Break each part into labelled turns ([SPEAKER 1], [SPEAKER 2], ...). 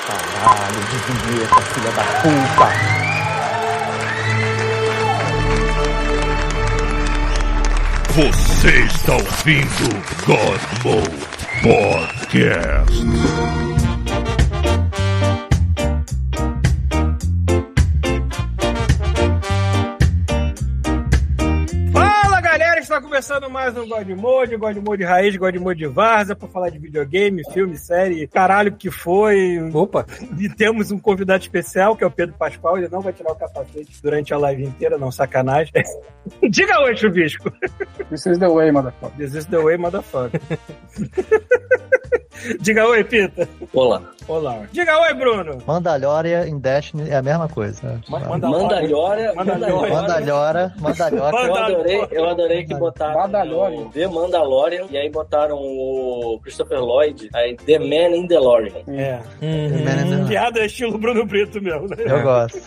[SPEAKER 1] Caralho, de vinheta, filha da puta.
[SPEAKER 2] Você está ouvindo God Mode Podcast.
[SPEAKER 3] Fala galera, está começando mais um God Mode, God Mode Raiz, God Mode Varza, para falar de videogame, filme, série, caralho que foi.
[SPEAKER 1] Opa,
[SPEAKER 3] E temos um convidado especial, que é o Pedro Pascoal, ele não vai tirar o capacete durante a live inteira, não, sacanagem. Diga oi, Chubisco.
[SPEAKER 4] This is the way, motherfucker.
[SPEAKER 3] This is the way, motherfucker. Diga oi, Pita.
[SPEAKER 5] Olá.
[SPEAKER 3] Olá. Diga oi, Bruno.
[SPEAKER 6] Mandalória em Destiny é a mesma coisa.
[SPEAKER 3] Manda- Mandalhora.
[SPEAKER 5] Mandalhora.
[SPEAKER 6] Mandalhora, Mandalhora.
[SPEAKER 5] Eu adorei, eu adorei que botaram
[SPEAKER 4] Mandalorian.
[SPEAKER 5] o The Mandalorian e aí botaram o Christopher Lloyd, aí The Man in DeLorean.
[SPEAKER 3] É.
[SPEAKER 6] Uhum.
[SPEAKER 3] Piada é estilo Bruno Brito mesmo, né?
[SPEAKER 6] Eu gosto.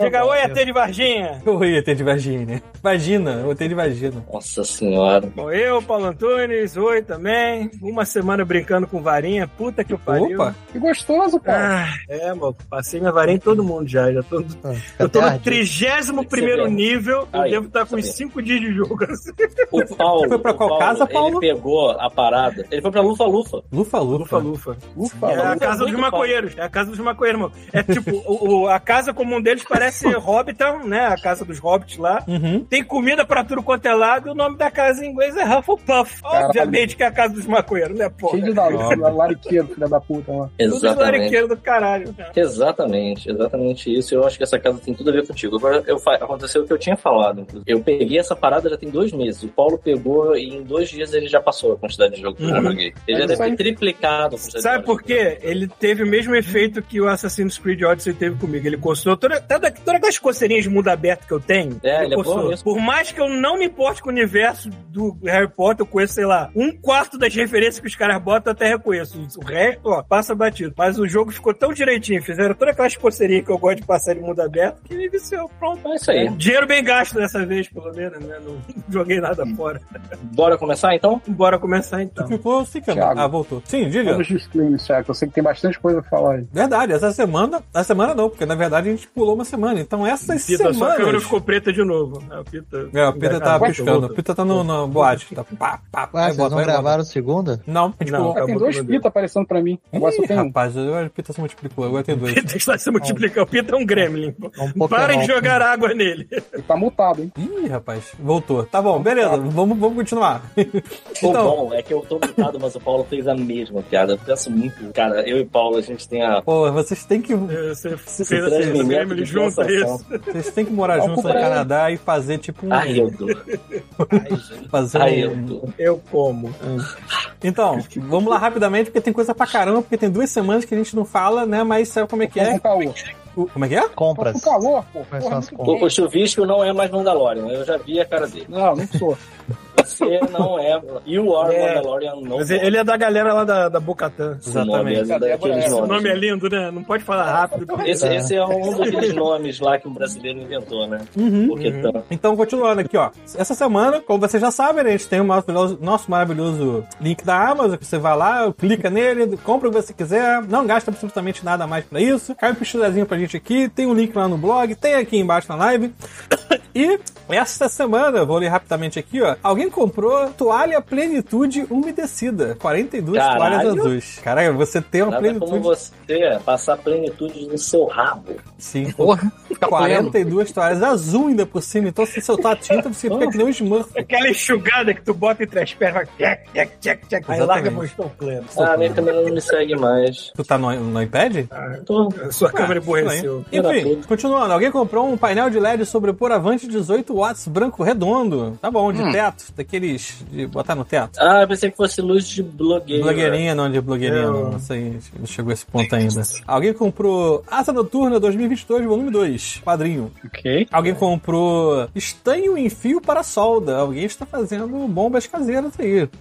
[SPEAKER 3] Diga oi, ET de Varginha.
[SPEAKER 1] Oi, ET de vagina. Vagina, o ET de vagina.
[SPEAKER 5] Nossa senhora.
[SPEAKER 3] Bom, eu, Paulo Antunes, oi também. Uma semana brincando com varinha, puta que pariu.
[SPEAKER 1] Opa,
[SPEAKER 4] Que gostoso, cara.
[SPEAKER 3] Ah, é, mano, passei minha varinha em todo mundo já. já tô,
[SPEAKER 1] Ah,
[SPEAKER 3] eu tô no 31 primeiro nível, eu
[SPEAKER 5] Aí,
[SPEAKER 3] devo estar com uns
[SPEAKER 5] sabia.
[SPEAKER 3] 5 dias de jogo. assim.
[SPEAKER 5] O Paulo.
[SPEAKER 1] Foi pra
[SPEAKER 5] o
[SPEAKER 1] qual casa, Paulo?
[SPEAKER 5] Ele pegou a parada. Ele foi pra Lufa Lufa.
[SPEAKER 1] lufa,
[SPEAKER 3] Lufa,
[SPEAKER 1] lufa.
[SPEAKER 3] lufa.
[SPEAKER 4] Ufa,
[SPEAKER 3] É a
[SPEAKER 5] Lufa é
[SPEAKER 3] casa dos
[SPEAKER 5] muito
[SPEAKER 3] maconheiros, é a casa dos maconheiros, mano. É tipo, o- o- a casa comum deles parece Hobbiton, né? A casa dos hobbits lá.
[SPEAKER 1] Uhum.
[SPEAKER 3] Tem comida pra tudo quanto é lado, e o nome da casa em inglês é Hufflepuff.
[SPEAKER 4] Caralho.
[SPEAKER 3] Obviamente que é a casa dos maconheiros, né, porra?
[SPEAKER 4] cheio de da, da lariqueiro, filha da puta, lá.
[SPEAKER 3] Tudo
[SPEAKER 5] Exatamente.
[SPEAKER 3] lariqueiro do caralho.
[SPEAKER 5] Exatamente, exatamente isso. Eu acho que essa casa tem tudo a ver contigo. Agora eu fa- aconteceu o que eu tinha falado. inclusive. Eu peguei essa parada já tem dois meses. O Paulo pegou e em dois dias ele já passou a quantidade de jogo que eu já
[SPEAKER 3] Uhum.
[SPEAKER 5] joguei. Ele já
[SPEAKER 4] É isso
[SPEAKER 5] deve
[SPEAKER 4] aí.
[SPEAKER 5] ter triplicado. a quantidade
[SPEAKER 3] Sabe
[SPEAKER 5] de
[SPEAKER 3] por
[SPEAKER 5] horas que eu
[SPEAKER 3] quê? Ele teve o mesmo efeito que o Assassin's Creed Odyssey teve comigo. Ele coçou toda, toda, todas aquelas coceirinhas de mundo aberto que eu tenho.
[SPEAKER 5] É, ele é bom nisso.
[SPEAKER 3] Por mais que eu não me importe com o universo do Harry Potter, eu conheço, sei lá, um quarto das referências que os caras botam eu até reconheço. O resto, ó, passa batido. Mas o jogo ficou tão direitinho, fizeram todas aquelas coceirinhas que eu gosto de passar de mundo aberto, que me viciou. Pronto.
[SPEAKER 5] É isso aí.
[SPEAKER 3] Dinheiro bem gasto dessa vez, pelo menos, né? Não joguei nada fora.
[SPEAKER 5] Bora começar então?
[SPEAKER 3] Bora começar então.
[SPEAKER 1] Ficou secando.
[SPEAKER 4] Thiago.
[SPEAKER 1] Ah, voltou. Sim, diga.
[SPEAKER 4] Vamos disclaimers, Thiago. Eu sei que tem bastante coisa pra falar aí.
[SPEAKER 1] Verdade, essa semana. Essa semana não, porque na verdade a gente pulou uma semana. Então essas
[SPEAKER 3] Pita, sua câmera
[SPEAKER 1] semanas.
[SPEAKER 3] ficou preta de novo. É, o Pita,
[SPEAKER 1] É, o Pita tá
[SPEAKER 3] Ah,
[SPEAKER 1] piscando. O
[SPEAKER 3] voltou.
[SPEAKER 1] Pita tá no, na boate. Tá pá, pá,
[SPEAKER 6] Ah,
[SPEAKER 1] vai,
[SPEAKER 6] vocês
[SPEAKER 1] bota,
[SPEAKER 6] não
[SPEAKER 1] vai, bota.
[SPEAKER 6] gravaram o segundo? É
[SPEAKER 1] Não, a gente
[SPEAKER 3] Não.
[SPEAKER 1] pulou.
[SPEAKER 4] Ah, tem
[SPEAKER 3] acabou
[SPEAKER 4] dois
[SPEAKER 3] tudo bem.
[SPEAKER 4] pitas aparecendo pra mim. Agora só
[SPEAKER 1] Ih,
[SPEAKER 4] tem um.
[SPEAKER 1] rapaz, agora o Pita se multiplicou. Agora tem dois.
[SPEAKER 3] Pita está se multiplicando. O Pita é um gremlin.
[SPEAKER 6] É um Pokémon.
[SPEAKER 3] Parem de jogar água nele.
[SPEAKER 4] Ele tá mutado, hein?
[SPEAKER 1] Ih, rapaz, voltou. Tá bom, beleza, vamos, vamos continuar.
[SPEAKER 5] O
[SPEAKER 1] Então-
[SPEAKER 5] bom é que eu tô mutado, mas o Paulo fez a mesma piada. Eu penso muito. Cara, eu e o Paulo, a gente tem a.
[SPEAKER 1] Pô, vocês têm que,
[SPEAKER 3] É, Você
[SPEAKER 5] Se
[SPEAKER 3] fez assim, os
[SPEAKER 5] transmimento
[SPEAKER 3] gremlins
[SPEAKER 5] de
[SPEAKER 3] juntos, é
[SPEAKER 5] sensação.
[SPEAKER 3] isso.
[SPEAKER 1] vocês têm que morar
[SPEAKER 4] Vamos
[SPEAKER 1] juntos no
[SPEAKER 4] pra ele.
[SPEAKER 1] Canadá e fazer tipo um.
[SPEAKER 5] Ai, eu dou.
[SPEAKER 1] fazer
[SPEAKER 5] Ai,
[SPEAKER 1] um-
[SPEAKER 5] eu dou.
[SPEAKER 3] Eu como.
[SPEAKER 1] Então, vamos lá rapidamente, porque tem coisa pra caramba, porque tem duas semanas que a gente não fala, né? Mas sabe como é que
[SPEAKER 4] Tá
[SPEAKER 1] é?
[SPEAKER 4] com calor.
[SPEAKER 1] O- Como é que é?
[SPEAKER 4] Tá com
[SPEAKER 6] Compras.
[SPEAKER 4] calor, pô.
[SPEAKER 6] Mas
[SPEAKER 4] Porra,
[SPEAKER 6] faz
[SPEAKER 4] muito
[SPEAKER 6] com-
[SPEAKER 5] O,
[SPEAKER 4] quente.
[SPEAKER 5] o chuvisco não é mais Mandalorian. Eu já vi a cara dele.
[SPEAKER 4] Não, não sou.
[SPEAKER 5] Você não é. You are
[SPEAKER 3] É.
[SPEAKER 5] Mandalorian, não.
[SPEAKER 3] Mas ele é da galera lá da, da Bocatã.
[SPEAKER 5] Esse nome,
[SPEAKER 1] Exatamente.
[SPEAKER 5] é daqueles
[SPEAKER 4] Esse
[SPEAKER 3] O
[SPEAKER 5] nomes.
[SPEAKER 3] nome é lindo, né? Não pode falar rápido.
[SPEAKER 5] Esse, esse é um daqueles nomes lá que um brasileiro inventou, né?
[SPEAKER 1] Uhum.
[SPEAKER 5] Porque tá-
[SPEAKER 1] Então, continuando aqui, ó. Essa semana, como vocês já sabem, né, a gente tem o maravilhoso- nosso maravilhoso link da Amazon, que você vai lá, clica nele, compra o que você quiser, não gasta absolutamente nada mais pra isso. Cai um pichulazinho pra gente aqui, tem um link lá no blog, tem aqui embaixo na live. E esta semana, eu vou ler rapidamente aqui, ó. Alguém comprou toalha plenitude umedecida. 42 toalhas
[SPEAKER 5] Caralho.
[SPEAKER 1] azuis. Caralho, você tem uma
[SPEAKER 5] Nada como
[SPEAKER 1] plenitude.
[SPEAKER 5] você passar plenitude no seu rabo.
[SPEAKER 1] Sim,
[SPEAKER 6] Porra,
[SPEAKER 1] 42 toalhas azul ainda por cima. Então, se soltar a tinta, você fica que nem um Smurf.
[SPEAKER 3] Aquela enxugada que tu bota entre as pernas. Tchac, tchac, tchac, tchac. Aí
[SPEAKER 1] Exatamente.
[SPEAKER 3] larga mostrou o pleno.
[SPEAKER 5] Ah, minha câmera não me segue mais.
[SPEAKER 1] Tu tá no, no iPad?
[SPEAKER 5] Ah, Tô
[SPEAKER 3] Sua câmera
[SPEAKER 1] Ah,
[SPEAKER 3] emborreceu.
[SPEAKER 1] estranho.
[SPEAKER 5] Era
[SPEAKER 1] Enfim, continuando. Alguém comprou um painel de LED sobrepor avante 18 watts branco redondo. Tá bom, de teto. Daqueles de botar no teto.
[SPEAKER 5] Ah, eu pensei que fosse luz de blogueiro.
[SPEAKER 1] Blogueirinha, não, de blogueirinha,
[SPEAKER 3] Eu-
[SPEAKER 1] não. Não sei, não chegou a esse ponto ainda. Alguém comprou Asa Noturna 2022, volume 2, quadrinho.
[SPEAKER 4] Ok.
[SPEAKER 5] É.
[SPEAKER 1] Alguém comprou estanho em fio para solda. Alguém está fazendo bombas caseiras aí.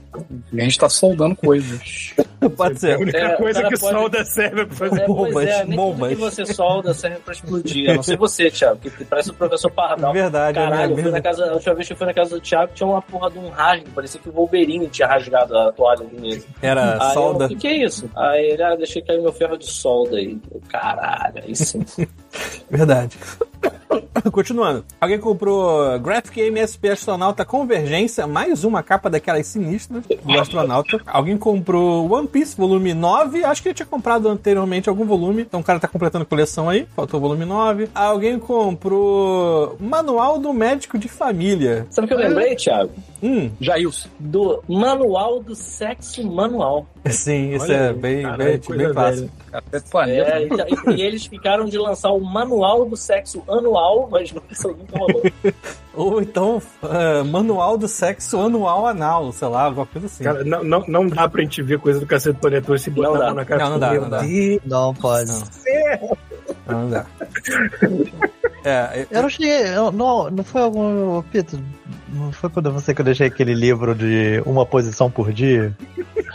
[SPEAKER 4] A gente tá soldando coisas.
[SPEAKER 1] Pode
[SPEAKER 3] A
[SPEAKER 1] ser.
[SPEAKER 3] única
[SPEAKER 5] É,
[SPEAKER 3] coisa
[SPEAKER 5] cara
[SPEAKER 3] que o
[SPEAKER 5] pode-
[SPEAKER 3] solda serve pra fazer.
[SPEAKER 5] É, pois
[SPEAKER 1] Bombas,
[SPEAKER 5] é, nem tudo que
[SPEAKER 1] bombas.
[SPEAKER 5] você solda serve pra explodir. A não ser você, Thiago, que parece o professor Pardal.
[SPEAKER 1] Verdade, é
[SPEAKER 5] Caralho, eu fui
[SPEAKER 1] mesmo.
[SPEAKER 5] na casa, a última vez que eu fui na casa do Thiago, tinha uma porra de um rasgo, parecia que o Wolverine tinha rasgado a toalha do mesmo.
[SPEAKER 1] Era
[SPEAKER 5] Aí
[SPEAKER 1] solda.
[SPEAKER 5] eu, o que, que é isso? Aí ele, ah, deixei cair meu ferro de solda aí. Eu, Caralho, aí sim.
[SPEAKER 1] Verdade. Continuando. Alguém comprou Graphic MSP Astronauta Convergência, mais uma capa daquelas sinistras do astronauta. Alguém comprou One Piece volume 9, acho que ele tinha comprado anteriormente algum volume, então o cara tá completando a coleção aí, faltou o volume 9. Alguém comprou Manual do Médico de Família.
[SPEAKER 5] Sabe o que eu lembrei, Thiago?
[SPEAKER 1] Hum,
[SPEAKER 7] Jailson.
[SPEAKER 5] Do Manual do Sexo Manual.
[SPEAKER 1] sim, isso
[SPEAKER 7] Olha
[SPEAKER 1] é
[SPEAKER 7] aí,
[SPEAKER 1] bem,
[SPEAKER 7] caralho,
[SPEAKER 1] bem,
[SPEAKER 7] coisa
[SPEAKER 1] bem fácil.
[SPEAKER 7] velha. Café do planeta.
[SPEAKER 5] É, e, e eles ficaram de lançar o Manual do Sexo Anual, mas não, isso nunca rolou.
[SPEAKER 1] Ou então, ah, Manual do Sexo Anual Anal, sei lá, alguma coisa assim.
[SPEAKER 7] Cara, não, não, não dá pra gente ver coisa do cacete do planeta hoje se botar
[SPEAKER 5] Não
[SPEAKER 7] a
[SPEAKER 5] dá.
[SPEAKER 7] mão na cara.
[SPEAKER 1] Não, não dá,
[SPEAKER 7] Meu
[SPEAKER 1] não dá.
[SPEAKER 7] Deus.
[SPEAKER 6] Não pode.
[SPEAKER 1] Não Então dá. É,
[SPEAKER 6] Eu não cheguei. eu- não, não foi algum. Pito, não foi quando você que eu deixei aquele livro de uma posição por dia?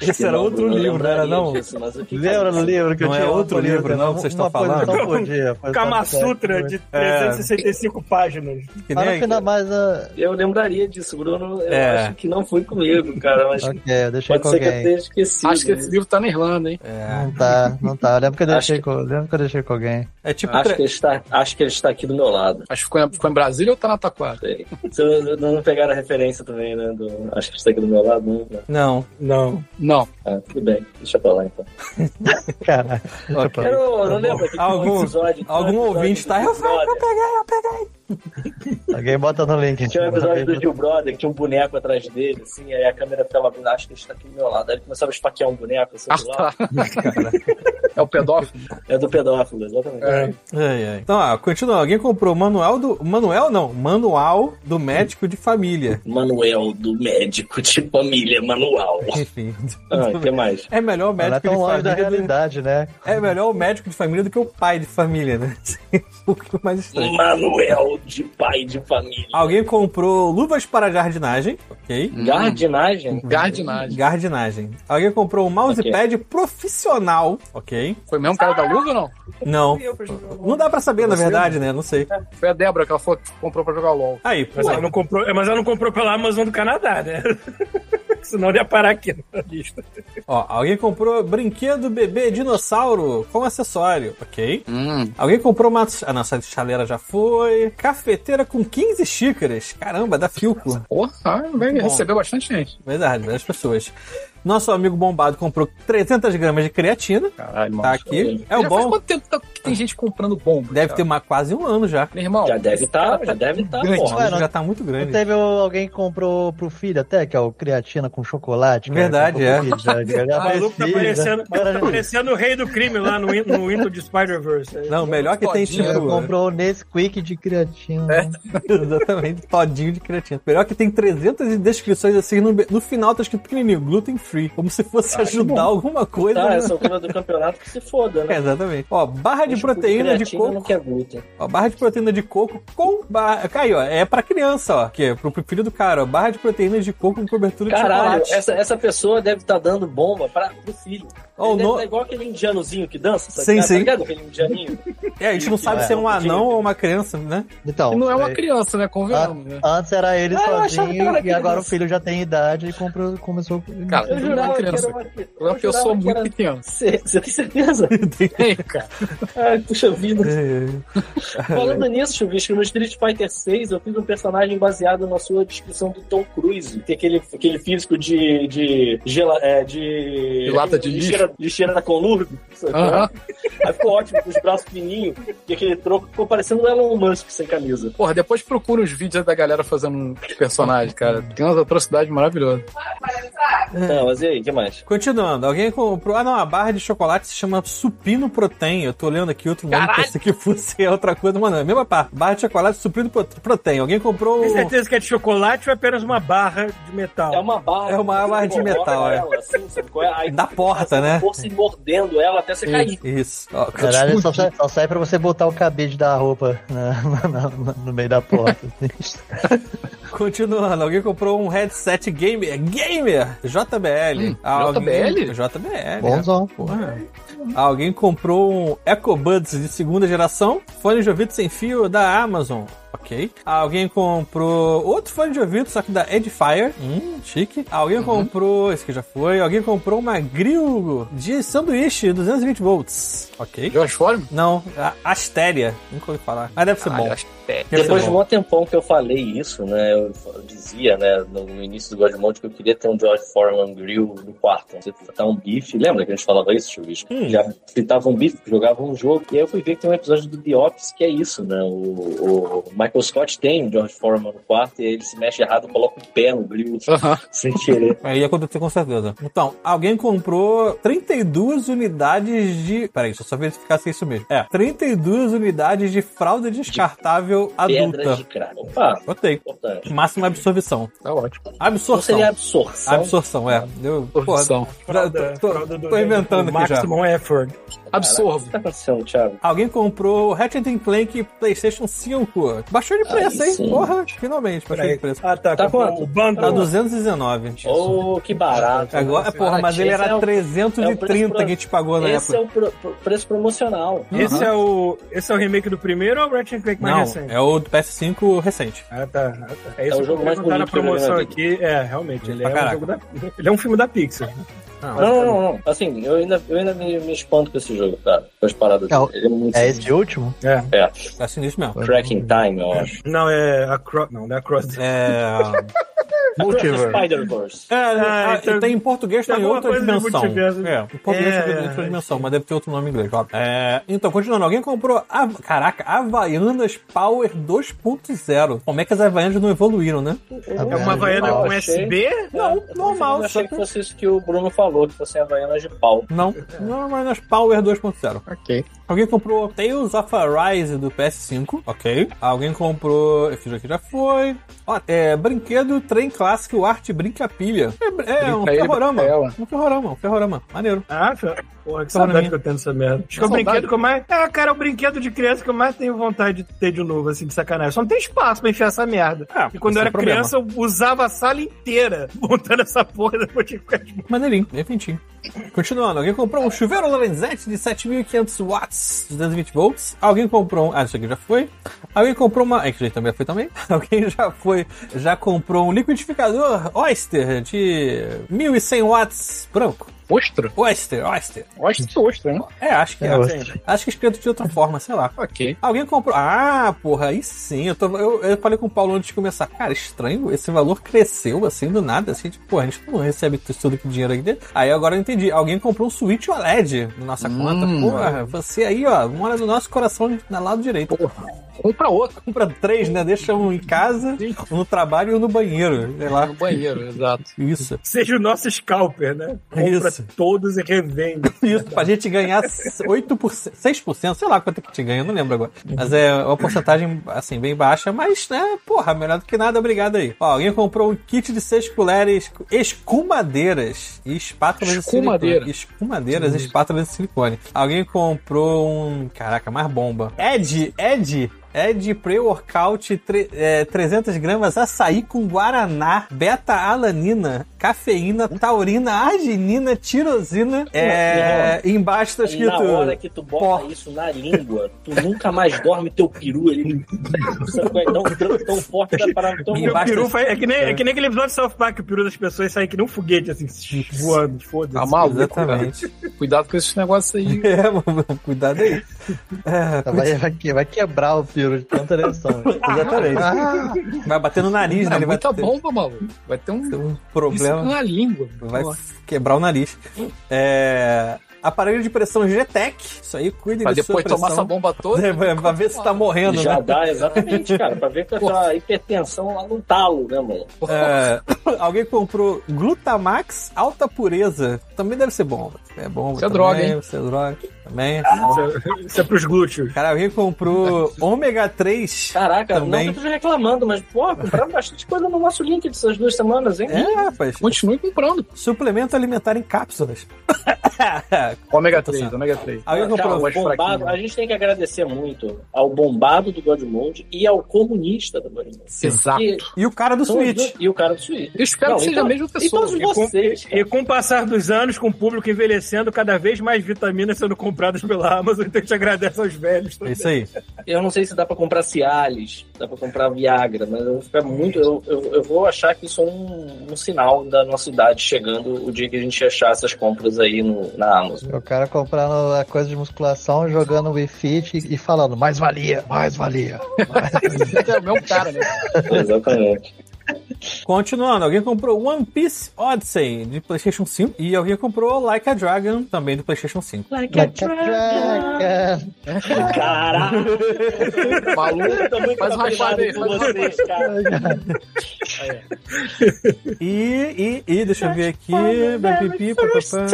[SPEAKER 1] Esse era
[SPEAKER 5] Não,
[SPEAKER 1] outro
[SPEAKER 5] eu
[SPEAKER 1] livro, não era
[SPEAKER 5] lembraria
[SPEAKER 1] não?
[SPEAKER 5] disso, mas o que que
[SPEAKER 6] Lembra
[SPEAKER 5] é
[SPEAKER 6] do
[SPEAKER 5] isso?
[SPEAKER 6] livro que eu
[SPEAKER 1] Não é
[SPEAKER 6] tinha? uma
[SPEAKER 1] outro
[SPEAKER 6] posição-
[SPEAKER 1] livro, não, que vocês estão
[SPEAKER 6] uma posição
[SPEAKER 1] falando?
[SPEAKER 6] Por dia, posição
[SPEAKER 3] Kama
[SPEAKER 6] por dia.
[SPEAKER 3] Sutra de
[SPEAKER 1] tá É.
[SPEAKER 3] 365 páginas.
[SPEAKER 1] que
[SPEAKER 6] Mas ah,
[SPEAKER 1] nem
[SPEAKER 6] no final, mais a.
[SPEAKER 5] Eu lembraria disso, Bruno. Eu
[SPEAKER 1] É.
[SPEAKER 5] acho que não foi comigo, cara. Mas
[SPEAKER 6] Ok, eu deixei
[SPEAKER 5] pode
[SPEAKER 6] com
[SPEAKER 5] ser que eu
[SPEAKER 6] alguém.
[SPEAKER 5] tenha esquecido.
[SPEAKER 7] Acho que esse livro tá na Irlanda, hein?
[SPEAKER 1] É,
[SPEAKER 6] Não tá, não tá. Eu lembro que eu
[SPEAKER 5] Acho
[SPEAKER 6] deixei,
[SPEAKER 5] que-
[SPEAKER 6] com, lembro que eu deixei com alguém.
[SPEAKER 1] é tipo.
[SPEAKER 5] Acho
[SPEAKER 1] tre-
[SPEAKER 5] que ele está, acho que ele está aqui do meu lado.
[SPEAKER 7] Acho que ficou em, ficou em Brasília ou tá na Taquara?
[SPEAKER 5] Sei. Vocês não- não pegaram a referência também, né? do- acho que está aqui do meu lado. Não. não.
[SPEAKER 1] Não.
[SPEAKER 3] Não.
[SPEAKER 7] Não.
[SPEAKER 5] Ah, tudo bem, deixa pra lá então.
[SPEAKER 6] Caralho.
[SPEAKER 1] Ok.
[SPEAKER 5] Eu não, eu não lembro aqui
[SPEAKER 1] Tá. Algum-
[SPEAKER 5] um episódio. tinha um
[SPEAKER 1] algum
[SPEAKER 5] episódio
[SPEAKER 1] ouvinte
[SPEAKER 5] do
[SPEAKER 1] tá,
[SPEAKER 5] Tio
[SPEAKER 1] eu falei,
[SPEAKER 5] Brother.
[SPEAKER 6] Alguém bota no link.
[SPEAKER 5] Tinha um episódio do Tio Brother que tinha um boneco atrás dele, assim, aí a câmera ficava abrindo, acho que ele está aqui do meu lado. Aí ele começava a esfaquear um boneco, assim,
[SPEAKER 7] Ah,
[SPEAKER 5] do lado.
[SPEAKER 7] tá. É o pedófilo.
[SPEAKER 5] É do pedófilo, exatamente.
[SPEAKER 7] É.
[SPEAKER 1] Ai, ai. Então, ah, continua. Alguém comprou o manual do. Manuel não. Manual do médico de família.
[SPEAKER 5] Manuel do médico de família manual.
[SPEAKER 1] Enfim.
[SPEAKER 5] Ah, o que mais?
[SPEAKER 1] É melhor o
[SPEAKER 6] Não é
[SPEAKER 1] médico
[SPEAKER 6] tão
[SPEAKER 1] de
[SPEAKER 6] longe da
[SPEAKER 1] família. do-
[SPEAKER 6] realidade, né?
[SPEAKER 1] É melhor o médico de família do que o pai de família, né? o que é mais estranho.
[SPEAKER 5] Manuel de pai de família.
[SPEAKER 1] Alguém comprou luvas para jardinagem. Ok.
[SPEAKER 7] Hum.
[SPEAKER 5] Jardinagem?
[SPEAKER 7] Jardinagem.
[SPEAKER 1] Jardinagem. Alguém comprou um mousepad profissional. Ok.
[SPEAKER 7] Foi o mesmo cara da luva ou não?
[SPEAKER 1] Não. Não dá pra saber, na verdade, né? Não sei.
[SPEAKER 7] Foi a Débora que ela falou que comprou pra jogar LOL.
[SPEAKER 1] Aí,
[SPEAKER 3] Mas
[SPEAKER 1] pô.
[SPEAKER 3] ela, não comprou, é, mas ela não comprou pela Amazon do Canadá, né? Senão ele ia parar aqui na lista.
[SPEAKER 1] Ó, alguém comprou brinquedo bebê dinossauro com acessório, ok?
[SPEAKER 7] Hum.
[SPEAKER 1] Alguém comprou uma. A nossa chaleira já foi. Cafeteira com 15 xícaras. Caramba, da Filco.
[SPEAKER 7] Porra, vai
[SPEAKER 1] Bom.
[SPEAKER 7] receber bastante gente.
[SPEAKER 1] Verdade, das pessoas. Nosso amigo bombado comprou 300 gramas de creatina.
[SPEAKER 7] Caralho, mano.
[SPEAKER 1] Tá aqui. É o
[SPEAKER 7] Já faz
[SPEAKER 1] bom.
[SPEAKER 7] quanto tempo tá- que tem gente comprando bomba?
[SPEAKER 1] Deve
[SPEAKER 7] cara?
[SPEAKER 1] ter uma, quase um ano já.
[SPEAKER 7] Meu irmão,
[SPEAKER 5] Já deve estar, já deve estar,
[SPEAKER 7] Grande.
[SPEAKER 5] porra.
[SPEAKER 6] Ué, não-
[SPEAKER 1] Já tá muito
[SPEAKER 6] Não
[SPEAKER 1] grande.
[SPEAKER 6] teve o- alguém que comprou pro filho até, que é o creatina com chocolate. cara,
[SPEAKER 1] Verdade,
[SPEAKER 6] que
[SPEAKER 1] é.
[SPEAKER 6] comprou pro filho, já- já
[SPEAKER 3] O maluco tá
[SPEAKER 1] né?
[SPEAKER 6] fez filho,
[SPEAKER 3] parecendo,
[SPEAKER 6] já- cara,
[SPEAKER 3] tá parecendo o rei do crime lá no, in- no Into de Spider-Verse.
[SPEAKER 1] Não, melhor que tem
[SPEAKER 7] Todinho,
[SPEAKER 6] já
[SPEAKER 1] tipo.
[SPEAKER 6] comprou o Nesquik de creatina.
[SPEAKER 1] Exatamente, todinho de creatina. Melhor que tem 300 descrições assim. No, no final tá escrito pequenininho, gluten free. Como se fosse ajudar alguma coisa.
[SPEAKER 5] Ah, Tá,
[SPEAKER 1] né?
[SPEAKER 5] essa altura do campeonato que se foda,
[SPEAKER 1] É,
[SPEAKER 5] né?
[SPEAKER 1] exatamente. Ó, barra É de proteína de
[SPEAKER 5] Creatina né?
[SPEAKER 1] coco.
[SPEAKER 5] não quer glúten.
[SPEAKER 1] Ó, barra de proteína de coco com barra. Aí, ó, é pra criança, ó. Que é pro pro filho do cara, ó. Barra de proteína de coco com cobertura
[SPEAKER 5] Caralho,
[SPEAKER 1] de chocolate.
[SPEAKER 5] essa, essa pessoa deve estar dando bomba para pro filho.
[SPEAKER 1] Ó, o
[SPEAKER 5] Ele deve
[SPEAKER 1] no-
[SPEAKER 5] tá igual aquele indianozinho que dança, sabe?
[SPEAKER 1] Sim,
[SPEAKER 5] Tá
[SPEAKER 1] sim.
[SPEAKER 5] ligado? Aquele indianinho.
[SPEAKER 1] É, a gente não sabe
[SPEAKER 5] né?
[SPEAKER 6] É.
[SPEAKER 1] se é um anão ou uma criança, né?
[SPEAKER 6] Então,
[SPEAKER 7] não é uma
[SPEAKER 6] aí-
[SPEAKER 7] criança, né? Convenhamos,
[SPEAKER 5] Ah.
[SPEAKER 7] né?
[SPEAKER 6] Antes era ele
[SPEAKER 5] eu achava que era
[SPEAKER 6] sozinho e
[SPEAKER 5] criança.
[SPEAKER 6] agora o filho já tem idade e comprou, começou.
[SPEAKER 7] Cara,
[SPEAKER 5] Eu
[SPEAKER 7] eu não
[SPEAKER 5] jurava
[SPEAKER 7] era
[SPEAKER 5] que era
[SPEAKER 7] criança.
[SPEAKER 5] uma
[SPEAKER 7] Eu lembro que eu sou
[SPEAKER 5] jurava que
[SPEAKER 7] muito
[SPEAKER 5] era-
[SPEAKER 7] pequeno.
[SPEAKER 5] Você você tem certeza?
[SPEAKER 7] Ei, cara.
[SPEAKER 5] Ai, puxa vida.
[SPEAKER 1] É.
[SPEAKER 5] Falando nisso, Chuvisco, no Street Fighter 6 eu fiz um personagem baseado na sua descrição do Tom Cruise. Tem aquele, aquele físico de. de. Gela, é, de,
[SPEAKER 7] De lata de lixo.
[SPEAKER 5] lixeira, lixeira da Conurb. sabe?
[SPEAKER 7] Aham.
[SPEAKER 5] Aí ficou ótimo, com os braços fininhos e aquele troco ficou parecendo o Elon Musk sem camisa.
[SPEAKER 7] Porra, depois procura os vídeos da galera fazendo um personagem, cara. Tem umas atrocidades maravilhosas.
[SPEAKER 1] É.
[SPEAKER 5] Não, mas e aí, o que mais?
[SPEAKER 1] Continuando, alguém comprou. Ah, não, a barra de chocolate se chama Supino Protein. Eu tô lendo aqui outro nome,
[SPEAKER 7] Caralho!
[SPEAKER 1] pensei que fosse outra coisa, mano. É a mesma barra. Barra de chocolate Supino Pro- Protein. Alguém comprou. um-
[SPEAKER 3] Tem certeza que é de chocolate ou é apenas uma barra de metal?
[SPEAKER 5] É uma barra.
[SPEAKER 1] É uma barra de
[SPEAKER 5] Você
[SPEAKER 1] metal,
[SPEAKER 5] coloca
[SPEAKER 1] é.
[SPEAKER 5] ela, assim, sabe qual é? Aí
[SPEAKER 1] Da
[SPEAKER 5] você
[SPEAKER 1] porta,
[SPEAKER 5] passa
[SPEAKER 1] né?
[SPEAKER 5] com força e mordendo ela até você cair.
[SPEAKER 1] Isso. Ó,
[SPEAKER 6] Caralho, só sai, só sai pra você botar o cabide da roupa na- na- na- no meio da porta. assim.
[SPEAKER 1] Continuando, alguém comprou um headset gamer. Gamer! JBL. Alguém-
[SPEAKER 7] JBL?
[SPEAKER 1] JBL.
[SPEAKER 6] Bonzão, pô.
[SPEAKER 1] Alguém comprou um EcoBuds de segunda geração, fone de ouvido sem fio da Amazon. Ok. Alguém comprou outro fone de ouvido, só que da Edifier. Hum, chique. Alguém comprou, esse que já foi. Alguém comprou uma grill de sanduíche 220 volts. Ok.
[SPEAKER 7] Josh Foreman?
[SPEAKER 1] Não, a Astéria. Nunca ouvi falar. Mas deve ser bom.
[SPEAKER 7] Caralho, acho que é.
[SPEAKER 1] Deve ser
[SPEAKER 5] Depois de
[SPEAKER 1] bom.
[SPEAKER 5] um tempão que eu falei isso, né? Eu dizia, né, no início do Godmode que eu queria ter um George Foreman grill no quarto. Você fritar um bife. Lembra que a gente falava isso, Chuvis?
[SPEAKER 1] Hum.
[SPEAKER 5] Já fritava um bife, jogava um jogo. E aí eu fui ver que tem um episódio do The Office que é isso, né? O, o Michael Scott tem um George Foreman no quarto e ele se mexe errado, coloca o pé no grill
[SPEAKER 1] Ah.
[SPEAKER 7] Aham.
[SPEAKER 5] sem querer.
[SPEAKER 1] Aí ia acontecer com certeza. Então, alguém comprou 32 unidades de. Peraí, deixa eu só verificar se é isso mesmo. É, 32 unidades de fralda descartável
[SPEAKER 5] Pedras
[SPEAKER 1] adulta.
[SPEAKER 5] de crack. Opa,
[SPEAKER 1] Botei.
[SPEAKER 5] importante.
[SPEAKER 1] Máxima absorção.
[SPEAKER 7] Tá ótimo.
[SPEAKER 5] Não Então seria absorção.
[SPEAKER 1] Absorção. Absorção, é. Eu, porra,
[SPEAKER 7] Absorção.
[SPEAKER 1] já tô, tô- tô inventando aqui já.
[SPEAKER 3] Maximum effort.
[SPEAKER 5] Caraca, O
[SPEAKER 7] Absorvo.
[SPEAKER 5] que tá acontecendo, Thiago?
[SPEAKER 1] Alguém comprou Ratchet and Clank PlayStation 5. Baixou de preço,
[SPEAKER 5] Aí
[SPEAKER 1] hein?
[SPEAKER 5] sim.
[SPEAKER 1] Porra, finalmente, baixou de
[SPEAKER 3] Peraí.
[SPEAKER 1] preço.
[SPEAKER 3] Ah, tá.
[SPEAKER 5] Tá
[SPEAKER 3] comprou
[SPEAKER 5] quanto?
[SPEAKER 3] O bundle.
[SPEAKER 1] Tá 219.
[SPEAKER 5] Oh, que barato.
[SPEAKER 1] Agora, porra, mas ele
[SPEAKER 5] Esse é
[SPEAKER 1] era
[SPEAKER 5] o- é o
[SPEAKER 1] 330
[SPEAKER 5] preço
[SPEAKER 1] que a
[SPEAKER 5] pro-
[SPEAKER 1] gente pagou na
[SPEAKER 5] Esse
[SPEAKER 1] época.
[SPEAKER 5] é o pro- pro- preço promocional.
[SPEAKER 3] Esse é o esse é o remake do primeiro ou é o Ratchet and Clank mais
[SPEAKER 1] Não,
[SPEAKER 3] recente?
[SPEAKER 1] é o do PS5 recente.
[SPEAKER 3] Ah, tá. ah, tá. É,
[SPEAKER 5] o
[SPEAKER 3] isso
[SPEAKER 5] jogo
[SPEAKER 3] que
[SPEAKER 5] mais
[SPEAKER 3] eu tá na
[SPEAKER 5] bonito que eu já vi na
[SPEAKER 3] promoção
[SPEAKER 5] vida.
[SPEAKER 3] aqui. É, realmente, ele
[SPEAKER 1] Pra
[SPEAKER 3] é, um
[SPEAKER 1] caraca.
[SPEAKER 3] jogo da, ele é um filme da Pixar.
[SPEAKER 5] Não, não, não, não. Assim, eu ainda, eu ainda me, me espanto com esse jogo, cara. Com as paradas.
[SPEAKER 6] É o-
[SPEAKER 5] Ele é muito.
[SPEAKER 6] É esse último?
[SPEAKER 3] É.
[SPEAKER 5] É,
[SPEAKER 1] Tá sinistro mesmo.
[SPEAKER 5] Tracking Time, eu acho.
[SPEAKER 3] Não, é a Cross. Não, não é a Cross.
[SPEAKER 1] É.
[SPEAKER 6] Multiverse.
[SPEAKER 5] Spider-Verse.
[SPEAKER 1] É,
[SPEAKER 3] Ah,
[SPEAKER 1] ah,
[SPEAKER 3] então-
[SPEAKER 1] tem em português tem
[SPEAKER 3] Alguma
[SPEAKER 1] outra
[SPEAKER 3] coisa de
[SPEAKER 1] dimensão.
[SPEAKER 3] multiverso.
[SPEAKER 1] É, em português
[SPEAKER 3] É,
[SPEAKER 1] tem outra
[SPEAKER 3] é.
[SPEAKER 1] dimensão, mas deve ter outro nome em inglês, óbvio. É, então, continuando, alguém comprou. A, caraca, Havaianas Power 2.0. Como é que as Havaianas não evoluíram, né?
[SPEAKER 3] É uma Havaiana
[SPEAKER 5] Eu
[SPEAKER 3] com
[SPEAKER 5] achei-
[SPEAKER 3] USB?
[SPEAKER 1] Não,
[SPEAKER 3] é,
[SPEAKER 5] eu
[SPEAKER 1] normal,
[SPEAKER 5] Eu achei
[SPEAKER 1] só Tá
[SPEAKER 5] que
[SPEAKER 1] que-
[SPEAKER 5] fosse isso que o Bruno falou, que fossem Havaianas de pau.
[SPEAKER 1] Não, não Havaianas Power 2.0.
[SPEAKER 7] Ok.
[SPEAKER 1] Alguém comprou Tales of Arise do PS5, ok. Alguém comprou. Esse aqui já foi. Ó, é brinquedo, trem clássico, arte, brinca pilha. É, é um
[SPEAKER 7] Brinca ele,
[SPEAKER 1] ferrorama.
[SPEAKER 7] brinca ela.
[SPEAKER 1] Um ferrorama, um ferrorama. Maneiro.
[SPEAKER 3] Ah, filho. Porra, que
[SPEAKER 1] Fala pra mim.
[SPEAKER 3] saudade que eu tenho dessa merda. Acho que é o
[SPEAKER 7] Saudade?
[SPEAKER 3] brinquedo que eu mais. Ah, cara, é o brinquedo de criança que eu mais tenho vontade de ter de novo, assim, de sacanagem. Só não tem espaço pra enfiar essa merda.
[SPEAKER 1] Ah,
[SPEAKER 3] e quando eu era
[SPEAKER 1] esse é o problema.
[SPEAKER 3] criança, eu usava a sala inteira montando essa porra, depois tinha que ficar de
[SPEAKER 1] Maneirinho, bem feitinho. Continuando, alguém comprou um chuveiro Lorenzetti de 7500 watts, 220 volts. Alguém comprou um. Ah, isso aqui já foi. Alguém comprou uma. É, que isso aí também já foi também. Alguém já foi. Já comprou um liquidificador Oyster de 1100 watts branco.
[SPEAKER 7] Ostro?
[SPEAKER 1] Oyster, Oyster.
[SPEAKER 7] Ostro, ostro, né?
[SPEAKER 1] É, acho que é.
[SPEAKER 6] É, Oyster.
[SPEAKER 1] assim. Acho que escrito de outra forma, sei lá.
[SPEAKER 7] Ok.
[SPEAKER 1] Alguém comprou. Ah, porra, aí sim. Eu, tô- eu, eu falei com o Paulo antes de começar. Cara, estranho, esse valor cresceu assim do nada. Assim, tipo, porra, a gente não recebe isso tudo que dinheiro aí dentro. Aí agora eu entendi. Alguém comprou um Switch OLED na nossa
[SPEAKER 7] Hum.
[SPEAKER 1] conta. Porra, você aí, ó, mora no nosso coração na lado direito.
[SPEAKER 7] Um pra outro.
[SPEAKER 1] Compra três, né? Deixa um em casa, um no trabalho e um no banheiro. Sei lá.
[SPEAKER 7] No banheiro, exato.
[SPEAKER 1] Isso.
[SPEAKER 3] Seja o nosso scalper, né? Compra
[SPEAKER 1] Isso.
[SPEAKER 3] todos e revende.
[SPEAKER 1] Isso, pra gente ganhar 8%, 6%, sei lá quanto é que te ganha, eu não lembro agora. Mas é uma porcentagem, assim, bem baixa, mas, né, porra, melhor do que nada, obrigado aí. Ó, alguém comprou um kit de seis colheres escumadeiras e espátulas de silicone.
[SPEAKER 7] Escumadeira.
[SPEAKER 1] Escumadeiras e espátulas é de silicone. Alguém comprou um, caraca, mais bomba. É Ed, Ed... Ed Pre-Workout é tre- é, 300 gramas açaí com guaraná, beta-alanina, cafeína,
[SPEAKER 5] Hum?
[SPEAKER 1] taurina, arginina, tirosina, é, embaixo tá escrito.
[SPEAKER 5] Na hora que tu bota
[SPEAKER 1] Pó.
[SPEAKER 5] isso na língua, tu nunca mais dorme teu peru. Ele Sabe, é tão, tão, tão forte que dá para tão
[SPEAKER 1] E
[SPEAKER 3] O
[SPEAKER 1] Embaixo
[SPEAKER 3] peru
[SPEAKER 1] das-
[SPEAKER 3] faz- é, que nem, é que nem aquele episódio de South Park, que o peru das pessoas sai que nem um foguete, assim, voando,
[SPEAKER 7] Tá
[SPEAKER 3] foda-se.
[SPEAKER 7] maluco,
[SPEAKER 1] Exatamente.
[SPEAKER 7] cara. Cuidado com esses negócios aí.
[SPEAKER 1] É, mano, cuidado aí. É, cu-
[SPEAKER 6] Vai, vai que- vai quebrar o Piro de tanta né? ereção.
[SPEAKER 1] exatamente.
[SPEAKER 6] Ah,
[SPEAKER 1] Vai bater no nariz, né?
[SPEAKER 7] Cara,
[SPEAKER 1] Ele vai
[SPEAKER 7] muita
[SPEAKER 1] ter
[SPEAKER 7] bomba, maluco. Vai ter um
[SPEAKER 1] um
[SPEAKER 7] isso
[SPEAKER 1] problema.
[SPEAKER 7] na língua.
[SPEAKER 1] Vai
[SPEAKER 7] Pô.
[SPEAKER 1] quebrar o nariz. É, Aparelho de pressão GTEC. Isso aí, cuidem
[SPEAKER 7] Pra
[SPEAKER 1] da sua
[SPEAKER 7] depois tomar essa
[SPEAKER 1] pressão.
[SPEAKER 7] bomba toda.
[SPEAKER 1] É, pra ver se tá morrendo,
[SPEAKER 5] Já
[SPEAKER 1] né?
[SPEAKER 5] dá, exatamente, cara. Pra ver que a hipertensão lá no talo, né, mano?
[SPEAKER 1] É, alguém comprou Glutamax alta pureza. Também deve ser bom. É bom.
[SPEAKER 7] Isso é
[SPEAKER 1] também,
[SPEAKER 7] droga, hein?
[SPEAKER 1] Isso é droga. Também.
[SPEAKER 3] Isso é- Isso é pros glúteos.
[SPEAKER 1] Cara, alguém comprou ômega 3.
[SPEAKER 5] Caraca,
[SPEAKER 1] Também.
[SPEAKER 5] não que eu tô reclamando, mas, pô, compraram bastante coisa no nosso link dessas duas semanas, hein?
[SPEAKER 1] É, rapaz.
[SPEAKER 7] Continue comprando.
[SPEAKER 1] Suplemento alimentar em cápsulas.
[SPEAKER 7] Ômega 3, ômega 3.
[SPEAKER 1] Alguém
[SPEAKER 5] Cara,
[SPEAKER 1] comprou
[SPEAKER 5] o
[SPEAKER 7] mais
[SPEAKER 5] bombado,
[SPEAKER 7] fraquinho.
[SPEAKER 5] a gente tem que agradecer muito ao bombado do Godmode e ao comunista do Godmode.
[SPEAKER 7] Exato.
[SPEAKER 5] E,
[SPEAKER 1] E o cara do
[SPEAKER 5] são os
[SPEAKER 1] Switch.
[SPEAKER 5] dois- e o cara do Switch.
[SPEAKER 7] Eu espero
[SPEAKER 5] Não,
[SPEAKER 7] que seja
[SPEAKER 5] então-
[SPEAKER 7] a mesma pessoa.
[SPEAKER 5] E
[SPEAKER 3] E
[SPEAKER 5] todos
[SPEAKER 3] com,
[SPEAKER 5] vocês, cara.
[SPEAKER 3] e com o passar dos anos, com o público envelhecendo, cada vez mais vitaminas sendo compradas pela Amazon, então a gente agradece aos velhos.
[SPEAKER 1] É isso aí.
[SPEAKER 5] Eu não sei se dá pra comprar Cialis, dá pra comprar Viagra, mas eu vou ficar muito. Eu, eu, eu vou achar que isso é um, um sinal da nossa idade chegando o dia que a gente achar essas compras aí no, na Amazon.
[SPEAKER 6] O cara comprando a coisa de musculação, jogando Wii Fit e, e falando, mais valia, mais valia.
[SPEAKER 7] É o mesmo cara, né?
[SPEAKER 5] Exatamente.
[SPEAKER 1] Continuando, alguém comprou One Piece Odyssey de PlayStation 5 e alguém comprou Like a Dragon também do PlayStation 5.
[SPEAKER 6] Caraca.
[SPEAKER 5] Caralho,
[SPEAKER 7] Maluco.
[SPEAKER 5] eu tô muito
[SPEAKER 7] Faz um rachado
[SPEAKER 5] apaixonado
[SPEAKER 7] aí,
[SPEAKER 5] por
[SPEAKER 7] faz um
[SPEAKER 5] vocês, cara.
[SPEAKER 1] E, e, e, deixa eu ver aqui. Pipi, papapá.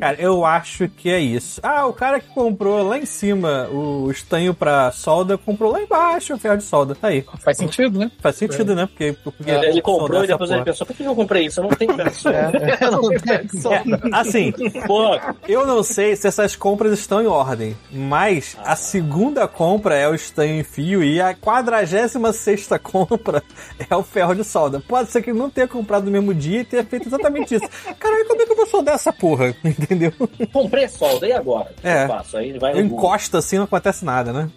[SPEAKER 1] Cara, eu acho que é isso. Ah, o cara que comprou lá em cima o estanho pra solda, comprou lá embaixo o ferro de solda. Tá aí.
[SPEAKER 7] Faz sentido, né?
[SPEAKER 1] Faz sentido, né? Porque, porque
[SPEAKER 5] É.
[SPEAKER 3] É,
[SPEAKER 5] Ele comprou
[SPEAKER 1] soldar
[SPEAKER 5] e
[SPEAKER 1] essa
[SPEAKER 5] depois ele
[SPEAKER 1] porra.
[SPEAKER 5] pensou: por que eu comprei isso? Eu não tenho peça.
[SPEAKER 6] É, não tem som.
[SPEAKER 1] É, assim,
[SPEAKER 5] Porra,
[SPEAKER 1] Eu não sei se essas compras estão em ordem, mas a segunda compra é o estanho em fio e a 46 compra é o ferro de solda. Pode ser que eu não tenha comprado no mesmo dia e tenha feito exatamente isso. Caralho, como é que eu vou soldar essa porra? Entendeu?
[SPEAKER 5] comprei solda, e agora? O que
[SPEAKER 1] É.
[SPEAKER 5] eu faço? Aí ele vai
[SPEAKER 1] Eu
[SPEAKER 5] no Google.
[SPEAKER 1] encosto assim, não acontece nada, né?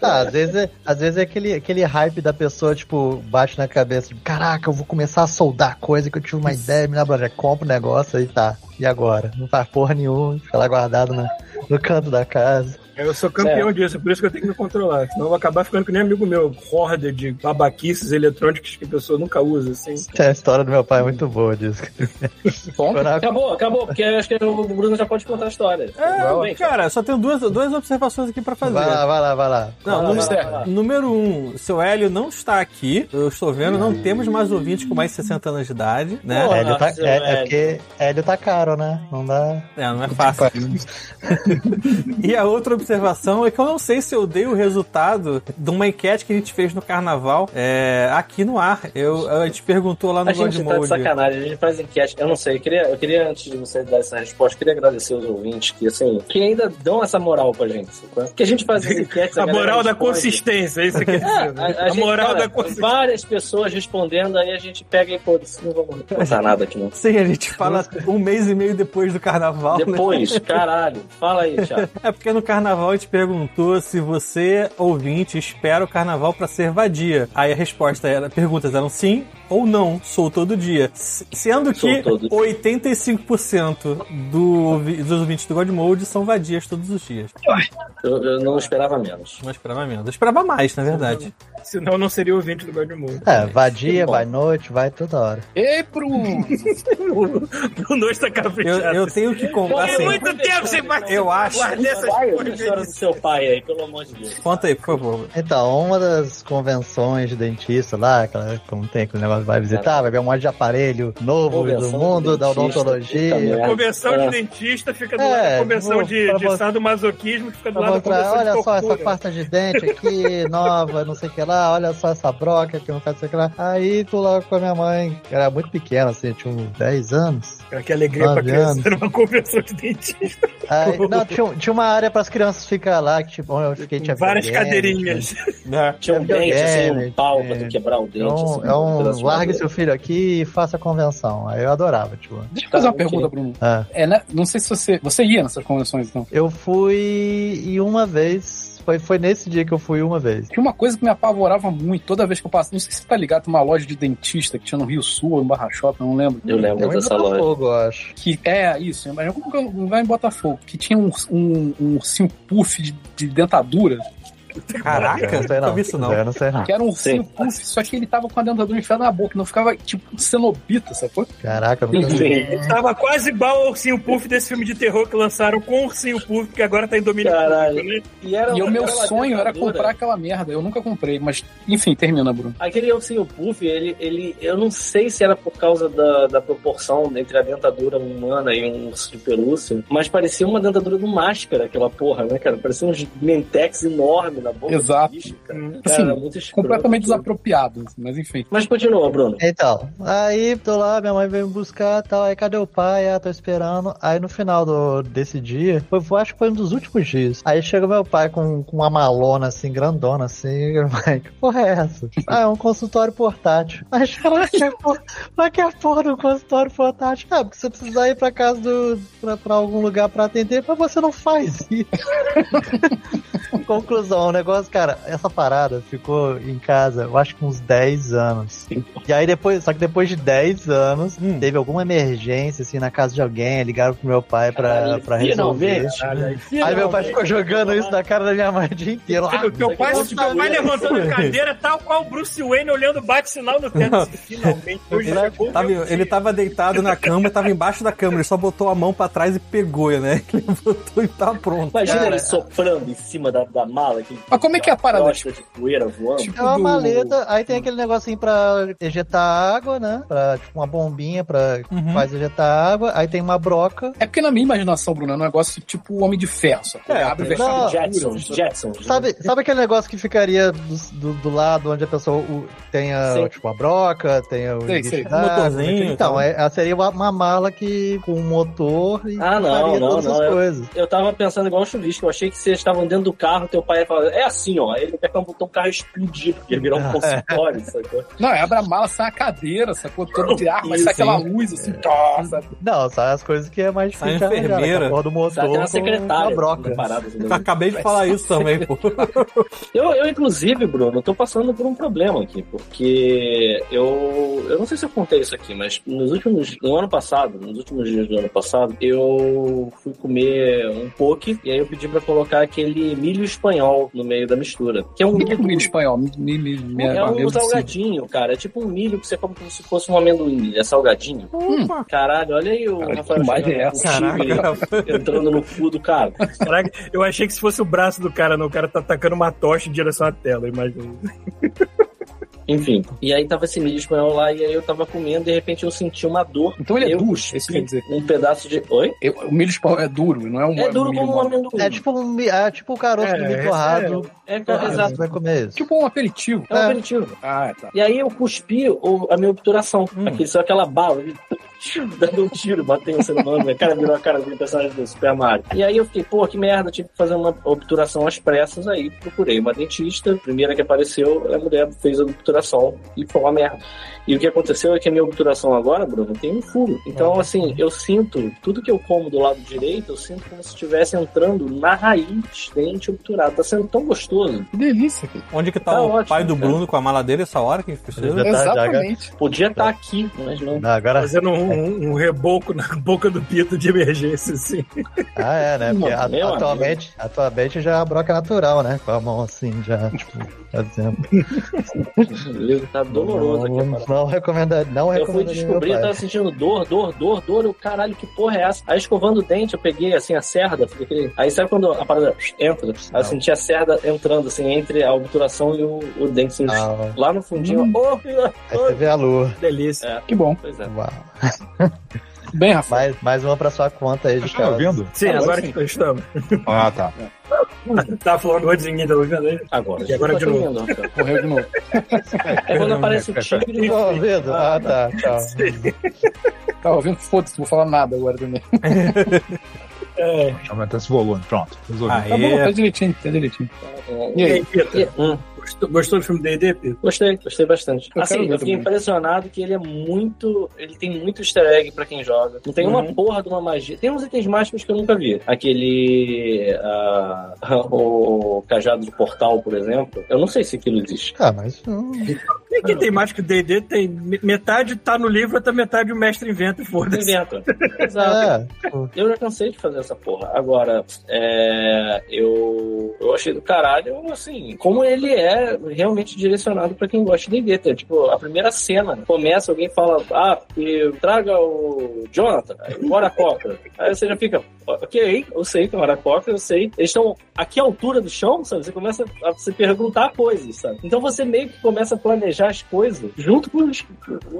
[SPEAKER 6] Ah, às vezes é, às vezes é aquele, aquele hype da pessoa, tipo, bate na cabeça, tipo, caraca, eu vou começar a soldar coisa que eu tive uma ideia, me lembra, já compra o negócio aí tá. E agora? Não faz porra nenhuma, fica lá guardado no, no canto da casa.
[SPEAKER 3] É, Eu sou campeão disso, por isso que eu tenho que me controlar. Senão eu vou acabar ficando que nem amigo meu, horda de babaquices eletrônicos que a pessoa nunca usa, assim.
[SPEAKER 6] É, a história do meu pai é muito boa disso.
[SPEAKER 7] Bom,
[SPEAKER 6] Quando eu-
[SPEAKER 5] Acabou, acabou, porque eu acho que o Bruno já pode contar a história. Tudo
[SPEAKER 1] É,
[SPEAKER 5] bem,
[SPEAKER 1] cara, só tenho duas, duas observações aqui pra
[SPEAKER 6] Vai lá,
[SPEAKER 1] fazer.
[SPEAKER 6] vai lá, vai lá.
[SPEAKER 1] Não,
[SPEAKER 5] Vai lá,
[SPEAKER 1] número-
[SPEAKER 5] vai lá, vai lá.
[SPEAKER 1] número um, seu Hélio não está aqui. Eu estou vendo, não temos mais ouvintes com mais de 60 anos de idade, né?
[SPEAKER 5] Porra,
[SPEAKER 6] Hélio tá,
[SPEAKER 5] seu
[SPEAKER 6] é, é
[SPEAKER 5] Hélio.
[SPEAKER 6] porque Hélio tá caro, né? Não dá.
[SPEAKER 1] É, não é fácil. E a outra observação é que eu não sei se eu dei o resultado de uma enquete que a gente fez no carnaval é, aqui no ar. Eu, a gente perguntou lá no
[SPEAKER 5] A gente tá de
[SPEAKER 1] Godmode.
[SPEAKER 5] sacanagem, a gente faz enquete. Eu não sei, eu queria, eu queria antes de você dar essa resposta, eu queria agradecer aos ouvintes que, assim, que ainda dão essa moral pra gente. sacou? Porque a gente faz as enquetes.
[SPEAKER 3] A
[SPEAKER 5] galera
[SPEAKER 3] moral da
[SPEAKER 5] responde.
[SPEAKER 3] consistência, é isso que é.
[SPEAKER 5] É, a, a
[SPEAKER 3] A
[SPEAKER 5] gente,
[SPEAKER 3] moral
[SPEAKER 5] cara,
[SPEAKER 3] da consistência.
[SPEAKER 5] Várias pessoas respondendo, aí a gente pega e pô, não vamos
[SPEAKER 3] é.
[SPEAKER 5] contar nada aqui não.
[SPEAKER 1] Sim, a gente fala um mês e meio depois do carnaval. né?
[SPEAKER 5] Depois, caralho, fala aí, Thiago.
[SPEAKER 1] É porque no carnaval a gente perguntou se você, ouvinte, espera o carnaval pra ser vadia. Aí a resposta era, perguntas eram sim ou não, sou todo dia. S- Sendo
[SPEAKER 5] Sou
[SPEAKER 1] que
[SPEAKER 5] todo dia.
[SPEAKER 1] 85% do, vi- dos ouvintes do Godmode são vadias todos os dias.
[SPEAKER 5] Eu, eu não esperava menos.
[SPEAKER 1] Não esperava menos. Eu esperava mais, na verdade.
[SPEAKER 3] Senão não seria ouvinte do God Mundo.
[SPEAKER 6] É, vai dia, vai noite, vai toda hora.
[SPEAKER 7] e pro.
[SPEAKER 3] Bruno está
[SPEAKER 1] Eu,
[SPEAKER 3] tá caprichado.
[SPEAKER 1] eu tenho que
[SPEAKER 5] Pô,
[SPEAKER 1] comprar,
[SPEAKER 5] é
[SPEAKER 1] assim...
[SPEAKER 5] muito tempo sem participar.
[SPEAKER 1] Eu acho...
[SPEAKER 3] Guardei essas
[SPEAKER 5] Vai,
[SPEAKER 3] coisas.
[SPEAKER 5] a história do seu pai aí, pelo amor de Deus.
[SPEAKER 1] Conta aí, por favor.
[SPEAKER 6] Então, uma das convenções de dentista lá, aquela, como tem aquele negócio, vai visitar, vai ver um monte de aparelho novo
[SPEAKER 5] Convenção
[SPEAKER 6] é do mundo,
[SPEAKER 5] de
[SPEAKER 6] da
[SPEAKER 5] dentista, puta
[SPEAKER 6] odontologia.
[SPEAKER 5] merda.
[SPEAKER 3] Convenção
[SPEAKER 5] É.
[SPEAKER 3] de dentista fica do
[SPEAKER 6] É,
[SPEAKER 3] lado da convenção
[SPEAKER 6] vou-
[SPEAKER 3] de,
[SPEAKER 6] pra
[SPEAKER 3] de
[SPEAKER 6] mostrar-
[SPEAKER 3] sadomasoquismo que fica do lado
[SPEAKER 6] Pra
[SPEAKER 3] da
[SPEAKER 6] mostrar,
[SPEAKER 3] convenção
[SPEAKER 6] olha
[SPEAKER 3] de
[SPEAKER 6] só essa
[SPEAKER 3] tortura.
[SPEAKER 6] pasta de dente aqui, nova, não sei o que lá, olha só essa broca que não faz sei o que lá. Aí tu lá com a minha mãe, que era muito pequena, assim, tinha uns 10 anos.
[SPEAKER 3] Cara, que alegria pra
[SPEAKER 6] Nove
[SPEAKER 3] criança
[SPEAKER 6] anos.
[SPEAKER 3] ter uma convenção de dentista.
[SPEAKER 6] Aí, não, tinha, um, tinha uma área pras crianças ficar lá, que tipo, onde eu fiquei tinha
[SPEAKER 3] Várias
[SPEAKER 6] videogame,
[SPEAKER 3] cadeirinhas.
[SPEAKER 1] Né?
[SPEAKER 5] Tinha um
[SPEAKER 6] É,
[SPEAKER 5] dente, assim, um
[SPEAKER 6] é,
[SPEAKER 5] pau
[SPEAKER 6] é.
[SPEAKER 5] pra tu quebrar o dente.
[SPEAKER 6] É um,
[SPEAKER 5] assim,
[SPEAKER 6] é um-
[SPEAKER 5] pedaço de
[SPEAKER 6] largue
[SPEAKER 5] madeira.
[SPEAKER 6] seu filho aqui e faça a convenção. Aí eu adorava, tipo.
[SPEAKER 7] Deixa eu fazer
[SPEAKER 5] Tá,
[SPEAKER 7] uma
[SPEAKER 5] ok.
[SPEAKER 7] pergunta, Bruno.
[SPEAKER 6] Ah.
[SPEAKER 7] É, né? Não sei se você. Você ia nessas convenções, então.
[SPEAKER 6] Eu fui e uma vez. Foi, foi nesse dia que eu fui uma vez.
[SPEAKER 7] Tinha uma coisa que me apavorava muito toda vez que eu passava. Não sei se você tá ligado, tem uma loja de dentista que tinha no Rio Sul ou em Barra Shopping, eu não lembro.
[SPEAKER 5] Eu lembro
[SPEAKER 6] Eu
[SPEAKER 5] dessa loja.
[SPEAKER 6] Fogo, eu acho.
[SPEAKER 7] Que é isso, mas como que eu- vai em Botafogo? Que tinha um, um, um ursinho puff de, de dentadura,
[SPEAKER 1] Caraca,
[SPEAKER 6] Eu não sei
[SPEAKER 1] nunca
[SPEAKER 6] não.
[SPEAKER 1] vi isso não.
[SPEAKER 6] Eu não sei não.
[SPEAKER 7] que era um ursinho puff, só que ele tava com a dentadura enfiada na boca, não ficava tipo um cenobita, sacou?
[SPEAKER 6] Caraca, eu nunca vi.
[SPEAKER 3] Tava quase igual ao Ursinho Puff desse filme de terror que lançaram com o Ursinho Puff, que agora tá em domínio
[SPEAKER 5] Caralho.
[SPEAKER 3] público, né?
[SPEAKER 5] E, era,
[SPEAKER 7] E o meu
[SPEAKER 5] era uma
[SPEAKER 7] sonho era
[SPEAKER 5] dentadura.
[SPEAKER 7] comprar aquela merda, eu nunca comprei, mas enfim, termina, Bruno.
[SPEAKER 5] Aquele ursinho puff, ele, ele, eu não sei se era por causa da, da proporção entre a dentadura humana e um urso de pelúcia, mas parecia uma dentadura do máscara, aquela porra, né, cara? Parecia uns mentex enorme na boca.
[SPEAKER 7] Exato.
[SPEAKER 5] bicho, cara.
[SPEAKER 7] Hum,
[SPEAKER 5] Cara,
[SPEAKER 7] assim,
[SPEAKER 5] muito escroto.
[SPEAKER 7] Completamente desapropriado, mas enfim.
[SPEAKER 5] Mas continua, Bruno.
[SPEAKER 6] Então, aí tô lá, minha mãe veio me buscar tal, aí cadê o pai? Ah, tô esperando. Aí no final do- desse dia, foi, foi- acho que foi um dos últimos dias. Aí chega meu pai com, com uma malona assim, grandona assim, e eu, mãe, que porra é essa? Ah, é um consultório portátil. Aí chega que é porra, pra que a porra do consultório portátil? Ah, porque você precisa ir pra casa do. pra, pra algum lugar pra atender, mas você não faz isso. Conclusão, o negócio, cara, essa parada ficou em casa, eu acho que uns 10 anos. E aí depois, só que depois de 10 anos,
[SPEAKER 1] Hum.
[SPEAKER 6] teve alguma emergência, assim, na casa de alguém, ligaram pro meu pai pra,
[SPEAKER 5] Caralho,
[SPEAKER 6] pra
[SPEAKER 5] finalmente,
[SPEAKER 6] resolver. Aí meu pai ficou jogando isso na cara da minha mãe o dia inteiro. Ah,
[SPEAKER 3] O teu pai, o teu pai levantando a cadeira, tal qual o Bruce Wayne olhando o bate-sinal no teto. assim, Finalmente, hoje
[SPEAKER 1] Ele,
[SPEAKER 3] chegou o
[SPEAKER 1] tava,
[SPEAKER 3] meu
[SPEAKER 1] Tá ele
[SPEAKER 3] dia.
[SPEAKER 1] tava deitado na cama, tava embaixo da cama, ele só botou a mão pra trás e pegou, né? Ele botou e tava pronto.
[SPEAKER 5] Imagina
[SPEAKER 6] Cara.
[SPEAKER 5] ele soprando em cima da, da mala. Aquele,
[SPEAKER 7] Mas como é que é a parada?
[SPEAKER 5] crosta de poeira voando.
[SPEAKER 7] Tipo,
[SPEAKER 6] É uma
[SPEAKER 7] do-
[SPEAKER 6] maleta, aí tem aquele negocinho pra ejetar água, né? Pra, tipo, uma bombinha pra
[SPEAKER 3] Hum.
[SPEAKER 1] Uhum.
[SPEAKER 6] faz ejetar água. Aí tem uma broca.
[SPEAKER 7] É porque na minha imaginação, Bruno, é um negócio tipo o Homem de Ferro, só que
[SPEAKER 1] É,
[SPEAKER 7] abre o
[SPEAKER 5] Ele chama
[SPEAKER 6] Não.
[SPEAKER 7] vestido
[SPEAKER 5] Jetsons, Jetsons. né?
[SPEAKER 6] Sabe, sabe aquele negócio que ficaria do, do, do lado onde a pessoa o- tem a,
[SPEAKER 5] Sei.
[SPEAKER 6] tipo, a broca, tem o
[SPEAKER 7] Sei, sei.
[SPEAKER 6] guincho d'água,
[SPEAKER 1] Motorzinho,
[SPEAKER 6] Então,
[SPEAKER 1] tá.
[SPEAKER 6] é, ela seria uma, uma mala que com um motor e
[SPEAKER 5] Ah, não,
[SPEAKER 6] faria
[SPEAKER 5] não,
[SPEAKER 6] todas
[SPEAKER 5] não,
[SPEAKER 6] essas
[SPEAKER 5] é-
[SPEAKER 6] coisas.
[SPEAKER 5] Eu tava pensando igual o chuvisco, eu achei que vocês estavam dentro do carro, teu pai ia falar, é assim, ó. Aí ele apertou um botão, o carro explodir, porque ele virou um consultório, sacou?
[SPEAKER 7] Não, é abre a mala, sai a cadeira, sacou? Todo de ar, mas
[SPEAKER 5] Isso,
[SPEAKER 7] sai aquela luz assim, tó, sabe?
[SPEAKER 6] Não, só as coisas que é mais
[SPEAKER 1] Sai
[SPEAKER 6] difícil de arranjar, né?
[SPEAKER 1] enfermeira.
[SPEAKER 6] Que é a porra do motor
[SPEAKER 5] Tá até na
[SPEAKER 6] com
[SPEAKER 5] secretária.
[SPEAKER 6] uma broca.
[SPEAKER 5] na parada, assim,
[SPEAKER 1] Eu acabei de falar isso também, pô.
[SPEAKER 5] Eu, eu, inclusive, Bruno, tô passando por um problema aqui, porque eu. Eu não sei se eu contei isso aqui, mas nos últimos. No ano passado, nos últimos dias do ano passado, eu fui comer um poke e aí eu pedi pra colocar aquele milho espanhol no meio da mistura. Que é um
[SPEAKER 7] O que é
[SPEAKER 5] milho.
[SPEAKER 7] milho espanhol? Mi- mi- mi- mi-
[SPEAKER 5] é um
[SPEAKER 7] amigo do Cid.
[SPEAKER 5] salgadinho, cara. É tipo um milho que você come como se fosse um amendoim. É salgadinho.
[SPEAKER 3] Hum.
[SPEAKER 1] Opa!
[SPEAKER 5] Caralho, olha aí o
[SPEAKER 7] Cara, que
[SPEAKER 5] Rafael
[SPEAKER 7] imagem
[SPEAKER 5] chegando
[SPEAKER 7] é
[SPEAKER 5] com
[SPEAKER 1] essa?
[SPEAKER 5] chifre entrando no cu do cara.
[SPEAKER 3] Caraca, eu achei que se fosse o braço do cara, não. O cara tá atacando uma tocha em direção à tela, imagina.
[SPEAKER 5] Enfim. E aí tava esse milho espanhol lá e aí eu tava comendo de repente eu senti uma dor
[SPEAKER 7] Então ele é
[SPEAKER 5] Eu-
[SPEAKER 7] duro, isso quer dizer.
[SPEAKER 5] Um pedaço de. Oi?
[SPEAKER 7] Eu- o milho espanhol é duro, não é um.
[SPEAKER 5] É duro
[SPEAKER 7] milho
[SPEAKER 5] como um
[SPEAKER 7] mole.
[SPEAKER 5] amendoim.
[SPEAKER 6] É tipo, um, mi- é tipo o caroço
[SPEAKER 3] É,
[SPEAKER 6] do milho
[SPEAKER 3] esse
[SPEAKER 6] torrado.
[SPEAKER 5] É, cara,
[SPEAKER 6] Ah,
[SPEAKER 5] exato.
[SPEAKER 6] Você vai comer isso.
[SPEAKER 7] Tipo um aperitivo.
[SPEAKER 5] É um
[SPEAKER 6] É.
[SPEAKER 5] aperitivo.
[SPEAKER 7] Ah, tá.
[SPEAKER 5] E aí eu cuspi o- a minha obturação.
[SPEAKER 1] Hum.
[SPEAKER 5] Aquele, só aquela bala. ele Dando um tiro, bateu o ser humano, minha cara virou a cara do personagem do Super Mario. E aí eu fiquei, pô, que merda, tive que fazer uma obturação às pressas. Aí procurei uma dentista, a primeira que apareceu, a mulher fez a obturação e foi uma merda. E o que aconteceu é que a minha obturação agora, Bruno, tem um furo. Então, assim, eu sinto, tudo que eu como do lado direito, eu sinto como se estivesse entrando na raiz, dente obturado. Tá sendo tão gostoso.
[SPEAKER 7] Que delícia, cara.
[SPEAKER 1] Onde que tá,
[SPEAKER 5] Tá
[SPEAKER 1] o
[SPEAKER 5] ótimo,
[SPEAKER 1] pai do
[SPEAKER 5] cara.
[SPEAKER 1] Bruno com a mala dele essa hora que a gente precisa?
[SPEAKER 6] Tá,
[SPEAKER 7] Exatamente.
[SPEAKER 5] Podia estar aqui, mas não.
[SPEAKER 6] Não, agora.
[SPEAKER 3] Fazendo um, um- um reboco na boca do pito de emergência, assim.
[SPEAKER 6] Ah, é, né? Porque
[SPEAKER 5] Meu
[SPEAKER 6] a-
[SPEAKER 5] amigo.
[SPEAKER 6] atualmente, atualmente já é a broca natural, né? Com a mão assim, já, tipo, fazendo.
[SPEAKER 5] Tá doloroso aqui a
[SPEAKER 6] não,
[SPEAKER 5] parada.
[SPEAKER 6] não recomenda, não
[SPEAKER 5] Eu fui
[SPEAKER 6] recomendaria meu
[SPEAKER 5] descobrir, eu
[SPEAKER 6] pai.
[SPEAKER 5] tava sentindo dor, dor, dor, dor. Eu, caralho, que porra é essa? Aí escovando o dente, eu peguei assim a cerda. Fiquei... Aí sabe quando a parada entra? Aí eu
[SPEAKER 6] Não.
[SPEAKER 5] senti a cerda entrando, assim, entre a obturação e o, o dente. assim,
[SPEAKER 6] Ah,
[SPEAKER 5] Lá no fundinho,
[SPEAKER 7] Hum.
[SPEAKER 5] ó.
[SPEAKER 6] aí você vê a lua.
[SPEAKER 3] Delícia.
[SPEAKER 7] Que bom.
[SPEAKER 5] Pois é.
[SPEAKER 6] Uau.
[SPEAKER 7] Bem, Rafael.
[SPEAKER 6] Mais, mais uma pra sua conta aí
[SPEAKER 2] Tá
[SPEAKER 6] de
[SPEAKER 2] me
[SPEAKER 6] cara.
[SPEAKER 2] ouvindo?
[SPEAKER 3] Sim,
[SPEAKER 5] Agora
[SPEAKER 3] agora
[SPEAKER 5] sim.
[SPEAKER 3] que estamos.
[SPEAKER 2] Ah, tá.
[SPEAKER 3] Tava falando antes, ninguém tá ouvindo aí.
[SPEAKER 5] Agora.
[SPEAKER 3] E agora
[SPEAKER 5] Tá
[SPEAKER 3] de novo.
[SPEAKER 5] tremendo, ó, cara.
[SPEAKER 7] Correu de novo.
[SPEAKER 5] É quando aparece o tigre.
[SPEAKER 6] Tô ouvindo? Ah, tá, tá.
[SPEAKER 7] Tá ouvindo? Foda-se, não vou falar nada agora também.
[SPEAKER 2] Deixa eu aumentar esse volume. Pronto, resolvi.
[SPEAKER 1] Aí,
[SPEAKER 7] Tá bom, tá direitinho, tá direitinho. E
[SPEAKER 3] E
[SPEAKER 7] aí?
[SPEAKER 3] aí, Pito,
[SPEAKER 5] Hum,
[SPEAKER 3] gostou, gostou do filme D&D, Pito?
[SPEAKER 5] gostei, gostei bastante.
[SPEAKER 7] Eu
[SPEAKER 5] assim,
[SPEAKER 7] quero ver
[SPEAKER 5] eu fiquei
[SPEAKER 7] também.
[SPEAKER 5] impressionado que ele é muito. Ele tem muito easter egg pra quem joga. Não tem
[SPEAKER 7] Uhum.
[SPEAKER 5] uma porra de uma magia. Tem uns itens mágicos que eu nunca vi. Aquele. ah, o cajado de portal, por exemplo. Eu não sei se aquilo existe.
[SPEAKER 6] Ah, mas hum,
[SPEAKER 3] E que tem mais que o D&D, tem me- metade tá no livro, outra metade o mestre inventa, e foda-se.
[SPEAKER 5] Inventa. Exato.
[SPEAKER 6] é, tipo,
[SPEAKER 5] Eu já cansei de fazer essa porra. Agora, é, eu, eu achei do caralho, assim, como ele é realmente direcionado pra quem gosta de D&D. tá? Tipo, a primeira cena começa, alguém fala, ah, e traga o Jonathan, aí, bora a cobra. Aí você já fica, ok, eu sei que é um aracófero, eu sei. Eles estão aqui à altura do chão, sabe? Você começa a se perguntar coisas, sabe? Então você meio que começa a planejar as coisas junto com os,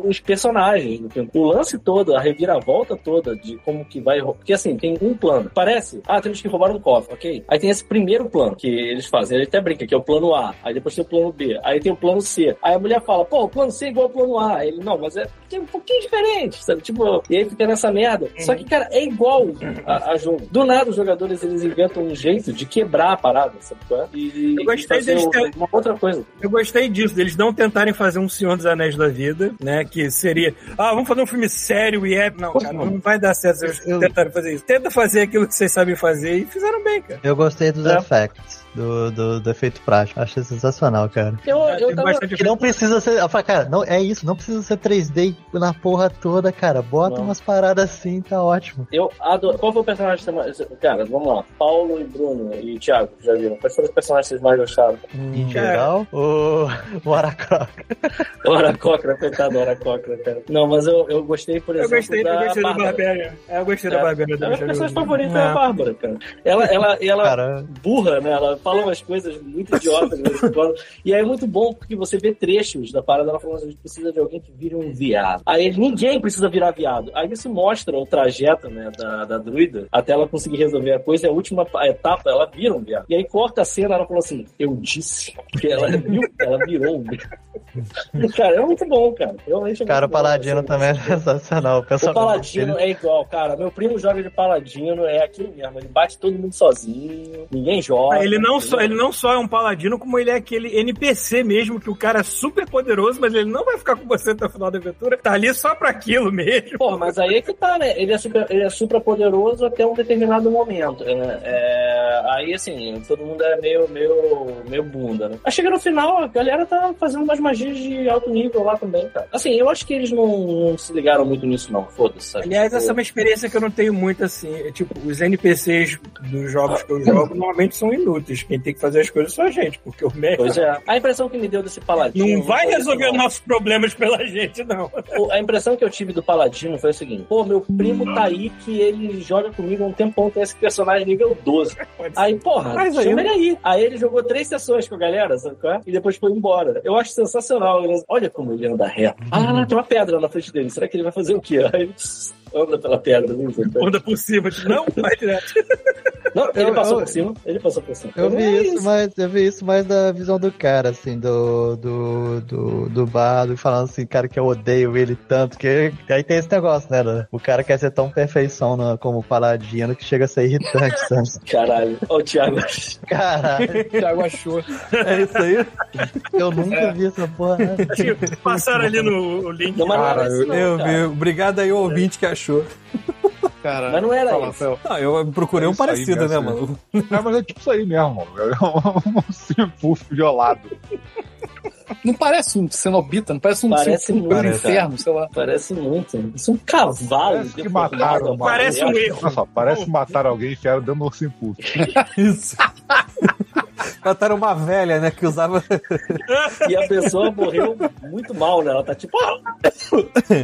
[SPEAKER 5] os personagens do filme. O lance todo, a reviravolta toda de como que vai. rou- Porque assim, tem um plano. Parece, ah, temos que roubar um cofre, ok? Aí tem esse primeiro plano que eles fazem. Ele até brinca, que é o plano A. Aí depois tem o plano B. Aí tem o plano C. Aí a mulher fala, pô, o plano C é igual ao plano A. Ele, não, mas é tem um pouquinho diferente, sabe? Tipo, e aí fica nessa merda. Só que, cara, é igual a, a jogo. Do nada, os jogadores eles inventam um jeito de quebrar a parada, sabe? qual é? E,
[SPEAKER 3] Eu gostei
[SPEAKER 5] e fazer
[SPEAKER 3] deles
[SPEAKER 5] um-
[SPEAKER 3] ter-
[SPEAKER 5] uma outra coisa.
[SPEAKER 3] Eu gostei disso, deles não tentarem fazer um Senhor dos Anéis da Vida, né? Que seria, ah, vamos fazer um filme sério e épico. Não, cara, não vai dar certo se eles
[SPEAKER 6] Eu-
[SPEAKER 3] tentarem fazer isso. Tenta fazer aquilo que vocês sabem fazer e fizeram bem, cara.
[SPEAKER 6] Eu gostei dos
[SPEAKER 5] É.
[SPEAKER 6] effects, do, do, do efeito prático. Achei sensacional, cara.
[SPEAKER 5] Eu, eu
[SPEAKER 3] Tem
[SPEAKER 5] tava.
[SPEAKER 3] bastante-
[SPEAKER 6] Que não precisa ser. Eu falei, cara, não, é isso, não precisa ser 3D na porra toda, cara. Bota
[SPEAKER 5] Não.
[SPEAKER 6] umas paradas assim, tá ótimo.
[SPEAKER 5] Eu adoro. Qual foi o personagem que você mais. Cara, vamos lá. Paulo e Bruno e Thiago, já viram? Quais foram os personagens que vocês mais gostaram?
[SPEAKER 6] Em
[SPEAKER 3] Cara.
[SPEAKER 6] geral, o, o Aracroc.
[SPEAKER 5] Ora Cochran, coitado do Ora Cochran, cara. Não, mas eu, eu gostei, por
[SPEAKER 3] Eu
[SPEAKER 5] exemplo.
[SPEAKER 3] gostei, eu
[SPEAKER 5] da
[SPEAKER 3] gostei da
[SPEAKER 5] Bárbara.
[SPEAKER 3] Barbera. Eu gostei da
[SPEAKER 5] É.
[SPEAKER 3] Barbera
[SPEAKER 5] A
[SPEAKER 3] também.
[SPEAKER 5] minha personagem favorita é
[SPEAKER 3] Ah,
[SPEAKER 1] É.
[SPEAKER 5] a Bárbara, cara. Ela, ela, ela
[SPEAKER 6] Cara,
[SPEAKER 5] burra, né? Ela fala umas coisas muito idiotas. de vez em quando. E aí é muito bom porque você vê trechos da parada. Ela falando assim, a gente precisa de alguém que vire um viado. Aí ele, ninguém precisa virar viado. Aí isso mostra o trajeto, né, da, da druida até ela conseguir resolver a coisa. E a última pa- etapa, ela vira um viado. E aí corta a cena, ela falou assim, eu disse. Porque ela, viu, ela virou um viado. Cara, é muito bom, cara. Realmente é
[SPEAKER 6] cara, o
[SPEAKER 5] muito bom,
[SPEAKER 6] Paladino
[SPEAKER 5] assim.
[SPEAKER 6] também é sensacional. O
[SPEAKER 5] O
[SPEAKER 6] pessoal
[SPEAKER 5] Paladino é igual, cara. Meu primo joga de Paladino, é aquilo mesmo. Ele bate todo mundo sozinho, ninguém joga.
[SPEAKER 3] Ah, ele não, só, ele não só é um paladino, como ele é aquele NPC mesmo, que o cara é super poderoso, mas ele não vai ficar com você até o final da aventura. Tá ali só pra aquilo mesmo.
[SPEAKER 5] Pô, mas aí é que tá, né? Ele é super, ele é super poderoso até um determinado momento. Né? É, aí, assim, todo mundo é meio, meio, meio bunda, né? Aí chega no final, a galera tá fazendo umas magias de alto nível lá também, cara. Assim, eu acho que eles não, não se ligaram muito nisso, não. Foda-se. sabe?
[SPEAKER 3] Aliás,
[SPEAKER 5] Tipo,
[SPEAKER 3] essa é uma experiência que eu não tenho muito assim. É, tipo, os NPCs dos jogos que eu jogo normalmente são inúteis. Quem tem que fazer as coisas são a gente, porque o médico
[SPEAKER 5] Pois é. A impressão que me deu desse Paladino...
[SPEAKER 3] não vai
[SPEAKER 5] foi isso,
[SPEAKER 3] resolver
[SPEAKER 5] não.
[SPEAKER 3] nossos problemas pela gente, não.
[SPEAKER 5] O- A impressão que eu tive do Paladino foi o seguinte: pô, meu primo tá aí que ele joga comigo há um tempão, tem esse personagem nível 12.
[SPEAKER 3] Pode ser.
[SPEAKER 5] Aí, porra,
[SPEAKER 1] Mas aí-
[SPEAKER 5] chama ele aí. Aí ele jogou três sessões com a galera, sabe qual é? E depois foi embora. Eu acho sensacional. Ele- Olha como ele anda reto. Ah, lá, tem uma pedra na frente dele. Será que ele vai fazer o quê? Aí ele pss, anda pela pedra. né, Não, sei, cara.
[SPEAKER 3] Onda por cima, tipo, não vai direto.
[SPEAKER 5] não ele
[SPEAKER 6] eu-
[SPEAKER 5] passou
[SPEAKER 6] eu-
[SPEAKER 5] por cima. Ele passou por cima.
[SPEAKER 6] Eu vi
[SPEAKER 5] É
[SPEAKER 6] isso, mas eu vi isso mais da visão do cara, assim, do do, do, do bardo, falando assim, cara, que eu odeio ele tanto, que aí tem esse negócio, né? do- O cara quer ser tão perfeição na- como paladino que chega a ser irritante, sabe?
[SPEAKER 5] Caralho. Ó, o Thiago.
[SPEAKER 6] Caralho,
[SPEAKER 7] O Thiago achou.
[SPEAKER 1] É isso aí.
[SPEAKER 6] eu nunca vi essa porra. né?
[SPEAKER 3] Tipo, passaram ali no o link.
[SPEAKER 5] Não, mas não
[SPEAKER 1] Cara,
[SPEAKER 5] era isso,
[SPEAKER 1] eu,
[SPEAKER 5] não,
[SPEAKER 1] eu
[SPEAKER 5] cara.
[SPEAKER 1] vi. Obrigado aí ao ouvinte que achou.
[SPEAKER 2] Cara,
[SPEAKER 5] Mas não era
[SPEAKER 2] fala,
[SPEAKER 5] isso.
[SPEAKER 2] Rafael.
[SPEAKER 1] Não, eu procurei
[SPEAKER 2] É
[SPEAKER 1] um
[SPEAKER 2] isso aí
[SPEAKER 1] parecido,
[SPEAKER 2] mesmo,
[SPEAKER 1] né,
[SPEAKER 2] né?
[SPEAKER 1] mano?
[SPEAKER 2] Ah, mas é tipo isso aí mesmo. É um, um simpuff violado.
[SPEAKER 7] Não parece um cenobita, não parece um
[SPEAKER 5] Parece
[SPEAKER 7] um- um
[SPEAKER 5] muito,
[SPEAKER 7] inferno, sei lá.
[SPEAKER 5] Parece muito. Isso é um cavalo.
[SPEAKER 2] Parece que
[SPEAKER 5] deformado,
[SPEAKER 2] mataram.
[SPEAKER 5] uma
[SPEAKER 3] Parece um
[SPEAKER 5] mulher.
[SPEAKER 3] erro.
[SPEAKER 2] Olha só, parece que mataram alguém e enfiaram dentro de um simpuff.
[SPEAKER 1] Isso. Mataram uma velha, né, que usava...
[SPEAKER 5] E a pessoa morreu muito mal, né? Ela tá tipo, ah,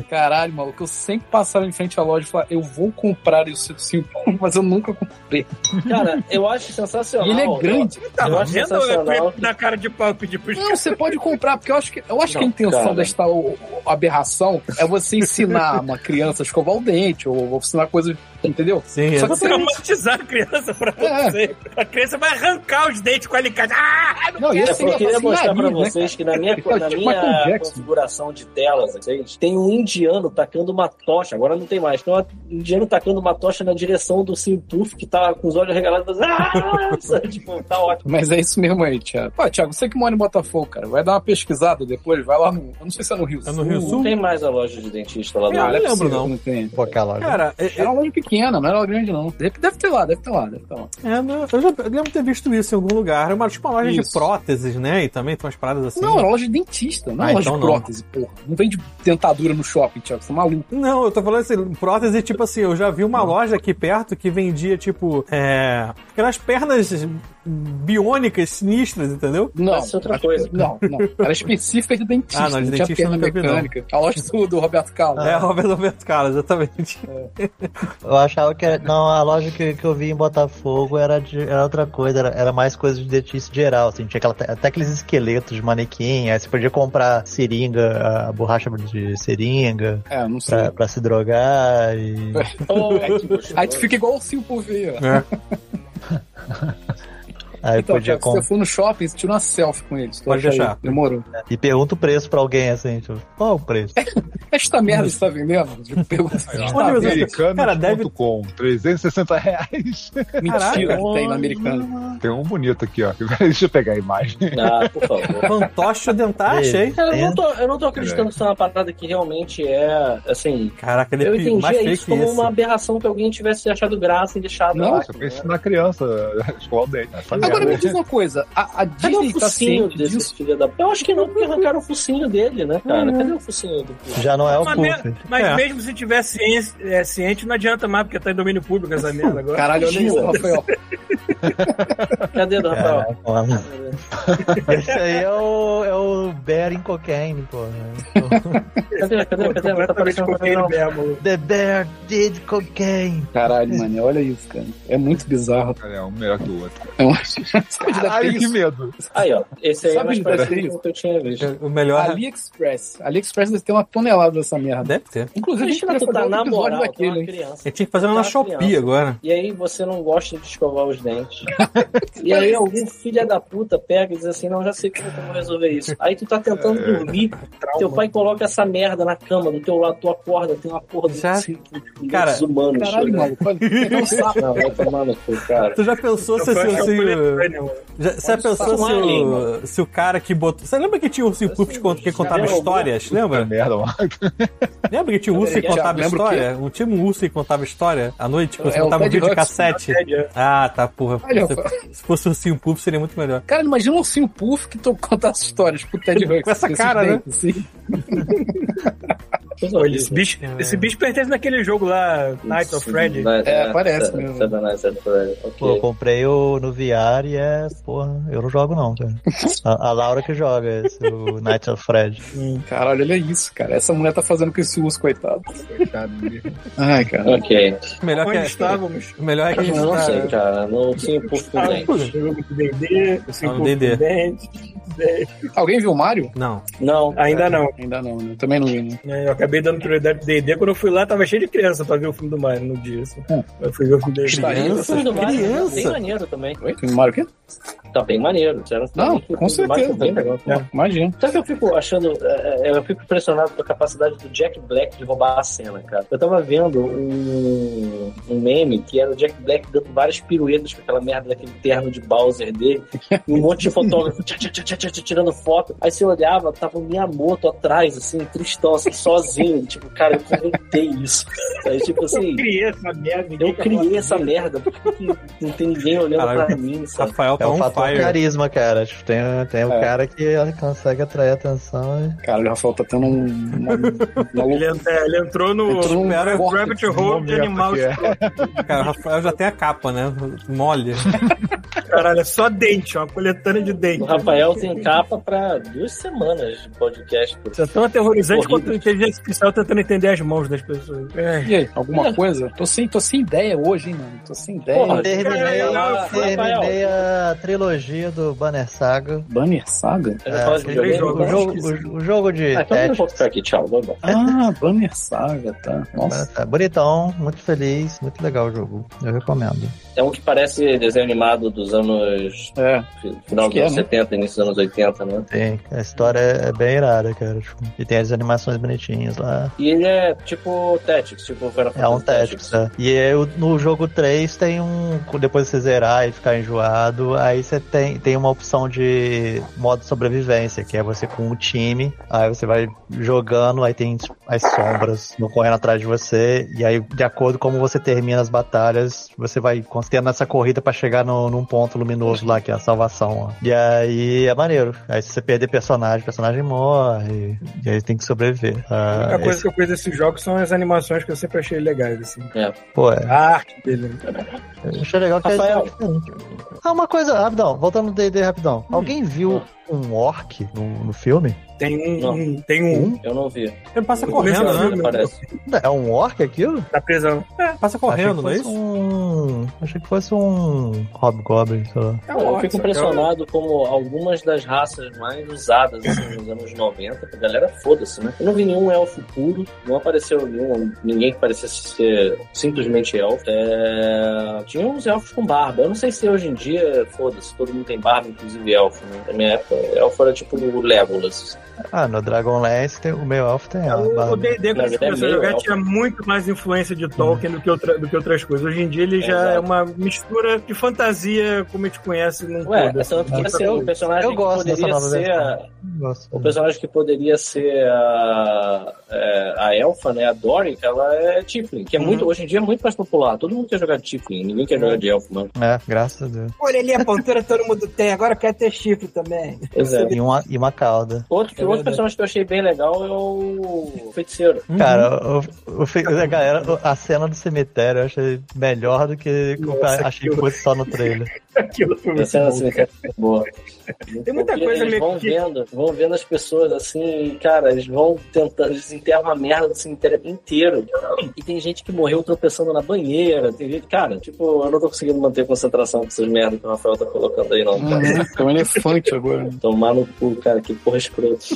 [SPEAKER 7] Caralho, maluco, eu sempre passava em frente à loja e falava, eu vou comprar esse sim, mas eu nunca comprei.
[SPEAKER 5] cara, eu acho sensacional. né?"
[SPEAKER 7] E ele é grande.
[SPEAKER 3] Tá
[SPEAKER 5] Eu acho
[SPEAKER 3] vendo? Eu
[SPEAKER 5] sensacional.
[SPEAKER 3] fui na cara de pau pedir pros
[SPEAKER 7] Não, você pode comprar, porque eu acho que, eu acho que a
[SPEAKER 5] Não,
[SPEAKER 7] intenção
[SPEAKER 5] cara.
[SPEAKER 7] desta o- o- aberração é você ensinar uma criança a escovar o dente, ou, ou ensinar coisas, entendeu?
[SPEAKER 1] Sim,
[SPEAKER 7] Só
[SPEAKER 1] é.
[SPEAKER 7] que você
[SPEAKER 3] traumatizar a criança pra
[SPEAKER 7] É.
[SPEAKER 3] você. A criança vai arrancar os dentes com a alicate. Ah!
[SPEAKER 7] Não, e
[SPEAKER 5] É
[SPEAKER 7] assim,
[SPEAKER 5] porque eu queria
[SPEAKER 7] assim,
[SPEAKER 5] mostrar pra
[SPEAKER 7] nariz, né,
[SPEAKER 5] vocês que na minha,
[SPEAKER 7] Ele tá
[SPEAKER 5] na
[SPEAKER 7] tipo
[SPEAKER 5] minha
[SPEAKER 7] Michael Jackson.
[SPEAKER 5] configuração de telas, vocês, tem um indiano tacando uma tocha, agora não tem mais, tem um indiano tacando uma tocha na direção do Sintuf que tá com os olhos regalados, ah, sabe? tipo, tá ótimo.
[SPEAKER 7] Mas é isso mesmo aí, Thiago. Pô, Thiago, você que mora em Botafogo, cara, vai dar uma pesquisada depois, vai lá no. Eu não sei se é no Rio é
[SPEAKER 1] É no Rio Sul?
[SPEAKER 5] Não tem mais a loja de dentista lá
[SPEAKER 1] Eu
[SPEAKER 5] do
[SPEAKER 1] não lembro,
[SPEAKER 7] possível
[SPEAKER 1] não.
[SPEAKER 7] que tem.
[SPEAKER 6] Pô, aquela loja.
[SPEAKER 1] Cara, é-
[SPEAKER 7] Era uma loja pequena, não era uma grande, não. Deve deve ter lá, deve ter lá, deve ter lá.
[SPEAKER 1] é- é, não, eu já eu lembro de ter visto isso em algum lugar. É uma, tipo uma loja de
[SPEAKER 7] Isso.
[SPEAKER 1] próteses, né? E também tem umas paradas assim.
[SPEAKER 7] Não, era loja de dentista, não
[SPEAKER 1] Ah,
[SPEAKER 7] era loja
[SPEAKER 1] então
[SPEAKER 7] de
[SPEAKER 1] não.
[SPEAKER 7] prótese, porra. Não vende dentadura no shopping, Thiago, você tá maluco.
[SPEAKER 1] Não, eu tô falando assim, prótese, tipo assim, eu já vi uma loja aqui perto que vendia, tipo, é, aquelas pernas biônicas sinistras, entendeu?
[SPEAKER 7] Não.
[SPEAKER 5] Pode ser é outra coisa.
[SPEAKER 7] Não, não. Era específica de dentista.
[SPEAKER 1] Ah, não, de
[SPEAKER 7] tinha
[SPEAKER 1] dentista
[SPEAKER 7] perna
[SPEAKER 1] eu nunca vi, não.
[SPEAKER 7] mecânica. A loja do, do Roberto Carlos.
[SPEAKER 1] É, Robert Roberto Carlos, exatamente.
[SPEAKER 6] Eu achava que. era- Não, a loja que, que eu vi em Botafogo era, de, era outra coisa, era, era mais coisa de dentista geral, assim. Tinha aquela, até aqueles esqueletos de manequim, aí você podia comprar seringa, a borracha de seringa,
[SPEAKER 7] É, não sei. É
[SPEAKER 6] pra, pra se drogar e.
[SPEAKER 5] Oh, ai, que gostoso.
[SPEAKER 7] Aí tu fica igual o Simple V, ó.
[SPEAKER 6] Aí
[SPEAKER 7] Então,
[SPEAKER 6] podia
[SPEAKER 7] cara, se você
[SPEAKER 6] comprar.
[SPEAKER 7] for no shopping, você tira uma selfie com eles. Tu
[SPEAKER 1] Pode
[SPEAKER 7] acha aí?
[SPEAKER 1] deixar.
[SPEAKER 7] Demorou.
[SPEAKER 6] E pergunta o preço pra alguém, assim, tipo, qual o preço?
[SPEAKER 7] Esta merda você tá vendendo? Tipo, pergunta se tá
[SPEAKER 1] Olha, mas-
[SPEAKER 7] vendo.
[SPEAKER 1] Cara, deve-
[SPEAKER 2] Americanos.com, 360 reais.
[SPEAKER 7] Mentira
[SPEAKER 1] Caraca.
[SPEAKER 7] que tem no americano.
[SPEAKER 2] Tem um bonito aqui, ó. Deixa eu pegar a imagem.
[SPEAKER 5] Ah, por favor.
[SPEAKER 1] Fantoche dentache, hein?
[SPEAKER 5] Cara, eu não tô, eu não tô acreditando que isso é uma parada que realmente é, assim...
[SPEAKER 1] Caraca, ele é
[SPEAKER 5] Eu
[SPEAKER 1] pi- mais
[SPEAKER 5] entendia
[SPEAKER 1] feio
[SPEAKER 5] isso
[SPEAKER 1] que
[SPEAKER 5] como
[SPEAKER 1] isso.
[SPEAKER 5] uma aberração que alguém tivesse achado graça e deixado
[SPEAKER 7] Não,
[SPEAKER 5] lá.
[SPEAKER 2] Nossa, eu penso na criança, escolar o dente. Essa
[SPEAKER 7] Agora me
[SPEAKER 2] merda.
[SPEAKER 7] diz uma coisa. A, a
[SPEAKER 5] Cadê o
[SPEAKER 7] Disney tá
[SPEAKER 5] focinho
[SPEAKER 7] ciente
[SPEAKER 5] desse
[SPEAKER 7] disso? É.
[SPEAKER 5] filho da... Eu acho que não, porque arrancaram o focinho dele, né, cara? Cadê o focinho do...
[SPEAKER 6] Já não é o
[SPEAKER 3] Mas, me-
[SPEAKER 6] puff.
[SPEAKER 3] mas
[SPEAKER 1] É.
[SPEAKER 3] mesmo se tiver ciência- é, ciente, não adianta mais, porque tá em domínio público essa merda agora.
[SPEAKER 7] Caralho, olha isso, Rafael.
[SPEAKER 5] Cadê, tá, Rafael?
[SPEAKER 7] É.
[SPEAKER 6] Caraca, mano. Esse aí é o, é o Bear in Cocaine, pô.
[SPEAKER 5] Cadê, cadê, cadê? Tá
[SPEAKER 3] Completamente
[SPEAKER 5] aparecendo
[SPEAKER 3] cocaína
[SPEAKER 5] o
[SPEAKER 3] mesmo.
[SPEAKER 6] The Bear did cocaine.
[SPEAKER 7] Caralho, mano, olha isso, cara. É muito bizarro.
[SPEAKER 2] Cara, É um melhor que o outro.
[SPEAKER 7] Eu acho- Sabe onde deve
[SPEAKER 2] Caralho,
[SPEAKER 7] ter
[SPEAKER 2] que
[SPEAKER 7] é isso?
[SPEAKER 2] medo.
[SPEAKER 5] Aí, ó. Esse aí é
[SPEAKER 7] Sabe
[SPEAKER 5] mais
[SPEAKER 7] onde deve
[SPEAKER 5] parecido
[SPEAKER 7] ter
[SPEAKER 5] com
[SPEAKER 7] isso?
[SPEAKER 5] o que eu tinha visto.
[SPEAKER 1] É, O melhor Ah,
[SPEAKER 7] AliExpress. AliExpress deve ter uma tonelada dessa merda.
[SPEAKER 1] deve ter.
[SPEAKER 7] Inclusive, a gente
[SPEAKER 5] Imagina
[SPEAKER 7] vai
[SPEAKER 5] tu
[SPEAKER 7] fazer
[SPEAKER 5] tá
[SPEAKER 7] um
[SPEAKER 5] na
[SPEAKER 7] episódio
[SPEAKER 5] moral, tu é
[SPEAKER 7] daquele,
[SPEAKER 5] uma
[SPEAKER 7] hein?
[SPEAKER 5] criança.
[SPEAKER 1] Eu tinha que fazer uma na
[SPEAKER 5] Tá
[SPEAKER 1] Shopee
[SPEAKER 5] criança.
[SPEAKER 1] agora.
[SPEAKER 5] E aí você não gosta de escovar os dentes. e aí algum filho da puta pega e diz assim, não, já sei como eu vou resolver isso. Aí tu tá tentando dormir, teu pai coloca essa merda na cama do teu lado, tu acorda, tem uma porra do
[SPEAKER 1] Já- Cara,
[SPEAKER 5] cara, humano.
[SPEAKER 7] Caralho, maluco. olha, é um sapo.
[SPEAKER 5] Não, vai tomar no cu, cara.
[SPEAKER 1] Tu já pensou se,
[SPEAKER 3] Eu
[SPEAKER 1] se,
[SPEAKER 3] acho que é o
[SPEAKER 1] se,
[SPEAKER 3] coletâneo.
[SPEAKER 1] já, você já pensou
[SPEAKER 5] um
[SPEAKER 1] se,
[SPEAKER 5] alien,
[SPEAKER 1] o, se o cara que botou. Você lembra que tinha o urso e o Puff de conto que contava
[SPEAKER 5] lembro.
[SPEAKER 1] histórias?
[SPEAKER 2] Puta
[SPEAKER 1] Lembra?
[SPEAKER 2] merda, mano.
[SPEAKER 1] Lembra que tinha um urso que
[SPEAKER 5] Thiago,
[SPEAKER 1] contava
[SPEAKER 7] lembra o
[SPEAKER 1] história? Não tinha um urso que contava história à noite? Quando você
[SPEAKER 7] É o
[SPEAKER 1] contava um
[SPEAKER 7] Ted
[SPEAKER 1] vídeo de
[SPEAKER 7] Hudson, né?
[SPEAKER 1] cassete?
[SPEAKER 3] Ted, é.
[SPEAKER 1] Ah, tá, porra.
[SPEAKER 7] Olha,
[SPEAKER 1] Se, se fosse um ursinho puff, seria muito melhor.
[SPEAKER 7] Cara, imagina um ursinho puff que tu conta as histórias pro Ted Hux.
[SPEAKER 1] Com essa
[SPEAKER 7] esses
[SPEAKER 1] cara, né?
[SPEAKER 7] dentes, assim.
[SPEAKER 5] Coisa
[SPEAKER 3] Pô,
[SPEAKER 5] horrível.
[SPEAKER 3] Esse bicho, esse bicho pertence naquele jogo lá, Night of Freddy.
[SPEAKER 5] Vai,
[SPEAKER 7] É,
[SPEAKER 5] tá,
[SPEAKER 7] parece
[SPEAKER 5] tá,
[SPEAKER 7] mesmo.
[SPEAKER 5] tá, tá, tá, tá, tá, ok.
[SPEAKER 6] Pô, eu comprei o, no VR e é. Porra, eu não jogo não, cara. A, a Laura que joga, esse, o Night of Fred.
[SPEAKER 7] Caralho, olha isso, cara. Essa mulher tá fazendo com esse urso, coitado. Ai, cara.
[SPEAKER 5] Ok.
[SPEAKER 1] Melhor
[SPEAKER 3] Onde
[SPEAKER 1] que
[SPEAKER 3] estávamos?
[SPEAKER 1] Melhor é que a gente
[SPEAKER 5] Eu não
[SPEAKER 1] tá-
[SPEAKER 5] sei, cara. Não tinha impulso com dente.
[SPEAKER 3] Estávamos no jogo do D&D, um o
[SPEAKER 1] Ah,
[SPEAKER 3] Cinco
[SPEAKER 1] no D&D.
[SPEAKER 3] Dente.
[SPEAKER 7] Alguém viu o Mario?
[SPEAKER 1] Não.
[SPEAKER 5] Não.
[SPEAKER 3] Ainda não.
[SPEAKER 7] Ainda não, né? Também não vi, né?
[SPEAKER 3] né? Eu acabei dando prioridade pro D&D. Quando eu fui lá, tava cheio de criança pra ver o filme do Mario no dia. assim. Eu fui ver o filme do D&D.
[SPEAKER 7] Está aí.
[SPEAKER 5] O filme do Mario tá bem
[SPEAKER 1] Criança.
[SPEAKER 5] maneiro também.
[SPEAKER 7] Oi? Filme do Mario o quê?
[SPEAKER 5] Tá bem maneiro. Sério,
[SPEAKER 7] Não,
[SPEAKER 5] também que o
[SPEAKER 7] com
[SPEAKER 5] filme do Mario
[SPEAKER 7] certeza.
[SPEAKER 5] tá bem legal.
[SPEAKER 7] Imagina.
[SPEAKER 5] Sabe o que eu fico achando? é, é, Eu fico impressionado com a capacidade do Jack Black de roubar a cena, cara. Eu tava vendo um, um meme que era o Jack Black dando várias piruetas com aquela merda daquele terno de Bowser dele. E um monte de fotógrafo tchá, tchá, tchá, tchá, tchá, tchá, tirando foto. Aí você olhava, tava o Miyamoto atrás, assim, tristão, assim, sozinho. Tipo, cara, eu comentei isso. Aí, tipo assim.
[SPEAKER 3] criei essa merda. ninguém tá
[SPEAKER 5] Eu
[SPEAKER 3] quer
[SPEAKER 5] criei
[SPEAKER 3] falar.
[SPEAKER 5] essa merda, por que que não tem ninguém olhando
[SPEAKER 1] Caralho.
[SPEAKER 5] pra mim, sabe?
[SPEAKER 1] Rafael
[SPEAKER 6] É
[SPEAKER 1] tá
[SPEAKER 6] o
[SPEAKER 1] on
[SPEAKER 6] fator
[SPEAKER 1] fire.
[SPEAKER 6] carisma, cara. Tipo, tem tem o
[SPEAKER 7] É.
[SPEAKER 6] cara que consegue atrair atenção. E...
[SPEAKER 7] Caralho, o Rafael tá tendo um. Uma, uma
[SPEAKER 3] Ele,
[SPEAKER 7] loucura.
[SPEAKER 3] ent- é, ele entrou no
[SPEAKER 7] Entrou num
[SPEAKER 3] Rabbit
[SPEAKER 7] corte né?
[SPEAKER 3] Rabbit Hole de
[SPEAKER 2] momento
[SPEAKER 3] animal.
[SPEAKER 2] que é.
[SPEAKER 1] Cara, o Rafael já tem a capa, né? Mole.
[SPEAKER 3] Caralho, é só dente, ó, uma coletânea de dente.
[SPEAKER 5] O Rafael tem capa pra duas semanas de podcast. pô.
[SPEAKER 3] Isso é tão aterrorizante
[SPEAKER 5] Horrível.
[SPEAKER 3] quanto a inteligência artificial tentando entender as mãos das pessoas. É.
[SPEAKER 7] E aí, alguma coisa? Tô sem, tô sem ideia hoje, hein, mano? Tô sem ideia.
[SPEAKER 5] Porra,
[SPEAKER 6] Terminei,
[SPEAKER 5] cara,
[SPEAKER 6] terminei a trilogia do Banner Saga.
[SPEAKER 7] Banner Saga?
[SPEAKER 5] Eu
[SPEAKER 6] É,
[SPEAKER 5] falo de
[SPEAKER 3] três
[SPEAKER 6] o,
[SPEAKER 5] videogame,
[SPEAKER 3] jogos.
[SPEAKER 5] eu
[SPEAKER 6] jogo, o- o jogo
[SPEAKER 7] É,
[SPEAKER 6] de
[SPEAKER 5] Ah, então eu não
[SPEAKER 6] Tetris.
[SPEAKER 5] vou ficar aqui, tchau. Vamos embora.
[SPEAKER 7] Ah, Banner Saga, tá. Nossa.
[SPEAKER 6] Tá bonitão, muito feliz, muito legal o jogo. Eu recomendo.
[SPEAKER 5] É um que parece desenho animado dos anos.
[SPEAKER 7] É,
[SPEAKER 5] Final
[SPEAKER 7] Acho
[SPEAKER 5] dos
[SPEAKER 7] que é,
[SPEAKER 5] anos
[SPEAKER 7] né?
[SPEAKER 5] 70, início dos anos 80, né?
[SPEAKER 6] Tem, a história é bem irada, cara. tipo, e tem as animações bonitinhas lá.
[SPEAKER 5] E ele é tipo Tactics, tipo Final
[SPEAKER 6] É um
[SPEAKER 5] Fantasy
[SPEAKER 6] Tetris, né? E aí, o- no jogo 3 tem um. Depois de você zerar e ficar enjoado, aí você tem, tem uma opção de modo sobrevivência, que é você com o time, aí você vai jogando, aí tem as sombras no correndo atrás de você, e aí, de acordo com como você termina as batalhas, você vai tendo essa corrida pra chegar no, num ponto luminoso lá, que é a salvação. Ó. E aí é maneiro. Aí se você perder personagem, o personagem morre, e aí tem que sobreviver.
[SPEAKER 3] A
[SPEAKER 6] Ah,
[SPEAKER 3] única coisa
[SPEAKER 6] esse-
[SPEAKER 3] que eu conheço desses jogos são as animações que eu sempre achei legais, assim.
[SPEAKER 6] pô, é.
[SPEAKER 3] A arte dele.
[SPEAKER 6] Eu achei legal que
[SPEAKER 5] Rafael.
[SPEAKER 6] é diferente. Ah, uma coisa, rapidão, voltando no D&D rapidão. Alguém viu um orc no, no filme?
[SPEAKER 3] Tem um.
[SPEAKER 5] Não.
[SPEAKER 3] um- tem um.
[SPEAKER 7] é.
[SPEAKER 5] Eu não vi.
[SPEAKER 1] Ele passa
[SPEAKER 5] Eu
[SPEAKER 1] correndo,
[SPEAKER 5] vi,
[SPEAKER 1] né?
[SPEAKER 5] ele Aparece.
[SPEAKER 6] É um orc aquilo?
[SPEAKER 3] Tá prisão.
[SPEAKER 7] Tá
[SPEAKER 1] Passa correndo, não é
[SPEAKER 6] Achei que fosse
[SPEAKER 1] isso?
[SPEAKER 6] Um... Achei que fosse um Hobgoblin, sei lá.
[SPEAKER 1] É
[SPEAKER 5] Eu
[SPEAKER 1] ótimo,
[SPEAKER 5] fico impressionado como algumas das raças mais usadas assim, nos anos 90, a galera foda-se, né? Eu não vi nenhum elfo puro, não apareceu nenhum, ninguém que parecesse ser simplesmente elfo. É, Tinha uns elfos com barba. Eu não sei se hoje em dia, foda-se, todo mundo tem barba, inclusive elfo, né? Na minha época, elfo era tipo o Legolas.
[SPEAKER 6] Ah, no Dragonlance tem, o meu elfo tem ela.
[SPEAKER 3] O o
[SPEAKER 6] barba.
[SPEAKER 3] D&D, quando
[SPEAKER 5] Mas
[SPEAKER 3] você
[SPEAKER 5] é
[SPEAKER 3] começou a
[SPEAKER 5] meio
[SPEAKER 3] jogar,
[SPEAKER 5] elfo.
[SPEAKER 3] tinha muito mais influência de Tolkien do que, outra- do que outras coisas. Hoje em dia, ele já é
[SPEAKER 5] Exato.
[SPEAKER 3] uma mistura de fantasia, como a gente conhece num
[SPEAKER 5] Ué,
[SPEAKER 3] todo.
[SPEAKER 5] essa não
[SPEAKER 3] Muita
[SPEAKER 5] podia ser um
[SPEAKER 3] coisa.
[SPEAKER 5] personagem
[SPEAKER 6] Eu
[SPEAKER 5] que
[SPEAKER 6] gosto
[SPEAKER 5] poderia
[SPEAKER 6] dessa nova
[SPEAKER 5] ser
[SPEAKER 6] versão.
[SPEAKER 5] a-
[SPEAKER 6] Nossa.
[SPEAKER 5] O personagem que poderia ser a, é, a elfa, né? A Dory, ela é Tiflin, que é muito, hoje em dia é muito mais popular. Todo mundo quer jogar de Tiflin, ninguém quer jogar de elfo, mano.
[SPEAKER 6] É, graças a Deus.
[SPEAKER 8] Orelhinha ponteira todo mundo tem, agora quer ter chifre também.
[SPEAKER 5] Pois é.
[SPEAKER 6] E uma, e uma cauda.
[SPEAKER 5] Outro,
[SPEAKER 7] É
[SPEAKER 5] outro
[SPEAKER 7] verdade.
[SPEAKER 5] personagem que eu achei bem legal é o feiticeiro.
[SPEAKER 6] Cara, o, o, fe- a galera, a cena do cemitério eu achei melhor do que o que eu achei que fosse só no trailer.
[SPEAKER 3] Aquilo foi muito
[SPEAKER 5] Essa cena
[SPEAKER 3] bom.
[SPEAKER 5] assim, cara, é boa.
[SPEAKER 3] Tem muita
[SPEAKER 5] Porque
[SPEAKER 3] coisa
[SPEAKER 5] eles
[SPEAKER 3] meio
[SPEAKER 5] vão
[SPEAKER 3] que-
[SPEAKER 5] vendo, vão vendo as pessoas assim, e, cara, eles vão tentando, eles enterram a merda do cemitério inteiro. E tem gente que morreu tropeçando na banheira, tem gente, cara, tipo, eu não tô conseguindo manter concentração com essas merdas que o Rafael tá colocando aí, não, cara.
[SPEAKER 7] Tem um elefante agora. né?
[SPEAKER 5] Tomar no cu, cara, que porra escroto.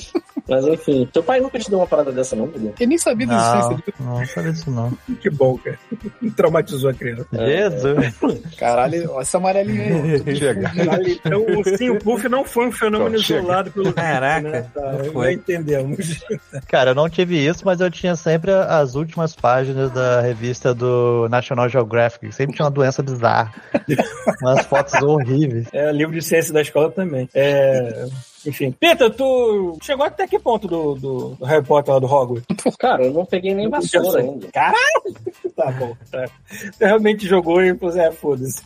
[SPEAKER 5] Mas enfim, teu pai nunca te deu uma parada dessa, não, Dudu?
[SPEAKER 7] Eu nem sabia da
[SPEAKER 6] Não,
[SPEAKER 7] existência
[SPEAKER 6] não sabia disso não.
[SPEAKER 3] Que bom, cara. Traumatizou a criança.
[SPEAKER 6] Jesus!
[SPEAKER 7] dele. Caralho, essa amarelinha aí.
[SPEAKER 2] Chega.
[SPEAKER 3] Então, o ursinho puff não foi um fenômeno
[SPEAKER 2] Então, chega.
[SPEAKER 3] isolado pelo...
[SPEAKER 1] Caraca,
[SPEAKER 3] Né? Tá,
[SPEAKER 1] não
[SPEAKER 3] Já
[SPEAKER 1] foi.
[SPEAKER 3] entendemos.
[SPEAKER 6] Cara, eu não tive isso, mas eu tinha sempre as últimas páginas da revista do National Geographic. Sempre tinha uma doença bizarra. Umas fotos horríveis.
[SPEAKER 3] É, livro de ciência da escola também. É... Enfim. Peter, tu chegou até que ponto do, do, do Harry Potter lá do Hogwarts?
[SPEAKER 5] Cara, eu não peguei nem vassoura ainda.
[SPEAKER 3] Tá bom, tá. Você realmente jogou e falou assim, é, foda-se.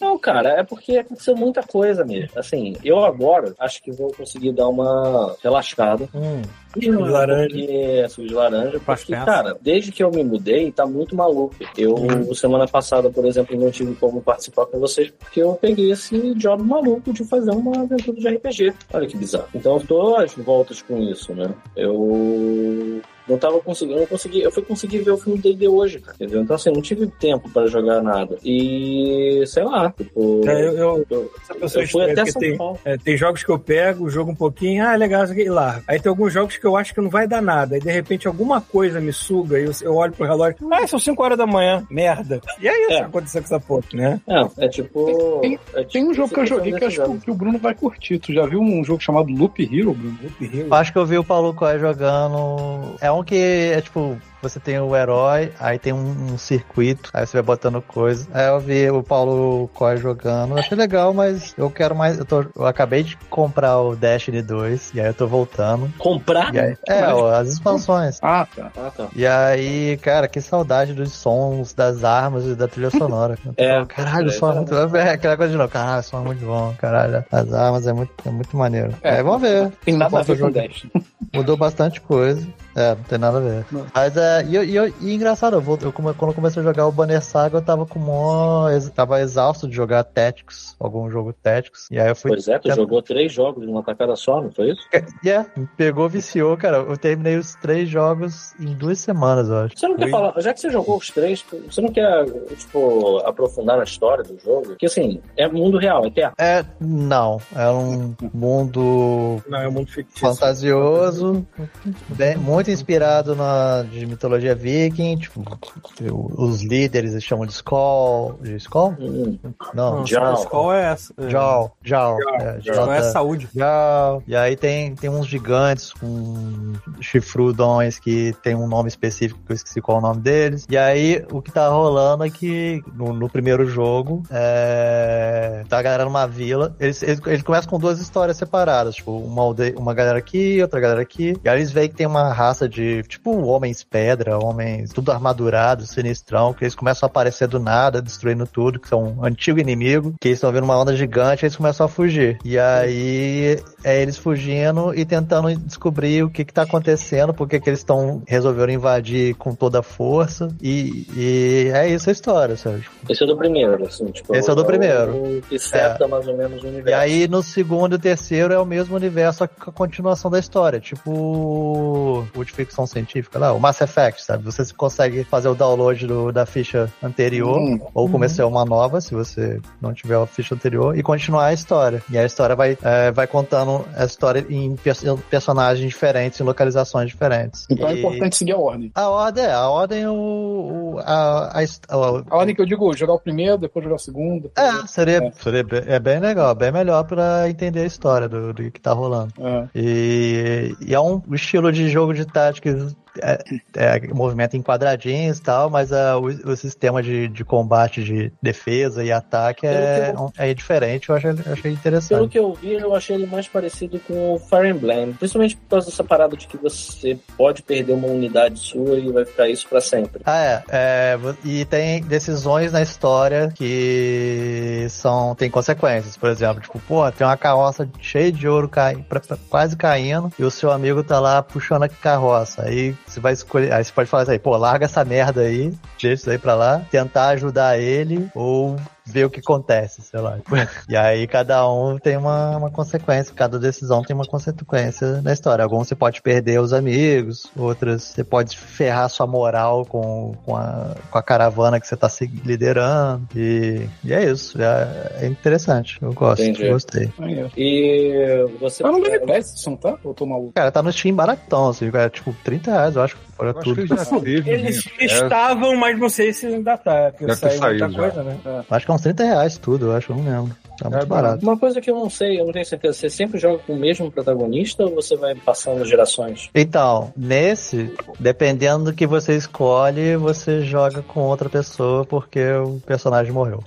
[SPEAKER 5] Não, cara, é porque aconteceu muita coisa mesmo. Assim, eu agora acho que vou conseguir dar uma relaxada.
[SPEAKER 1] Hum,
[SPEAKER 3] Suco de laranja.
[SPEAKER 5] Porque, suco de laranja.
[SPEAKER 1] Faz
[SPEAKER 5] Porque,
[SPEAKER 1] peça.
[SPEAKER 5] cara, desde que eu me mudei, tá muito maluco. Eu,
[SPEAKER 3] Uhum.
[SPEAKER 5] semana passada, por exemplo, não tive como participar com vocês porque eu peguei esse job maluco de fazer uma aventura de RPG. Olha que bizarro. Então eu tô às voltas com isso, né? Eu. Não tava conseguindo, eu não consegui, eu fui conseguir ver o filme D&D hoje, cara, entendeu? Então assim, eu não tive tempo pra jogar nada. E sei lá, tipo,
[SPEAKER 3] É, eu, eu-
[SPEAKER 5] eu,
[SPEAKER 3] essa pessoa
[SPEAKER 5] eu fui
[SPEAKER 3] estranha,
[SPEAKER 5] até
[SPEAKER 3] porque
[SPEAKER 5] São
[SPEAKER 3] tem,
[SPEAKER 5] Paulo.
[SPEAKER 3] é, tem jogos que eu pego, jogo um pouquinho, ah, legal, isso aqui, e lá. Aí tem alguns jogos que eu acho que não vai dar nada. Aí de repente alguma coisa me suga e eu, eu olho pro relógio, ah, são 5 horas da manhã, merda. E aí, isso
[SPEAKER 5] É.
[SPEAKER 3] que aconteceu com essa porra, né?
[SPEAKER 5] É, é tipo,
[SPEAKER 7] Tem-
[SPEAKER 5] é
[SPEAKER 7] Tem
[SPEAKER 5] tipo
[SPEAKER 7] um jogo que eu
[SPEAKER 5] essa
[SPEAKER 7] joguei que
[SPEAKER 5] questão
[SPEAKER 7] acho que o-
[SPEAKER 5] desses
[SPEAKER 7] que o Bruno vai curtir. Tu já viu um jogo chamado Loop Hero, Bruno?
[SPEAKER 6] Eu acho que eu vi o Paulo Coy jogando. É um que é tipo. Você tem o herói, aí tem um, um circuito, aí você vai botando coisa. Aí eu vi o Paulo Coy jogando, eu achei legal, mas eu quero mais. Eu, tô- eu acabei de comprar o Destiny 2, e aí eu tô voltando.
[SPEAKER 5] anos. comprar
[SPEAKER 6] E aí, é, ó, as expansões.
[SPEAKER 7] Ah, tá.
[SPEAKER 5] Ah, tá.
[SPEAKER 6] E aí, cara, que saudade dos sons, das armas e da trilha sonora. cara.
[SPEAKER 5] É.
[SPEAKER 6] Fala, Caralho, o som é muito. É, aquela coisa de novo. Caralho, o som é muito bom. Caralho, as armas é muito, é muito maneiro.
[SPEAKER 7] É.
[SPEAKER 6] É, vamos ver.
[SPEAKER 7] Tem nada a ver com
[SPEAKER 6] Jogo.
[SPEAKER 7] Destiny.
[SPEAKER 6] Mudou bastante coisa. É, não tem nada a ver.
[SPEAKER 7] Não.
[SPEAKER 6] Mas é, e, eu- e, eu- e engraçado, eu, vou- eu come- quando eu comecei a jogar o Banner Saga, eu tava com mó. ex- Tava exausto de jogar Tactics, algum jogo Tactics. E aí eu fui.
[SPEAKER 5] Pois é, tu
[SPEAKER 6] É.
[SPEAKER 5] jogou três jogos numa tacada só, não foi isso?
[SPEAKER 6] E é, me pegou, viciou, cara. Eu terminei os três jogos em duas semanas, eu acho.
[SPEAKER 5] Você não quer falar, já que você jogou os três, você não quer, tipo, aprofundar a história do jogo? Porque, assim, é mundo real, é terra.
[SPEAKER 6] É, não. É um mundo
[SPEAKER 3] Não, é muito fictício.
[SPEAKER 6] fantasioso, bem- muito inspirado na de mitologia viking, tipo, o- os líderes eles chamam de Skoll, de Skoll?
[SPEAKER 5] Hum,
[SPEAKER 6] Não,
[SPEAKER 5] Jarl.
[SPEAKER 1] Qual é essa? É,
[SPEAKER 6] Jarl, Jarl, é,
[SPEAKER 1] Qual é a
[SPEAKER 6] Jota-
[SPEAKER 1] saúde?
[SPEAKER 6] Jarl. E aí tem, tem uns gigantes com chifrudões que tem um nome específico que eu esqueci qual é o nome deles. E aí o que tá rolando é que no, no primeiro jogo é, tá a galera numa vila. Eles, eles, eles começam com duas histórias separadas, tipo, uma, aldeia, uma galera aqui, outra galera aqui. E aí eles veem que tem uma raça de tipo homens pedra pedra, homens tudo armadurado, sinistrão, que eles começam a aparecer do nada, destruindo tudo, que são um antigo inimigo, que eles estão vendo uma onda gigante, eles começam a fugir. E aí é eles fugindo e tentando descobrir o que que tá acontecendo, por que que eles estão resolveram invadir com toda a força. E, e é isso a história, sabe?
[SPEAKER 5] Esse é do primeiro, assim, tipo.
[SPEAKER 6] Esse é o do primeiro. É.
[SPEAKER 5] o Que certa mais ou menos o universo.
[SPEAKER 6] E aí no segundo e terceiro é o mesmo universo, só que com a continuação da história. Tipo o de ficção científica lá, o Mass Effect, sabe? Você consegue fazer o download do- da ficha anterior,
[SPEAKER 4] Hum.
[SPEAKER 6] ou começar uma nova, se você não tiver a ficha anterior, e continuar a história. E a história vai, é, vai contando a história em pers- personagens diferentes, em localizações diferentes.
[SPEAKER 4] Então é
[SPEAKER 6] E-
[SPEAKER 4] importante seguir a ordem.
[SPEAKER 6] A ordem, é, a ordem, o, o- a, a, hist- o-
[SPEAKER 7] A ordem que eu digo, jogar o primeiro, depois jogar o segundo. depois-
[SPEAKER 6] é, seria, seria bem- é bem legal, bem melhor pra entender a história do, do que tá rolando.
[SPEAKER 7] É.
[SPEAKER 6] E, e é um estilo de jogo de táticas. É, é, movimento em quadradinhos e tal, mas ah, o, o sistema de, de combate, de defesa e ataque é, é diferente, eu achei, eu achei
[SPEAKER 5] Pelo
[SPEAKER 6] interessante.
[SPEAKER 5] que eu vi, eu achei ele mais parecido com o Fire Emblem. Principalmente por causa dessa parada de que você pode perder uma unidade sua e vai ficar isso pra sempre.
[SPEAKER 6] Ah, é, é, vo- E tem decisões na história que são tem consequências. Por exemplo, tipo, pô, tem uma carroça cheia de ouro cai, pra- pra- quase caindo e o seu amigo tá lá puxando a carroça. Aí você vai escolher, aí você pode falar assim, pô, larga essa merda aí, deixa isso aí pra lá, tentar ajudar ele ou ver o que acontece, sei lá. E aí cada um tem uma, uma consequência, cada decisão tem uma consequência na história. Alguns você pode perder os amigos, outras você pode ferrar sua moral com, com, a, com a caravana que você tá se liderando. E, e é isso, é, é interessante. Eu gosto,
[SPEAKER 5] Entendi.
[SPEAKER 6] gostei.
[SPEAKER 7] É, Maneiro.
[SPEAKER 5] E você. é,
[SPEAKER 7] Tá no Game Pass, isso não tá? Ou eu tô maluco?
[SPEAKER 6] Cara, tá no Steam baratão, assim, é tipo 30 reais, eu acho, fora
[SPEAKER 2] Eu acho que
[SPEAKER 6] tudo.
[SPEAKER 2] ele já teve,
[SPEAKER 3] Eles
[SPEAKER 2] gente. É,
[SPEAKER 3] estavam, mas não sei se ainda tá. Porque
[SPEAKER 2] Deve ter
[SPEAKER 3] saiu muita
[SPEAKER 2] saído já.
[SPEAKER 3] coisa, né? É.
[SPEAKER 6] Acho que é uns 30 reais tudo, eu acho, eu não lembro. Tá muito
[SPEAKER 2] É,
[SPEAKER 6] barato.
[SPEAKER 5] Uma coisa que eu não sei, eu não tenho certeza, você sempre joga com o mesmo protagonista ou você vai passando gerações?
[SPEAKER 6] Então, nesse, dependendo do que você escolhe, você joga com outra pessoa porque o personagem morreu.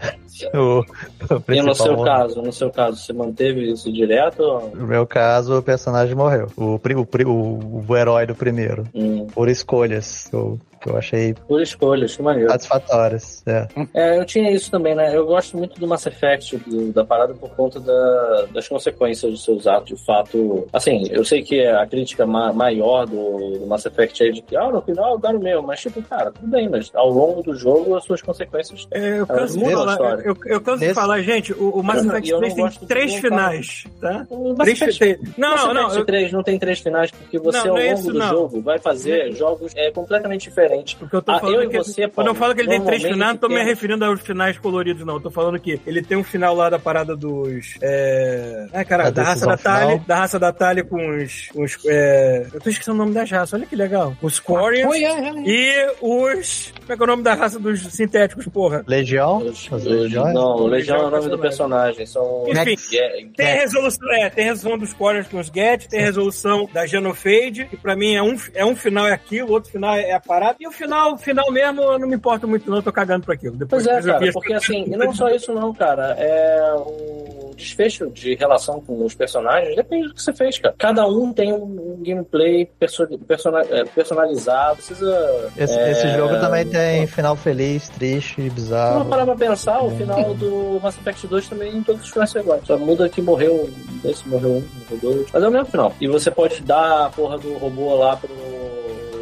[SPEAKER 6] O, o
[SPEAKER 5] E no
[SPEAKER 6] principal
[SPEAKER 5] seu
[SPEAKER 6] morreu.
[SPEAKER 5] caso, no seu caso, você manteve isso direto? ou-
[SPEAKER 6] No meu caso, o personagem morreu. O, pri- o, pri- o, o herói do primeiro.
[SPEAKER 5] Hum,
[SPEAKER 6] Por escolhas que eu, que eu achei
[SPEAKER 5] por escolhas, que maneiro.
[SPEAKER 6] satisfatórias. É.
[SPEAKER 5] É, eu tinha isso também, né? Eu gosto muito do Mass Effect, do- da parada, por conta da- das consequências dos seus atos. De fato, assim, eu sei que a crítica ma- maior do, do Mass Effect é de que, ah, no final dá o meu, mas tipo, cara, tudo bem, mas ao longo do jogo as suas consequências.
[SPEAKER 3] É, Eu
[SPEAKER 5] Cara,
[SPEAKER 3] canso de
[SPEAKER 5] muda a
[SPEAKER 3] falar,
[SPEAKER 5] história.
[SPEAKER 3] eu, eu canso de
[SPEAKER 6] Nesse-
[SPEAKER 3] falar, gente, o, o Mass
[SPEAKER 5] Eu não-
[SPEAKER 3] Effect
[SPEAKER 5] eu não
[SPEAKER 3] 3 tem
[SPEAKER 5] gosto de
[SPEAKER 3] três
[SPEAKER 5] voltar.
[SPEAKER 3] finais, tá?
[SPEAKER 5] O Mass
[SPEAKER 3] Três
[SPEAKER 5] Effect
[SPEAKER 3] finais. Não,
[SPEAKER 5] Mass
[SPEAKER 3] não,
[SPEAKER 5] Effect
[SPEAKER 3] eu-
[SPEAKER 5] 3 não tem três finais, porque você
[SPEAKER 3] Não, não
[SPEAKER 5] ao
[SPEAKER 3] é
[SPEAKER 5] longo
[SPEAKER 3] isso,
[SPEAKER 5] do
[SPEAKER 3] não.
[SPEAKER 5] jogo vai fazer jogos é, completamente diferentes.
[SPEAKER 3] o que eu tô
[SPEAKER 5] Ah,
[SPEAKER 3] falando
[SPEAKER 5] eu
[SPEAKER 3] é
[SPEAKER 5] e
[SPEAKER 3] que.
[SPEAKER 5] você,
[SPEAKER 3] quando
[SPEAKER 5] Paulo,
[SPEAKER 3] eu falo que ele tem três
[SPEAKER 5] normalmente
[SPEAKER 3] finais, não tô me
[SPEAKER 5] temos-
[SPEAKER 3] referindo aos finais coloridos, não. Eu tô falando que ele tem um final lá da parada dos. É. Ai, caralho,
[SPEAKER 6] Da
[SPEAKER 3] da raça da
[SPEAKER 6] decisão
[SPEAKER 3] Thalia.
[SPEAKER 6] final.
[SPEAKER 3] Da raça da Thalia com os. os é, eu tô esquecendo o nome das raças, olha que legal. Os Quarians
[SPEAKER 7] Oi, é, é, é.
[SPEAKER 3] e os. Como é que é o nome da raça dos sintéticos, porra?
[SPEAKER 6] Legião?
[SPEAKER 5] Os-
[SPEAKER 6] As
[SPEAKER 5] os-
[SPEAKER 6] legiões?
[SPEAKER 5] não, o Legião é
[SPEAKER 3] Legião
[SPEAKER 5] o nome do personagem. São.
[SPEAKER 3] Enfim.
[SPEAKER 5] Ge-
[SPEAKER 3] É. Tem resolução, é, tem resolução dos Quarians com os Get, tem resolução da Genofade, que pra mim é um, é um final é aquilo, outro final é a parada, e o final, o final mesmo, eu não me importo muito não, eu tô cagando pra aquilo. Depois
[SPEAKER 5] Pois é,
[SPEAKER 3] depois eu
[SPEAKER 5] cara,
[SPEAKER 3] vi-
[SPEAKER 5] porque assim, e não só isso não, cara, é o desfecho de relação com os personagens depende do que você fez, cara. Cada um tem um um gameplay perso- persona- é, personalizado, precisa...
[SPEAKER 6] Esse,
[SPEAKER 5] é,
[SPEAKER 6] esse jogo também tem final feliz, triste,
[SPEAKER 7] Ah,
[SPEAKER 5] Se não
[SPEAKER 6] bizarro.
[SPEAKER 5] parar pra pensar,
[SPEAKER 7] né?
[SPEAKER 5] o final do Mass Effect 2 também todos os finais são iguais. Só muda que morreu um, esse morreu um, morreu dois. Mas é o mesmo final. E você pode dar a porra do robô lá pro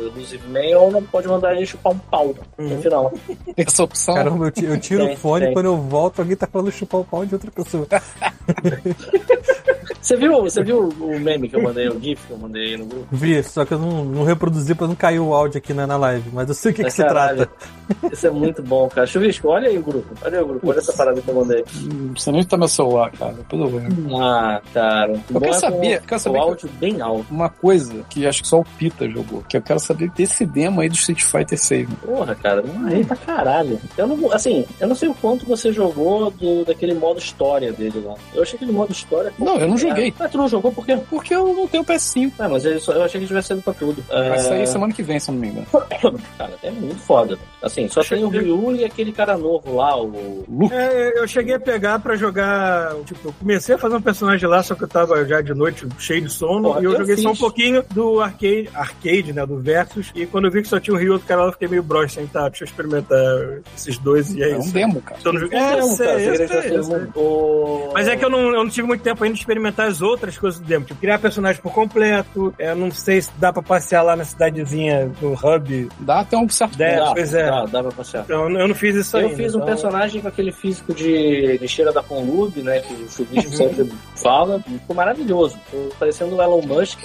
[SPEAKER 5] Elusive Man ou não pode mandar ele chupar um pau
[SPEAKER 3] Uhum.
[SPEAKER 5] no final.
[SPEAKER 7] Tem essa opção.
[SPEAKER 1] Caramba, eu ti- eu tiro o
[SPEAKER 5] Tem,
[SPEAKER 1] fone
[SPEAKER 5] tem.
[SPEAKER 1] quando eu volto, alguém tá falando chupar o pau de outra pessoa.
[SPEAKER 5] Você viu, você viu o meme que eu mandei, o GIF que eu mandei aí no grupo?
[SPEAKER 1] Vi, só que eu não, não reproduzi pra não cair o áudio aqui na, na live, mas eu sei o que, que se
[SPEAKER 5] Caralho.
[SPEAKER 1] trata.
[SPEAKER 5] Isso é muito bom, cara. Chuvisco, olha aí o grupo. Olha aí o grupo, olha essa parada que eu mandei.
[SPEAKER 7] Hum, Você nem tá meu celular, cara. Depois eu vejo.
[SPEAKER 5] Ah, cara.
[SPEAKER 7] Eu quero saber, eu
[SPEAKER 5] Com,
[SPEAKER 7] quero saber
[SPEAKER 5] o
[SPEAKER 7] que-
[SPEAKER 5] áudio bem alto.
[SPEAKER 7] Uma coisa que acho que só o Pita jogou, que eu quero saber desse demo aí do Street Fighter 6. mano.
[SPEAKER 5] Porra, cara, não é pra caralho. Eu não, assim, eu não sei o quanto você jogou do, daquele modo história dele lá. Eu achei aquele modo história.
[SPEAKER 7] Não, eu não joguei joguei.
[SPEAKER 5] Ah, tu não jogou por quê?
[SPEAKER 7] Porque eu não tenho PS5.
[SPEAKER 5] Ah, mas eu, só- eu achei que tivesse saído pra tudo.
[SPEAKER 7] Vai
[SPEAKER 5] Ah,
[SPEAKER 7] sair semana que vem, se eu não me engano.
[SPEAKER 5] Cara, é muito foda. Assim, só tem o Ryu e aquele cara novo lá, o.
[SPEAKER 3] É, eu- eu cheguei a pegar pra jogar. Tipo, eu comecei a fazer um personagem lá, só que eu tava já de noite cheio de sono.
[SPEAKER 5] Pô,
[SPEAKER 3] e eu,
[SPEAKER 5] eu
[SPEAKER 3] joguei só um
[SPEAKER 5] fiz.
[SPEAKER 3] pouquinho do arcade, arcade, né? Do Versus. E quando eu vi que só tinha o Rio e outro cara lá, eu fiquei meio broxa, assim, tá? Deixa eu experimentar esses dois e é,
[SPEAKER 7] É um
[SPEAKER 3] isso.
[SPEAKER 7] demo, cara.
[SPEAKER 3] Tô no- É, eu
[SPEAKER 5] Não,
[SPEAKER 3] sei,
[SPEAKER 5] cara,
[SPEAKER 3] eu
[SPEAKER 5] você queria
[SPEAKER 3] sei,
[SPEAKER 5] que
[SPEAKER 3] eu
[SPEAKER 5] fosse
[SPEAKER 3] sei.
[SPEAKER 5] um- o-
[SPEAKER 3] Mas é que eu não, eu não tive muito tempo ainda de experimentar as outras coisas do demo. Tipo, criar personagem por completo. É, Eu não sei se dá pra passear lá na cidadezinha, no hub.
[SPEAKER 7] Dá até um certo
[SPEAKER 3] Dez,
[SPEAKER 5] Dá,
[SPEAKER 3] pois é.
[SPEAKER 5] dá, dá pra passear.
[SPEAKER 3] Então, eu não fiz isso
[SPEAKER 5] Eu
[SPEAKER 3] ainda,
[SPEAKER 5] fiz um
[SPEAKER 3] então-
[SPEAKER 5] personagem com aquele físico de lixeira da Conlube, né? Que o chuvisco sempre fala. e Ficou maravilhoso. Ficou parecendo o Elon Musk.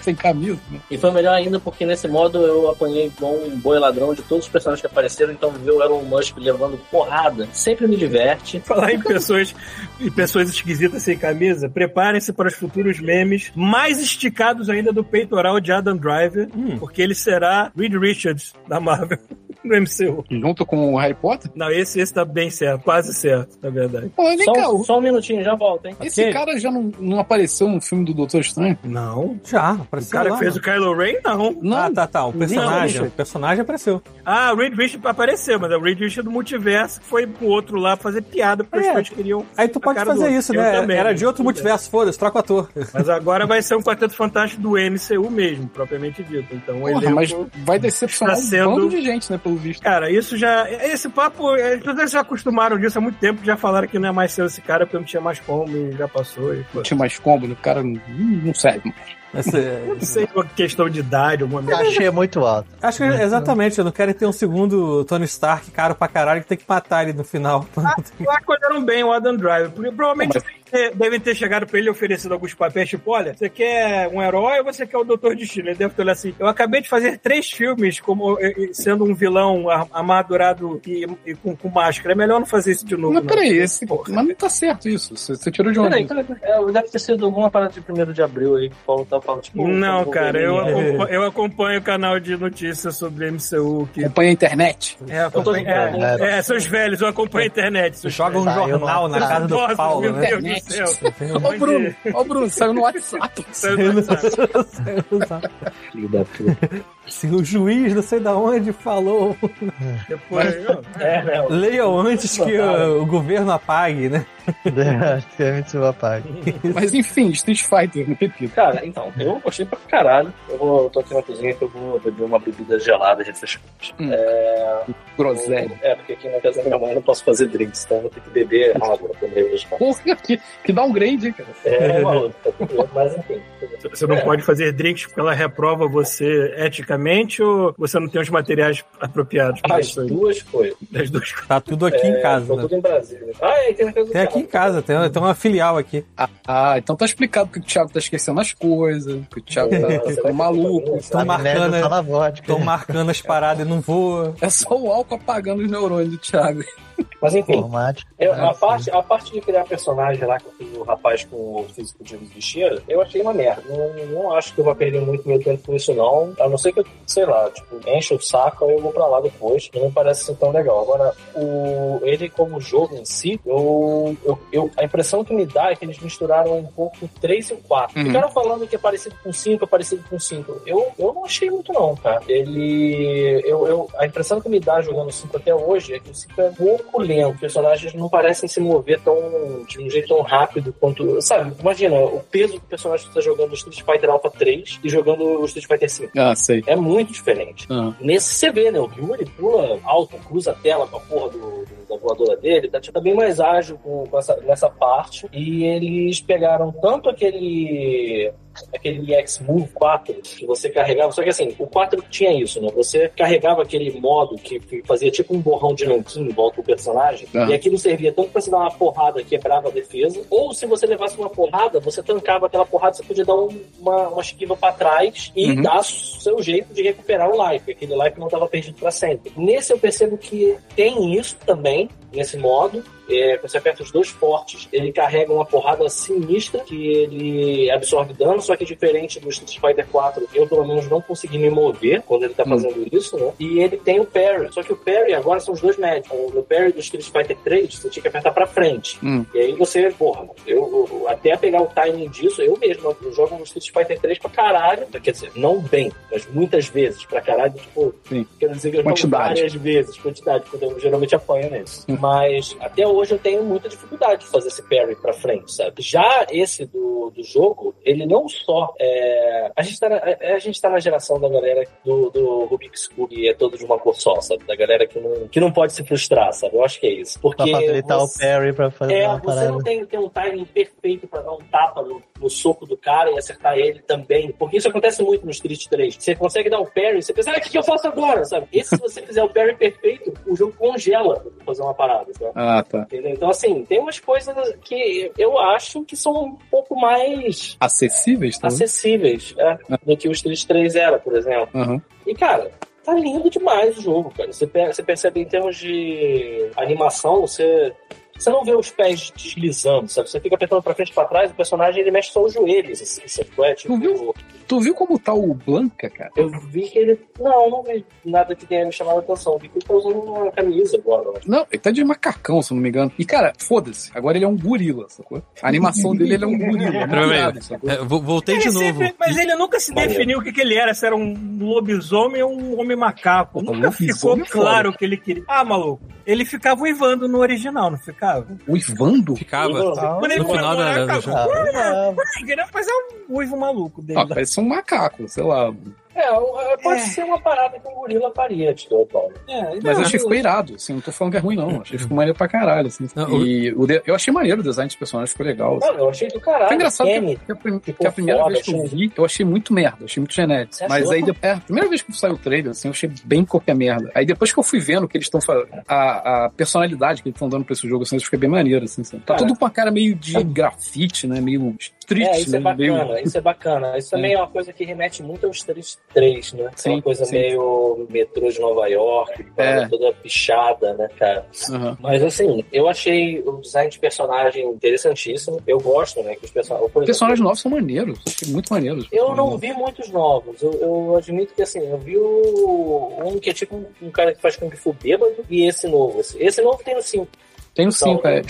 [SPEAKER 7] sem camisa, né?
[SPEAKER 5] E foi melhor ainda porque nesse modo eu apanhei igual um boi ladrão de todos os personagens que apareceram. Então ver o Elon Musk levando porrada sempre me diverte.
[SPEAKER 3] Falar em pessoas e pessoas esquisitas sem camisa, preparem-se para os futuros memes mais esticados ainda do peitoral de Adam Driver,
[SPEAKER 1] Hum.
[SPEAKER 3] porque ele será Reed Richards da Marvel no MCU.
[SPEAKER 7] Junto com o Harry Potter?
[SPEAKER 3] Não, esse, esse tá bem certo, quase certo, na verdade.
[SPEAKER 7] Pô, vem
[SPEAKER 5] Só,
[SPEAKER 7] cá, o-
[SPEAKER 5] só um minutinho, já volto, hein?
[SPEAKER 7] esse
[SPEAKER 1] Ok.
[SPEAKER 7] cara já não, não apareceu no filme do Doutor Estranho?
[SPEAKER 3] Não.
[SPEAKER 1] Já,
[SPEAKER 3] O
[SPEAKER 1] apareceu.
[SPEAKER 3] cara
[SPEAKER 1] lá,
[SPEAKER 3] que fez
[SPEAKER 1] mano.
[SPEAKER 3] o Kylo Ren, não.
[SPEAKER 7] Não,
[SPEAKER 1] Ah, tá, tá. O personagem.
[SPEAKER 7] Richard.
[SPEAKER 1] O personagem apareceu.
[SPEAKER 3] Ah, o Reed Richards apareceu, mas é o Reed Richards do multiverso que foi pro outro lá fazer piada porque
[SPEAKER 1] É.
[SPEAKER 3] os fãs queriam.
[SPEAKER 1] Aí tu
[SPEAKER 3] A
[SPEAKER 1] pode
[SPEAKER 3] cara do
[SPEAKER 1] fazer
[SPEAKER 3] outro.
[SPEAKER 1] isso,
[SPEAKER 3] Eu
[SPEAKER 1] né?
[SPEAKER 3] também,
[SPEAKER 1] Era
[SPEAKER 3] né?
[SPEAKER 1] de outro
[SPEAKER 3] Tudo bem.
[SPEAKER 1] multiverso, foda-se, troca o ator.
[SPEAKER 3] Mas agora vai ser um quarteto fantástico do MCU mesmo, propriamente dito. Então, o
[SPEAKER 7] Porra,
[SPEAKER 3] elenco-
[SPEAKER 7] mas vai decepcionar
[SPEAKER 3] tá
[SPEAKER 7] um
[SPEAKER 3] sendo-
[SPEAKER 7] bando de gente, né, pelo visto.
[SPEAKER 3] Cara, isso já. Esse papo, é, as pessoas já acostumaram disso há muito tempo, já falaram que não é mais seu esse cara, porque não tinha mais como e já passou. E, pô,
[SPEAKER 7] Não tinha mais combo, né? o cara não, não serve. mano.
[SPEAKER 1] Esse- é-
[SPEAKER 3] não sei é uma questão de idade, alguma merda.
[SPEAKER 6] Achei muito alto.
[SPEAKER 1] Acho que exatamente, eu não quero ter um segundo Tony Stark caro pra caralho que tem que matar ele no final.
[SPEAKER 3] Lá acolheram bem o Adam Driver, porque provavelmente
[SPEAKER 7] Mas-
[SPEAKER 3] eh, devem ter chegado pra ele e oferecido alguns papéis, tipo, olha, você quer um herói ou você quer o Doutor Destino? Ele deve ter olhado assim, eu acabei de fazer três filmes como eh, eh, sendo um vilão ar- amadurado e, e com, com máscara. É melhor não fazer isso de novo.
[SPEAKER 7] Mas
[SPEAKER 3] não.
[SPEAKER 7] peraí, esse,
[SPEAKER 3] Porra.
[SPEAKER 7] mas não tá certo isso. Você, você tirou de onde?
[SPEAKER 5] Peraí, peraí, peraí. É, deve ter sido alguma parada de 1 de abril aí, que o Paulo tá falando. Tipo,
[SPEAKER 3] Não, cara, eu,
[SPEAKER 5] Wolverine, né?
[SPEAKER 3] acompa- eu acompanho o canal de notícias sobre MCU. Que...
[SPEAKER 7] Acompanha a internet.
[SPEAKER 3] É, eu acompanho- é, é, seus velhos, eu acompanho a internet. Seus
[SPEAKER 1] Joga um
[SPEAKER 6] Tá, eu
[SPEAKER 1] jornal na casa do
[SPEAKER 3] idosos,
[SPEAKER 1] Paulo,
[SPEAKER 3] meu
[SPEAKER 1] né?
[SPEAKER 3] Deus do céu. tá
[SPEAKER 7] Ô,
[SPEAKER 3] Mas,
[SPEAKER 7] Bruno,
[SPEAKER 3] eh,
[SPEAKER 7] ô, Bruno, saiu no WhatsApp.
[SPEAKER 3] saiu do WhatsApp.
[SPEAKER 5] Filho da puta.
[SPEAKER 1] Se o juiz não sei da onde falou,
[SPEAKER 3] Depois, ó,
[SPEAKER 5] É, né?
[SPEAKER 1] leiam antes que o, o governo apague, né?
[SPEAKER 6] Extremamente subapague.
[SPEAKER 7] Mas enfim, Street Fighter, não repito.
[SPEAKER 5] Cara, então, eu gostei pra caralho. Eu, vou, eu tô aqui na cozinha que eu vou beber uma bebida gelada refrescante.
[SPEAKER 7] Hum.
[SPEAKER 5] É,
[SPEAKER 7] Groselha.
[SPEAKER 5] é, porque aqui na casa da minha mãe eu não posso fazer drinks, então eu vou ter que beber água quando eu refrescar.
[SPEAKER 7] Porra, que, que dá um grande, hein, cara.
[SPEAKER 5] É uma outra, mas enfim.
[SPEAKER 3] você não pode fazer drinks porque ela reprova você eticamente ou você não tem os materiais apropriados para
[SPEAKER 5] As
[SPEAKER 3] Ah, isso aí?
[SPEAKER 5] duas coisas.
[SPEAKER 3] Das duas coisas.
[SPEAKER 1] Tá tudo aqui
[SPEAKER 3] É,
[SPEAKER 1] em casa,
[SPEAKER 5] Tô
[SPEAKER 1] né?
[SPEAKER 5] tudo em Brasília. Ah, é, tem na casa do
[SPEAKER 1] Tem aqui em casa, tem, tem uma filial aqui.
[SPEAKER 7] Ah, ah, então tá explicado que o Thiago tá esquecendo as coisas, que o Thiago tá ficando maluco.
[SPEAKER 1] Tô marcando,
[SPEAKER 6] Tá na vodka.
[SPEAKER 1] tô marcando as paradas e não vou.
[SPEAKER 7] É só o álcool apagando os neurônios do Thiago.
[SPEAKER 5] Mas enfim,
[SPEAKER 6] Tomate.
[SPEAKER 5] eu- a,
[SPEAKER 7] Ah, sim.
[SPEAKER 5] parte, a parte de criar personagem lá que eu fiz o rapaz com o físico de lixeira, eu achei uma merda. Não, não acho que eu vou perder muito meu tempo com isso, não. A não ser que eu, sei lá, tipo, enche o saco, aí eu vou pra lá depois. Não me parece ser tão legal. Agora, o, ele como jogo em si, eu, eu, eu- a impressão que me dá é que eles misturaram um pouco 3 e o 4.
[SPEAKER 7] Uhum.
[SPEAKER 5] Ficaram falando que é parecido com 5, é parecido com 5. Eu, eu não achei muito, não, cara. Ele. Eu, eu- a impressão que me dá jogando 5 até hoje é que o 5 é um pouco lento. Os personagens não parecem se mover tão. de um jeito tão rápido quanto. Sabe, imagina, o peso do personagem que tá jogando Street Fighter Alpha 3 e jogando o Street Fighter 5.
[SPEAKER 7] Ah, sei.
[SPEAKER 5] É muito diferente.
[SPEAKER 7] Ah.
[SPEAKER 5] Nesse você vê, né? O Yuri pula alto, cruza a tela com a porra do, do- da voadora dele, tá, tá bem mais ágil com, com essa, nessa parte. E eles pegaram tanto aquele. Aquele X-Move 4 que você carregava, só que assim, o 4 tinha isso, né? Você carregava aquele modo que que fazia tipo um borrão de nanquim em volta do personagem,
[SPEAKER 7] Aham.
[SPEAKER 5] e aquilo servia tanto pra você dar uma porrada, quebrava a defesa, ou se você levasse uma porrada, você tancava aquela porrada, você podia dar um- uma, uma esquiva pra trás e
[SPEAKER 7] Uhum.
[SPEAKER 5] dar dar seu jeito de recuperar o life. Aquele life não estava perdido para sempre. Nesse eu percebo que tem isso também, nesse modo. É, você aperta os dois fortes, ele carrega uma porrada sinistra que ele absorve dano, só que diferente do Street Fighter 4, eu pelo menos não consegui me mover quando ele tá
[SPEAKER 7] Hum.
[SPEAKER 5] fazendo isso, né? E ele tem o parry, só que o parry agora são os dois Então, médios. O parry do Street Fighter 3, você tinha que apertar pra frente.
[SPEAKER 7] Hum.
[SPEAKER 5] E aí você, porra, eu, eu- eu até pegar o timing disso, eu mesmo, eu jogo no Street Fighter 3 pra caralho. Quer dizer, não bem, mas muitas vezes pra caralho, tipo,
[SPEAKER 4] Sim.
[SPEAKER 5] quero dizer que eu jogo
[SPEAKER 4] Quantidade.
[SPEAKER 5] várias vezes, quantidade, quando eu geralmente apanho nisso. Mas até hoje eu tenho muita dificuldade de fazer esse parry pra frente, sabe? Já esse do, do jogo, ele não só é, a gente, tá na, a, a gente tá na geração da galera do, do Rubik's Cube é todo de uma cor só, sabe? Da galera que não, que não pode se frustrar, sabe? Eu acho que é isso. Porque
[SPEAKER 6] Pra facilitar
[SPEAKER 5] você-
[SPEAKER 6] o Perry pra fazer
[SPEAKER 5] é,
[SPEAKER 6] uma
[SPEAKER 5] você
[SPEAKER 6] parada.
[SPEAKER 5] não tem, tem um timing perfeito pra dar um tapa no, no soco do cara e acertar ele também. Porque isso acontece muito no Street 3. Você consegue dar o parry, você pensa, ah, o que, que eu faço agora? Sabe? Esse, se você fizer o parry perfeito, o jogo congela pra fazer uma parada. Sabe?
[SPEAKER 2] Ah, tá.
[SPEAKER 5] Entendeu? Então, assim, tem umas coisas que eu acho que são um pouco mais
[SPEAKER 7] Acessíveis, tá?
[SPEAKER 5] acessíveis é, do que o Street 3 era, por exemplo.
[SPEAKER 7] Aham.
[SPEAKER 5] E, cara, tá lindo demais o jogo, cara. Você, pe- você percebe em termos de animação, você. Você não vê os pés deslizando, sabe? Você fica apertando pra frente e pra trás, o personagem ele mexe só os joelhos, assim, sabe? É, tipo,
[SPEAKER 7] Não viu? Tu viu como tá o Blanca, cara?
[SPEAKER 5] eu vi que ele. Não, não vi nada que tenha me chamado a atenção. Vi que ele tá usando uma camisa agora. eu acho.
[SPEAKER 7] Não, ele tá de macacão, se eu não me engano. E, cara, foda-se. Agora ele é um gorila, sacou? A animação dele, ele é um gorila. é
[SPEAKER 9] Pera aí.
[SPEAKER 7] irado, sacou?
[SPEAKER 9] É, vo- voltei de
[SPEAKER 3] Ele
[SPEAKER 9] novo.
[SPEAKER 3] sempre- mas ele nunca se
[SPEAKER 5] Maneiro.
[SPEAKER 3] definiu o que, que ele era, se era um lobisomem ou um homem
[SPEAKER 7] Pô,
[SPEAKER 3] macaco. nunca ficou
[SPEAKER 7] lobisomem é foda.
[SPEAKER 3] claro o que ele queria. Ah, maluco, ele ficava uivando no original, não ficava?
[SPEAKER 7] O Ivando?
[SPEAKER 9] Ficava.
[SPEAKER 6] Ah,
[SPEAKER 3] Quando ele
[SPEAKER 9] No
[SPEAKER 3] foi
[SPEAKER 9] final
[SPEAKER 3] morar,
[SPEAKER 9] da- da-
[SPEAKER 6] tá.
[SPEAKER 3] acabou.
[SPEAKER 5] Então,
[SPEAKER 3] Queria fazer um uivo maluco dele.
[SPEAKER 7] Ah, parece um macaco, sei lá.
[SPEAKER 5] É, eu- eu- pode
[SPEAKER 3] É.
[SPEAKER 5] ser uma parada que um gorila faria, tipo, Paulo.
[SPEAKER 3] É,
[SPEAKER 7] Mas
[SPEAKER 3] não,
[SPEAKER 7] eu achei que ficou irado, assim, não tô falando que é ruim, não. Achei que ficou maneiro pra caralho, assim.
[SPEAKER 9] Não,
[SPEAKER 7] e o de- eu achei maneiro o design dos personagens, ficou legal. assim.
[SPEAKER 5] Não, eu achei do caralho.
[SPEAKER 7] Foi engraçado que,
[SPEAKER 5] Kenny.
[SPEAKER 7] que a, prim-
[SPEAKER 5] Ficou
[SPEAKER 7] que a primeira
[SPEAKER 5] foda,
[SPEAKER 7] vez que eu
[SPEAKER 5] achei.
[SPEAKER 7] vi, eu achei muito merda, achei muito genérico.
[SPEAKER 5] Você
[SPEAKER 7] mas
[SPEAKER 5] achou?
[SPEAKER 7] aí depois. É, a primeira vez que saiu o trailer, assim, eu achei bem qualquer merda. Aí depois que eu fui vendo o que eles estão fazendo, a, a personalidade que eles estão dando pra esse jogo, assim, eu fiquei bem maneiro, assim. sabe? Tá
[SPEAKER 5] Cara.
[SPEAKER 7] tudo com uma cara meio de grafite, né? Meio street,
[SPEAKER 5] É, isso é
[SPEAKER 7] né?
[SPEAKER 5] bacana,
[SPEAKER 7] meio...
[SPEAKER 5] isso é bacana. Isso também é uma coisa que remete muito aos 3-3, né?
[SPEAKER 7] Sim,
[SPEAKER 5] é uma coisa
[SPEAKER 7] sim. É.
[SPEAKER 5] meio metrô de Nova York, parada toda pichada, né, cara?
[SPEAKER 7] Aham.
[SPEAKER 5] Mas assim, eu achei o design de personagem interessantíssimo. Eu gosto, né? Que os person... por exemplo,
[SPEAKER 7] Os personagens novos são maneiros, achei muito maneiros.
[SPEAKER 5] Eu não vi muitos novos. Eu, eu admito que assim, eu vi o... um que é tipo um- um cara que faz Kung Fu bêbado e esse novo. Esse, esse novo tem assim,
[SPEAKER 7] Tem o 5, é,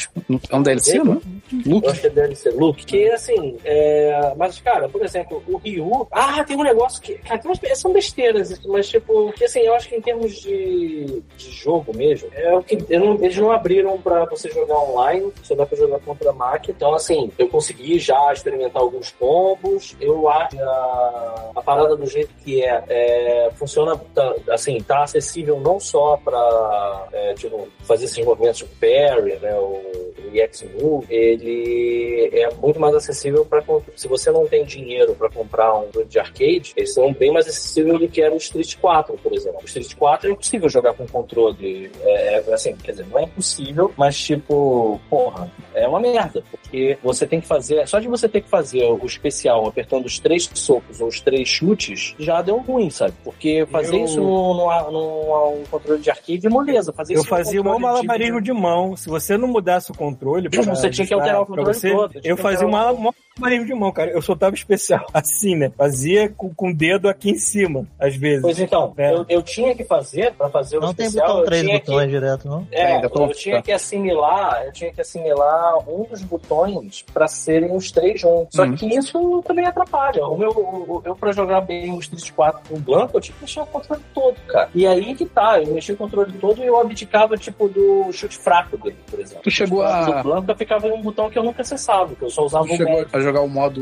[SPEAKER 7] é um DLC, né? Luke.
[SPEAKER 5] Eu acho que deve ser Luke. Que assim, é... mas cara, por exemplo, o Ryu. Ah, tem um negócio que. Cara, tem umas... são besteiras, isso, mas tipo, que assim, eu acho que em termos de, de jogo mesmo, é o que. eu não- Eles não abriram pra você jogar online, só dá pra jogar contra a máquina. Então, assim, eu consegui já experimentar alguns combos. Eu acho que a, a parada do jeito que é, é, funciona tá- assim, tá acessível não só pra é, tipo, fazer esses movimentos de parry, né? O, o EX Move, ele é muito mais acessível para se você não tem dinheiro para comprar um jogo de arcade, eles são bem mais acessíveis do que era o Street 4, por exemplo. O Street 4 é impossível jogar com controle, é, é, assim, quer dizer, não é impossível, mas tipo, porra, é uma merda, porque você tem que fazer, só de você ter que fazer o especial apertando os três socos ou os três chutes, já deu ruim, sabe? Porque fazer
[SPEAKER 3] Eu-
[SPEAKER 5] isso num, num- num controle de arcade é moleza, fazer
[SPEAKER 3] Eu
[SPEAKER 5] isso num
[SPEAKER 3] fazia um
[SPEAKER 5] controle de-
[SPEAKER 3] malabarismo de mão. Se você não mudasse o controle, pra
[SPEAKER 5] Você tinha que
[SPEAKER 3] ajustar,
[SPEAKER 5] alterar o
[SPEAKER 3] pra
[SPEAKER 5] controle todo, tinha que
[SPEAKER 3] Eu fazia um
[SPEAKER 5] alterar
[SPEAKER 3] mala- um malabarismo de mão, cara. Eu soltava especial assim, né? Fazia com, com o dedo aqui em cima, às vezes.
[SPEAKER 5] Pois então,
[SPEAKER 3] É.
[SPEAKER 5] eu, eu tinha que fazer pra fazer o
[SPEAKER 6] Não tem
[SPEAKER 5] especial,
[SPEAKER 6] botão
[SPEAKER 5] eu
[SPEAKER 6] três
[SPEAKER 5] tinha
[SPEAKER 6] botões tá direto, não?
[SPEAKER 5] Que, é,
[SPEAKER 7] Ainda tô-
[SPEAKER 5] eu tinha que assimilar, eu tinha que assimilar um dos botões pra serem os três juntos. Só
[SPEAKER 6] Hum.
[SPEAKER 7] Uhum.
[SPEAKER 5] que isso também atrapalha. O meu, o- o- eu pra jogar bem o Street 4 com o Blanco, eu tinha que mexer o controle todo, cara. E aí que tá, eu mexi o controle todo e eu abdicava, tipo, do chute fraco dele, por exemplo.
[SPEAKER 7] Tu chegou a.
[SPEAKER 5] O Blanco ficava em um botão que eu nunca acessava, que eu só usava um
[SPEAKER 7] Tu
[SPEAKER 5] o
[SPEAKER 7] chegou
[SPEAKER 5] médio.
[SPEAKER 7] a jogar o modo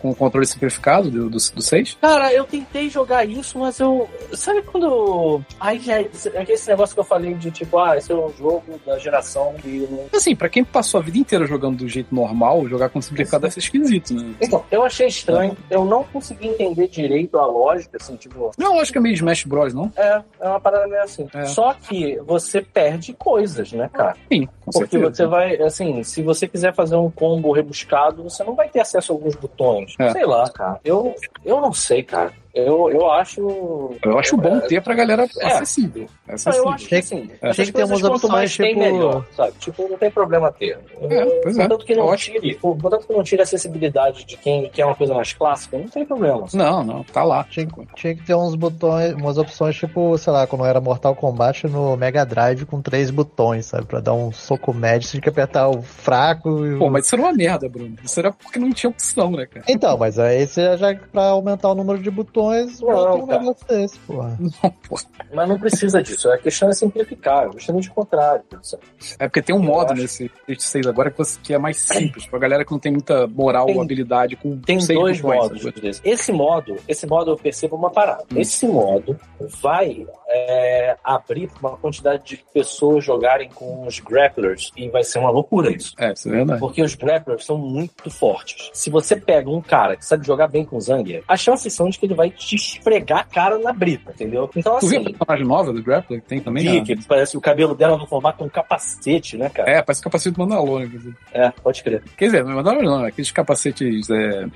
[SPEAKER 7] com o controle simplificado do, do, do 6?
[SPEAKER 5] Cara, eu tentei jogar isso, mas eu. Sabe quando. Ai, já... Esse negócio que eu falei de tipo, ah, esse é um jogo da geração que. não-
[SPEAKER 7] Assim, pra quem passou a vida inteira jogando do jeito normal, jogar com simplificado deve ser esquisito, né?
[SPEAKER 5] Então, eu achei estranho. Eu não consegui entender direito a lógica, assim, tipo.
[SPEAKER 7] Não, acho que é meio Smash Bros, não?
[SPEAKER 5] É, é uma parada meio assim.
[SPEAKER 7] É.
[SPEAKER 5] Só que você perde coisas, né, cara?
[SPEAKER 7] Sim, com
[SPEAKER 5] Porque
[SPEAKER 7] certeza.
[SPEAKER 5] você vai, assim, se você quiser fazer um combo rebuscado, você não vai ter acesso a alguns botões.
[SPEAKER 7] É.
[SPEAKER 5] Sei lá, cara. Eu, eu não sei, cara. Eu, eu acho.
[SPEAKER 7] Eu acho bom ter pra galera
[SPEAKER 5] É.
[SPEAKER 7] acessível.
[SPEAKER 5] Não,
[SPEAKER 7] acessível.
[SPEAKER 5] eu acho que assim.
[SPEAKER 7] Tem
[SPEAKER 5] essas
[SPEAKER 6] Tipo que ter
[SPEAKER 5] coisas,
[SPEAKER 6] umas
[SPEAKER 5] quanto mais
[SPEAKER 6] opções,
[SPEAKER 5] tem,
[SPEAKER 6] tipo-
[SPEAKER 5] melhor, sabe? Tipo, não tem problema ter.
[SPEAKER 7] É, pois é.
[SPEAKER 5] Contanto que não
[SPEAKER 7] Ótimo.
[SPEAKER 5] tire, contanto que não tire a acessibilidade de quem quer uma coisa mais clássica, não tem problema.
[SPEAKER 7] Não, não, tá lá.
[SPEAKER 6] Tinha, tinha que ter uns botões, umas opções tipo, sei lá, quando era Mortal Kombat no Mega Drive com três botões, sabe? Pra dar um soco médio, você tinha que apertar o fraco e o...
[SPEAKER 7] Pô, mas isso era uma merda, Bruno. Isso era porque não tinha opção, né, cara?
[SPEAKER 6] Então, mas aí você já, pra aumentar o número de botões,
[SPEAKER 5] Não, tá.
[SPEAKER 6] bota um
[SPEAKER 5] cara.
[SPEAKER 6] negócio desse, porra.
[SPEAKER 7] Não, pô.
[SPEAKER 5] Mas não precisa disso. A questão é simplificar, justamente o contrário. sabe?
[SPEAKER 7] É porque tem um
[SPEAKER 5] Eu
[SPEAKER 7] modo
[SPEAKER 5] acho.
[SPEAKER 7] nesse 6 agora que, você- que é mais simples, pra galera que não tem muita moral
[SPEAKER 5] Tem-
[SPEAKER 7] ou habilidade com
[SPEAKER 5] Tem
[SPEAKER 7] seis
[SPEAKER 5] dois
[SPEAKER 7] botões,
[SPEAKER 5] modos
[SPEAKER 7] sabe?
[SPEAKER 5] desse. Esse modo, esse modo eu percebo uma parada.
[SPEAKER 7] Hum.
[SPEAKER 5] Esse modo vai é, abrir pra uma quantidade de pessoas jogarem com os grapplers e vai ser uma loucura isso.
[SPEAKER 7] É, isso é verdade.
[SPEAKER 5] Porque os grapplers são muito fortes. Se você pega um cara que sabe jogar bem com Zangief, as chances são de que ele vai te esfregar a cara na brita, entendeu? Então,
[SPEAKER 7] Tu viu a
[SPEAKER 5] assim,
[SPEAKER 7] personagem nova do Grappler que tem também?
[SPEAKER 5] vi que parece que o cabelo dela no formato de um capacete, né,
[SPEAKER 7] Ah,
[SPEAKER 5] cara?
[SPEAKER 7] É, parece o capacete do Mandalorian. quer dizer.
[SPEAKER 5] É, pode crer.
[SPEAKER 7] Quer dizer, não é Mandalorian não, é aqueles capacetes. É,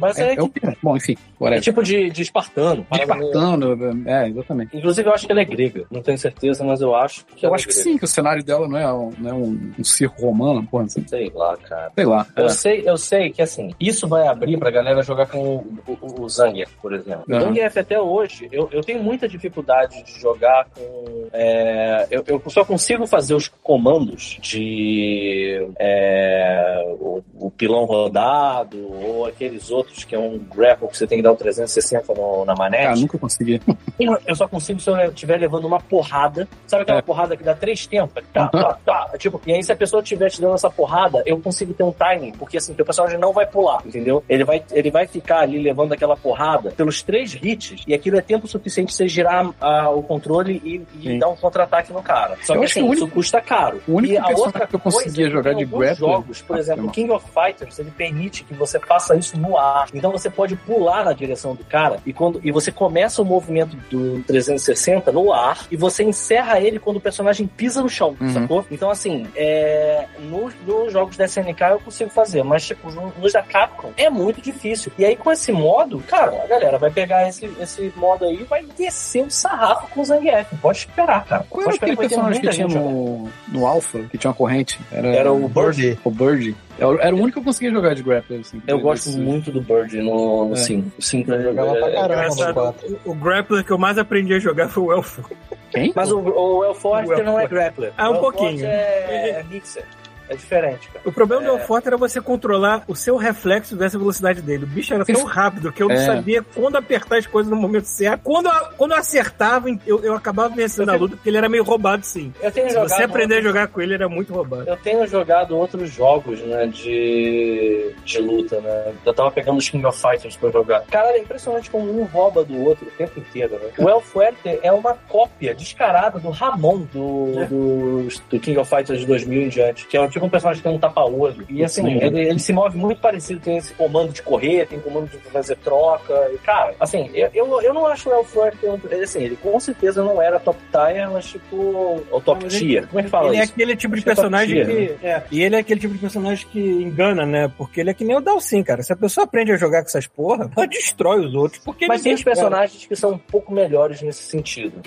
[SPEAKER 5] Mas é,
[SPEAKER 7] é, é o- Bom, enfim,
[SPEAKER 5] é
[SPEAKER 7] whatever.
[SPEAKER 5] tipo de, de espartano.
[SPEAKER 7] De
[SPEAKER 5] parada meio-
[SPEAKER 7] espartano, é, exatamente.
[SPEAKER 5] Inclusive, eu acho que ela é grega. Não tenho certeza, mas eu acho que
[SPEAKER 7] Eu
[SPEAKER 5] ela
[SPEAKER 7] acho
[SPEAKER 5] é
[SPEAKER 7] que
[SPEAKER 5] grega.
[SPEAKER 7] sim, que o cenário dela não é um, não é um, um circo romano, porra, assim,
[SPEAKER 5] Sei lá, cara.
[SPEAKER 7] sei lá.
[SPEAKER 5] Eu,
[SPEAKER 7] É.
[SPEAKER 5] sei, eu sei que assim, isso vai abrir pra galera jogar com o, o, o Zangief, por exemplo. O
[SPEAKER 7] Aham.
[SPEAKER 5] Zangief até hoje, eu, eu tenho muita dificuldade de jogar com. é, eu, eu só consigo fazer os comandos de é, o, o pilão rodado, ou aqueles outros que é um grapple que você tem que dar o 360 no- na manete.
[SPEAKER 7] Cara, nunca consegui.
[SPEAKER 5] Eu eu só consigo se eu estiver levando uma porrada. Sabe aquela
[SPEAKER 7] É.
[SPEAKER 5] porrada que dá três tempos? Tá, tá, tá. Tipo, e aí, se a pessoa estiver te dando essa porrada, eu consigo ter um timing. Porque assim, teu personagem não vai pular, entendeu? Ele vai, ele vai ficar ali levando aquela porrada pelos três hits, e aquilo é tempo suficiente pra você girar ah, o controle e, e dar um contra-ataque no cara. Só
[SPEAKER 7] Eu
[SPEAKER 5] que
[SPEAKER 7] acho que
[SPEAKER 5] assim,
[SPEAKER 7] o
[SPEAKER 5] isso custa caro.
[SPEAKER 7] o único
[SPEAKER 5] e a
[SPEAKER 7] personagem
[SPEAKER 5] outra
[SPEAKER 7] que eu conseguia
[SPEAKER 5] coisa é que
[SPEAKER 7] jogar
[SPEAKER 5] tem
[SPEAKER 7] de
[SPEAKER 5] alguns
[SPEAKER 7] grappler-
[SPEAKER 5] jogos, por
[SPEAKER 7] Ah,
[SPEAKER 5] exemplo,
[SPEAKER 7] não.
[SPEAKER 5] King of Fighters, ele permite que você faça isso no ar. Então você pode pular na direção do cara e quando e você começa o movimento do 360 no ar e você encerra ele quando o personagem pisa no chão,
[SPEAKER 7] Uhum.
[SPEAKER 5] sacou? Então assim, é, nos, nos jogos da SNK eu consigo fazer, mas tipo, no- nos da Capcom é muito difícil. E aí com esse modo, cara, a galera vai pegar esse, esse modo aí e vai descer o sarrafo com o Zangief. Pode esperar, cara.
[SPEAKER 7] Qual
[SPEAKER 5] pode
[SPEAKER 7] era
[SPEAKER 5] esperar
[SPEAKER 7] aquele
[SPEAKER 5] vai
[SPEAKER 7] personagem
[SPEAKER 5] ter
[SPEAKER 7] que
[SPEAKER 5] muita
[SPEAKER 7] tinha
[SPEAKER 5] gente jogando.
[SPEAKER 7] no, no Alpha, que tinha uma corrente? Era,
[SPEAKER 5] Era o Bird.
[SPEAKER 6] Birdie.
[SPEAKER 7] o Bird. Era, era o único que eu conseguia jogar de grappler, assim.
[SPEAKER 5] Eu gosto
[SPEAKER 7] Esse-
[SPEAKER 5] muito do Bird no
[SPEAKER 7] É.
[SPEAKER 5] 5. O 5 é
[SPEAKER 6] Jogava pra caramba no
[SPEAKER 3] engraçado.
[SPEAKER 6] 4.
[SPEAKER 3] O grappler que eu mais aprendi a jogar foi o Elfo.
[SPEAKER 7] Quem?
[SPEAKER 5] Mas o, o
[SPEAKER 3] O
[SPEAKER 5] Elforte
[SPEAKER 3] Elforte.
[SPEAKER 5] não é grappler.
[SPEAKER 3] Ah, um
[SPEAKER 5] O Elforte
[SPEAKER 3] pouquinho.
[SPEAKER 5] É, é mixer. É diferente, cara.
[SPEAKER 3] O problema
[SPEAKER 5] É.
[SPEAKER 3] do Elfoto era você controlar o seu reflexo dessa velocidade dele. O bicho era tão rápido que eu não
[SPEAKER 7] É.
[SPEAKER 3] sabia quando apertar as coisas no momento certo. Quando, eu- quando eu acertava, eu, eu acabava vencendo a luta, porque ele era meio roubado, sim.
[SPEAKER 5] Eu tenho
[SPEAKER 3] Se
[SPEAKER 5] jogado.
[SPEAKER 3] você aprender a jogar com ele, era muito roubado.
[SPEAKER 5] Eu tenho jogado outros jogos, né, de, de luta, né? Eu tava pegando os King of Fighters pra jogar. Cara, é impressionante como um rouba do outro o tempo inteiro, né? O El Fuerte é uma cópia descarada do Ramon do, do, do King of Fighters de 2000 em diante, que é tipo um personagem que tem um tapa-olho. E assim,
[SPEAKER 7] Sim.
[SPEAKER 5] ele, ele se move muito parecido, tem esse comando de correr, tem comando de fazer troca. E, cara, assim, eu, eu, eu não acho o El Fuerte... um- Ele, assim, ele com certeza não era top tier, mas tipo... Ou top
[SPEAKER 3] Não, ele-
[SPEAKER 5] tier. Como é que fala
[SPEAKER 3] Ele é
[SPEAKER 5] isso?
[SPEAKER 3] aquele tipo de
[SPEAKER 5] Acho que é
[SPEAKER 3] personagem
[SPEAKER 5] empatia,
[SPEAKER 3] que. é, e ele é aquele tipo de personagem que engana, né? Porque ele é que nem o Dalsin, cara. Se a pessoa aprende a jogar com essas porra, ela destrói os outros. Porque
[SPEAKER 5] Mas tem
[SPEAKER 3] ninguém
[SPEAKER 5] os
[SPEAKER 3] espera.
[SPEAKER 5] personagens que são um pouco melhores nesse sentido.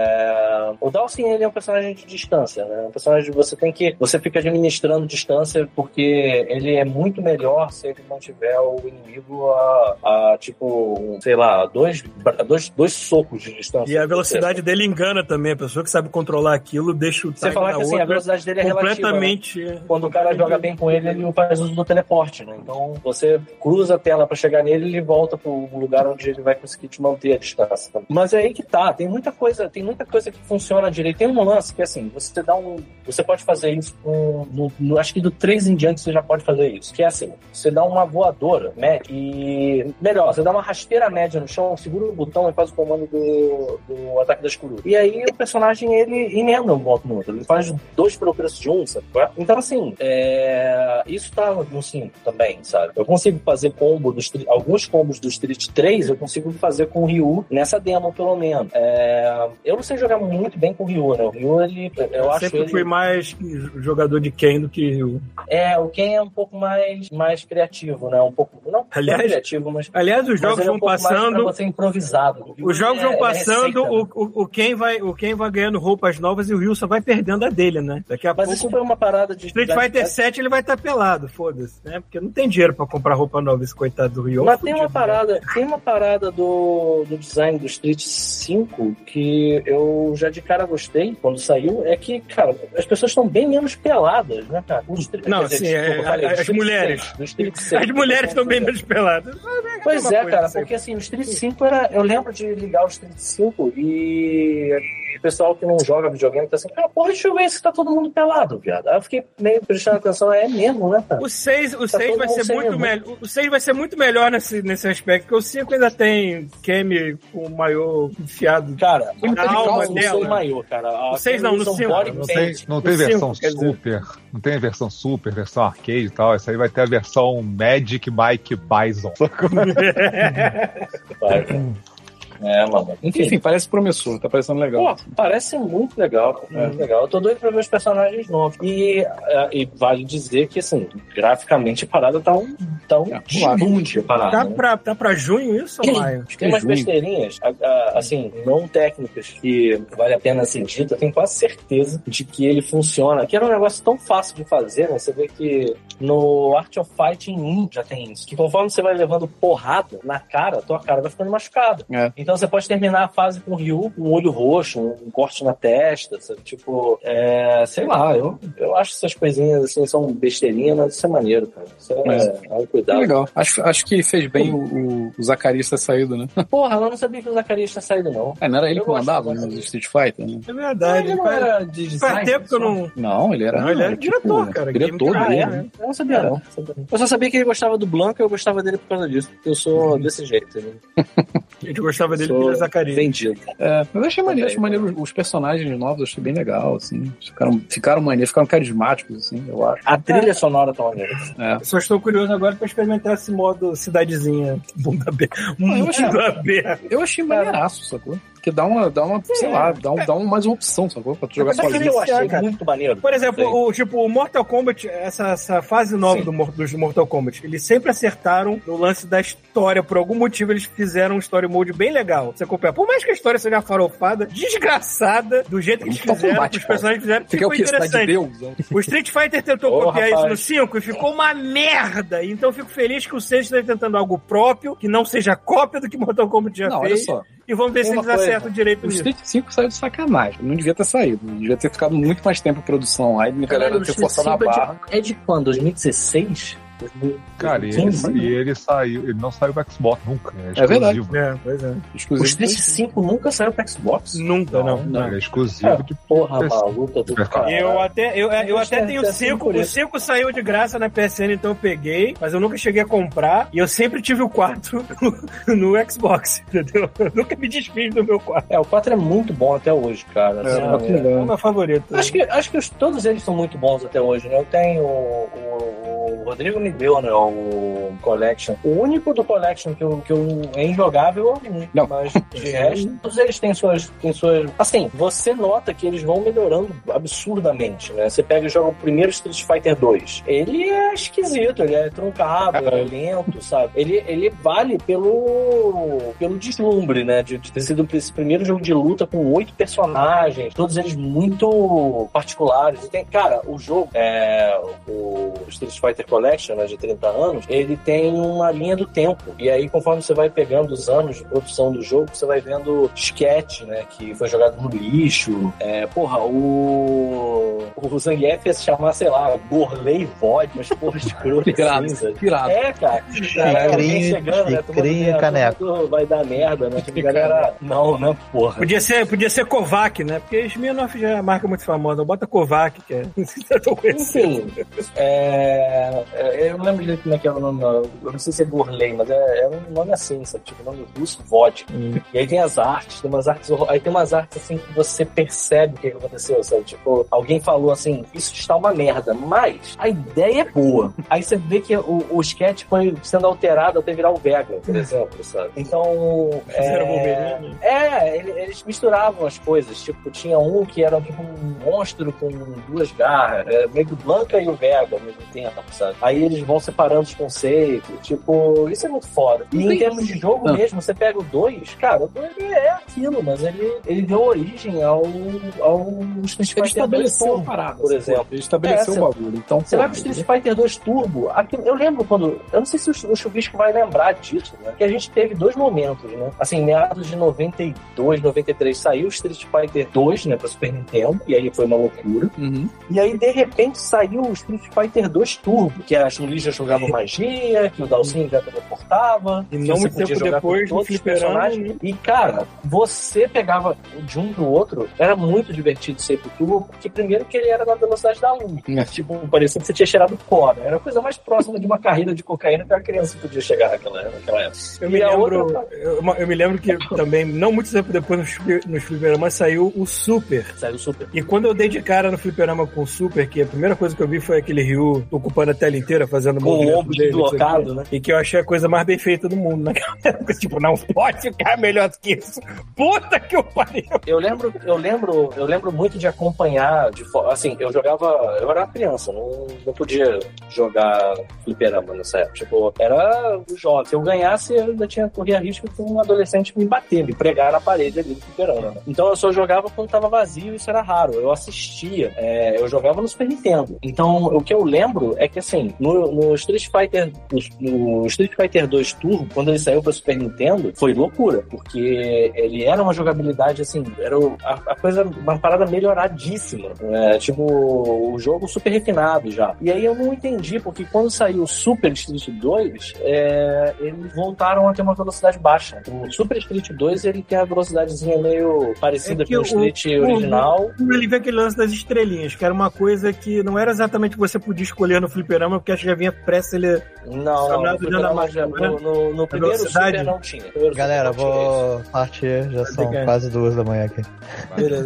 [SPEAKER 5] É, O Dawson, ele é um personagem de distância, né? Um personagem que você tem que... Você fica administrando distância porque ele é muito melhor se ele mantiver o inimigo a, a, tipo, um, sei lá, dois, dois, dois socos de distância.
[SPEAKER 3] E a velocidade dele engana também. A pessoa que sabe controlar aquilo deixa o
[SPEAKER 5] Você
[SPEAKER 3] time
[SPEAKER 5] falar
[SPEAKER 3] da
[SPEAKER 5] que assim, a
[SPEAKER 3] outra
[SPEAKER 5] velocidade dele é relativa, né?
[SPEAKER 3] completamente.
[SPEAKER 5] quando o cara joga bem com ele, ele faz uso do teleporte, né? Então você cruza a tela pra chegar nele ele volta pro lugar onde ele vai conseguir te manter a distância. Mas é aí que tá, tem muita coisa, tem muita coisa que funciona direito. Tem um lance que assim, você dá um. Você pode fazer isso com. no- no- acho que do 3 em diante você já pode fazer isso. Que é assim, você dá uma voadora, né? E. Melhor, você dá uma rasteira média no chão, segura o botão e faz o comando do, do ataque das corujas. E aí o personagem ele emenda um voto no outro. Ele faz dois pelo preço de um, sabe? qual é? Então assim, é, isso tá no 5 também, sabe? Eu consigo fazer combo dos tri- alguns combos do Street 3, eu consigo fazer com o Ryu nessa demo, pelo menos. É, Eu não sei jogar muito bem com o Ryu, né? O Ryu, ele. Eu,
[SPEAKER 3] Eu
[SPEAKER 5] acho
[SPEAKER 3] sempre
[SPEAKER 5] ele.
[SPEAKER 3] fui mais jogador de Ken do que eu.
[SPEAKER 5] É, o Ken é um pouco mais, mais criativo, né? Um pouco. Não
[SPEAKER 3] Aliás,
[SPEAKER 5] criativo, mas.
[SPEAKER 3] aliás os jogos
[SPEAKER 5] mas ele é
[SPEAKER 3] vão
[SPEAKER 5] um pouco mais pra
[SPEAKER 3] passando.
[SPEAKER 5] você improvisado.
[SPEAKER 3] Os jogos
[SPEAKER 5] É-
[SPEAKER 3] vão
[SPEAKER 5] é
[SPEAKER 3] passando,
[SPEAKER 5] receita,
[SPEAKER 3] o,
[SPEAKER 5] né?
[SPEAKER 3] o, o quem vai, o quem vai ganhando roupas novas e o Wilson vai perdendo a dele, né? Daqui a
[SPEAKER 5] Mas
[SPEAKER 3] pouco.
[SPEAKER 5] isso foi uma parada de.
[SPEAKER 3] Street Fighter 7 ele vai estar pelado, foda-se, né? Porque não tem dinheiro pra comprar roupa nova, esse coitado do Ryu.
[SPEAKER 5] Mas tem uma
[SPEAKER 3] Fudido, né?
[SPEAKER 5] parada, tem uma parada do, do design do Street 5 que eu já de cara gostei quando saiu, é que, cara, as pessoas estão bem menos peladas, né, cara? O Street-
[SPEAKER 3] Não,
[SPEAKER 5] quer dizer,
[SPEAKER 3] assim, é,
[SPEAKER 5] desculpa, falei,
[SPEAKER 3] as
[SPEAKER 5] do Street
[SPEAKER 3] mulheres.
[SPEAKER 5] 6, do Street né? 6.
[SPEAKER 3] As mulheres estão bem menos peladas.
[SPEAKER 5] Pois
[SPEAKER 3] mesma
[SPEAKER 5] é,
[SPEAKER 3] coisa
[SPEAKER 5] cara,
[SPEAKER 3] sempre.
[SPEAKER 5] porque assim, o Street 5 era. Eu lembro de ligar o Street 5 e o pessoal que não joga videogame tá assim, cara, porra, deixa eu ver se tá todo mundo pelado, viado. Aí eu fiquei meio prestando atenção, é mesmo, né, cara?
[SPEAKER 3] O 6, o
[SPEAKER 5] Tá
[SPEAKER 3] seis
[SPEAKER 5] todo
[SPEAKER 3] vai
[SPEAKER 5] mundo
[SPEAKER 3] ser
[SPEAKER 5] sem
[SPEAKER 3] muito
[SPEAKER 5] irmão.
[SPEAKER 3] melhor. O 6 vai ser muito melhor nesse, nesse aspecto, porque o 5 ainda tem Kemi com o maior enfiado.
[SPEAKER 5] Cara,
[SPEAKER 3] Ele tá de
[SPEAKER 5] calma,
[SPEAKER 3] calça,
[SPEAKER 5] não
[SPEAKER 3] dela.
[SPEAKER 5] sou maior, cara. A
[SPEAKER 3] Vocês não, no
[SPEAKER 5] Wilson
[SPEAKER 3] cinco.
[SPEAKER 5] Body
[SPEAKER 2] Não tem,
[SPEAKER 5] Paint.
[SPEAKER 2] não tem
[SPEAKER 3] Cinco,
[SPEAKER 2] versão
[SPEAKER 3] quer dizer.
[SPEAKER 2] super, não tem versão super, versão arcade e tal. Isso aí vai ter a versão Magic Mike Bison.
[SPEAKER 5] Vai, cara. É, mano. Enfim.
[SPEAKER 7] Enfim, parece promissor, tá parecendo legal.
[SPEAKER 5] Pô, parece muito legal, cara, muito legal. Eu tô doido pra ver os personagens novos. E, eh, e vale dizer que, assim, graficamente a parada tá um, tá um
[SPEAKER 7] É,
[SPEAKER 5] chibunde a parada.
[SPEAKER 3] Tá
[SPEAKER 5] né?
[SPEAKER 3] pra, tá pra junho isso, ou maio?
[SPEAKER 7] Acho que
[SPEAKER 5] Tem
[SPEAKER 7] é
[SPEAKER 5] umas
[SPEAKER 7] junho.
[SPEAKER 5] besteirinhas, a- a- assim, não técnicas, que vale a pena ser dita. Eu tenho quase certeza de que ele funciona. Que era um negócio tão fácil de fazer, né? Você vê que no Art of Fighting 1 já tem isso. Que conforme você vai levando porrada na cara, tua cara vai ficando machucada.
[SPEAKER 7] É.
[SPEAKER 5] Então você pode terminar a fase com o Ryu com um olho roxo, um corte na testa, sabe? Tipo, é, sei lá, eu, eu acho essas coisinhas assim são besteirinhas, mas isso é maneiro, cara. Isso é, é, um
[SPEAKER 7] Tá
[SPEAKER 5] cuidado.
[SPEAKER 7] legal. Acho, acho que fez bem o, o, o Zacarias ter saído, né?
[SPEAKER 5] Porra, eu não sabia que o Zacarias tinha saído, não.
[SPEAKER 7] Ah, não era ele
[SPEAKER 5] Eu
[SPEAKER 7] que
[SPEAKER 5] gosto
[SPEAKER 7] mandava
[SPEAKER 5] do
[SPEAKER 7] nos Street Fighter, né?
[SPEAKER 3] É
[SPEAKER 5] Não,
[SPEAKER 3] verdade.
[SPEAKER 5] ele não
[SPEAKER 3] Faz,
[SPEAKER 5] era de design.
[SPEAKER 3] faz tempo que eu
[SPEAKER 5] só.
[SPEAKER 3] não.
[SPEAKER 7] Não, ele era.
[SPEAKER 3] Não, ele era
[SPEAKER 7] tipo,
[SPEAKER 3] diretor, cara, tá
[SPEAKER 7] Diretor
[SPEAKER 3] game
[SPEAKER 5] Ah,
[SPEAKER 7] dele.
[SPEAKER 5] é?
[SPEAKER 7] né?
[SPEAKER 5] Eu não sabia, não. Eu só sabia que ele gostava do Blanco e eu gostava dele por causa disso. Porque eu sou desse jeito. Né?
[SPEAKER 3] A gente gostava dele
[SPEAKER 5] Sou
[SPEAKER 3] pela Zacarias.
[SPEAKER 5] vendido.
[SPEAKER 7] É, mas eu achei maneiro,
[SPEAKER 5] Também,
[SPEAKER 7] achei maneiro os personagens novos, eu achei bem legal, assim. Ficaram, ficaram maneiros, ficaram carismáticos, assim, eu acho.
[SPEAKER 5] A trilha sonora tá maneira.
[SPEAKER 3] Só estou curioso agora pra experimentar esse modo cidadezinha. Mundo aberto. Mundo aberto.
[SPEAKER 7] Eu
[SPEAKER 5] É.
[SPEAKER 7] achei maneiraço, sacou? Porque dá uma, dá uma sei lá, dá, um, dá um, mais uma opção, sacou? Pra tu jogar
[SPEAKER 3] Mas é que
[SPEAKER 7] sozinho.
[SPEAKER 5] Eu achei
[SPEAKER 3] cara.
[SPEAKER 5] muito maneiro.
[SPEAKER 3] Por exemplo,
[SPEAKER 5] Sei.
[SPEAKER 3] o, tipo, o Mortal Kombat, essa, essa fase nova
[SPEAKER 5] Sim.
[SPEAKER 3] do, Mor- dos Mortal Kombat, eles sempre acertaram no lance da história. Por algum motivo, eles fizeram um story mode bem legal. Você acompanha. Por mais que a história seja farofada, desgraçada, do jeito que eles
[SPEAKER 7] Mortal
[SPEAKER 3] fizeram,
[SPEAKER 7] Kombat,
[SPEAKER 3] que os personagens fizeram,
[SPEAKER 7] Você quer
[SPEAKER 3] ficou
[SPEAKER 7] o quê? Cidade de
[SPEAKER 3] interessante.
[SPEAKER 7] Deus? né?
[SPEAKER 3] O Street Fighter tentou
[SPEAKER 5] Ô,
[SPEAKER 3] copiar isso no
[SPEAKER 5] rapaz.
[SPEAKER 3] 5 e ficou uma merda. Então eu fico feliz que o 6 esteja tentando algo próprio, que não seja cópia do que Mortal Kombat já
[SPEAKER 7] Não, olha
[SPEAKER 3] fez.
[SPEAKER 7] só.
[SPEAKER 3] E vamos ver
[SPEAKER 5] Tem
[SPEAKER 3] se
[SPEAKER 5] uma
[SPEAKER 3] eles
[SPEAKER 5] coisa.
[SPEAKER 3] acertam direito
[SPEAKER 7] O
[SPEAKER 3] nisso.
[SPEAKER 7] Street 5 saiu de sacanagem. Não devia ter saído. né? Devia ter ficado muito mais tempo em produção. Aí a galera
[SPEAKER 5] Caralho,
[SPEAKER 7] ter
[SPEAKER 5] o
[SPEAKER 7] forçado a
[SPEAKER 5] Street
[SPEAKER 7] barra.
[SPEAKER 5] Fighter É de quando? 2016?
[SPEAKER 2] Cara, e ele,
[SPEAKER 5] 2015?
[SPEAKER 2] e ele saiu, ele não saiu pro Xbox nunca. É,
[SPEAKER 7] É verdade.
[SPEAKER 2] exclusivo.
[SPEAKER 3] É, pois é.
[SPEAKER 5] O
[SPEAKER 7] Exclusivo.
[SPEAKER 5] Street 5 nunca saiu pra Xbox?
[SPEAKER 3] Nunca, não.
[SPEAKER 2] Ele é exclusivo de
[SPEAKER 5] Porra,
[SPEAKER 2] PC.
[SPEAKER 5] maluca do cara.
[SPEAKER 3] Eu até, eu, é eu até
[SPEAKER 5] Gostei,
[SPEAKER 3] tenho
[SPEAKER 5] assim,
[SPEAKER 3] cinco.
[SPEAKER 5] por
[SPEAKER 3] O
[SPEAKER 5] isso.
[SPEAKER 3] 5 saiu de graça na PSN, então eu peguei, mas eu nunca cheguei a comprar. E eu sempre tive o 4 no, no Xbox, entendeu? Eu nunca me desfiz do meu 4.
[SPEAKER 5] É, o 4 é muito bom até hoje, cara. Assim, é.
[SPEAKER 3] É o meu favorito.
[SPEAKER 5] Acho que, acho que os- todos eles são muito bons até hoje, né? Eu tenho o, o- o Rodrigo me deu, né? O Collection. O único do Collection que eu, que eu é injogável é o 1.
[SPEAKER 7] Não.
[SPEAKER 5] Mas de resto, todos eles têm suas, têm suas. Assim, você nota que eles vão melhorando absurdamente, né? Você pega e joga o primeiro Street Fighter 2. Ele é esquisito, ele é truncado, é lento, sabe? Ele, ele vale pelo, pelo deslumbre, né? De, de ter sido esse primeiro jogo de luta com oito personagens, todos eles muito particulares. E tem- cara, o jogo, é, o Street Fighter Collection, né, de 30 anos, ele tem uma linha do tempo. E aí, conforme você vai pegando os anos de produção do jogo, você vai vendo sketch, né? Que foi jogado no lixo. É, porra, o. O Zangief ia se chamar, sei lá, Gorley Void, mas porra, escroto.
[SPEAKER 7] Pirado.
[SPEAKER 5] assim, sabe?
[SPEAKER 7] Pirado.
[SPEAKER 5] É, cara. Caralho, alguém chegando, né? tomando
[SPEAKER 6] Xicrinha e
[SPEAKER 5] merda,
[SPEAKER 6] caneco.
[SPEAKER 5] tudo Vai dar merda, né? Que galera. Não, né, porra.
[SPEAKER 3] Podia ser, podia ser Kovac, né? Porque Smirnoff já é uma marca muito famosa. Bota Kovac, que é. Eu tô conhecendo.
[SPEAKER 5] Enfim, é, é, eu não lembro direito como é que era o nome, não. eu não sei se é Gourlay, mas é, é um nome assim, sabe? Tipo, nome russo, vodka. E aí tem as artes, tem umas artes, horror- aí tem umas artes assim que você percebe o que aconteceu, sabe? Tipo, alguém falou assim, isso está uma merda, mas a ideia é boa. Aí você vê que o, o sketch foi sendo alterado até virar o Vega, por exemplo, sabe? Então.
[SPEAKER 3] Fizeram
[SPEAKER 5] é...
[SPEAKER 3] Wolverine.
[SPEAKER 5] É, ele- eles misturavam as coisas. Tipo, tinha um que era tipo um monstro com é duas garras. Era meio que o Blanca e o Vega ao mesmo tempo, sabe? Aí eles vão separando os conceitos fake. Tipo, isso é muito foda. E em
[SPEAKER 7] tem-
[SPEAKER 5] termos de jogo
[SPEAKER 7] Não.
[SPEAKER 5] mesmo, você pega o 2, cara, o 2 ele é aquilo, mas ele, ele deu origem ao, ao Street
[SPEAKER 7] Ele
[SPEAKER 5] Fighter 2
[SPEAKER 7] estabeleceu a
[SPEAKER 5] Turbo,
[SPEAKER 7] parada.
[SPEAKER 5] por
[SPEAKER 7] assim,
[SPEAKER 5] exemplo.
[SPEAKER 7] Ele estabeleceu
[SPEAKER 5] É,
[SPEAKER 7] o bagulho. Então,
[SPEAKER 5] Você
[SPEAKER 7] pô,
[SPEAKER 5] vai pro Street Fighter 2 Turbo, aquilo- eu lembro quando. Eu não sei se o, o Chubisco vai lembrar disso, né? Que a gente teve dois momentos, né? Assim, meados de 92, 93 saiu o Street Fighter 2, né, pra Super Nintendo, e aí foi uma loucura.
[SPEAKER 7] Uhum.
[SPEAKER 5] E aí, de repente, saiu o Street Fighter 2 Turbo, que as Lulisas jogavam magia, que o Dalsin já teleportava,
[SPEAKER 3] E
[SPEAKER 5] que
[SPEAKER 3] não
[SPEAKER 5] você
[SPEAKER 3] muito
[SPEAKER 5] podia
[SPEAKER 3] tempo
[SPEAKER 5] jogar
[SPEAKER 3] depois,
[SPEAKER 5] com todos
[SPEAKER 3] no
[SPEAKER 5] os
[SPEAKER 3] fliperama,
[SPEAKER 5] personagens.
[SPEAKER 3] né?
[SPEAKER 5] E, cara, você pegava de um pro outro, era muito divertido sempre o Turbo, porque primeiro que ele era na velocidade da luz.
[SPEAKER 7] É.
[SPEAKER 5] Tipo, parecia que você tinha cheirado cora. Era a coisa mais próxima de uma carreira de cocaína que uma criança podia chegar naquela, naquela época.
[SPEAKER 3] Eu me,
[SPEAKER 5] E a
[SPEAKER 3] lembro,
[SPEAKER 5] outra-
[SPEAKER 3] eu, eu me lembro que também, não muito tempo depois, nos fli- nos fliperamas saiu o Super.
[SPEAKER 5] Saiu super.
[SPEAKER 3] E quando eu dei de cara no fliperama com o Super, que a primeira coisa que eu vi foi aquele Ryu ocupando a tela inteira, fazendo
[SPEAKER 5] Com o
[SPEAKER 3] movimento
[SPEAKER 5] ombro
[SPEAKER 3] dele, não sei o quê.
[SPEAKER 5] deslocado, né?
[SPEAKER 3] E que eu achei a coisa mais bem feita do mundo naquela época. Tipo, não pode ficar melhor do que isso. Puta que eu pariu.
[SPEAKER 5] Eu lembro, eu lembro, eu lembro muito de acompanhar, de fo- assim, eu jogava, eu era uma criança, não, não podia jogar fliperama nessa época, tipo, era o jovem. Se eu ganhasse, eu ainda tinha corria risco de um adolescente me bater, me pregar na parede ali do fliperama. né? Então eu só jogava quando tava vazio, isso era raro. Eu assistia, é, eu jogava no Super Nintendo. Então o que eu lembro é que assim, no, no Street Fighter, no, no Street Fighter 2 Turbo, quando ele saiu para Super Nintendo, foi loucura, porque ele era uma jogabilidade assim, era o- a, a coisa, uma parada melhoradíssima. né? Tipo, o jogo super refinado já. E aí eu não entendi, porque quando saiu o Super Street 2, é, eles voltaram a ter uma velocidade baixa. O Super Street 2 ele tem a velocidadezinha meio parecida
[SPEAKER 3] É que
[SPEAKER 5] com o
[SPEAKER 3] o-
[SPEAKER 5] Street
[SPEAKER 3] o-
[SPEAKER 5] original.
[SPEAKER 3] Ele vê aquele lance das estrelinhas, que era uma coisa que não era exatamente o que você podia escolher no fliperama, porque acho que já vinha pré-selecionado.
[SPEAKER 5] Não, não,
[SPEAKER 3] Chamado
[SPEAKER 5] no,
[SPEAKER 3] de
[SPEAKER 5] primeiro-
[SPEAKER 3] Ana
[SPEAKER 1] né?
[SPEAKER 3] Maria,
[SPEAKER 5] no, no- no primeiro
[SPEAKER 3] Velocidade.
[SPEAKER 5] Super não tinha. Primeiro
[SPEAKER 6] Galera,
[SPEAKER 5] Super não tinha isso.
[SPEAKER 6] vou partir, já são
[SPEAKER 3] ficar.
[SPEAKER 6] quase duas da manhã aqui.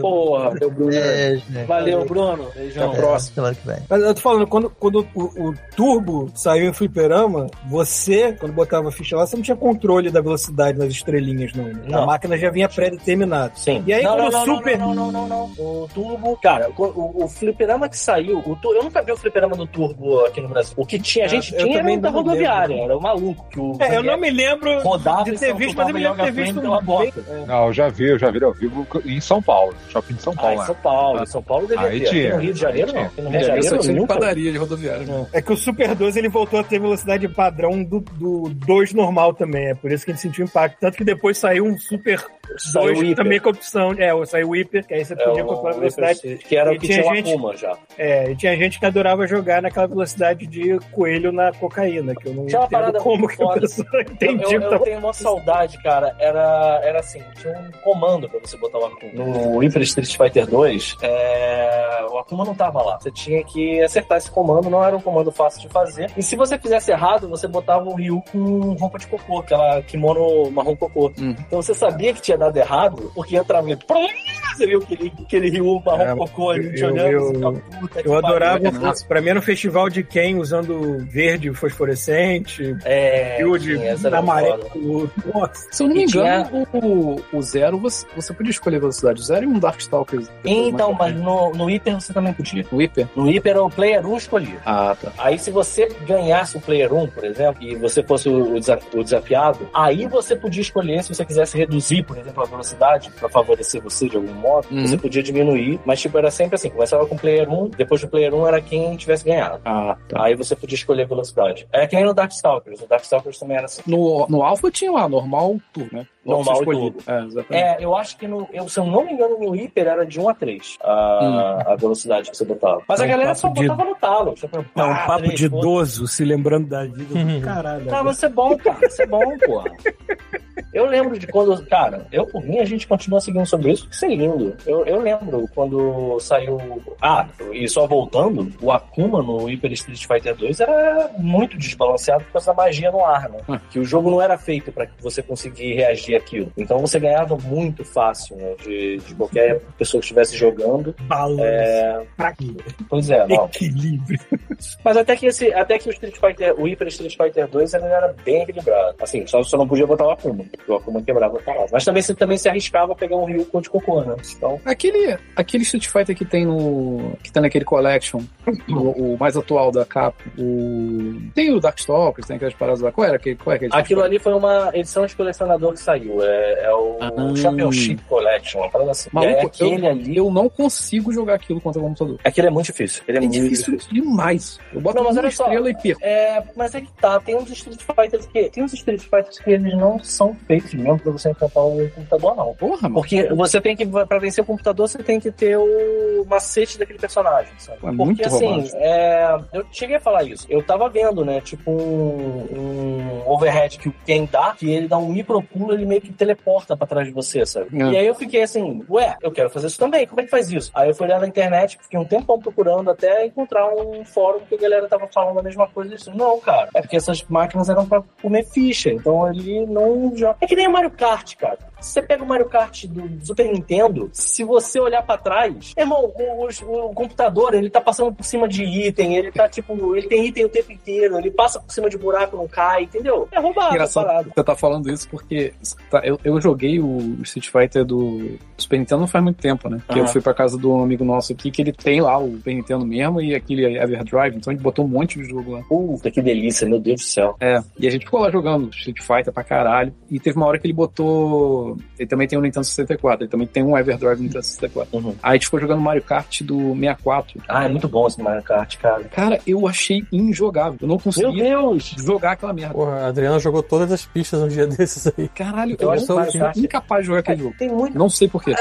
[SPEAKER 5] Porra, meu Bruno.
[SPEAKER 6] Beijo, gente.
[SPEAKER 5] É, Valeu, Bruno. Beijão.
[SPEAKER 6] Até semana que vem.
[SPEAKER 1] Mas eu tô falando, quando, quando o, o Turbo saiu em fliperama, você, quando botava a ficha lá, você não tinha controle da velocidade nas estrelinhas, não. né?
[SPEAKER 5] Não.
[SPEAKER 1] A máquina já vinha pré-determinada.
[SPEAKER 5] Sim.
[SPEAKER 1] E aí,
[SPEAKER 5] não,
[SPEAKER 1] quando
[SPEAKER 5] não,
[SPEAKER 1] o
[SPEAKER 5] não,
[SPEAKER 1] Super-
[SPEAKER 5] Não, não, não, não, não. O Turbo, cara, o, o fliperama que saiu. o tu- Eu nunca vi o fliperama do Turbo aqui no Brasil. O que tinha, a gente
[SPEAKER 1] É, eu
[SPEAKER 5] tinha era
[SPEAKER 1] também
[SPEAKER 5] o da
[SPEAKER 1] não
[SPEAKER 5] rodoviária. Era o maluco que o.
[SPEAKER 1] É, eu não me lembro
[SPEAKER 5] rodava
[SPEAKER 1] de
[SPEAKER 5] e
[SPEAKER 1] ter visto, mas eu me lembro de ter visto
[SPEAKER 5] uma
[SPEAKER 1] um bem.
[SPEAKER 5] bota.
[SPEAKER 3] É.
[SPEAKER 2] Não, eu já vi, eu já vi ao vivo em São Paulo, shopping de São
[SPEAKER 5] Ah,
[SPEAKER 2] Paulo.
[SPEAKER 5] em
[SPEAKER 2] né?
[SPEAKER 5] São
[SPEAKER 1] é?
[SPEAKER 5] Paulo. em São Paulo devia
[SPEAKER 2] Aí
[SPEAKER 5] ter. Aqui
[SPEAKER 2] tinha,
[SPEAKER 5] no Rio de Janeiro,
[SPEAKER 2] aí
[SPEAKER 5] não. Aqui No Rio de
[SPEAKER 7] Janeiro,
[SPEAKER 5] Janeiro,
[SPEAKER 7] só tinha de
[SPEAKER 5] nunca.
[SPEAKER 7] padaria de rodoviária. né?
[SPEAKER 1] É que o Super 2 ele voltou a ter velocidade padrão do, do 2 normal também. É por isso que ele sentiu impacto. Tanto que depois saiu um Super
[SPEAKER 5] Saiu o
[SPEAKER 1] 2
[SPEAKER 5] Hyper.
[SPEAKER 1] também com opção. É, saiu o Hyper, que aí você
[SPEAKER 5] É,
[SPEAKER 1] podia
[SPEAKER 5] o-
[SPEAKER 1] controlar a velocidade.
[SPEAKER 5] Que era o
[SPEAKER 1] E
[SPEAKER 5] que
[SPEAKER 1] tinha
[SPEAKER 5] tinha o
[SPEAKER 1] gente-
[SPEAKER 5] Akuma já.
[SPEAKER 1] É, e tinha gente que adorava jogar naquela velocidade de coelho na cocaína, que eu não
[SPEAKER 5] Tinha uma parada
[SPEAKER 1] entendo como
[SPEAKER 5] muito
[SPEAKER 1] que a
[SPEAKER 5] foda.
[SPEAKER 1] pessoa
[SPEAKER 5] Eu,
[SPEAKER 1] entendia.
[SPEAKER 5] eu- eu tenho uma saudade, cara. Era, era assim, tinha um comando pra você botar o Akuma. No Hyper Street Fighter 2, é, o Akuma não tava lá. Você tinha que acertar esse comando, não era um comando fácil de fazer. E se você fizesse errado, você botava o Ryu com roupa de cocô, aquela kimono marrom cocô.
[SPEAKER 7] Hum.
[SPEAKER 5] Então você sabia que tinha dado errado, porque ia travando. Você viu aquele, aquele Ryu marrom
[SPEAKER 1] É,
[SPEAKER 5] cocô ali te
[SPEAKER 1] eu-
[SPEAKER 5] olhando,
[SPEAKER 1] eu-
[SPEAKER 5] você fica, puta que
[SPEAKER 1] Eu
[SPEAKER 5] pariu.
[SPEAKER 7] É,
[SPEAKER 1] adorava, pra mim era um festival de quem usando verde fosforescente,
[SPEAKER 5] É,
[SPEAKER 1] é,
[SPEAKER 5] sim, essa era foda.
[SPEAKER 1] amarelo. Nossa,
[SPEAKER 7] Se eu não me
[SPEAKER 5] E tinha-
[SPEAKER 7] engano, o, o Zero, você, você podia escolher a velocidade. O Zero e um Darkstalkers. depois,
[SPEAKER 5] Então,
[SPEAKER 7] mais pra
[SPEAKER 5] mas no, no Hyper você também podia.
[SPEAKER 7] frente. O Hyper?
[SPEAKER 5] No Hyper, o player 1 escolhia.
[SPEAKER 7] Ah, tá.
[SPEAKER 5] Aí, se você ganhasse o Player 1, por exemplo, e você fosse o, o desa- o desafiado, aí você podia escolher se você quisesse reduzir, por exemplo, a velocidade pra favorecer você de algum modo.
[SPEAKER 7] Uhum.
[SPEAKER 5] Você podia diminuir, mas tipo, era sempre assim: começava com o Player 1, depois do Player 1 era quem tivesse ganhado.
[SPEAKER 7] Ah, tá.
[SPEAKER 5] Aí você podia escolher a velocidade. É que nem no Darkstalkers. O Darkstalkers também era assim.
[SPEAKER 7] No, no Alpha tinha lá, normal turbo, né?
[SPEAKER 5] Normal
[SPEAKER 7] Você
[SPEAKER 5] e
[SPEAKER 7] escolhia.
[SPEAKER 5] turbo.
[SPEAKER 7] É,
[SPEAKER 3] Uhum.
[SPEAKER 7] exatamente.
[SPEAKER 5] É, eu acho que no, eu, se eu não me engano, no Hyper era de 1 a 3 a, a velocidade que você botava. Mas
[SPEAKER 3] Uhum. É
[SPEAKER 5] a
[SPEAKER 3] um
[SPEAKER 5] galera
[SPEAKER 3] papo
[SPEAKER 5] só
[SPEAKER 3] de-
[SPEAKER 5] botava no talo. Tipo,
[SPEAKER 3] É um
[SPEAKER 5] pá,
[SPEAKER 3] papo
[SPEAKER 5] três,
[SPEAKER 3] de
[SPEAKER 5] foda-se.
[SPEAKER 3] idoso se lembrando da vida.
[SPEAKER 1] Uhum.
[SPEAKER 3] Caralho.
[SPEAKER 5] Não, mas isso é bom, cara. Isso é bom, porra. Eu lembro de quando. Cara, eu por mim a gente continua seguindo sobre isso, porque isso é lindo. Eu, eu lembro quando saiu. Ah, e só voltando, o Akuma no Hyper Street Fighter 2 era muito desbalanceado por causa da magia no ar, né?
[SPEAKER 7] Ah.
[SPEAKER 5] Que o jogo não era feito pra que você conseguir reagir àquilo. Então você ganhava muito fácil, né? De, de qualquer pessoa que estivesse jogando.
[SPEAKER 1] balanço.
[SPEAKER 5] É,
[SPEAKER 1] Pra quê?
[SPEAKER 5] pois é, não.
[SPEAKER 1] Equilíbrio.
[SPEAKER 5] Mas até que esse, até que o Street Fighter, o Hyper Street Fighter 2 ele era bem equilibrado. Assim, só, só não podia botar o Akuma. O Akuma quebrava o canal. Mas também você também se arriscava a pegar um Ryu de cocô, né? Então,
[SPEAKER 7] Aquele, aquele Street Fighter que tem no. que tá naquele collection, o, o mais atual da Cap, o. Tem o Darkstalkers, tem aquelas paradas lá. Qual era aquele? Qual é aquele Street
[SPEAKER 5] aquilo ali foi uma edição de colecionador que saiu. É, é o
[SPEAKER 7] Ah.
[SPEAKER 5] Championship Collection, uma parada assim.
[SPEAKER 7] Maluco,
[SPEAKER 5] E aí aquele
[SPEAKER 7] eu,
[SPEAKER 5] ali.
[SPEAKER 7] eu não consigo jogar aquilo contra o computador.
[SPEAKER 5] Aquele é muito difícil. Ele
[SPEAKER 7] É
[SPEAKER 5] é, muito
[SPEAKER 7] difícil demais. Eu boto
[SPEAKER 5] Não, mas
[SPEAKER 7] uma
[SPEAKER 5] olha só.
[SPEAKER 7] estrela e perco.
[SPEAKER 5] É, mas é que tá, tem uns Street Fighters que. Tem uns Street Fighters que eles não são feitos mesmo pra você enfrentar o computador, não.
[SPEAKER 7] Porra, mano.
[SPEAKER 5] Porque você tem que, pra vencer o computador, você tem que ter o macete daquele personagem, sabe?
[SPEAKER 7] Pô, é
[SPEAKER 5] Porque
[SPEAKER 7] muito roubado.
[SPEAKER 5] assim, é, eu cheguei a falar isso. Eu tava vendo, né? Tipo um, um overhead que o Ken dá, que ele dá um micro pulo, ele meio que teleporta pra trás de você, sabe?
[SPEAKER 7] É.
[SPEAKER 5] E aí eu fiquei assim, ué, eu quero fazer isso também, como é que faz isso? Aí eu fui olhar na internet, fiquei um tempão procurando até encontrar um fórum que a galera tava falando a mesma coisa. Eu disse, não, cara, é porque essas máquinas eram pra comer ficha, então ele não joga. É que nem o Mario Kart, cara. Se você pega o Mario Kart do Super Nintendo, se você olhar pra trás, irmão, o, o- o computador, ele tá passando por cima de item, ele tá tipo, ele tem item o tempo inteiro, ele passa por cima de um buraco, não cai, entendeu? É roubado a
[SPEAKER 7] Engraçado
[SPEAKER 5] parada.
[SPEAKER 7] que você tá falando isso porque tá, eu, eu joguei o Street Fighter do Super Nintendo não faz muito tempo, né? Porque eu
[SPEAKER 5] Aham.
[SPEAKER 7] fui pra casa de um amigo nosso aqui que ele tem lá o Super Nintendo mesmo e aquele Everdrive, então a gente botou um monte de jogo lá.
[SPEAKER 5] Puta, que delícia, meu Deus do céu.
[SPEAKER 7] É, e a gente ficou lá jogando Street Fighter pra caralho. E teve uma hora que ele botou. Ele também tem um Nintendo 64, ele também tem um Everdrive no Nintendo 64.
[SPEAKER 5] Uhum.
[SPEAKER 7] Aí a gente ficou jogando Mario Kart do 64.
[SPEAKER 5] Ah, é muito bom esse Mario Kart, cara.
[SPEAKER 7] Cara, eu achei injogável. Eu não
[SPEAKER 5] Meu
[SPEAKER 7] conseguia
[SPEAKER 5] Deus!
[SPEAKER 7] jogar aquela merda.
[SPEAKER 1] Porra, a Adriana jogou todas as pistas um dia desses aí.
[SPEAKER 7] Caralho, eu,
[SPEAKER 5] Eu
[SPEAKER 7] acho
[SPEAKER 5] Então, acho
[SPEAKER 7] que eu sou
[SPEAKER 5] Mario Kart-
[SPEAKER 7] incapaz de jogar aquele jogo.
[SPEAKER 5] Tem muito. é
[SPEAKER 7] Não sei porquê.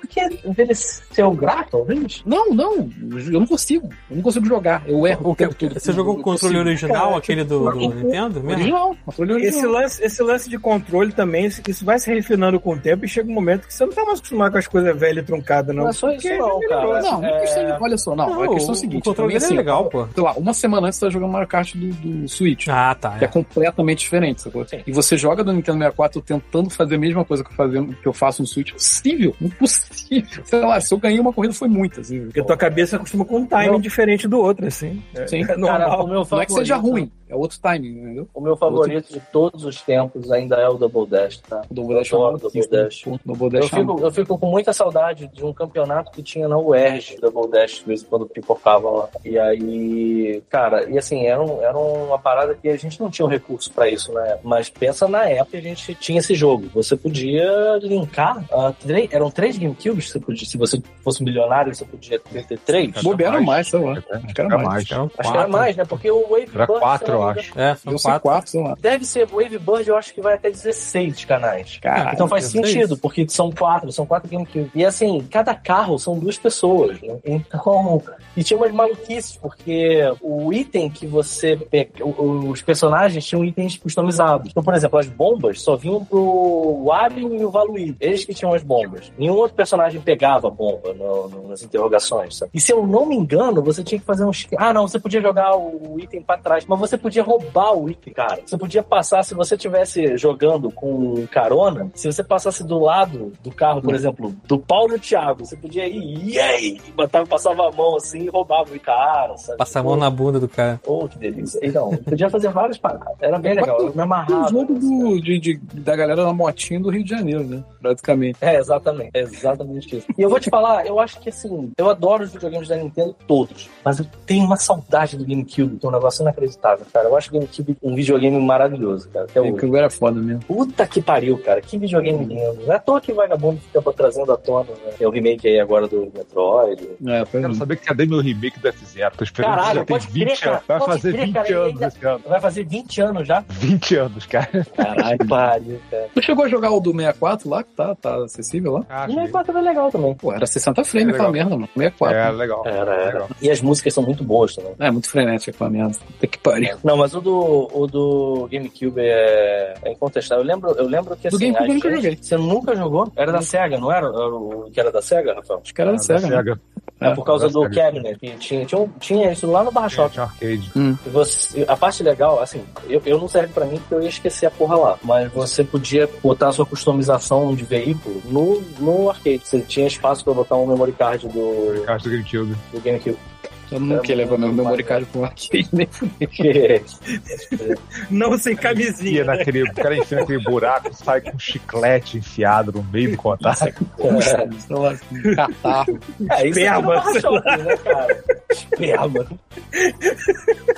[SPEAKER 5] Porque envelheceu grato, talvez?
[SPEAKER 7] Não, não, eu não consigo. Eu não consigo jogar. Eu
[SPEAKER 9] É
[SPEAKER 7] erro o tempo todo.
[SPEAKER 1] Você jogou com o controle original, aquele do, do Nintendo?
[SPEAKER 7] original?
[SPEAKER 1] Mesmo?
[SPEAKER 7] Original, controle original.
[SPEAKER 3] Esse
[SPEAKER 5] é.
[SPEAKER 3] lance, esse lance de controle também, isso isso vai se refinando com o tempo e chega um momento que você não tá mais acostumado com as coisas velhas e truncadas, não.
[SPEAKER 5] Não é só isso, não, cara.
[SPEAKER 7] Não, não é questão de. Olha só, não, é a questão
[SPEAKER 1] o-
[SPEAKER 7] é a seguinte.
[SPEAKER 1] o controle
[SPEAKER 7] também,
[SPEAKER 1] dele é
[SPEAKER 7] assim,
[SPEAKER 1] legal, pô.
[SPEAKER 7] sei lá, uma semana antes você tá jogando Mario Kart do, do Switch.
[SPEAKER 1] Ah, tá.
[SPEAKER 7] Que é
[SPEAKER 1] É.
[SPEAKER 7] completamente diferente, sacou?
[SPEAKER 5] Sim.
[SPEAKER 7] E você joga do Nintendo 64 tentando fazer a mesma coisa que eu, fazendo, que eu faço no Switch. Impossível, impossível. Sei lá, se eu ganhei uma corrida foi muita, assim.
[SPEAKER 3] Porque tua cabeça acostuma com um timing
[SPEAKER 5] Não.
[SPEAKER 3] diferente do outro, assim.
[SPEAKER 7] Sim.
[SPEAKER 3] É
[SPEAKER 5] Cara, o
[SPEAKER 3] normal.
[SPEAKER 5] meu
[SPEAKER 7] Não é
[SPEAKER 5] favorito,
[SPEAKER 7] que seja ruim, é outro timing, entendeu?
[SPEAKER 5] O meu favorito de todos os tempos ainda é o Double Dash, tá?
[SPEAKER 7] O Double Dash é
[SPEAKER 5] Adoro
[SPEAKER 7] uma
[SPEAKER 5] Double
[SPEAKER 7] maluquice, né?
[SPEAKER 5] Dash.
[SPEAKER 7] Pô, Double
[SPEAKER 5] Eu
[SPEAKER 7] Dash
[SPEAKER 2] um
[SPEAKER 7] é uma
[SPEAKER 5] fico, eu fico com muita saudade de um campeonato que tinha na UERJ, Double Dash, de vez em quando pipocava lá. E aí, cara, e assim, era, um- era uma parada que a gente não tinha o recurso pra isso na época. Mas pensa na época que a gente tinha esse jogo. Você podia linkar, ah, três- eram três GameCubes, você podia, se você fosse um milionário, você podia ter três.
[SPEAKER 2] Cara,
[SPEAKER 7] Bobearam
[SPEAKER 2] mais.
[SPEAKER 7] mais, sei lá. Acho que era mais.
[SPEAKER 2] Era
[SPEAKER 5] Acho que era mais, né? Porque o Wave
[SPEAKER 2] Era
[SPEAKER 5] Bird,
[SPEAKER 2] quatro,
[SPEAKER 5] se não
[SPEAKER 2] eu
[SPEAKER 5] me engano,
[SPEAKER 2] acho.
[SPEAKER 1] É, são
[SPEAKER 7] Eu sei
[SPEAKER 1] quatro.
[SPEAKER 7] quatro, sei lá.
[SPEAKER 5] Deve ser Wave Bird, eu acho que vai até 16 canais.
[SPEAKER 7] Caralho,
[SPEAKER 5] então faz
[SPEAKER 1] 16?
[SPEAKER 5] sentido, porque são quatro, são quatro GameCube. E assim, cada carro são duas pessoas, né? Então. E tinha umas maluquices, porque o item que você. pe- o- Os personagens tinham itens customizados. Então, por exemplo, as bombas só vinham pro Wario e o Valuí. Eles que tinham as bombas. Nenhum outro personagem pegava a bomba no- no- nas interrogações, sabe? E se eu não me engano, você tinha que fazer um. esque- Ah, não, você podia jogar o item pra trás, mas você podia roubar o item, cara. Você podia passar, se você tivesse jogando com carona, se você passasse do lado do carro,
[SPEAKER 7] Hum.
[SPEAKER 5] por exemplo, do Paulo e o Thiago, você podia ir, e aí? Botava, passava a mão assim e roubava o cara, sabe?
[SPEAKER 1] Passa a mão na bunda do cara.
[SPEAKER 5] Oh, que delícia. Então, podia fazer várias paradas. Era bem legal. Eu me
[SPEAKER 7] Tem
[SPEAKER 5] amarrava.
[SPEAKER 7] um jogo
[SPEAKER 5] assim,
[SPEAKER 7] do, de, de- da galera na motinha do Rio de Janeiro, né? Praticamente.
[SPEAKER 5] É, exatamente. É exatamente isso. E eu vou te falar, eu acho que assim, eu adoro os videogames da Nintendo todos, mas eu tenho uma saudade do GameCube, que é um negócio inacreditável, cara. Eu acho o GameCube um videogame maravilhoso, cara.
[SPEAKER 7] É
[SPEAKER 5] Até hoje.
[SPEAKER 7] Aquilo era foda mesmo.
[SPEAKER 5] Puta que pariu, cara. Que videogame lindo. Não é à toa que vagabundo fica trazendo à tona, né? Tem o remake aí agora do Metroid.
[SPEAKER 7] É, foi
[SPEAKER 2] Quero
[SPEAKER 7] mesmo.
[SPEAKER 2] saber que cadê meu remake do F0? Tô esperando
[SPEAKER 5] Caralho,
[SPEAKER 2] já tem
[SPEAKER 5] pode
[SPEAKER 2] 20
[SPEAKER 5] crer,
[SPEAKER 2] anos.
[SPEAKER 5] cara,
[SPEAKER 2] Vai
[SPEAKER 5] pode
[SPEAKER 2] fazer
[SPEAKER 5] crer,
[SPEAKER 2] 20
[SPEAKER 5] cara, ele
[SPEAKER 2] anos
[SPEAKER 5] ainda-
[SPEAKER 2] esse ano.
[SPEAKER 5] Vai fazer 20 anos já?
[SPEAKER 2] 20 anos, cara.
[SPEAKER 5] Caralho, que pariu, cara.
[SPEAKER 7] Tu chegou a jogar o do 64 lá, que tá, tá acessível lá?
[SPEAKER 5] O 64 é legal também.
[SPEAKER 7] Pô, era 60 frames
[SPEAKER 2] É
[SPEAKER 7] aquela
[SPEAKER 2] legal.
[SPEAKER 7] merda, mano. 64.
[SPEAKER 2] É,
[SPEAKER 7] É.
[SPEAKER 2] legal.
[SPEAKER 5] Era, era.
[SPEAKER 2] legal.
[SPEAKER 5] E as músicas são muito boas também.
[SPEAKER 7] muito frenético aquela merda. Puta que pariu.
[SPEAKER 5] Não, mas o do, o do GameCube é, é incontestável. Eu lembro, eu lembro que
[SPEAKER 7] Do
[SPEAKER 5] assim,
[SPEAKER 7] GameCube
[SPEAKER 5] a
[SPEAKER 7] eu nunca
[SPEAKER 5] gente-
[SPEAKER 7] joguei.
[SPEAKER 5] Você nunca jogou? Hum. Era da SEGA, não era? Era o que era da SEGA, Rafael?
[SPEAKER 7] Os caras
[SPEAKER 2] Ah,
[SPEAKER 7] eram cegos, né?
[SPEAKER 2] Sega.
[SPEAKER 5] É, por causa
[SPEAKER 2] era
[SPEAKER 5] do
[SPEAKER 2] da SEGA.
[SPEAKER 5] cabinet. Que tinha, tinha, um- tinha isso lá no Barra Shop.
[SPEAKER 2] Tinha arcade.
[SPEAKER 5] E você- a parte legal, assim, eu, eu não serve pra mim porque eu ia esquecer a porra lá. Mas você podia botar a sua customização de veículo no, no arcade. Você tinha espaço pra botar um memory card do,
[SPEAKER 2] Caixa do GameCube.
[SPEAKER 5] do GameCube.
[SPEAKER 7] Eu não queria levar meu memory card pro arcade, né?
[SPEAKER 5] é,
[SPEAKER 3] Não sem
[SPEAKER 2] Enfia
[SPEAKER 3] camisinha. né?
[SPEAKER 2] naquele, o cara enfia naquele buraco, sai com um chiclete enfiado no meio do contato.
[SPEAKER 7] Sei lá, um catarro.
[SPEAKER 5] É, isso aqui
[SPEAKER 3] Esperma.
[SPEAKER 5] no Barra Shopping, né, cara? Esperma.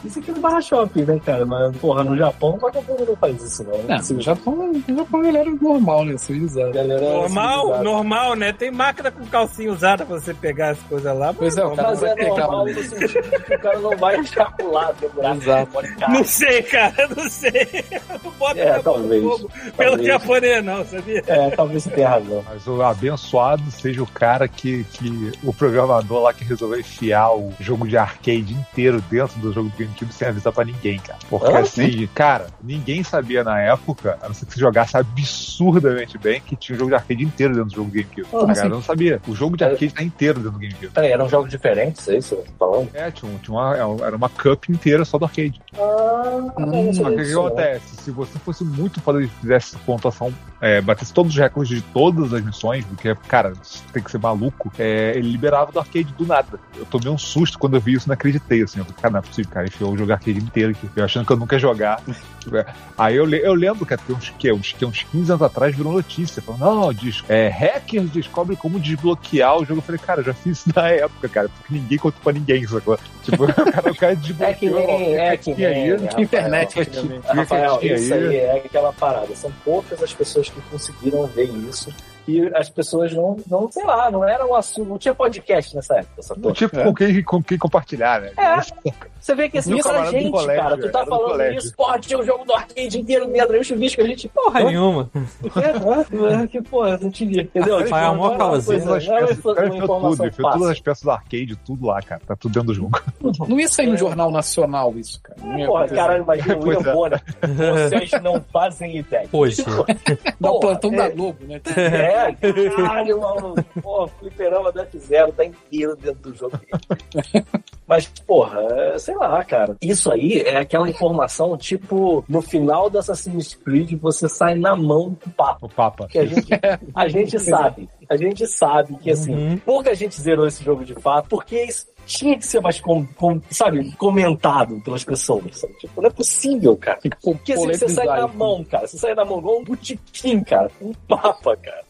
[SPEAKER 5] Isso aqui no Barra Shopping, né, cara? Mas, porra, no Japão, qualquer coisa não faz isso, não.
[SPEAKER 7] Não,
[SPEAKER 5] Assim,
[SPEAKER 7] no Japão, no Japão a galera é normal, né?
[SPEAKER 5] a
[SPEAKER 7] Civilizada.
[SPEAKER 5] galera é
[SPEAKER 3] Normal,
[SPEAKER 5] civilizada.
[SPEAKER 3] normal, né? Tem máquina com calcinha usada pra você pegar as coisas lá.
[SPEAKER 7] Pois é, o cara
[SPEAKER 5] Mas
[SPEAKER 7] vai
[SPEAKER 5] é
[SPEAKER 7] pegar
[SPEAKER 5] normal
[SPEAKER 7] um...
[SPEAKER 5] no sentido de que o cara não vai achar pro lado do buraco.
[SPEAKER 7] Exato.
[SPEAKER 5] Pode ficar.
[SPEAKER 3] Não sei, cara, não sei. Não bota
[SPEAKER 5] É,
[SPEAKER 3] na mão
[SPEAKER 5] talvez.
[SPEAKER 3] no fogo pelo
[SPEAKER 5] Talvez.
[SPEAKER 3] japonês, não, sabia?
[SPEAKER 5] É, talvez você tenha razão.
[SPEAKER 2] Mas o abençoado seja o cara que, que o programador lá que resolveu enfiar o jogo de arcade inteiro dentro do jogo do GameCube sem avisar pra ninguém, cara. Porque
[SPEAKER 5] Hã?
[SPEAKER 2] assim, cara, ninguém sabia na época, a não ser que você jogasse absurdamente bem, que tinha o jogo de arcade inteiro dentro do jogo do GameCube.
[SPEAKER 5] Ah,
[SPEAKER 2] a galera não sabia. O jogo de
[SPEAKER 5] É.
[SPEAKER 2] arcade tá inteiro dentro do GameCube.
[SPEAKER 5] Peraí, eram jogos diferentes, é isso que você tá falando?
[SPEAKER 2] É, tinha, um- tinha uma, era uma cup inteira só do arcade.
[SPEAKER 5] Ah, não
[SPEAKER 2] Só que o que acontece? Se você fosse muito foda e fizesse pontuação, é, batesse todos os recordes de todas as missões, porque, cara, isso tem que ser maluco, é, ele liberava do arcade do nada. Eu tomei um susto quando eu vi isso, não acreditei, assim. Eu falei, cara, não é possível, cara, enfiou o jogo arcade inteiro aqui. Eu achando que eu nunca ia jogar. É, Aí eu, le- eu lembro, cara, que uns, que, uns, que uns 15 anos atrás virou notícia. Falando, não, diz, é, hackers descobrem como desbloquear o jogo. Eu falei, cara, eu já fiz isso na época, cara, porque ninguém contou pra ninguém, sacou? Tipo, o cara, o cara desbloqueou.
[SPEAKER 5] É que nem, é que
[SPEAKER 2] tinha
[SPEAKER 5] nem.
[SPEAKER 2] isso.
[SPEAKER 5] Rafael.
[SPEAKER 7] Internet aqui.
[SPEAKER 5] Rafael,
[SPEAKER 2] Tinha
[SPEAKER 5] isso aí é aquela parada. São poucas as pessoas que conseguiram ver isso. E as pessoas não, não sei lá, não era um assunto. Não tinha podcast nessa época, essa porra.
[SPEAKER 2] Tipo, com, quem, com quem compartilhar, né?
[SPEAKER 5] É, você vê que assim,
[SPEAKER 2] No
[SPEAKER 5] isso era
[SPEAKER 2] camarada do
[SPEAKER 5] gente,
[SPEAKER 2] colégio,
[SPEAKER 5] cara. Tu tá
[SPEAKER 2] era do
[SPEAKER 5] falando
[SPEAKER 2] colégio.
[SPEAKER 5] isso, pô, tinha o jogo do arcade inteiro dentro, aí os chuviscos, a gente,
[SPEAKER 1] Porra
[SPEAKER 5] porra,
[SPEAKER 1] Ah, nenhuma.
[SPEAKER 5] É, é, que porra, não te liga, entendeu?
[SPEAKER 1] Rafael,
[SPEAKER 5] Tipo,
[SPEAKER 1] a maior
[SPEAKER 5] não era uma
[SPEAKER 1] causeira.
[SPEAKER 2] Todas
[SPEAKER 5] coisa-
[SPEAKER 2] as
[SPEAKER 5] não era
[SPEAKER 2] peças, assim, o cara
[SPEAKER 5] uma
[SPEAKER 2] enfiou tudo,
[SPEAKER 5] informação
[SPEAKER 2] enfiou todas as
[SPEAKER 5] fácil.
[SPEAKER 2] peças do arcade, tudo lá, cara. Tá tudo dentro do jogo.
[SPEAKER 7] Não ia sair no jornal nacional isso, cara. Não ia
[SPEAKER 5] Porra,
[SPEAKER 7] acontecer.
[SPEAKER 5] caralho, imagina o William
[SPEAKER 2] Pois é.
[SPEAKER 5] Bonner. Vocês não fazem ideia.
[SPEAKER 1] Poxa.
[SPEAKER 7] Dá o
[SPEAKER 5] Porra,
[SPEAKER 7] plantão
[SPEAKER 5] é.
[SPEAKER 7] da Globo, né?
[SPEAKER 5] É, caralho, mano. Pô, fliperama da F0 tá inteiro dentro do jogo. Mas, porra, é, sei lá, cara. Isso aí é aquela informação, tipo, no final do Assassin's Creed, você sai na mão do papo.
[SPEAKER 2] O Papa.
[SPEAKER 5] Porque a gente, a gente sabe, a gente sabe que, assim,
[SPEAKER 1] Uhum.
[SPEAKER 5] pouca gente zerou esse jogo de fato, porque isso tinha que ser mais, com, com- sabe, comentado pelas pessoas. sabe? Tipo, não é possível, cara. Porque
[SPEAKER 7] Tipo,
[SPEAKER 5] assim, você sai na mão, cara. Você sai na mão igual um botiquim, cara. Um papa, cara.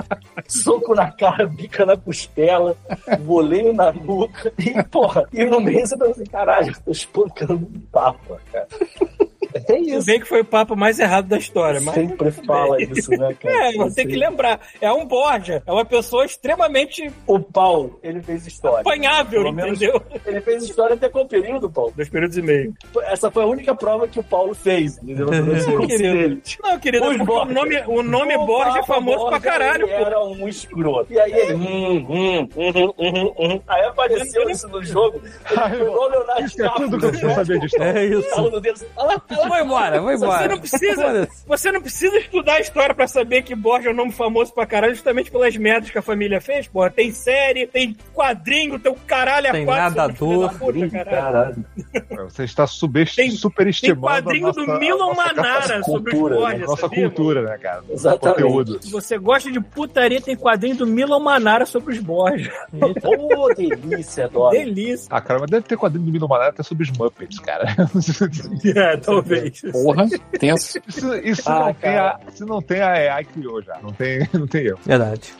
[SPEAKER 5] Soco na cara, bica na costela, voleio na nuca. E, porra, e no meio você pensa assim, caralho, eu tô espancando um papa, cara. É
[SPEAKER 3] Tudo
[SPEAKER 5] isso.
[SPEAKER 3] bem que foi o papo mais errado da história, mas.
[SPEAKER 5] Sempre fala isso, né, cara?
[SPEAKER 3] É, você tem que lembrar. É um Borja, é uma pessoa extremamente
[SPEAKER 5] O Paulo, ele fez história.
[SPEAKER 3] apanhável,
[SPEAKER 5] Pelo menos-
[SPEAKER 3] entendeu?
[SPEAKER 5] Ele fez história até com o período, Paulo.
[SPEAKER 3] Dois períodos e meio.
[SPEAKER 5] Essa foi a única prova que o Paulo fez, entendeu? Durante o
[SPEAKER 3] Não,
[SPEAKER 5] curso
[SPEAKER 3] querido.
[SPEAKER 5] dele.
[SPEAKER 3] Não, querido, é
[SPEAKER 5] Os
[SPEAKER 3] porque o
[SPEAKER 5] Borja.
[SPEAKER 3] nome, o nome Borja é
[SPEAKER 5] Papa
[SPEAKER 3] famoso pra
[SPEAKER 5] Borja,
[SPEAKER 3] caralho,
[SPEAKER 5] ele
[SPEAKER 3] pô.
[SPEAKER 5] era um escroto. E aí ele. Hum, hum, hum, hum, hum. Aí apareceu isso no jogo. Ele pegou o Leonardo
[SPEAKER 2] Isso é tudo que eu
[SPEAKER 5] DiCaprio,
[SPEAKER 2] preciso saber de história.
[SPEAKER 1] É isso.
[SPEAKER 5] falou no dedo assim, "Olha lá, olha lá."
[SPEAKER 1] Vou embora, vou embora.
[SPEAKER 3] Você não precisa,
[SPEAKER 1] Foda-se.
[SPEAKER 3] você não precisa estudar a história pra saber que Borja é um nome famoso pra caralho, justamente pelas merdas que a família fez, porra. Tem série, tem quadrinho, tem o caralho
[SPEAKER 1] Tem
[SPEAKER 3] a quatro.
[SPEAKER 1] nadador.
[SPEAKER 3] sobre o filho da puta, caralho.
[SPEAKER 5] Caralho.
[SPEAKER 2] Você está subest...
[SPEAKER 3] Tem-
[SPEAKER 2] superestimando
[SPEAKER 3] Tem quadrinho
[SPEAKER 2] a nossa,
[SPEAKER 3] do Milo
[SPEAKER 2] a nossa
[SPEAKER 3] Manara sobre os
[SPEAKER 5] cultura, né?
[SPEAKER 3] Borja,
[SPEAKER 2] capa- nossa
[SPEAKER 3] sabia,
[SPEAKER 2] cultura, né, cara?
[SPEAKER 5] Exatamente.
[SPEAKER 2] Conteúdo.
[SPEAKER 3] Se você gosta de putaria, tem quadrinho do Milan Manara sobre os Borges.
[SPEAKER 5] Ô, delícia, adoro.
[SPEAKER 3] Delícia.
[SPEAKER 2] Ah, cara, mas deve ter quadrinho do Milo Manara até sobre os Muppets, cara.
[SPEAKER 3] É, talvez.
[SPEAKER 7] Porra, tenso.
[SPEAKER 2] Isso, isso
[SPEAKER 5] Ah,
[SPEAKER 2] não, tem
[SPEAKER 5] cara.
[SPEAKER 2] a, se não tem a AI criou já. Não tem, não tem eu.
[SPEAKER 1] Verdade.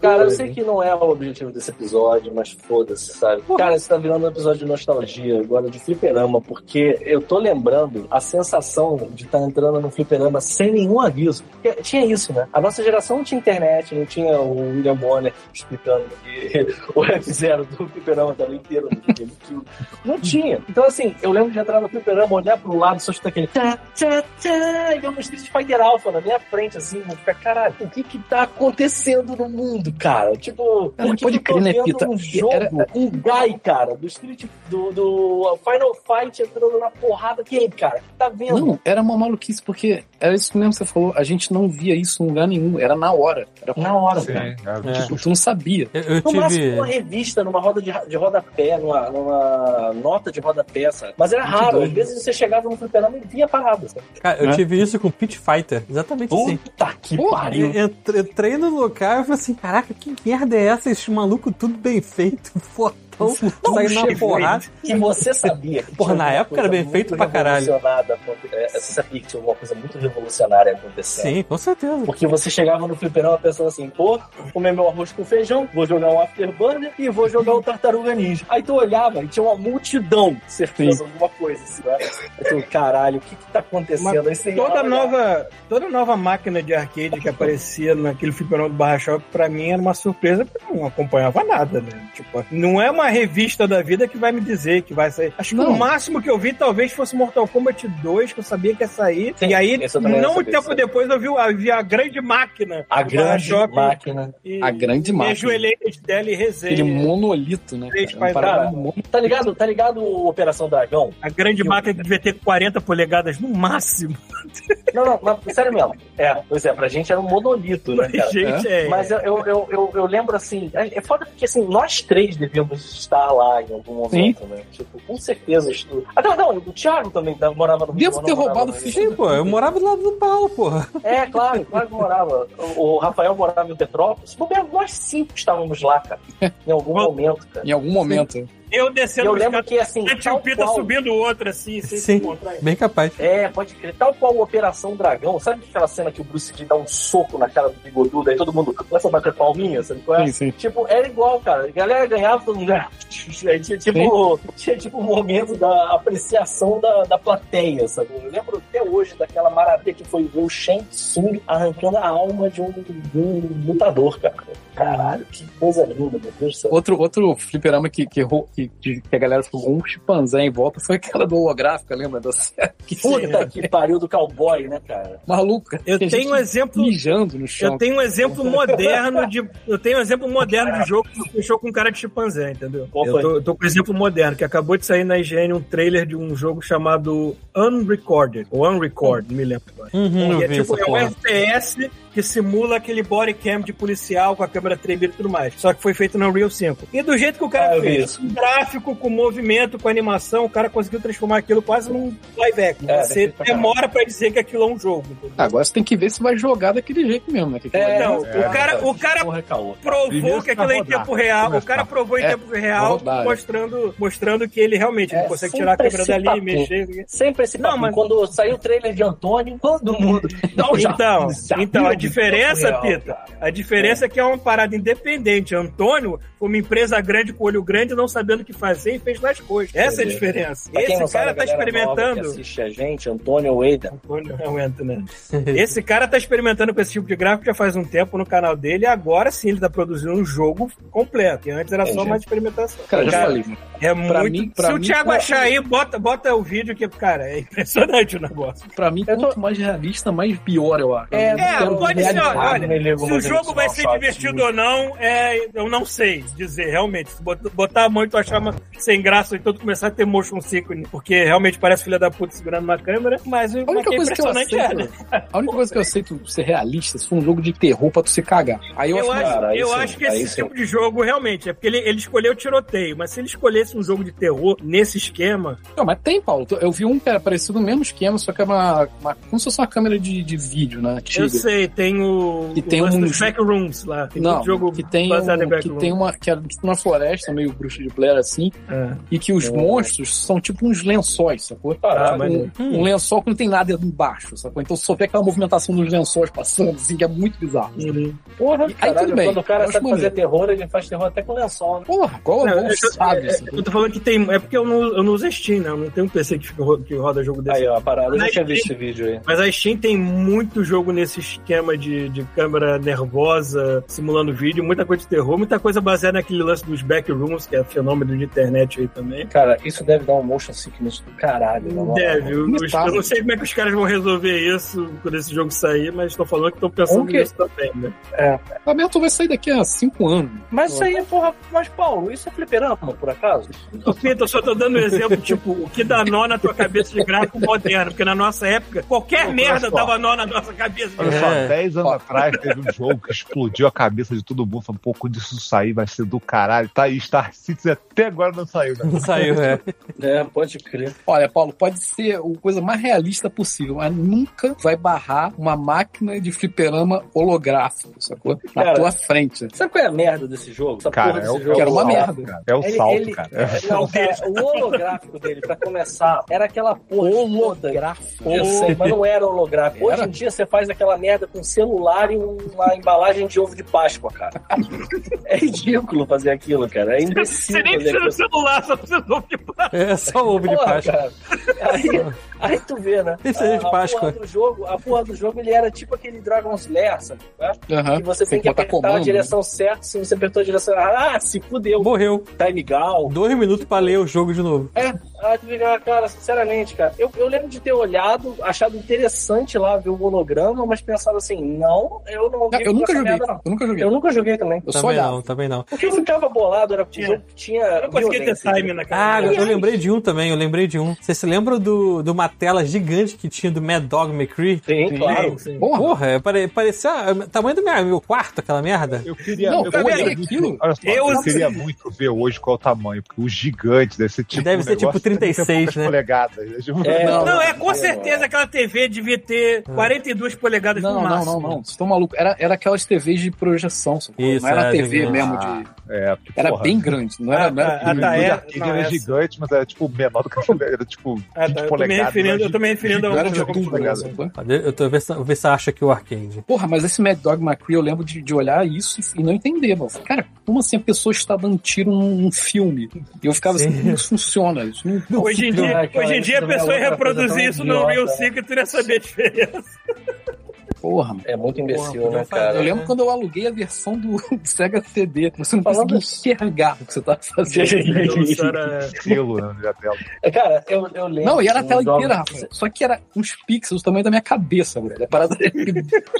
[SPEAKER 5] Cara, eu sei que não é o objetivo desse episódio, mas foda-se, sabe? Cara, isso tá virando um episódio de nostalgia, agora de fliperama, porque eu tô lembrando a sensação de estar entrando no fliperama sem nenhum aviso. Porque tinha isso, né? A nossa geração não tinha internet, não tinha o William Bonner explicando que o F0 do fliperama tava inteiro né? no GameCube. Não tinha. Então, assim, eu lembro de entrar no fliperama, olhar pro lado, só escutar aquele tã, tã, tã, e ver um Street Fighter Alpha na minha frente, assim, eu ficar, caralho, o que que tá acontecendo no mundo, cara? Tipo,
[SPEAKER 7] Cara,
[SPEAKER 5] por que
[SPEAKER 7] pode
[SPEAKER 5] que eu tô
[SPEAKER 7] crer, né,
[SPEAKER 5] vendo
[SPEAKER 7] Pita?
[SPEAKER 5] um jogo,
[SPEAKER 7] Era-
[SPEAKER 5] um guy, cara, do Street, do, do Final Fight entrando na porrada, quem, cara? Tá vendo?
[SPEAKER 7] Não, era uma maluquice, porque era isso mesmo que você falou. A gente não via isso em lugar nenhum. Era na hora. Era
[SPEAKER 5] Na hora,
[SPEAKER 2] Sim,
[SPEAKER 5] cara.
[SPEAKER 2] é,
[SPEAKER 1] É.
[SPEAKER 7] Tipo, tu não sabia.
[SPEAKER 1] Eu, eu
[SPEAKER 5] No máximo um
[SPEAKER 1] tive.
[SPEAKER 5] numa revista, numa roda de, de rodapé, numa, numa nota de rodapé, sabe? Mas era
[SPEAKER 7] Muito
[SPEAKER 5] raro,
[SPEAKER 7] doido.
[SPEAKER 5] às vezes você chegava no fliperama e via parada, sabe?
[SPEAKER 1] Cara, eu
[SPEAKER 7] né?
[SPEAKER 1] tive isso com Pit Fighter. Exatamente assim.
[SPEAKER 5] Puta que
[SPEAKER 7] Porra,
[SPEAKER 1] E
[SPEAKER 5] pariu!
[SPEAKER 1] entr- Entrei no local e falei assim: caraca, que merda é essa? Esse maluco tudo bem feito, fortão.
[SPEAKER 5] Então,
[SPEAKER 1] Não,
[SPEAKER 5] saiu
[SPEAKER 1] chega,
[SPEAKER 5] E você sabia que
[SPEAKER 1] Porra,
[SPEAKER 5] tinha
[SPEAKER 1] na
[SPEAKER 5] alguma
[SPEAKER 1] época era
[SPEAKER 5] coisa
[SPEAKER 1] bem feito
[SPEAKER 5] muito
[SPEAKER 1] pra caralho.
[SPEAKER 5] revolucionada aconte- é, Você sabia que tinha alguma coisa muito revolucionária acontecendo.
[SPEAKER 1] Sim, com certeza.
[SPEAKER 5] Porque você chegava no fliperama pensando assim, pô, vou comer meu arroz com feijão, vou jogar um Afterburner e vou jogar o Tartaruga Ninja. Aí tu olhava e tinha uma multidão cercando alguma coisa, assim, né? Eu falei, caralho, o que que tá acontecendo? Aí você ia lá
[SPEAKER 3] Toda
[SPEAKER 5] olhar.
[SPEAKER 3] nova, toda nova máquina de arcade que aparecia naquele fliperão do Barra Shop, pra mim era uma surpresa, porque eu não acompanhava nada, né? Tipo, não é uma revista da vida que vai me dizer que vai sair. Acho que
[SPEAKER 7] Não.
[SPEAKER 3] o máximo que eu vi talvez fosse Mortal Kombat 2, que eu sabia que ia sair.
[SPEAKER 5] Sim,
[SPEAKER 3] e aí,
[SPEAKER 5] esse eu também
[SPEAKER 3] não muito
[SPEAKER 5] sabia,
[SPEAKER 3] tempo
[SPEAKER 5] sim.
[SPEAKER 3] depois, eu vi, eu vi a grande máquina.
[SPEAKER 5] A
[SPEAKER 3] do
[SPEAKER 5] grande
[SPEAKER 3] Barra Shop
[SPEAKER 5] máquina.
[SPEAKER 3] E,
[SPEAKER 7] A grande
[SPEAKER 3] me
[SPEAKER 7] máquina.
[SPEAKER 3] ajoelhei diante dela e rezei.
[SPEAKER 7] Aquele monolito, né?
[SPEAKER 3] Três
[SPEAKER 7] Cara? É um
[SPEAKER 5] paisagens.
[SPEAKER 7] parado mon-
[SPEAKER 5] Tá ligado? Tá ligado o Operação Dragão?
[SPEAKER 3] A grande máquina que devia ter 40 polegadas no máximo.
[SPEAKER 5] Não, não, mas, sério mesmo. É, pois é, pra gente era um monolito, né, cara?
[SPEAKER 3] Gente, é.
[SPEAKER 5] Mas eu, eu, eu, eu, eu lembro assim, é é foda porque assim, nós três devíamos estar lá em algum momento, né? Tipo, com certeza. Estu... Ah, não, não, o Thiago também da- morava no
[SPEAKER 7] Devo
[SPEAKER 5] não
[SPEAKER 7] ter
[SPEAKER 5] morava
[SPEAKER 7] roubado
[SPEAKER 5] no Rio.
[SPEAKER 7] ficha.
[SPEAKER 1] Sim, pô, eu morava do lado do Paulo, porra.
[SPEAKER 5] É, claro, claro que morava. O, o Rafael morava em Petrópolis. No mesmo, nós cinco estávamos lá, cara,
[SPEAKER 7] É.
[SPEAKER 5] em algum
[SPEAKER 3] Bom,
[SPEAKER 5] momento, cara.
[SPEAKER 7] Em algum momento.
[SPEAKER 3] eu
[SPEAKER 5] E
[SPEAKER 3] descendo
[SPEAKER 5] eu
[SPEAKER 3] os
[SPEAKER 5] lembro que assim.
[SPEAKER 3] É tinha
[SPEAKER 5] tal
[SPEAKER 3] um Pita
[SPEAKER 5] qual-
[SPEAKER 3] subindo o outro assim, sem
[SPEAKER 1] Sim.
[SPEAKER 3] se encontrar.
[SPEAKER 1] Bem capaz.
[SPEAKER 5] É, pode crer. Tal qual a Operação Dragão, sabe aquela cena que o Bruce Lee dá um soco na cara do bigodudo, aí todo mundo começa a bater palminha, sabe qual é?
[SPEAKER 7] Sim, sim.
[SPEAKER 5] Tipo, era igual, cara. A galera ganhava, todo mundo. Aí Tinha tipo, tinha, tipo um momento da apreciação da, da plateia, sabe? Eu lembro até hoje daquela maravilha que foi ver o Shang Tsung arrancando a alma de um, de um lutador, cara. Caralho, que coisa linda, meu Deus do céu.
[SPEAKER 7] Outro, outro fliperama que, que, rou- que, que a galera ficou com um chimpanzé em volta foi aquela do holográfica, lembra? Da série? Que
[SPEAKER 5] Puta que pariu do cowboy, né, cara?
[SPEAKER 7] maluca.
[SPEAKER 3] Eu
[SPEAKER 7] Que a
[SPEAKER 3] tenho um
[SPEAKER 7] gente
[SPEAKER 3] exemplo.
[SPEAKER 7] mijando no chão.
[SPEAKER 3] Eu tenho um exemplo moderno de. Eu tenho um exemplo moderno de jogo que fechou com cara de chimpanzé, entendeu?
[SPEAKER 5] Qual
[SPEAKER 3] eu
[SPEAKER 5] foi?
[SPEAKER 3] tô, eu tô com um exemplo moderno, que acabou de sair na IGN um trailer de um jogo chamado Unrecorded, ou Unrecord, me lembro agora.
[SPEAKER 1] Uhum,
[SPEAKER 3] E
[SPEAKER 1] eu
[SPEAKER 3] é
[SPEAKER 1] vi
[SPEAKER 3] tipo, é
[SPEAKER 1] essa
[SPEAKER 3] um
[SPEAKER 1] porra.
[SPEAKER 3] FPS que simula aquele body cam de policial com a câmera tremida e tudo mais. Só que foi feito no Unreal 5. E do jeito que o
[SPEAKER 5] Ah,
[SPEAKER 3] cara
[SPEAKER 5] eu vi
[SPEAKER 3] fez,
[SPEAKER 5] isso.
[SPEAKER 3] com gráfico, com movimento, com animação, o cara conseguiu transformar aquilo quase num live action.
[SPEAKER 5] É,
[SPEAKER 3] Você
[SPEAKER 5] deve ter pra
[SPEAKER 3] demora pra dizer que aquilo é um jogo. entendeu?
[SPEAKER 7] Agora você tem que ver se vai jogar daquele jeito mesmo, né? Que aquilo
[SPEAKER 5] É,
[SPEAKER 7] ali
[SPEAKER 3] não, o cara- o cara
[SPEAKER 5] Porra, é caô.
[SPEAKER 3] provou
[SPEAKER 2] Primeiro
[SPEAKER 3] que aquilo é em
[SPEAKER 2] pra rodar.
[SPEAKER 3] tempo real. O
[SPEAKER 2] Começar.
[SPEAKER 3] cara provou em
[SPEAKER 7] É,
[SPEAKER 3] tempo real,
[SPEAKER 7] rodar, é.
[SPEAKER 3] mostrando, mostrando que ele realmente
[SPEAKER 5] É,
[SPEAKER 3] não consegue tirar a câmera
[SPEAKER 5] sempre assim,
[SPEAKER 3] dali e
[SPEAKER 5] esse
[SPEAKER 3] mexer.
[SPEAKER 5] Sempre esse
[SPEAKER 3] Não,
[SPEAKER 5] papo.
[SPEAKER 3] mas-
[SPEAKER 5] Quando saiu o trailer de Antônio, todo mundo. Não, já
[SPEAKER 3] Então,
[SPEAKER 5] fiz, já
[SPEAKER 3] então, a
[SPEAKER 5] fiz,
[SPEAKER 3] diferença,
[SPEAKER 5] real,
[SPEAKER 3] Pita,
[SPEAKER 5] cara.
[SPEAKER 3] a diferença é que é uma parada independente. Antônio foi uma empresa grande com olho grande, não sabendo o que fazer e fez nas coisas. Essa é a
[SPEAKER 5] Entendi.
[SPEAKER 3] diferença.
[SPEAKER 5] Pra quem não
[SPEAKER 3] Esse
[SPEAKER 5] sabe,
[SPEAKER 3] cara
[SPEAKER 5] a
[SPEAKER 3] tá
[SPEAKER 5] galera nova que é assim.
[SPEAKER 3] experimentando.
[SPEAKER 5] assiste a gente, Antônio Weida.
[SPEAKER 3] Antônio não aguenta, né? Esse cara tá experimentando com esse tipo de gráfico já faz um tempo no canal dele e agora sim ele tá produzindo um jogo completo. E antes era só
[SPEAKER 5] Entendi.
[SPEAKER 3] mais experimentação.
[SPEAKER 7] Cara, eu já
[SPEAKER 5] Cara,
[SPEAKER 7] falei.
[SPEAKER 3] É
[SPEAKER 7] Pra
[SPEAKER 3] muito.
[SPEAKER 7] mim- pra
[SPEAKER 3] Se o
[SPEAKER 7] mim, um-
[SPEAKER 3] Thiago
[SPEAKER 7] pra-
[SPEAKER 3] achar aí, bota, bota o vídeo que, cara, é impressionante o negócio.
[SPEAKER 7] Pra mim,
[SPEAKER 5] eu tô-
[SPEAKER 7] quanto mais realista, mais pior, eu acho.
[SPEAKER 5] É,
[SPEAKER 3] É, pode ser,
[SPEAKER 5] realidade,
[SPEAKER 3] olha.
[SPEAKER 5] né, Lego?
[SPEAKER 3] Se o
[SPEAKER 5] Mas
[SPEAKER 7] um
[SPEAKER 3] jogo
[SPEAKER 5] eles
[SPEAKER 3] vai
[SPEAKER 5] são
[SPEAKER 3] ser
[SPEAKER 5] chatos,
[SPEAKER 3] divertido
[SPEAKER 5] né?
[SPEAKER 3] ou não, é, eu não sei dizer, realmente. Se bot- botar a mão e tu achar uma- sem graça e todo começar a ter motion sickness, porque realmente parece filha da puta segurando uma câmera, mas o
[SPEAKER 7] A
[SPEAKER 3] mas
[SPEAKER 7] única,
[SPEAKER 3] que é
[SPEAKER 7] coisa que eu
[SPEAKER 3] impressionante é, né?
[SPEAKER 7] aceito, a única coisa que eu aceito ser realista se for um jogo de terror pra tu se cagar. Aí eu, acho.
[SPEAKER 3] Eu
[SPEAKER 7] é
[SPEAKER 3] acho,
[SPEAKER 5] cara, aí
[SPEAKER 3] eu
[SPEAKER 5] sim,
[SPEAKER 3] acho que
[SPEAKER 5] aí
[SPEAKER 3] esse
[SPEAKER 5] sim.
[SPEAKER 3] tipo de jogo realmente é porque ele, ele escolheu tiroteio, mas se ele escolhesse um jogo de terror nesse esquema,
[SPEAKER 7] Não, mas tem, Paulo. Eu vi um que era parecido no mesmo esquema, só que é uma. uma como se fosse uma câmera de, de vídeo, né? Antiga.
[SPEAKER 3] eu sei, tem o,
[SPEAKER 7] E tem
[SPEAKER 3] o lance
[SPEAKER 7] um-
[SPEAKER 3] dos backrooms lá. Tem
[SPEAKER 7] Não,
[SPEAKER 3] muito jogo
[SPEAKER 7] que tem,
[SPEAKER 3] baseado em
[SPEAKER 7] um, que
[SPEAKER 3] backrooms.
[SPEAKER 7] tem uma que era tipo uma floresta meio bruxa de Blair assim,
[SPEAKER 3] É.
[SPEAKER 7] e que os monstros são tipo uns lençóis, sacou?
[SPEAKER 5] Caralho,
[SPEAKER 3] Ah, mas-
[SPEAKER 7] um, um lençol que não tem nada embaixo, sacou? Então só vê aquela movimentação dos lençóis passando, assim, que é muito bizarro.
[SPEAKER 3] uhum.
[SPEAKER 5] Porra,
[SPEAKER 7] Aí
[SPEAKER 5] caralho,
[SPEAKER 7] tudo bem,
[SPEAKER 5] quando o cara
[SPEAKER 7] eu acho
[SPEAKER 5] sabe fazer
[SPEAKER 7] maneiro.
[SPEAKER 5] terror, ele faz terror até com lençol. Né?
[SPEAKER 7] Porra, qual
[SPEAKER 3] Não,
[SPEAKER 7] é
[SPEAKER 3] eu-
[SPEAKER 7] o sábio, sacou?
[SPEAKER 3] Eu tô falando que tem. É porque eu não, eu não uso Steam, né? Eu não tenho um PC que, fica ro- que roda jogo desse.
[SPEAKER 5] Aí, ó, a parada. Eu já
[SPEAKER 3] Mas
[SPEAKER 5] tinha
[SPEAKER 3] tem-
[SPEAKER 5] visto esse vídeo aí.
[SPEAKER 3] Mas a Steam tem muito jogo nesse esquema de, de câmera nervosa, simulando vídeo, muita coisa de terror, muita coisa baseada naquele lance dos backrooms, que é fenômeno de internet aí também.
[SPEAKER 5] Cara, isso deve dar um motion sickness do caralho. na moral.
[SPEAKER 3] Deve. Eu,
[SPEAKER 7] Metade.
[SPEAKER 3] eu não sei como é que os caras vão resolver isso quando esse jogo sair, mas tô falando que tô pensando
[SPEAKER 5] Um que-
[SPEAKER 3] nisso também, né?
[SPEAKER 7] A Merton vai sair daqui a cinco anos.
[SPEAKER 5] Mas isso aí é porra. Mas, Paulo, isso é fliperama, por acaso?
[SPEAKER 3] Ô, Pinto, eu só tô dando um exemplo, tipo, o que dá nó na tua cabeça de gráfico moderno, porque na nossa época, qualquer
[SPEAKER 2] Não,
[SPEAKER 3] merda
[SPEAKER 2] olha só.
[SPEAKER 3] dava nó na nossa cabeça de
[SPEAKER 2] Olha só,
[SPEAKER 1] É.
[SPEAKER 2] 10 10 anos atrás teve um jogo que explodiu a cabeça de todo mundo. Falando, pô, quando isso sair vai ser do caralho. Tá aí, Star Citizen até agora não saiu, né?
[SPEAKER 1] Não saiu, né?
[SPEAKER 5] É, pode crer.
[SPEAKER 7] Olha, Paulo, pode ser a coisa mais realista possível, mas nunca vai barrar uma máquina de fliperama holográfico, sacou? Na
[SPEAKER 5] Cara.
[SPEAKER 7] tua frente.
[SPEAKER 5] Sabe qual é a merda desse jogo? Essa
[SPEAKER 2] Cara,
[SPEAKER 5] porra
[SPEAKER 2] é
[SPEAKER 5] desse
[SPEAKER 2] o,
[SPEAKER 5] jogo.
[SPEAKER 7] que era uma
[SPEAKER 5] Ele-
[SPEAKER 7] merda.
[SPEAKER 2] cara. É o salto, cara. É.
[SPEAKER 5] Não, cara, o holográfico dele, pra começar, era aquela porra. Holográfico. Eu sei, mas não era holográfico. Hoje
[SPEAKER 7] Era?
[SPEAKER 5] em dia você faz aquela merda com celular e um- uma embalagem de ovo de Páscoa, cara. É ridículo fazer aquilo, cara. É imbecil
[SPEAKER 3] Você nem
[SPEAKER 5] fazer
[SPEAKER 3] precisa do
[SPEAKER 5] aquilo.
[SPEAKER 3] celular, só precisa do nome de
[SPEAKER 1] É só ovo de
[SPEAKER 5] Porra,
[SPEAKER 1] Páscoa.
[SPEAKER 5] cara. Aí, aí tu vê, né?
[SPEAKER 1] Isso aí de
[SPEAKER 5] A- a
[SPEAKER 1] Páscoa.
[SPEAKER 5] porra do jogo, a porra do jogo ele era tipo aquele Dragon's Lair, sabe?
[SPEAKER 7] Aham.
[SPEAKER 5] E você tem,
[SPEAKER 7] Ah, Tem
[SPEAKER 5] que
[SPEAKER 7] que botar
[SPEAKER 5] apertar a
[SPEAKER 7] comando, né?
[SPEAKER 5] direção certa. Se você apertou a direção errada, ah, se fudeu.
[SPEAKER 1] Morreu.
[SPEAKER 5] Time Gal.
[SPEAKER 1] Dois minutos pra ler o jogo de novo.
[SPEAKER 5] Ah, tu fica, cara, sinceramente, cara. Eu, eu lembro de ter olhado, achado interessante lá ver o holograma, mas pensado assim, não, eu não.
[SPEAKER 7] Não,
[SPEAKER 5] vivo
[SPEAKER 7] eu nunca
[SPEAKER 5] essa
[SPEAKER 7] joguei.
[SPEAKER 5] merda, não.
[SPEAKER 7] Eu nunca joguei.
[SPEAKER 5] tá Eu nunca joguei também.
[SPEAKER 7] Eu só
[SPEAKER 1] também
[SPEAKER 7] olhava.
[SPEAKER 1] não, também não.
[SPEAKER 5] O que eu ficava bolado era porque o
[SPEAKER 3] É.
[SPEAKER 5] jogo tinha.
[SPEAKER 3] Eu não consegui ter
[SPEAKER 5] violência.
[SPEAKER 3] time né? naquela
[SPEAKER 1] Ah,
[SPEAKER 3] merda.
[SPEAKER 1] eu lembrei de um também, eu lembrei de um. Você se lembra do, de uma tela gigante que tinha do Mad Dog McCree?
[SPEAKER 5] Sim, claro.
[SPEAKER 3] Sim.
[SPEAKER 7] Porra,
[SPEAKER 1] Porra, é, pare- parecia ah, o tamanho do meu, meu quarto, aquela merda.
[SPEAKER 2] Eu queria,
[SPEAKER 7] Não,
[SPEAKER 2] eu
[SPEAKER 7] cara,
[SPEAKER 2] queria
[SPEAKER 7] olha
[SPEAKER 2] muito,
[SPEAKER 7] aquilo.
[SPEAKER 2] olha só, eu,
[SPEAKER 3] Eu-
[SPEAKER 2] queria muito ver hoje qual é o tamanho, porque o gigante deve ser tipo.
[SPEAKER 5] um
[SPEAKER 1] Deve ser tipo
[SPEAKER 2] negócio de
[SPEAKER 1] 36,
[SPEAKER 2] 30
[SPEAKER 1] né?
[SPEAKER 2] polegadas, né? Tipo,
[SPEAKER 5] É,
[SPEAKER 3] Não,
[SPEAKER 5] não,
[SPEAKER 3] é com certeza aquela TV devia ter 42 polegadas
[SPEAKER 7] Ah. Não,
[SPEAKER 3] no
[SPEAKER 7] não,
[SPEAKER 3] máximo.
[SPEAKER 7] não, não. Vocês estão malucos. Era, era aquelas TVs de projeção, sacou?
[SPEAKER 1] Isso,
[SPEAKER 7] não era
[SPEAKER 1] é,
[SPEAKER 7] TV
[SPEAKER 1] gigante.
[SPEAKER 7] mesmo
[SPEAKER 2] Ah,
[SPEAKER 7] de.
[SPEAKER 2] é, porque,
[SPEAKER 7] Era
[SPEAKER 2] porra,
[SPEAKER 7] bem grande, não era, não era
[SPEAKER 3] Ah,
[SPEAKER 2] O
[SPEAKER 7] pequenininho.
[SPEAKER 3] tá,
[SPEAKER 2] tá,
[SPEAKER 3] é-
[SPEAKER 2] arcade
[SPEAKER 3] não,
[SPEAKER 2] era
[SPEAKER 3] essa.
[SPEAKER 2] gigante, mas era tipo menor do que a era tipo 20
[SPEAKER 3] Ah, tá, eu, tô me
[SPEAKER 2] polegadas.
[SPEAKER 3] referindo, eu tô me referindo a
[SPEAKER 7] Não era
[SPEAKER 3] um
[SPEAKER 7] de
[SPEAKER 3] jogo.
[SPEAKER 7] tubo, né,
[SPEAKER 2] polegadas.
[SPEAKER 7] sacou?
[SPEAKER 1] Eu tô vendo se- vou ver se acha aqui o arcade.
[SPEAKER 7] Porra, mas esse Mad Dog McCree, eu lembro de, de olhar isso e, e não entender, mano. Cara, como assim a pessoa está dando tiro num, num filme? E eu ficava
[SPEAKER 1] Sim.
[SPEAKER 7] assim, como isso funciona? Isso não,
[SPEAKER 3] Hoje em dia,
[SPEAKER 5] Cara,
[SPEAKER 3] hoje em dia a
[SPEAKER 5] isso também
[SPEAKER 3] pessoa ia
[SPEAKER 5] é outra coisa
[SPEAKER 3] reproduzir
[SPEAKER 5] tão
[SPEAKER 3] isso no Real
[SPEAKER 5] idiota.
[SPEAKER 3] 5 e tu iria saber a diferença.
[SPEAKER 7] porra, mano.
[SPEAKER 5] É muito imbecil, né,
[SPEAKER 1] Porra, podiam fazer,
[SPEAKER 5] cara?
[SPEAKER 7] Eu lembro quando eu aluguei a versão do, do Sega CD, você não
[SPEAKER 5] Falando-
[SPEAKER 7] conseguia enxergar o que você tava fazendo. né?
[SPEAKER 3] Então, isso
[SPEAKER 7] é-
[SPEAKER 3] era-
[SPEAKER 2] Estilo, né, da tela.
[SPEAKER 5] É, Cara, eu, eu lembro.
[SPEAKER 7] Não, e era a
[SPEAKER 5] um
[SPEAKER 7] tela
[SPEAKER 5] jogo-
[SPEAKER 7] inteira, Rafa. Só que era uns pixels do tamanho da minha cabeça, velho. A parada era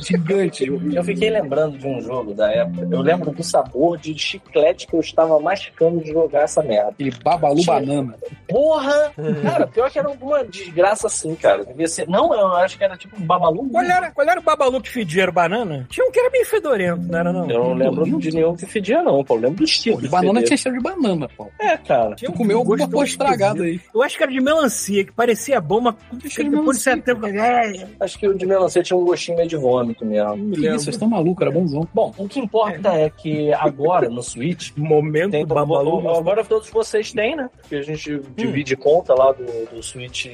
[SPEAKER 7] gigante. Eu-
[SPEAKER 5] Eu fiquei lembrando de um jogo da época. Eu lembro do sabor de chiclete que eu estava mascando de jogar essa merda.
[SPEAKER 7] Aquele babalu
[SPEAKER 5] Tinha-
[SPEAKER 7] banana.
[SPEAKER 5] Porra!
[SPEAKER 7] Hum.
[SPEAKER 5] Cara, pior que era alguma desgraça assim, cara. Devia ser. Não, eu acho que era tipo um babalu.
[SPEAKER 3] Qual era, qual era o babalu que fedia? Era banana? Tinha um que era bem fedorento, não era não?
[SPEAKER 5] Eu não lembro de nenhum que fedia, não, pô. Eu lembro do estilo.
[SPEAKER 7] O
[SPEAKER 5] de
[SPEAKER 7] banana
[SPEAKER 5] feder.
[SPEAKER 7] tinha cheiro de banana, pô.
[SPEAKER 5] É, cara.
[SPEAKER 3] Tinha
[SPEAKER 7] Tu
[SPEAKER 3] um
[SPEAKER 7] comeu
[SPEAKER 3] gosto
[SPEAKER 7] alguma porra estragada aí.
[SPEAKER 3] Eu acho que era de melancia, que parecia bom, mas
[SPEAKER 7] que era
[SPEAKER 3] depois de
[SPEAKER 7] melancia,
[SPEAKER 3] certo tempo... É,
[SPEAKER 5] Acho que o de melancia tinha um gostinho meio de vômito mesmo.
[SPEAKER 3] não me
[SPEAKER 7] Que isso,
[SPEAKER 3] lembro.
[SPEAKER 7] vocês estão malucos, era bonzão.
[SPEAKER 5] Bom, o que importa é que agora, no Switch,
[SPEAKER 3] Momento
[SPEAKER 5] tem
[SPEAKER 3] babalu.
[SPEAKER 5] o- Hum. agora todos vocês têm, né? Porque a gente divide conta lá do, do Switch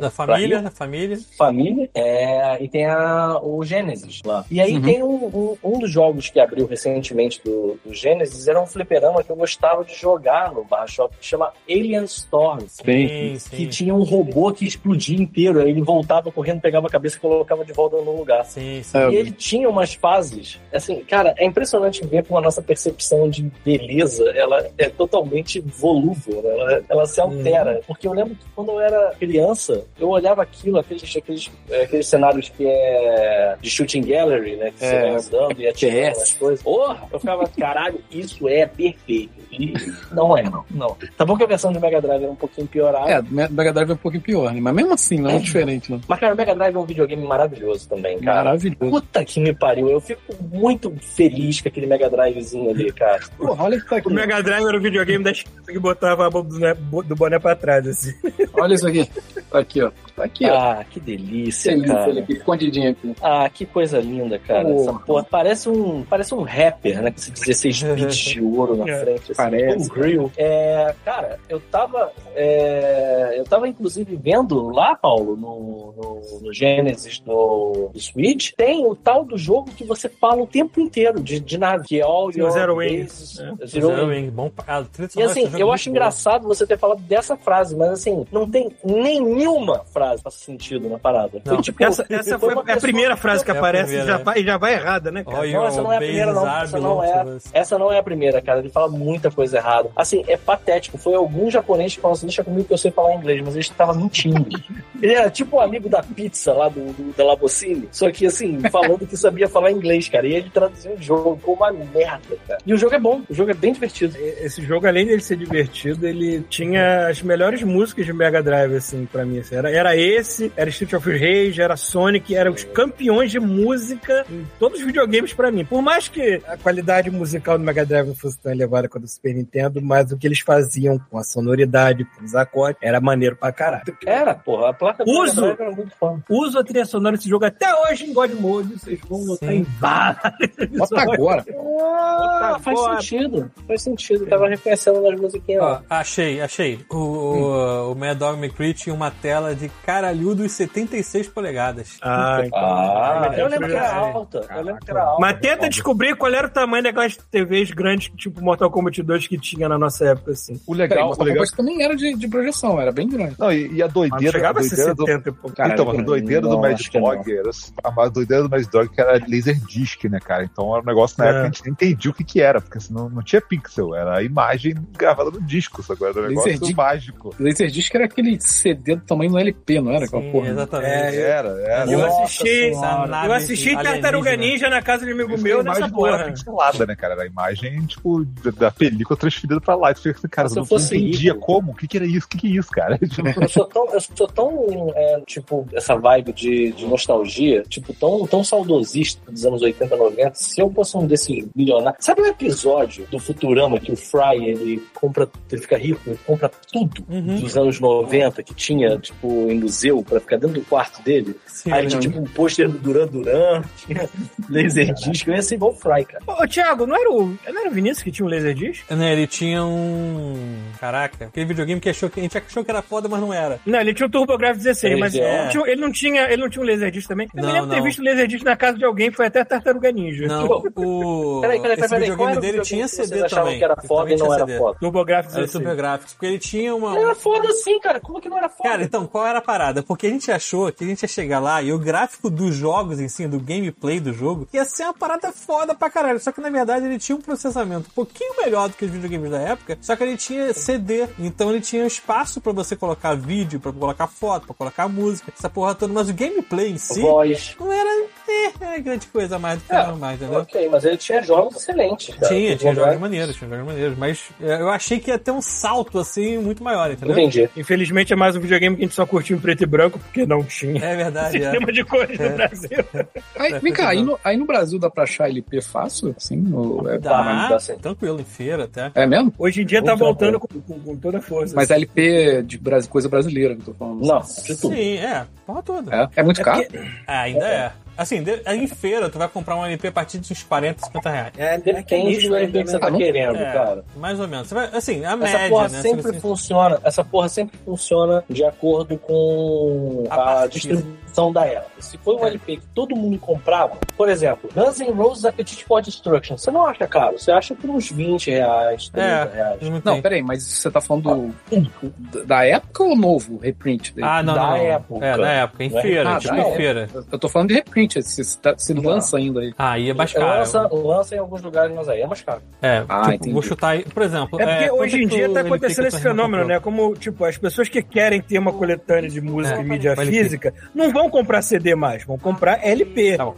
[SPEAKER 1] Da família,
[SPEAKER 5] Rio?
[SPEAKER 1] da família.
[SPEAKER 5] família é, e tem a, o Genesis lá. E aí
[SPEAKER 7] Uhum.
[SPEAKER 5] tem um, um, um dos jogos que abriu recentemente do, do Genesis, era um fliperama que eu gostava de jogar no Bar Shop, que chama Alien Storms.
[SPEAKER 1] Sim,
[SPEAKER 5] Que
[SPEAKER 1] sim.
[SPEAKER 5] tinha um robô que explodia inteiro, aí ele voltava correndo, pegava a cabeça e colocava de volta no lugar.
[SPEAKER 1] Sim, sim.
[SPEAKER 7] É,
[SPEAKER 5] E ele tinha umas fases, assim, cara, é impressionante ver como a nossa percepção de beleza, ela é totalmente volúvel, né? ela, ela se altera. Porque eu lembro que quando eu era criança, eu olhava aquilo, aqueles, aqueles, eh, aqueles cenários que é de shooting gallery, né? Que
[SPEAKER 7] É,
[SPEAKER 5] você vai andando e atirando
[SPEAKER 7] FPS.
[SPEAKER 5] as coisas. Porra! Eu ficava, caralho, isso é perfeito. E não é, não. não. Tá bom que a versão de Mega Drive era um pouquinho piorada,
[SPEAKER 7] É, do Mega Drive é um pouquinho pior, né? Mas mesmo assim, não é muito diferente, não.
[SPEAKER 5] mas, cara, o Mega Drive é um videogame maravilhoso também, cara.
[SPEAKER 7] Maravilhoso.
[SPEAKER 5] Puta que me pariu, eu fico muito feliz com aquele Mega Drivezinho ali, cara.
[SPEAKER 7] Porra, olha que tá aqui.
[SPEAKER 3] O Mega Drive era o videogame da esquerda que botava a boca do né- do boné pra trás, assim.
[SPEAKER 7] Olha isso aqui. Tá aqui, ó. Tá aqui, ó.
[SPEAKER 5] Ah, que
[SPEAKER 7] Esse
[SPEAKER 5] delícia,
[SPEAKER 7] é lindo,
[SPEAKER 5] cara.
[SPEAKER 7] ele aqui, escondidinho aqui.
[SPEAKER 5] Ah, que coisa linda, cara. Essa
[SPEAKER 7] Porra.
[SPEAKER 5] porra parece um, parece um rapper, né? Com esses 16 bits de ouro na
[SPEAKER 3] É,
[SPEAKER 5] frente. Assim,
[SPEAKER 7] parece.
[SPEAKER 5] Um grill. É, cara, eu tava. é, eu tava, inclusive, vendo lá, Paulo, no, no, no Genesis do, do Switch, tem o tal do jogo que você fala o tempo inteiro de, de nave, que é All
[SPEAKER 3] Sim, o
[SPEAKER 5] Your
[SPEAKER 3] Zero
[SPEAKER 5] Bases- Zero, Wing.
[SPEAKER 1] É, Zero Wing, bom pra caralho. Trilha
[SPEAKER 5] um. E
[SPEAKER 1] sonora
[SPEAKER 5] assim,
[SPEAKER 1] desse jogo
[SPEAKER 5] eu
[SPEAKER 1] é
[SPEAKER 5] acho
[SPEAKER 1] muito boa.
[SPEAKER 5] engraçado você ter falado dessa frase, mas assim, não tem nenhuma frase faz sentido na parada.
[SPEAKER 1] Não.
[SPEAKER 5] tipo,
[SPEAKER 3] Essa, essa foi
[SPEAKER 5] uma
[SPEAKER 3] a primeira
[SPEAKER 5] pessoa-
[SPEAKER 3] frase que
[SPEAKER 1] É a
[SPEAKER 3] aparece e
[SPEAKER 1] primeira,
[SPEAKER 3] já,
[SPEAKER 1] é.
[SPEAKER 3] vai- e já vai errada, né, cara?
[SPEAKER 1] Olha,
[SPEAKER 5] Não, essa não é a
[SPEAKER 1] o
[SPEAKER 5] primeira, não.
[SPEAKER 1] Bezos
[SPEAKER 5] Essa não é.
[SPEAKER 1] Arbilon, tipo,
[SPEAKER 5] Essa não é a primeira, cara. Ele fala muita coisa errada. Assim, é patético. Foi algum japonês que falou assim: deixa comigo que eu sei falar inglês. pessoas, mas ele estava mentindo. Ele era tipo o amigo da pizza lá do, do- da Labocine, só que assim, falando que sabia falar inglês, cara. E ele traduziu o jogo como uma merda, cara. E o jogo é bom, o jogo é bem divertido.
[SPEAKER 3] Esse jogo, além dele ser divertido, ele tinha as melhores músicas de Mega Drive, assim, pra mim. assim. Era, era esse, era Street of Rage, era Sonic, eram os campeões de música em todos os videogames pra mim. Por mais que a qualidade musical do Mega Drive não fosse tão elevada quanto do Super Nintendo, mas o que eles faziam com a sonoridade, com os acordes, era maneiro pra caralho.
[SPEAKER 5] Era, porra, a placa do
[SPEAKER 3] Uso.
[SPEAKER 5] Mega Drive era muito foda.
[SPEAKER 3] Uso a trilha sonora desse jogo até hoje em God Mode, vocês vão notar em vários.
[SPEAKER 7] Bota tá agora.
[SPEAKER 5] Ah, faz
[SPEAKER 3] agora.
[SPEAKER 5] sentido, faz sentido. Tava reconhecendo nas musiquinhas lá.
[SPEAKER 1] Ó, achei, achei. O,
[SPEAKER 5] Hum.
[SPEAKER 1] o, o Mad Dog McCree tinha uma tela de caralhudos 76 polegadas.
[SPEAKER 3] Ah,
[SPEAKER 5] Ah, eu lembro que era
[SPEAKER 1] Caraca.
[SPEAKER 5] alta. Eu lembro que era alta.
[SPEAKER 3] Mas tenta descobrir qual era o tamanho daquelas TVs grandes, tipo Mortal Kombat 2, que tinha na nossa época, assim.
[SPEAKER 2] O
[SPEAKER 7] Peraí,
[SPEAKER 2] legal,
[SPEAKER 7] mas
[SPEAKER 2] o legal.
[SPEAKER 7] Kombat também era de, de projeção, era bem grande.
[SPEAKER 2] Não, e, e a
[SPEAKER 3] Mas
[SPEAKER 2] doideira.
[SPEAKER 3] chegava
[SPEAKER 2] a
[SPEAKER 3] a ser
[SPEAKER 2] doideira do-
[SPEAKER 3] 70 e pouco.
[SPEAKER 5] Caralho,
[SPEAKER 2] então, mas a doideira do
[SPEAKER 5] não,
[SPEAKER 2] Mad
[SPEAKER 5] acho que não.
[SPEAKER 2] Dog era assim, a doideira do Mad Dog que era laser disc, né, cara? Então era um negócio na
[SPEAKER 3] É.
[SPEAKER 2] época que a gente nem entendia o que, que era, porque assim, não, não tinha pixel, era a imagem gravada no disco, só que era um
[SPEAKER 7] Laser
[SPEAKER 2] negócio
[SPEAKER 7] disc.
[SPEAKER 2] mágico.
[SPEAKER 7] Laser Disc era aquele CD do tamanho do LP, não era? Aquela
[SPEAKER 1] Sim,
[SPEAKER 7] porra.
[SPEAKER 1] exatamente.
[SPEAKER 2] Era, era.
[SPEAKER 3] Eu
[SPEAKER 5] Nossa
[SPEAKER 3] assisti,
[SPEAKER 1] Senhora.
[SPEAKER 3] eu assisti
[SPEAKER 1] Alienígena.
[SPEAKER 3] Tartaruga Ninja na casa de amigo
[SPEAKER 2] Essa
[SPEAKER 3] meu
[SPEAKER 2] imagem
[SPEAKER 3] nessa
[SPEAKER 2] não era
[SPEAKER 3] porra.
[SPEAKER 2] pixelada, é né, cara? Era a imagem, tipo, da, da película transferida pra lá. E tu fica assim, cara,
[SPEAKER 5] Se
[SPEAKER 2] eu
[SPEAKER 5] eu
[SPEAKER 2] não
[SPEAKER 5] fosse
[SPEAKER 2] entendia
[SPEAKER 5] rico.
[SPEAKER 2] como? O que, que era isso? O que, que é isso, cara? Tipo,
[SPEAKER 5] Eu sou tão, eu sou tão é, tipo, essa vibe de, de nostalgia, tipo, tão, tão saudosista dos anos 80, 90. Se eu fosse um desses milionários. Sabe o episódio do Futurama que o Fry ele compra, ele fica rico, ele compra tudo
[SPEAKER 1] Uhum.
[SPEAKER 5] dos anos 90 que tinha, tipo, em museu pra ficar dentro do quarto dele?
[SPEAKER 1] Sim,
[SPEAKER 5] Aí tinha, tipo, um pôster do Duran Duran, tinha laser disc. Eu ia ser igual o Fry, cara.
[SPEAKER 3] Ô, Thiago, não era o, não era o Vinícius que tinha um Laserdisc?
[SPEAKER 1] Né, ele tinha um. Caraca, aquele videogame que achou que a gente achou que era foda, mas não era.
[SPEAKER 3] Não, ele tinha o TurboGrafx 16, mas
[SPEAKER 5] 3DO.
[SPEAKER 3] ele não tinha- ele não tinha, ele não tinha um Laserdisc também. Eu me
[SPEAKER 1] Não,
[SPEAKER 3] lembro de ter
[SPEAKER 1] não.
[SPEAKER 3] visto o Laserdisc na casa de alguém, foi até Tartaruga Ninja.
[SPEAKER 1] Não, o.
[SPEAKER 5] Peraí, peraí, peraí. peraí.
[SPEAKER 1] esse
[SPEAKER 5] Qual
[SPEAKER 1] videogame
[SPEAKER 5] era o
[SPEAKER 1] dele
[SPEAKER 5] videogame
[SPEAKER 1] tinha
[SPEAKER 5] que vocês
[SPEAKER 1] CD
[SPEAKER 5] achavam
[SPEAKER 1] também.
[SPEAKER 5] que era
[SPEAKER 1] Ele
[SPEAKER 5] foda e
[SPEAKER 1] também
[SPEAKER 5] não
[SPEAKER 1] tinha
[SPEAKER 5] era
[SPEAKER 1] CD.
[SPEAKER 5] foda? Ah, É,
[SPEAKER 3] TurboGrafx
[SPEAKER 1] Era super
[SPEAKER 3] 16.
[SPEAKER 1] gráfico, porque ele tinha uma.
[SPEAKER 5] Era foda sim, cara. Como que não era foda?
[SPEAKER 1] Cara, então, qual era a parada? Porque a gente achou que a gente ia chegar lá e o gráfico dos jogos em si, do gameplay do jogo, ia ser uma parada foda pra caralho. Só que, na verdade, ele tinha um processamento um pouquinho melhor do que os videogames da época, só que ele tinha CD. Então, ele tinha espaço pra você colocar vídeo, pra colocar foto, pra colocar música, essa porra toda. Mas o gameplay em si
[SPEAKER 5] Voz.
[SPEAKER 1] não era, é, era grande coisa a mais do que
[SPEAKER 5] É,
[SPEAKER 1] era mais, entendeu?
[SPEAKER 5] Ok, Tá, mas ele tinha jogos excelentes. Cara.
[SPEAKER 1] Tinha,
[SPEAKER 5] Ele
[SPEAKER 1] tinha jogos
[SPEAKER 5] jogos-
[SPEAKER 1] maneiros, tinha jogos maneiros. Mas é, eu achei que ia ter um salto, assim, muito maior, entendeu?
[SPEAKER 5] Entendi.
[SPEAKER 3] Infelizmente é mais um videogame que a gente só curtiu em preto e branco, porque não tinha
[SPEAKER 1] É verdade, é.
[SPEAKER 3] sistema de cores no Brasil.
[SPEAKER 7] Aí, vem cá, aí no, aí no Brasil dá pra achar LP fácil? Assim, no- é,
[SPEAKER 1] Dá,
[SPEAKER 5] dá certo.
[SPEAKER 1] tranquilo, em feira até.
[SPEAKER 7] é mesmo?
[SPEAKER 3] Hoje em dia tá
[SPEAKER 5] Outra
[SPEAKER 3] voltando com, com- com toda a força.
[SPEAKER 7] Mas LP de Brasi- coisa brasileira, que eu tô falando.
[SPEAKER 5] Não, de tudo.
[SPEAKER 1] Sim, é, porra toda.
[SPEAKER 7] É, é muito caro?
[SPEAKER 1] É, ainda é. Assim, de, em feira tu vai comprar um LP a partir de uns 40, 50 reais.
[SPEAKER 3] É,
[SPEAKER 5] Depende do LP que você tá
[SPEAKER 7] não-
[SPEAKER 5] querendo,
[SPEAKER 1] É,
[SPEAKER 5] cara.
[SPEAKER 1] mais ou menos. Você vai, assim, a
[SPEAKER 5] Essa
[SPEAKER 1] média,
[SPEAKER 5] porra
[SPEAKER 1] né?
[SPEAKER 5] sempre
[SPEAKER 1] Você-
[SPEAKER 5] funciona. Essa porra sempre funciona de acordo com
[SPEAKER 1] A
[SPEAKER 5] a,
[SPEAKER 1] partida.
[SPEAKER 5] distribuição da época. Se foi um
[SPEAKER 1] É.
[SPEAKER 5] LP que todo mundo comprava, por exemplo, Guns N' Roses Appetite for Destruction, você não acha caro, você acha por uns 20 reais, 30
[SPEAKER 1] É.
[SPEAKER 5] reais.
[SPEAKER 1] Não
[SPEAKER 7] Não,
[SPEAKER 1] tem.
[SPEAKER 7] peraí, mas você tá falando do- da época ou novo reprint dele?
[SPEAKER 1] Ah, não,
[SPEAKER 5] da
[SPEAKER 1] não.
[SPEAKER 5] época.
[SPEAKER 1] É, na época, em
[SPEAKER 5] Não é?
[SPEAKER 1] feira,
[SPEAKER 7] Ah,
[SPEAKER 1] tipo
[SPEAKER 7] da
[SPEAKER 1] em
[SPEAKER 5] época.
[SPEAKER 1] feira.
[SPEAKER 7] Eu tô falando de reprint, se, se tá- se
[SPEAKER 5] Não.
[SPEAKER 7] lança ainda aí.
[SPEAKER 1] Aí é mais caro.
[SPEAKER 5] Lança, lança em alguns lugares, mas aí é mais caro.
[SPEAKER 1] É,
[SPEAKER 7] Ah,
[SPEAKER 1] tipo,
[SPEAKER 7] entendi.
[SPEAKER 1] vou chutar aí, por exemplo.
[SPEAKER 3] É porque
[SPEAKER 1] quanto
[SPEAKER 3] hoje em
[SPEAKER 1] que
[SPEAKER 3] dia
[SPEAKER 1] o
[SPEAKER 3] tá
[SPEAKER 1] LP que
[SPEAKER 3] acontecendo
[SPEAKER 1] tua
[SPEAKER 3] esse
[SPEAKER 1] irmã
[SPEAKER 3] fenômeno,
[SPEAKER 1] comprou?
[SPEAKER 3] né? Como, tipo, as pessoas que querem ter uma coletânea de música
[SPEAKER 1] É,
[SPEAKER 3] e mídia
[SPEAKER 1] LP.
[SPEAKER 3] física não vão comprar CD mais, vão comprar LP.
[SPEAKER 1] Tá bom.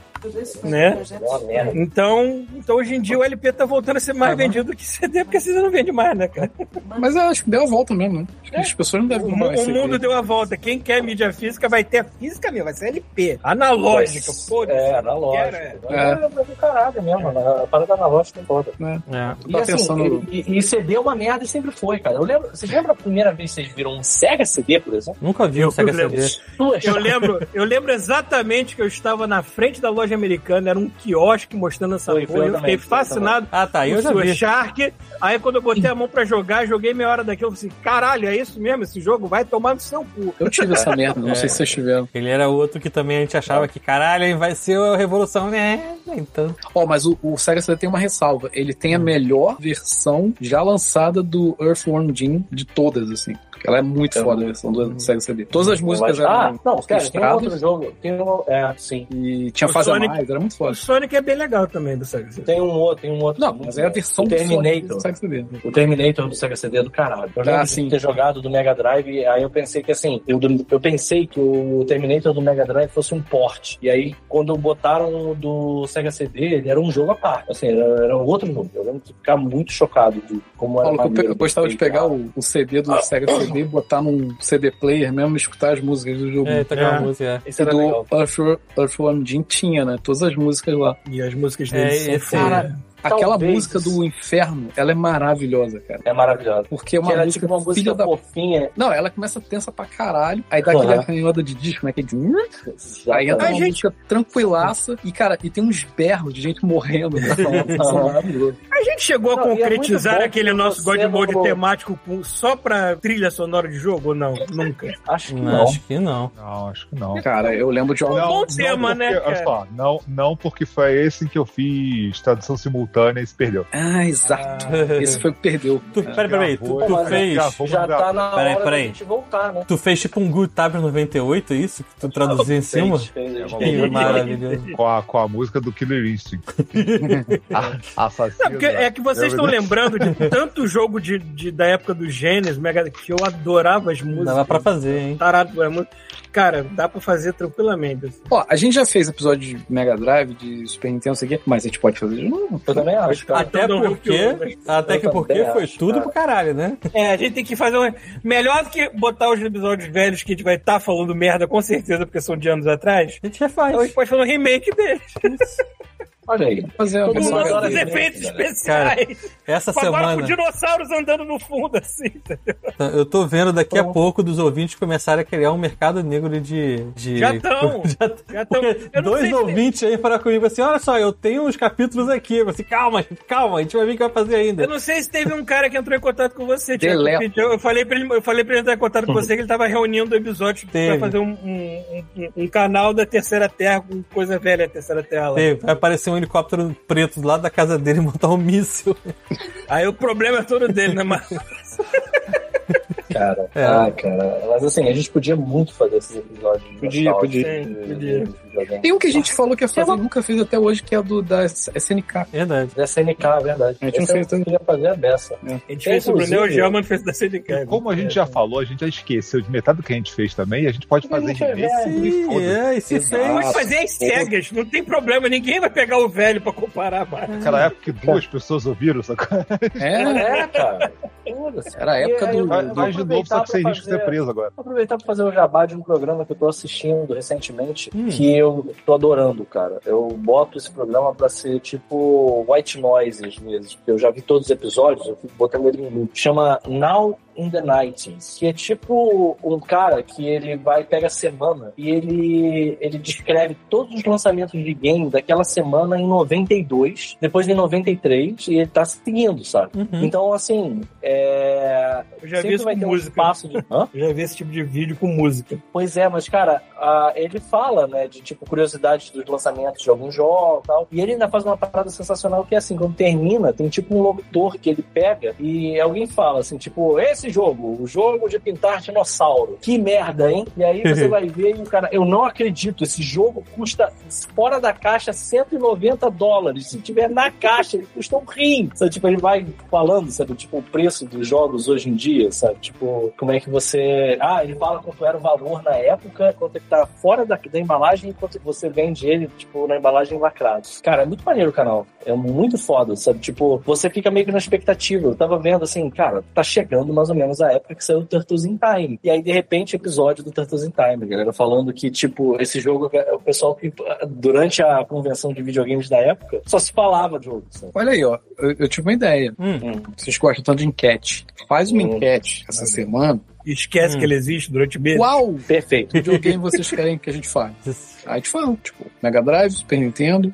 [SPEAKER 3] Né?
[SPEAKER 5] É uma merda.
[SPEAKER 3] Então, então, hoje em dia o LP tá voltando a ser mais
[SPEAKER 7] Aham.
[SPEAKER 3] vendido que CD, porque CD não vende mais, né, cara?
[SPEAKER 7] Mas eu acho que deu a volta mesmo, né? Acho que as pessoas não devem
[SPEAKER 3] O, mu-
[SPEAKER 7] mais
[SPEAKER 3] o mundo deu a volta. Quem quer mídia física vai ter a física mesmo, vai ser LP. Analógica,
[SPEAKER 5] Pois,
[SPEAKER 3] foda-se.
[SPEAKER 5] É, analógico.
[SPEAKER 3] Era,
[SPEAKER 7] era.
[SPEAKER 5] É, mas do caralho mesmo. A parada analógica é foda.
[SPEAKER 1] É.
[SPEAKER 7] Eu tava Tá pensando-
[SPEAKER 5] e, assim, e- e CD é uma merda e sempre foi, cara. Eu lembro, vocês lembram a primeira vez que vocês viram um Sega CD, por exemplo?
[SPEAKER 1] Nunca vi um Sega
[SPEAKER 3] lembro.
[SPEAKER 1] CD.
[SPEAKER 5] Duas.
[SPEAKER 3] Eu lembro, eu lembro exatamente que eu estava na frente da loja americana, era um quiosque mostrando essa
[SPEAKER 5] Foi, foi
[SPEAKER 3] porra. Eu
[SPEAKER 5] também,
[SPEAKER 3] fiquei
[SPEAKER 5] foi também.
[SPEAKER 3] fascinado.
[SPEAKER 1] Ah, tá, eu
[SPEAKER 3] o
[SPEAKER 1] já
[SPEAKER 3] Sua
[SPEAKER 1] vi.
[SPEAKER 3] Shark. Aí quando eu botei a mão pra jogar, joguei meia hora daquilo, eu falei assim, caralho, é isso mesmo? Esse jogo vai tomar no seu cu.
[SPEAKER 7] Eu tive essa merda, não
[SPEAKER 1] É.
[SPEAKER 7] sei se vocês tiveram.
[SPEAKER 1] Ele era outro que também a gente achava que, caralho, hein, vai ser a revolução, né? Então.
[SPEAKER 7] Ó, mas o, o Sega CD tem uma ressalva. Ele tem a melhor versão já lançada do Earthworm Jim de todas, assim. Ela é muito foda a versão do Sega CD. Todas as músicas
[SPEAKER 5] Mas-
[SPEAKER 7] eram
[SPEAKER 5] Ah, não, cara, tem um
[SPEAKER 7] frustradas.
[SPEAKER 5] outro jogo. Tem um, é, sim.
[SPEAKER 7] e tinha
[SPEAKER 3] O
[SPEAKER 7] fase a
[SPEAKER 3] Sonic-
[SPEAKER 7] mais, era muito
[SPEAKER 3] O
[SPEAKER 7] foda.
[SPEAKER 3] Sonic é bem legal também do Sega CD.
[SPEAKER 5] Tem um outro, tem um outro.
[SPEAKER 7] Não, mas é a versão
[SPEAKER 5] O
[SPEAKER 7] do Sonic
[SPEAKER 5] Terminator.
[SPEAKER 7] do Sega CD.
[SPEAKER 5] O Terminator do Sega CD é do caralho. Eu
[SPEAKER 7] Ah,
[SPEAKER 5] lembro
[SPEAKER 7] sim.
[SPEAKER 5] de ter jogado do Mega Drive, e aí eu pensei que assim, eu, eu pensei que o Terminator do Mega Drive fosse um port. E aí, quando botaram o do Sega CD, ele era um jogo a par. Assim, era, era um outro jogo. Eu lembro de ficar muito chocado de como era.
[SPEAKER 7] Paulo, que eu, pe-
[SPEAKER 5] maneiro
[SPEAKER 7] eu gostava de
[SPEAKER 5] feito,
[SPEAKER 7] pegar
[SPEAKER 5] cara.
[SPEAKER 7] o, o CD do Sega CD, botar num CD player mesmo e escutar as músicas do jogo.
[SPEAKER 1] É, tocar
[SPEAKER 3] É.
[SPEAKER 1] uma música.
[SPEAKER 5] Esse
[SPEAKER 7] E
[SPEAKER 5] era
[SPEAKER 7] do
[SPEAKER 5] legal.
[SPEAKER 7] Earthworm Earthworm Jim tinha, né? Todas as músicas lá.
[SPEAKER 3] E as músicas
[SPEAKER 1] É,
[SPEAKER 3] dele são
[SPEAKER 1] esse-
[SPEAKER 3] foda.
[SPEAKER 7] Aquela
[SPEAKER 5] Talvez.
[SPEAKER 7] música do Inferno, ela é maravilhosa, cara.
[SPEAKER 5] É maravilhoso.
[SPEAKER 7] Porque é uma
[SPEAKER 5] Que era
[SPEAKER 7] música
[SPEAKER 5] tipo uma música
[SPEAKER 7] filha da...
[SPEAKER 5] fofinha.
[SPEAKER 7] Não, ela começa tensa pra caralho, aí dá
[SPEAKER 5] Uhum.
[SPEAKER 7] aquela canhada de disco, né? Que... Aí entra
[SPEAKER 5] Exatamente.
[SPEAKER 7] uma
[SPEAKER 3] gente-
[SPEAKER 7] música tranquilaça e, cara, e tem uns berros de gente morrendo. Né? Isso é maravilhoso.
[SPEAKER 3] A gente chegou
[SPEAKER 5] Não,
[SPEAKER 3] a
[SPEAKER 5] e é muito
[SPEAKER 3] concretizar
[SPEAKER 5] bom
[SPEAKER 3] aquele
[SPEAKER 5] que
[SPEAKER 3] nosso God
[SPEAKER 5] você
[SPEAKER 3] Mode
[SPEAKER 5] não-
[SPEAKER 3] temático com- só pra trilha sonora de jogo ou não? Nunca.
[SPEAKER 5] Acho que
[SPEAKER 1] Não,
[SPEAKER 5] não.
[SPEAKER 1] acho que não.
[SPEAKER 2] Não, acho que não.
[SPEAKER 7] Cara, eu lembro de
[SPEAKER 3] Um
[SPEAKER 7] uma
[SPEAKER 2] não,
[SPEAKER 3] bom
[SPEAKER 2] não
[SPEAKER 3] tema, né,
[SPEAKER 2] porque-
[SPEAKER 3] cara?
[SPEAKER 2] Olha só, não, não porque foi esse que eu fiz tradução simultânea e se perdeu.
[SPEAKER 7] Ah, exato. Esse foi o que perdeu.
[SPEAKER 1] Tu, peraí, peraí. Tu,
[SPEAKER 2] Gravou,
[SPEAKER 1] tu
[SPEAKER 5] mas
[SPEAKER 1] fez.
[SPEAKER 7] um
[SPEAKER 2] gravou,
[SPEAKER 5] Já
[SPEAKER 2] gravou.
[SPEAKER 5] tá na hora
[SPEAKER 1] Peraí,
[SPEAKER 5] da
[SPEAKER 1] peraí.
[SPEAKER 5] gente voltar, né?
[SPEAKER 1] Tu fez tipo um Good Time 98, é isso? Que tu traduziu em cima?
[SPEAKER 5] Fez, fez,
[SPEAKER 2] É uma
[SPEAKER 5] fez.
[SPEAKER 1] Que maravilhoso.
[SPEAKER 2] com a, com a música do Killer Instinct. a, assassina.
[SPEAKER 3] Não, porque é que vocês estão lembrando de tanto jogo de, de- da época do Gênesis, Mega, que eu adorava as músicas.
[SPEAKER 1] Dava pra fazer, hein?
[SPEAKER 3] Tarado, é muito... Cara, dá pra fazer tranquilamente. assim.
[SPEAKER 7] Ó, a gente já fez episódio de Mega Drive, de Super Nintendo, isso aqui, mas a gente pode fazer de novo.
[SPEAKER 5] Eu também acho, cara.
[SPEAKER 1] Até
[SPEAKER 3] Então, não, eu-
[SPEAKER 5] né?
[SPEAKER 1] porque. Até
[SPEAKER 5] eu
[SPEAKER 1] que porque
[SPEAKER 5] também Então tá
[SPEAKER 1] foi
[SPEAKER 5] acho,
[SPEAKER 1] tudo
[SPEAKER 5] cara.
[SPEAKER 1] pro caralho, né?
[SPEAKER 3] É, a gente tem que fazer um. Melhor do que botar os episódios velhos que a gente vai estar falando merda, com certeza, porque são de anos atrás.
[SPEAKER 1] A gente já
[SPEAKER 3] Então a gente
[SPEAKER 1] faz.
[SPEAKER 3] pode fazer um remake deles.
[SPEAKER 5] Olha aí.
[SPEAKER 7] Fazer uma
[SPEAKER 5] Todo
[SPEAKER 3] Com
[SPEAKER 5] mundo
[SPEAKER 7] versão
[SPEAKER 5] adora
[SPEAKER 3] nossos
[SPEAKER 7] HD.
[SPEAKER 5] remake,
[SPEAKER 3] efeitos
[SPEAKER 5] cara.
[SPEAKER 3] especiais.
[SPEAKER 1] Essa
[SPEAKER 3] Agora com
[SPEAKER 1] semana.
[SPEAKER 3] dinossauros andando no fundo, assim.
[SPEAKER 1] Tá, Eu tô vendo daqui a pouco dos ouvintes começarem a criar um mercado negro de. de...
[SPEAKER 3] Já estão. Já estão.
[SPEAKER 1] Porque dois ouvintes aí falaram comigo assim: olha só, eu tenho uns capítulos aqui. Eu falei assim, calma, calma, a gente vai ver o que vai fazer ainda.
[SPEAKER 3] Eu não sei se teve um cara que entrou em contato com você, Tiago.
[SPEAKER 7] Deleta.
[SPEAKER 3] que pediu- Eu falei pra ele, eu falei pra ele entrar em contato com você que ele tava reunindo episódios
[SPEAKER 1] Uhum. Teve.
[SPEAKER 3] pra fazer um, um- um- um canal da Terceira Terra com coisa velha da Terceira Terra lá.
[SPEAKER 1] Teve, Vai aparecer um helicóptero preto do lado da casa dele e montar um míssil.
[SPEAKER 3] Aí o problema é todo dele, né, mano?
[SPEAKER 5] Cara,
[SPEAKER 1] É.
[SPEAKER 5] ah, cara. Mas assim, a gente podia muito fazer esses episódios.
[SPEAKER 7] Podia,
[SPEAKER 5] nostálgicos
[SPEAKER 3] podia.
[SPEAKER 5] de-
[SPEAKER 3] Sim, podia.
[SPEAKER 5] de videogame.
[SPEAKER 7] Tem um que a gente falou que ia fazer e nunca fez até hoje, que é do da SNK.
[SPEAKER 1] Verdade.
[SPEAKER 5] Da SNK, é verdade.
[SPEAKER 7] A gente não
[SPEAKER 5] Esse
[SPEAKER 7] fez
[SPEAKER 5] eu
[SPEAKER 7] tanto.
[SPEAKER 5] queria fazer a beça.
[SPEAKER 3] A gente fez sobre o Neo
[SPEAKER 5] Inclusive-
[SPEAKER 3] Geo, mas não fez da CDK.
[SPEAKER 2] Como a
[SPEAKER 3] é.
[SPEAKER 2] gente já falou, a gente já esqueceu de metade do que a gente fez também, e a gente pode fazer
[SPEAKER 5] nunca é
[SPEAKER 2] remake.
[SPEAKER 5] velho.
[SPEAKER 2] e
[SPEAKER 1] Sim,
[SPEAKER 2] foda-se.
[SPEAKER 1] é, e se
[SPEAKER 7] Exato.
[SPEAKER 1] fez.
[SPEAKER 3] Pode fazer as cegas, não tem problema, ninguém vai pegar o velho pra comparar mais.
[SPEAKER 2] Naquela época que duas pessoas ouviram, só
[SPEAKER 7] É,
[SPEAKER 5] É, cara. Foda-se.
[SPEAKER 7] era a época
[SPEAKER 5] E aí,
[SPEAKER 7] do.
[SPEAKER 5] vai-
[SPEAKER 7] do-
[SPEAKER 5] vai-
[SPEAKER 2] Mas de novo, só
[SPEAKER 5] aproveitar
[SPEAKER 2] que sem
[SPEAKER 5] pra
[SPEAKER 2] risco de ser
[SPEAKER 5] fazer-
[SPEAKER 2] preso agora.
[SPEAKER 5] Vou aproveitar pra fazer o jabá de um programa que eu tô assistindo recentemente,
[SPEAKER 1] Hum.
[SPEAKER 5] que eu tô adorando, cara. Eu boto esse programa pra ser tipo white noise às vezes, porque eu já vi todos os episódios, eu fico botando ele em loop. Chama Now in the 90s, que é tipo um cara que ele vai, pega a semana e ele, ele descreve todos os lançamentos de game daquela semana em 92, depois em 93, e ele tá seguindo, sabe?
[SPEAKER 1] Uhum.
[SPEAKER 5] Então, assim, é...
[SPEAKER 3] Eu Hum. já vi
[SPEAKER 5] sempre
[SPEAKER 3] isso
[SPEAKER 5] vai
[SPEAKER 3] com
[SPEAKER 5] ter um
[SPEAKER 3] música.
[SPEAKER 5] espaço de... Hã?
[SPEAKER 3] Eu já vi esse tipo de vídeo com música.
[SPEAKER 5] Pois é, mas cara, a- ele fala, né, de tipo curiosidades dos lançamentos de alguns jogos e tal. E ele ainda faz uma parada sensacional que é assim, quando termina, tem tipo um locutor que ele pega e alguém fala assim, tipo, esse jogo, o jogo de pintar dinossauro. Que merda, hein? E aí você vai ver e o cara, eu não acredito, esse jogo custa fora da caixa 190 dólares. Se tiver na caixa, ele custa um rim. Sabe, tipo, ele vai falando, sabe, tipo, o preço dos jogos hoje em dia, sabe? Tipo, como é que você. Ah, ele fala quanto era o valor na época, quanto é que tá fora da, da embalagem e quanto você vende ele, tipo, na embalagem lacrado. Cara, é muito maneiro o canal. É muito foda, sabe? Tipo, você fica meio que na expectativa. Eu tava vendo assim, cara, tá chegando mais ou menos a época que saiu o Turtles in Time. E aí, de repente, episódio do Turtles in Time, galera, falando que, tipo, esse jogo é o pessoal que, durante a convenção de videogames da época, só se falava de jogo, sabe?
[SPEAKER 7] Olha aí, ó. Eu, eu tive uma ideia.
[SPEAKER 1] Hum.
[SPEAKER 7] Vocês gostam tanto de enquete. Faz uma
[SPEAKER 5] Hum.
[SPEAKER 7] enquete essa semana.
[SPEAKER 3] Esquece
[SPEAKER 1] Hum.
[SPEAKER 3] que ele existe durante meses.
[SPEAKER 7] Qual
[SPEAKER 5] Perfeito.
[SPEAKER 7] videogame vocês querem que a gente fale? Aí a gente fala, tipo, Mega Drive, Super Nintendo.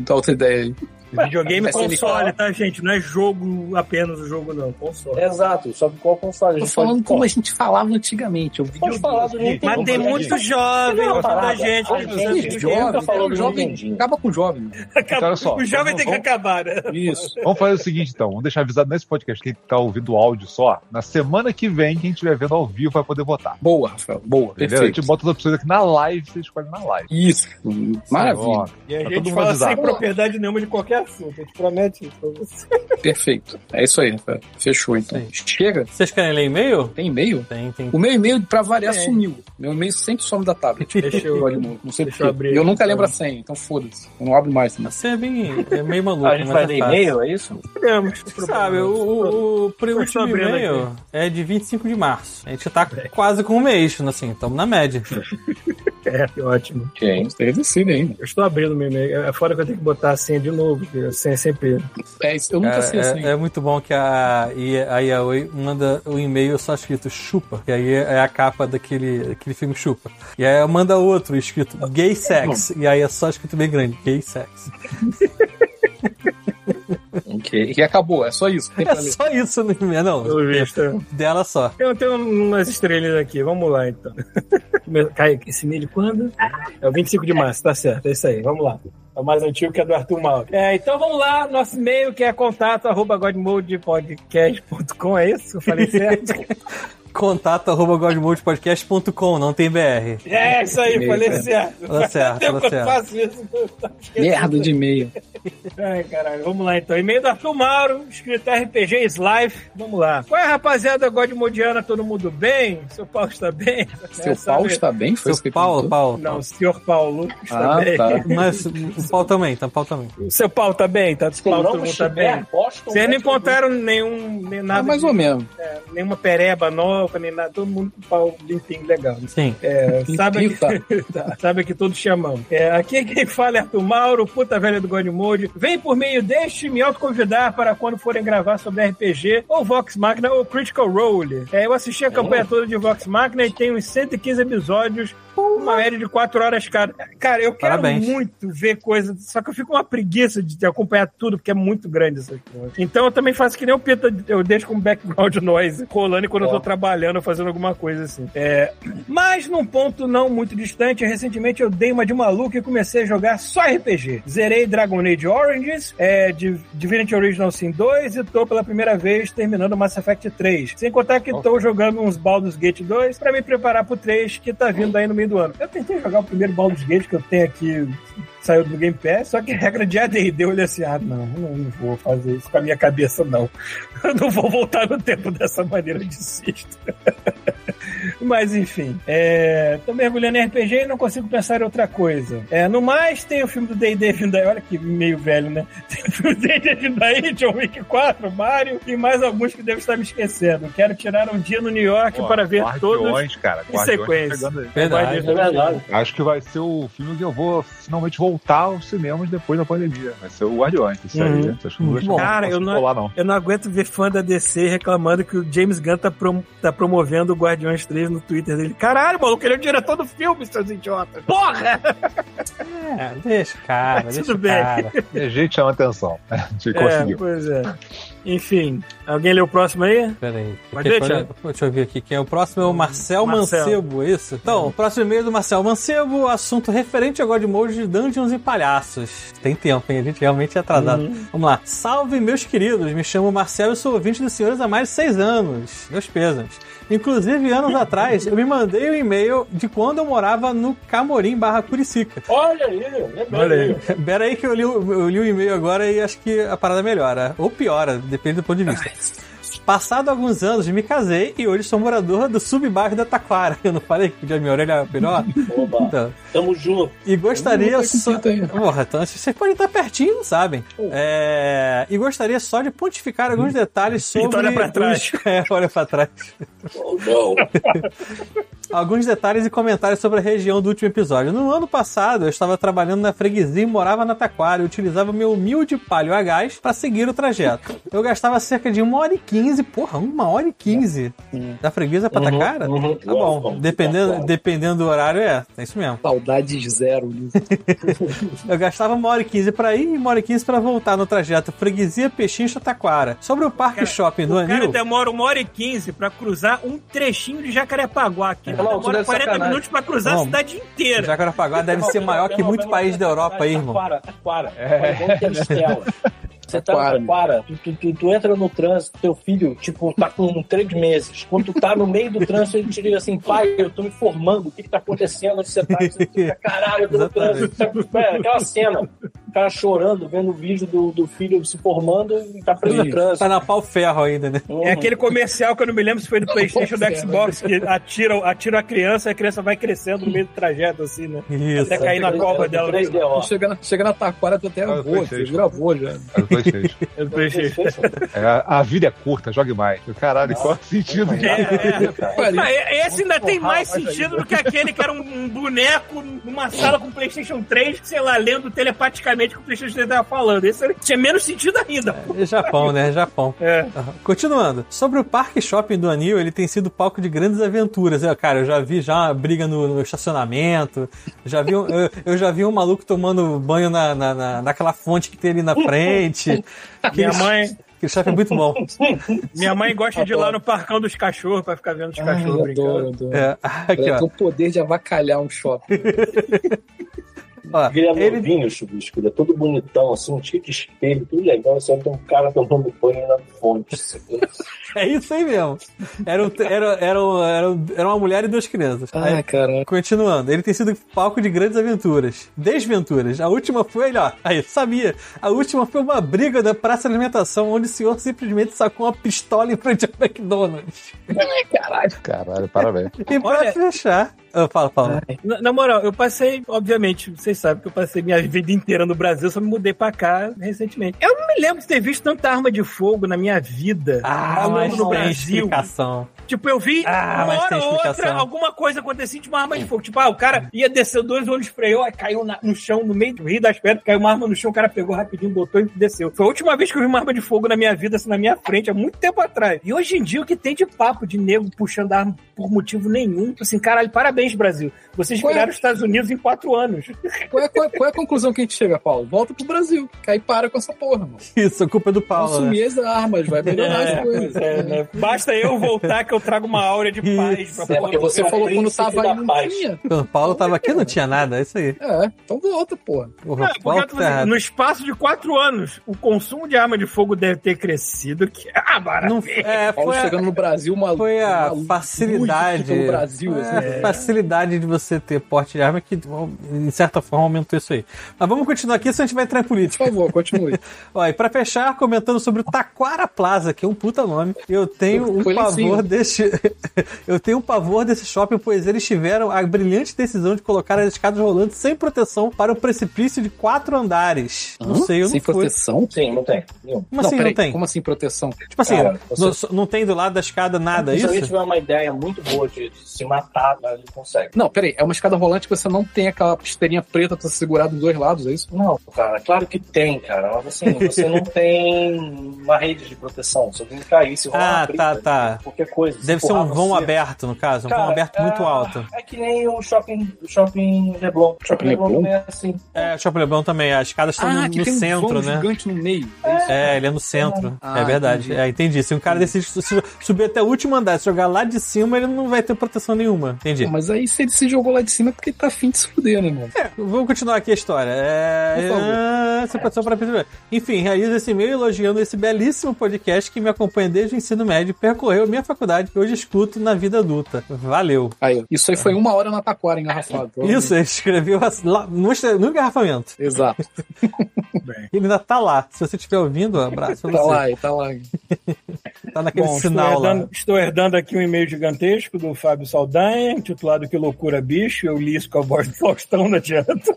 [SPEAKER 7] Dá hum, outra ideia aí.
[SPEAKER 3] Videogame é
[SPEAKER 7] SNK.
[SPEAKER 5] né?
[SPEAKER 3] console, tá, gente? Não é jogo apenas o jogo, não. Console.
[SPEAKER 5] Exato, só que qual console?
[SPEAKER 7] Tô
[SPEAKER 5] A gente pode-
[SPEAKER 7] falando como a gente falava antigamente. Eu vi
[SPEAKER 5] Pode falar do Nintendo.
[SPEAKER 3] Mas tem
[SPEAKER 5] né?
[SPEAKER 3] muito jovem,
[SPEAKER 5] Não,
[SPEAKER 3] muita
[SPEAKER 5] parada.
[SPEAKER 3] gente.
[SPEAKER 5] A gente
[SPEAKER 3] que-
[SPEAKER 5] joga.
[SPEAKER 7] jovem,
[SPEAKER 5] nunca falou
[SPEAKER 7] o
[SPEAKER 5] do
[SPEAKER 7] jovem.
[SPEAKER 5] Nintendinho.
[SPEAKER 7] Acaba com o jovem.
[SPEAKER 3] Acaba-
[SPEAKER 2] Então, olha só, tá
[SPEAKER 3] o jovem
[SPEAKER 2] vamos-
[SPEAKER 3] tem que acabar, né?
[SPEAKER 7] Isso.
[SPEAKER 2] Vamos fazer o seguinte, então. Vamos deixar avisado nesse podcast que tá ouvindo o áudio só. Na semana que vem, quem estiver vendo ao vivo vai poder votar.
[SPEAKER 7] Boa, Rafael. Boa.
[SPEAKER 2] Entendeu? A
[SPEAKER 7] Perfeito.
[SPEAKER 2] gente bota as opções aqui na live, você escolhe na live.
[SPEAKER 7] Isso.
[SPEAKER 2] Ó,
[SPEAKER 7] Maravilha.
[SPEAKER 3] E a
[SPEAKER 2] Tá todo
[SPEAKER 3] gente
[SPEAKER 2] mundo
[SPEAKER 3] fala
[SPEAKER 2] avisado.
[SPEAKER 3] sem propriedade nenhuma de qualquer assunto. A gente promete isso pra você.
[SPEAKER 7] Perfeito. É isso aí, Rafael. Fechou, então.
[SPEAKER 1] Sim.
[SPEAKER 7] Chega.
[SPEAKER 1] Vocês querem ler e-mail?
[SPEAKER 7] Tem e-mail?
[SPEAKER 1] Tem, tem.
[SPEAKER 7] O meu e-mail, pra variar,
[SPEAKER 3] Tem.
[SPEAKER 7] sumiu. Meu e-mail sempre some da tablet.
[SPEAKER 3] Deixa eu-
[SPEAKER 7] olho novo, Não sei
[SPEAKER 3] deixa
[SPEAKER 7] porquê.
[SPEAKER 3] eu abrir
[SPEAKER 7] Eu
[SPEAKER 3] aqui,
[SPEAKER 7] nunca lembro a
[SPEAKER 3] então.
[SPEAKER 7] senha, então foda-se. Eu não abro mais. Né?
[SPEAKER 1] Você é bem é meio maluco.
[SPEAKER 5] A gente
[SPEAKER 1] mas
[SPEAKER 5] vai
[SPEAKER 1] é
[SPEAKER 5] ler
[SPEAKER 1] fácil.
[SPEAKER 5] e-mail, é isso?
[SPEAKER 3] Podemos.
[SPEAKER 1] Sabe, o, o, o
[SPEAKER 3] Estou
[SPEAKER 1] penúltimo
[SPEAKER 3] abrindo
[SPEAKER 1] e-mail é de 25 de março. A gente tá quase com um mês, assim, estamos na média.
[SPEAKER 3] É, que ótimo.
[SPEAKER 5] Quem?
[SPEAKER 7] Você reside ainda.
[SPEAKER 3] Eu estou abrindo meu e-mail. É fora que eu tenho que botar a senha de novo, porque a senha é sempre.
[SPEAKER 7] É isso. Eu nunca
[SPEAKER 5] assim,
[SPEAKER 7] sei a
[SPEAKER 1] É,
[SPEAKER 7] senha.
[SPEAKER 1] é, é muito bom que a, I- a Yaoi manda o e-mail só escrito chupa, e aí é a capa daquele, daquele filme chupa. E aí ela manda outro escrito gay sex, e aí é só escrito bem grande, gay sex.
[SPEAKER 5] Ok.
[SPEAKER 7] E acabou. É só isso. que Tem
[SPEAKER 1] É
[SPEAKER 7] pra ler.
[SPEAKER 1] só isso no e-mail, não,
[SPEAKER 3] Pelo visto.
[SPEAKER 1] dela só.
[SPEAKER 3] Eu tenho umas estrelinhas aqui, vamos lá então. Meu- Cai esse milho quando? É o 25 de março, tá certo, é isso aí, vamos lá. É o mais antigo que é do Arthur Mauro. É, então vamos lá, nosso e-mail que é contato arroba godmodepodcast.com, é isso? Eu falei certo?
[SPEAKER 1] Contato arroba godmodepodcast.com, não tem BR.
[SPEAKER 3] é, isso aí, falei certo.
[SPEAKER 1] Tá certo,
[SPEAKER 3] Tempo
[SPEAKER 1] tá
[SPEAKER 3] que eu
[SPEAKER 1] certo.
[SPEAKER 3] faço isso. eu tava esquecendo.
[SPEAKER 7] Merda de e-mail.
[SPEAKER 3] Ai, caralho, vamos lá então. E-mail do Arthur Mauro, escrito RPG is Life. Vamos lá. Qual é, rapaziada? Godmodiana, todo mundo bem? Seu Paulo está bem?
[SPEAKER 7] Seu
[SPEAKER 3] Né,
[SPEAKER 7] pau
[SPEAKER 3] sabe?
[SPEAKER 7] está bem? Foi isso que
[SPEAKER 1] Seu
[SPEAKER 7] ele
[SPEAKER 1] Paulo,
[SPEAKER 7] perguntou?
[SPEAKER 1] Paulo.
[SPEAKER 3] Não, o senhor Paulo está
[SPEAKER 7] Ah,
[SPEAKER 3] bem.
[SPEAKER 7] tá.
[SPEAKER 1] Mas o Paulo também, tá, o Paulo também.
[SPEAKER 3] O Seu pau tá bem? Tá,
[SPEAKER 5] Se
[SPEAKER 3] pau, todo
[SPEAKER 5] não é, então
[SPEAKER 3] mundo tá bem?
[SPEAKER 5] estiver, Boston... um
[SPEAKER 3] Vocês não encontraram nenhum, nem
[SPEAKER 7] Ah,
[SPEAKER 3] nada,
[SPEAKER 7] mais
[SPEAKER 3] de-
[SPEAKER 7] ou menos.
[SPEAKER 3] nenhuma pereba nova, nem nada. Todo mundo com pau limpinho, legal.
[SPEAKER 1] Sim.
[SPEAKER 3] É, sabe,
[SPEAKER 7] Limpinho,
[SPEAKER 3] que, tá, sabe que todos chamamos. É, aqui quem fala é Arthur Mauro, puta velha do God Mode. Vem por meio deste me autoconvidar para quando forem gravar sobre RPG, ou Vox Machina, ou Critical Role. É, eu assisti a campanha toda de Vox Machina e tem uns 115 episódios, uma média de 4 horas cada. Cara, eu quero
[SPEAKER 1] Parabéns.
[SPEAKER 3] muito ver coisa, só que eu fico com uma preguiça de acompanhar tudo, porque é muito grande essas coisas. Então eu também faço que nem o Pita, eu deixo com um background noise rolando quando eu tô trabalhando ou fazendo alguma coisa assim. É, mas num ponto não muito distante, recentemente eu dei uma de maluco e comecei a jogar só RPG. Zerei Dragon Age Origins, é, Div- Divinity Original Sin 2 e tô pela primeira vez terminando Mass Effect 3. Sem contar que tô jogando uns Baldur's Gate 2 pra me preparar pro 3 que tá vindo aí no meio do ano. Eu tentei jogar o primeiro Baldur's Gate que eu tenho aqui saiu do Game Pass, só que regra de AD&D eu olhei assim, ah, não, não, não vou fazer isso com a minha cabeça, não. Eu não vou voltar no tempo dessa maneira, eu desisto. Mas enfim, é... tô mergulhando em RPG e não consigo pensar em outra coisa. É, no mais, tem o filme do D&D vindo aí, olha que meio velho, né? Tem o filme do D&D vindo aí, John Wick 4, Mario e mais alguns que devo estar me esquecendo. Quero tirar um dia no New York
[SPEAKER 2] Ó,
[SPEAKER 3] para ver todos.
[SPEAKER 2] Guardiões, cara.
[SPEAKER 3] em
[SPEAKER 2] Guardiões tá
[SPEAKER 3] sequência.
[SPEAKER 2] chegando aí.
[SPEAKER 1] Verdade.
[SPEAKER 5] É verdade.
[SPEAKER 2] Acho que vai ser o filme que eu vou finalmente voltar aos cinemas depois da pandemia. Vai ser o Guardiões. Isso aí.
[SPEAKER 3] Uhum.
[SPEAKER 2] Acho que não vou
[SPEAKER 1] Muito bom.
[SPEAKER 2] não
[SPEAKER 3] Cara,
[SPEAKER 2] posso
[SPEAKER 3] eu não-
[SPEAKER 2] colar, não.
[SPEAKER 3] Eu não aguento ver fã da DC reclamando que o James Gunn tá, prom- tá promovendo o Guardiões 3 no Twitter dele. Caralho, maluco, ele é o diretor do filme, seus idiotas. Porra!
[SPEAKER 1] É, deixa, o cara,
[SPEAKER 3] Mas
[SPEAKER 1] deixa,
[SPEAKER 3] tudo
[SPEAKER 1] o
[SPEAKER 3] bem.
[SPEAKER 1] cara.
[SPEAKER 2] E a gente chama atenção. A gente
[SPEAKER 3] É,
[SPEAKER 2] conseguiu.
[SPEAKER 3] pois é. Enfim, alguém lê o próximo aí?
[SPEAKER 1] Peraí.
[SPEAKER 3] Mas
[SPEAKER 1] Deixa,
[SPEAKER 3] deixa.
[SPEAKER 1] eu- deixa eu ver aqui quem é. O próximo é o Marcel,
[SPEAKER 3] Marcel.
[SPEAKER 1] Mancebo, é isso? Então, o próximo e-mail é do Marcel Mancebo, assunto referente a Godmode de Dungeons e Palhaços. Tem tempo, hein? A gente realmente é atrasado. Vamos lá. Salve, meus queridos. Me chamo Marcel e sou ouvinte dos senhores há mais de seis anos. Meus pêsames. Inclusive, anos atrás, eu me mandei um e-mail de quando eu morava no Camorim barra Curicica.
[SPEAKER 5] Olha aí, lembrei.
[SPEAKER 3] Olha aí.
[SPEAKER 1] Pera aí que eu li, o- eu li o e-mail agora e acho que a parada melhora. Ou piora, depende do ponto de vista. Passado alguns anos, me casei e hoje sou moradora do subbairro da Taquara. Eu não falei que podia minha orelha é melhor?
[SPEAKER 5] Oba,
[SPEAKER 1] Então,
[SPEAKER 5] tamo junto.
[SPEAKER 1] e gostaria
[SPEAKER 7] Não tá
[SPEAKER 1] só...
[SPEAKER 7] completa ainda.
[SPEAKER 1] Porra, então vocês podem estar pertinho, sabem? É, E gostaria só de pontificar alguns detalhes sobre... É,
[SPEAKER 3] olha pra
[SPEAKER 1] os-
[SPEAKER 3] trás.
[SPEAKER 1] É, olha pra trás.
[SPEAKER 5] Oh, não.
[SPEAKER 1] Alguns detalhes e comentários sobre a região do último episódio. No ano passado, eu estava trabalhando na freguesia e morava na Taquara e utilizava meu humilde palio a gás para seguir o trajeto. Eu gastava cerca de uma hora e quinze, porra, uma hora e quinze da freguesia pra Taquara?
[SPEAKER 5] uhum.
[SPEAKER 1] Tá bom, dependendo, dependendo do horário, é, é isso mesmo.
[SPEAKER 7] Saudades zero, Lisa.
[SPEAKER 1] Eu gastava uma hora e quinze pra ir e uma hora e quinze pra voltar no trajeto freguesia Pechincha Taquara. Sobre o parque
[SPEAKER 3] Cara,
[SPEAKER 1] shopping do
[SPEAKER 3] O cara é
[SPEAKER 1] Anil,
[SPEAKER 3] demora uma hora e quinze pra cruzar um trechinho de Jacarepaguá. Aqui
[SPEAKER 5] Olha lá, tu
[SPEAKER 3] demora
[SPEAKER 5] deve
[SPEAKER 3] 40
[SPEAKER 5] sacanagem.
[SPEAKER 3] minutos pra cruzar
[SPEAKER 1] Não.
[SPEAKER 3] a cidade inteira.
[SPEAKER 1] Jacarepaguá deve ser maior que muito país da Europa aí, irmão.
[SPEAKER 5] Para, para. Você tá para, para. Tu, tu, tu, tu entra no trânsito, teu filho, tipo, tá com três meses. Quando tu tá no meio do trânsito, ele te liga assim, pai, eu tô me formando, o que que tá acontecendo, onde você tá? Você fica, caralho, eu tô no trânsito. É, aquela cena, o cara chorando, vendo o vídeo do, do filho se formando e tá preso no
[SPEAKER 1] Tá
[SPEAKER 5] trânsito.
[SPEAKER 1] na pau ferro ainda, né?
[SPEAKER 5] Uhum.
[SPEAKER 3] É aquele comercial que eu não me lembro se foi do Playstation ou do
[SPEAKER 7] Nossa,
[SPEAKER 3] Xbox, que atiram, atiram a criança e a criança vai crescendo no meio do trajeto, assim, né?
[SPEAKER 1] Isso.
[SPEAKER 3] Até cair na
[SPEAKER 1] é
[SPEAKER 3] cova dela. né?
[SPEAKER 5] 3DO.
[SPEAKER 7] Chega na, chega na taquara, tu até
[SPEAKER 2] Ah,
[SPEAKER 7] avô,
[SPEAKER 2] fechei. Ah,
[SPEAKER 7] tu gravou já.
[SPEAKER 2] Era o PlayStation.
[SPEAKER 3] né?
[SPEAKER 2] É, a, a vida é curta, jogue mais. Caralho, qual é o sentido?
[SPEAKER 3] É,
[SPEAKER 7] Pariu.
[SPEAKER 3] é. Esse ainda tem
[SPEAKER 5] Porra,
[SPEAKER 3] mais
[SPEAKER 5] vai daí.
[SPEAKER 3] sentido do que aquele que era um, um boneco numa sala com PlayStation 3, que, sei lá, lendo telepaticamente o que o PlayStation 3 tava falando. Esse era- tinha menos sentido ainda.
[SPEAKER 1] É Japão, né? Japão.
[SPEAKER 3] É.
[SPEAKER 1] Aham. Continuando, sobre o parque shopping do Anil, ele tem sido palco de grandes aventuras. Eu, cara, eu já vi já uma briga no, no estacionamento, já vi um- eu, eu já vi um maluco tomando banho na, na, na- naquela fonte que tem ali na frente.
[SPEAKER 3] Minha mãe,
[SPEAKER 1] Aquele shopping é muito bom.
[SPEAKER 3] minha mãe gosta de ir lá no parcão dos cachorros pra ficar vendo os cachorros brincando.
[SPEAKER 7] Adoro, adoro.
[SPEAKER 1] É, aqui,
[SPEAKER 7] Ela
[SPEAKER 1] ó.
[SPEAKER 7] tem o poder de avacalhar um shopping.
[SPEAKER 3] um
[SPEAKER 1] Ó,
[SPEAKER 5] Ele é
[SPEAKER 1] ele,
[SPEAKER 5] novinho, o chubisco, ele é todo bonitão, assim, um tipo de espelho, tudo legal, só tem um cara tomando banho na fonte.
[SPEAKER 1] é isso aí mesmo. Era, um- era, era, um- era, um- era uma mulher e duas crianças. Aí-
[SPEAKER 7] Ai, caralho.
[SPEAKER 1] Continuando, ele tem sido palco de grandes aventuras. Desventuras. A última foi, olha, ó, aí, sabia. A última foi uma briga da praça de alimentação, onde o senhor simplesmente sacou uma pistola em frente ao McDonald's.
[SPEAKER 2] Caralho, parabéns.
[SPEAKER 1] E pra
[SPEAKER 3] Olha-
[SPEAKER 1] fechar. Ah, Eu falo, falo.
[SPEAKER 3] Na, na moral, eu passei, obviamente, vocês sabem que eu passei minha vida inteira no Brasil, só me mudei pra cá recentemente. Eu não me lembro de ter visto tanta arma de fogo na minha vida.
[SPEAKER 1] Ah,
[SPEAKER 3] Ao longo
[SPEAKER 1] mas
[SPEAKER 3] do
[SPEAKER 1] tem
[SPEAKER 3] Brasil.
[SPEAKER 1] explicação.
[SPEAKER 3] Tipo, eu vi
[SPEAKER 1] Ah,
[SPEAKER 3] uma
[SPEAKER 1] mas
[SPEAKER 3] hora
[SPEAKER 1] tem
[SPEAKER 3] ou outra
[SPEAKER 1] explicação.
[SPEAKER 3] alguma coisa acontecia de uma arma de fogo. Tipo, ah, o cara ia descer dois ônibus freou, aí caiu na- no chão, no meio do rio das pedras, caiu uma arma no chão, o cara pegou rapidinho, botou e desceu. Foi a última vez que eu vi uma arma de fogo na minha vida, assim, na minha frente, há muito tempo atrás. E hoje em dia, o que tem de papo de nego puxando arma por motivo nenhum? Tipo Assim, caralho, parabéns, Brasil. Vocês
[SPEAKER 7] Ué.
[SPEAKER 3] viraram os Estados Unidos em quatro anos.
[SPEAKER 7] Qual é, qual, é, qual é a conclusão que a gente chega, Paulo? Volta pro Brasil, que aí para com essa porra, mano.
[SPEAKER 1] Isso, a culpa é do Paulo. né? É,
[SPEAKER 7] Consumir as armas, vai melhorar as coisas.
[SPEAKER 3] Basta eu voltar que eu trago uma áurea de paz pra
[SPEAKER 5] É,
[SPEAKER 3] porra.
[SPEAKER 5] porque
[SPEAKER 7] Você falou quando tava aí,
[SPEAKER 5] da
[SPEAKER 7] não
[SPEAKER 5] paz.
[SPEAKER 7] tinha.
[SPEAKER 1] O Paulo tava aqui, não tinha nada. É isso aí.
[SPEAKER 7] É, então volta, porra.
[SPEAKER 1] Porra,
[SPEAKER 3] Não,
[SPEAKER 1] o
[SPEAKER 3] porque,
[SPEAKER 1] Paulo
[SPEAKER 3] tipo
[SPEAKER 1] tá
[SPEAKER 3] assim,
[SPEAKER 1] errado.
[SPEAKER 3] no espaço de quatro anos, o consumo de arma de fogo deve ter crescido. Que... Ah, maravilha.
[SPEAKER 1] Não, é,
[SPEAKER 7] Paulo
[SPEAKER 1] foi a-
[SPEAKER 7] chegando no Brasil, maluco.
[SPEAKER 1] foi a
[SPEAKER 7] maluco,
[SPEAKER 1] facilidade.
[SPEAKER 7] luz que fica No Brasil,
[SPEAKER 1] É,
[SPEAKER 7] assim.
[SPEAKER 1] a facilidade de você ter porte de arma que, de certa forma, aumentou isso aí. Mas vamos continuar aqui, senão a gente vai entrar em política.
[SPEAKER 7] Por favor, continue.
[SPEAKER 1] Ó, e pra fechar, comentando sobre o Taquara Plaza, que é um puta nome, eu tenho um
[SPEAKER 7] Foi lencinho.
[SPEAKER 1] pavor deste. eu tenho um pavor desse shopping, pois eles tiveram a brilhante decisão de colocar as escadas rolantes sem proteção para um precipício de quatro andares. Não
[SPEAKER 7] Hã?
[SPEAKER 1] sei, eu
[SPEAKER 7] Sem
[SPEAKER 1] não fui.
[SPEAKER 7] proteção?
[SPEAKER 5] Sim, não tem. Nenhum.
[SPEAKER 1] Como assim não
[SPEAKER 7] peraí,
[SPEAKER 1] tem?
[SPEAKER 7] Como assim proteção?
[SPEAKER 1] Tipo assim,
[SPEAKER 5] Cara, você-
[SPEAKER 1] não, só- não tem do lado da escada nada, é
[SPEAKER 5] Se alguém
[SPEAKER 1] isso?
[SPEAKER 5] tiver uma ideia muito boa de se matar, mas ele consegue.
[SPEAKER 7] Não, peraí, é uma escada rolante que você não tem aquela esteirinha preta pra você segurar dos dois lados, é isso?
[SPEAKER 5] Não, cara, claro que tem, cara. Mas assim, você não tem uma rede de proteção. Se alguém cair, se rolar
[SPEAKER 1] Ah,
[SPEAKER 5] uma
[SPEAKER 1] tá,
[SPEAKER 5] briga,
[SPEAKER 1] tá.
[SPEAKER 5] qualquer coisa. se
[SPEAKER 1] Deve ser um
[SPEAKER 5] empurrar
[SPEAKER 1] vão
[SPEAKER 5] você.
[SPEAKER 1] aberto, no caso, um vão
[SPEAKER 5] Cara,
[SPEAKER 1] aberto muito
[SPEAKER 5] ah,
[SPEAKER 1] alto.
[SPEAKER 5] É que nem o shopping, o shopping Leblon. O shopping Leblon também é assim.
[SPEAKER 1] É, o Shopping Leblon também. As escadas estão
[SPEAKER 7] Ah,
[SPEAKER 1] no, no centro, né?
[SPEAKER 7] um gigante no meio.
[SPEAKER 1] É, ele é no centro.
[SPEAKER 7] Ah,
[SPEAKER 1] é verdade.
[SPEAKER 7] entendi.
[SPEAKER 1] É, entendi. Se um cara decide su- su- subir até o último andar, se jogar lá de cima, ele não vai ter proteção nenhuma. Entendi.
[SPEAKER 7] Mas aí se ele se jogou lá de cima é porque ele tá afim de se fuder, né,
[SPEAKER 1] É.
[SPEAKER 7] mano?
[SPEAKER 1] Vamos continuar aqui a história. É.
[SPEAKER 7] Por favor.
[SPEAKER 1] ah, Você passou para episódio. Enfim, realizo esse e-mail elogiando esse belíssimo podcast que me acompanha desde o ensino médio, percorreu minha faculdade e hoje escuto na vida adulta. Valeu.
[SPEAKER 7] Aí, isso aí foi uma hora na taquara engarrafado.
[SPEAKER 1] Isso, ele escreveu as- lá no, no engarrafamento.
[SPEAKER 7] Exato.
[SPEAKER 1] Ele ainda tá lá. Se você estiver ouvindo, um abraço pra
[SPEAKER 7] Tá
[SPEAKER 1] você.
[SPEAKER 7] lá, tá lá.
[SPEAKER 1] Tá naquele sinal
[SPEAKER 3] estou,
[SPEAKER 1] lá.
[SPEAKER 3] herdando, estou herdando aqui um e-mail gigantesco do Fábio Saldanha, intitulado Que Loucura Bicho. Eu li isso com a voz do Faustão, não adianta.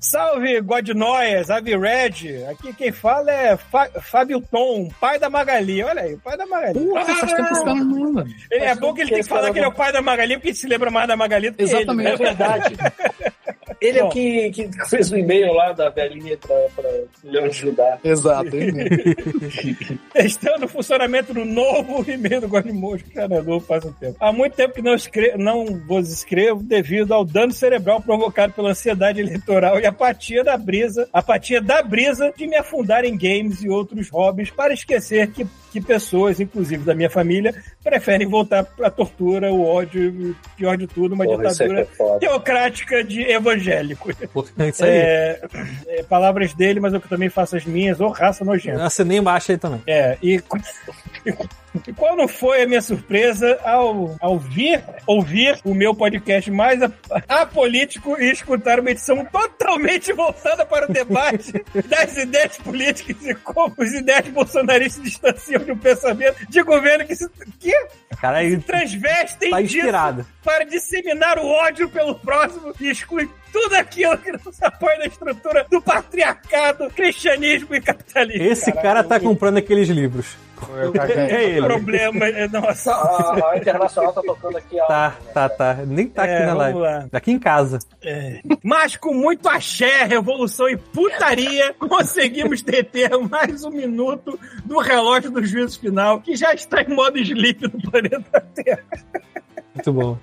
[SPEAKER 3] Salve, Godnoias, Avired. Aqui quem fala é Fa Fábio Tom, pai da Magali. Olha aí, o pai da Magali.
[SPEAKER 7] Porra, faz tempo que esse cara não manda.
[SPEAKER 3] Ele- é bom que ele tem que falar que ele é o pai da Magali, porque ele se lembra mais da Magali do que ele. né?
[SPEAKER 7] Exatamente.
[SPEAKER 5] É verdade. Ele
[SPEAKER 3] Bom.
[SPEAKER 5] é o que, que fez o e-mail lá da velhinha pra, pra Leão ajudar.
[SPEAKER 7] Exato, ele mesmo.
[SPEAKER 3] Testando o funcionamento do novo e-mail do Godmojo, cara, é novo faz um tempo. Há muito tempo que não, escre- não vos escrevo devido ao dano cerebral provocado pela ansiedade eleitoral e apatia da brisa, apatia da brisa de me afundar em games e outros hobbies para esquecer que, que pessoas, inclusive da minha família, preferem voltar pra tortura, o ódio, o pior de tudo, uma
[SPEAKER 5] Porra, isso aqui é
[SPEAKER 3] ditadura
[SPEAKER 5] foda.
[SPEAKER 3] teocrática de evangélicos.
[SPEAKER 1] É isso aí.
[SPEAKER 3] É, é, palavras dele, mas eu que também faço as minhas, ou raça nojenta.
[SPEAKER 1] Eu assinei embaixo aí também.
[SPEAKER 3] É, e, e qual não foi a minha surpresa ao, ao vir, ouvir o meu podcast mais ap- apolítico e escutar uma edição totalmente voltada para o debate das ideias políticas e como os ideias bolsonaristas distanciam do pensamento de governo que se que
[SPEAKER 1] Caralho,
[SPEAKER 3] transvestem
[SPEAKER 1] tá
[SPEAKER 3] disso
[SPEAKER 1] inspirado.
[SPEAKER 3] para disseminar o ódio pelo próximo e exclui tudo aquilo que nos apoia na estrutura do patriarcado, cristianismo e capitalismo.
[SPEAKER 1] Esse cara tá comprando aqueles livros. É
[SPEAKER 3] O
[SPEAKER 1] ele.
[SPEAKER 3] problema é nossa.
[SPEAKER 5] A, a Internacional tá tocando aqui, ó.
[SPEAKER 1] Tá, tá, tá. Nem tá aqui
[SPEAKER 3] É,
[SPEAKER 1] na
[SPEAKER 3] vamos
[SPEAKER 1] live.
[SPEAKER 3] lá.
[SPEAKER 1] Aqui em casa.
[SPEAKER 3] Mas com muito axé, revolução e putaria, conseguimos deter mais um minuto do relógio do juízo final, que já está em modo sleep no planeta Terra.
[SPEAKER 1] Muito bom.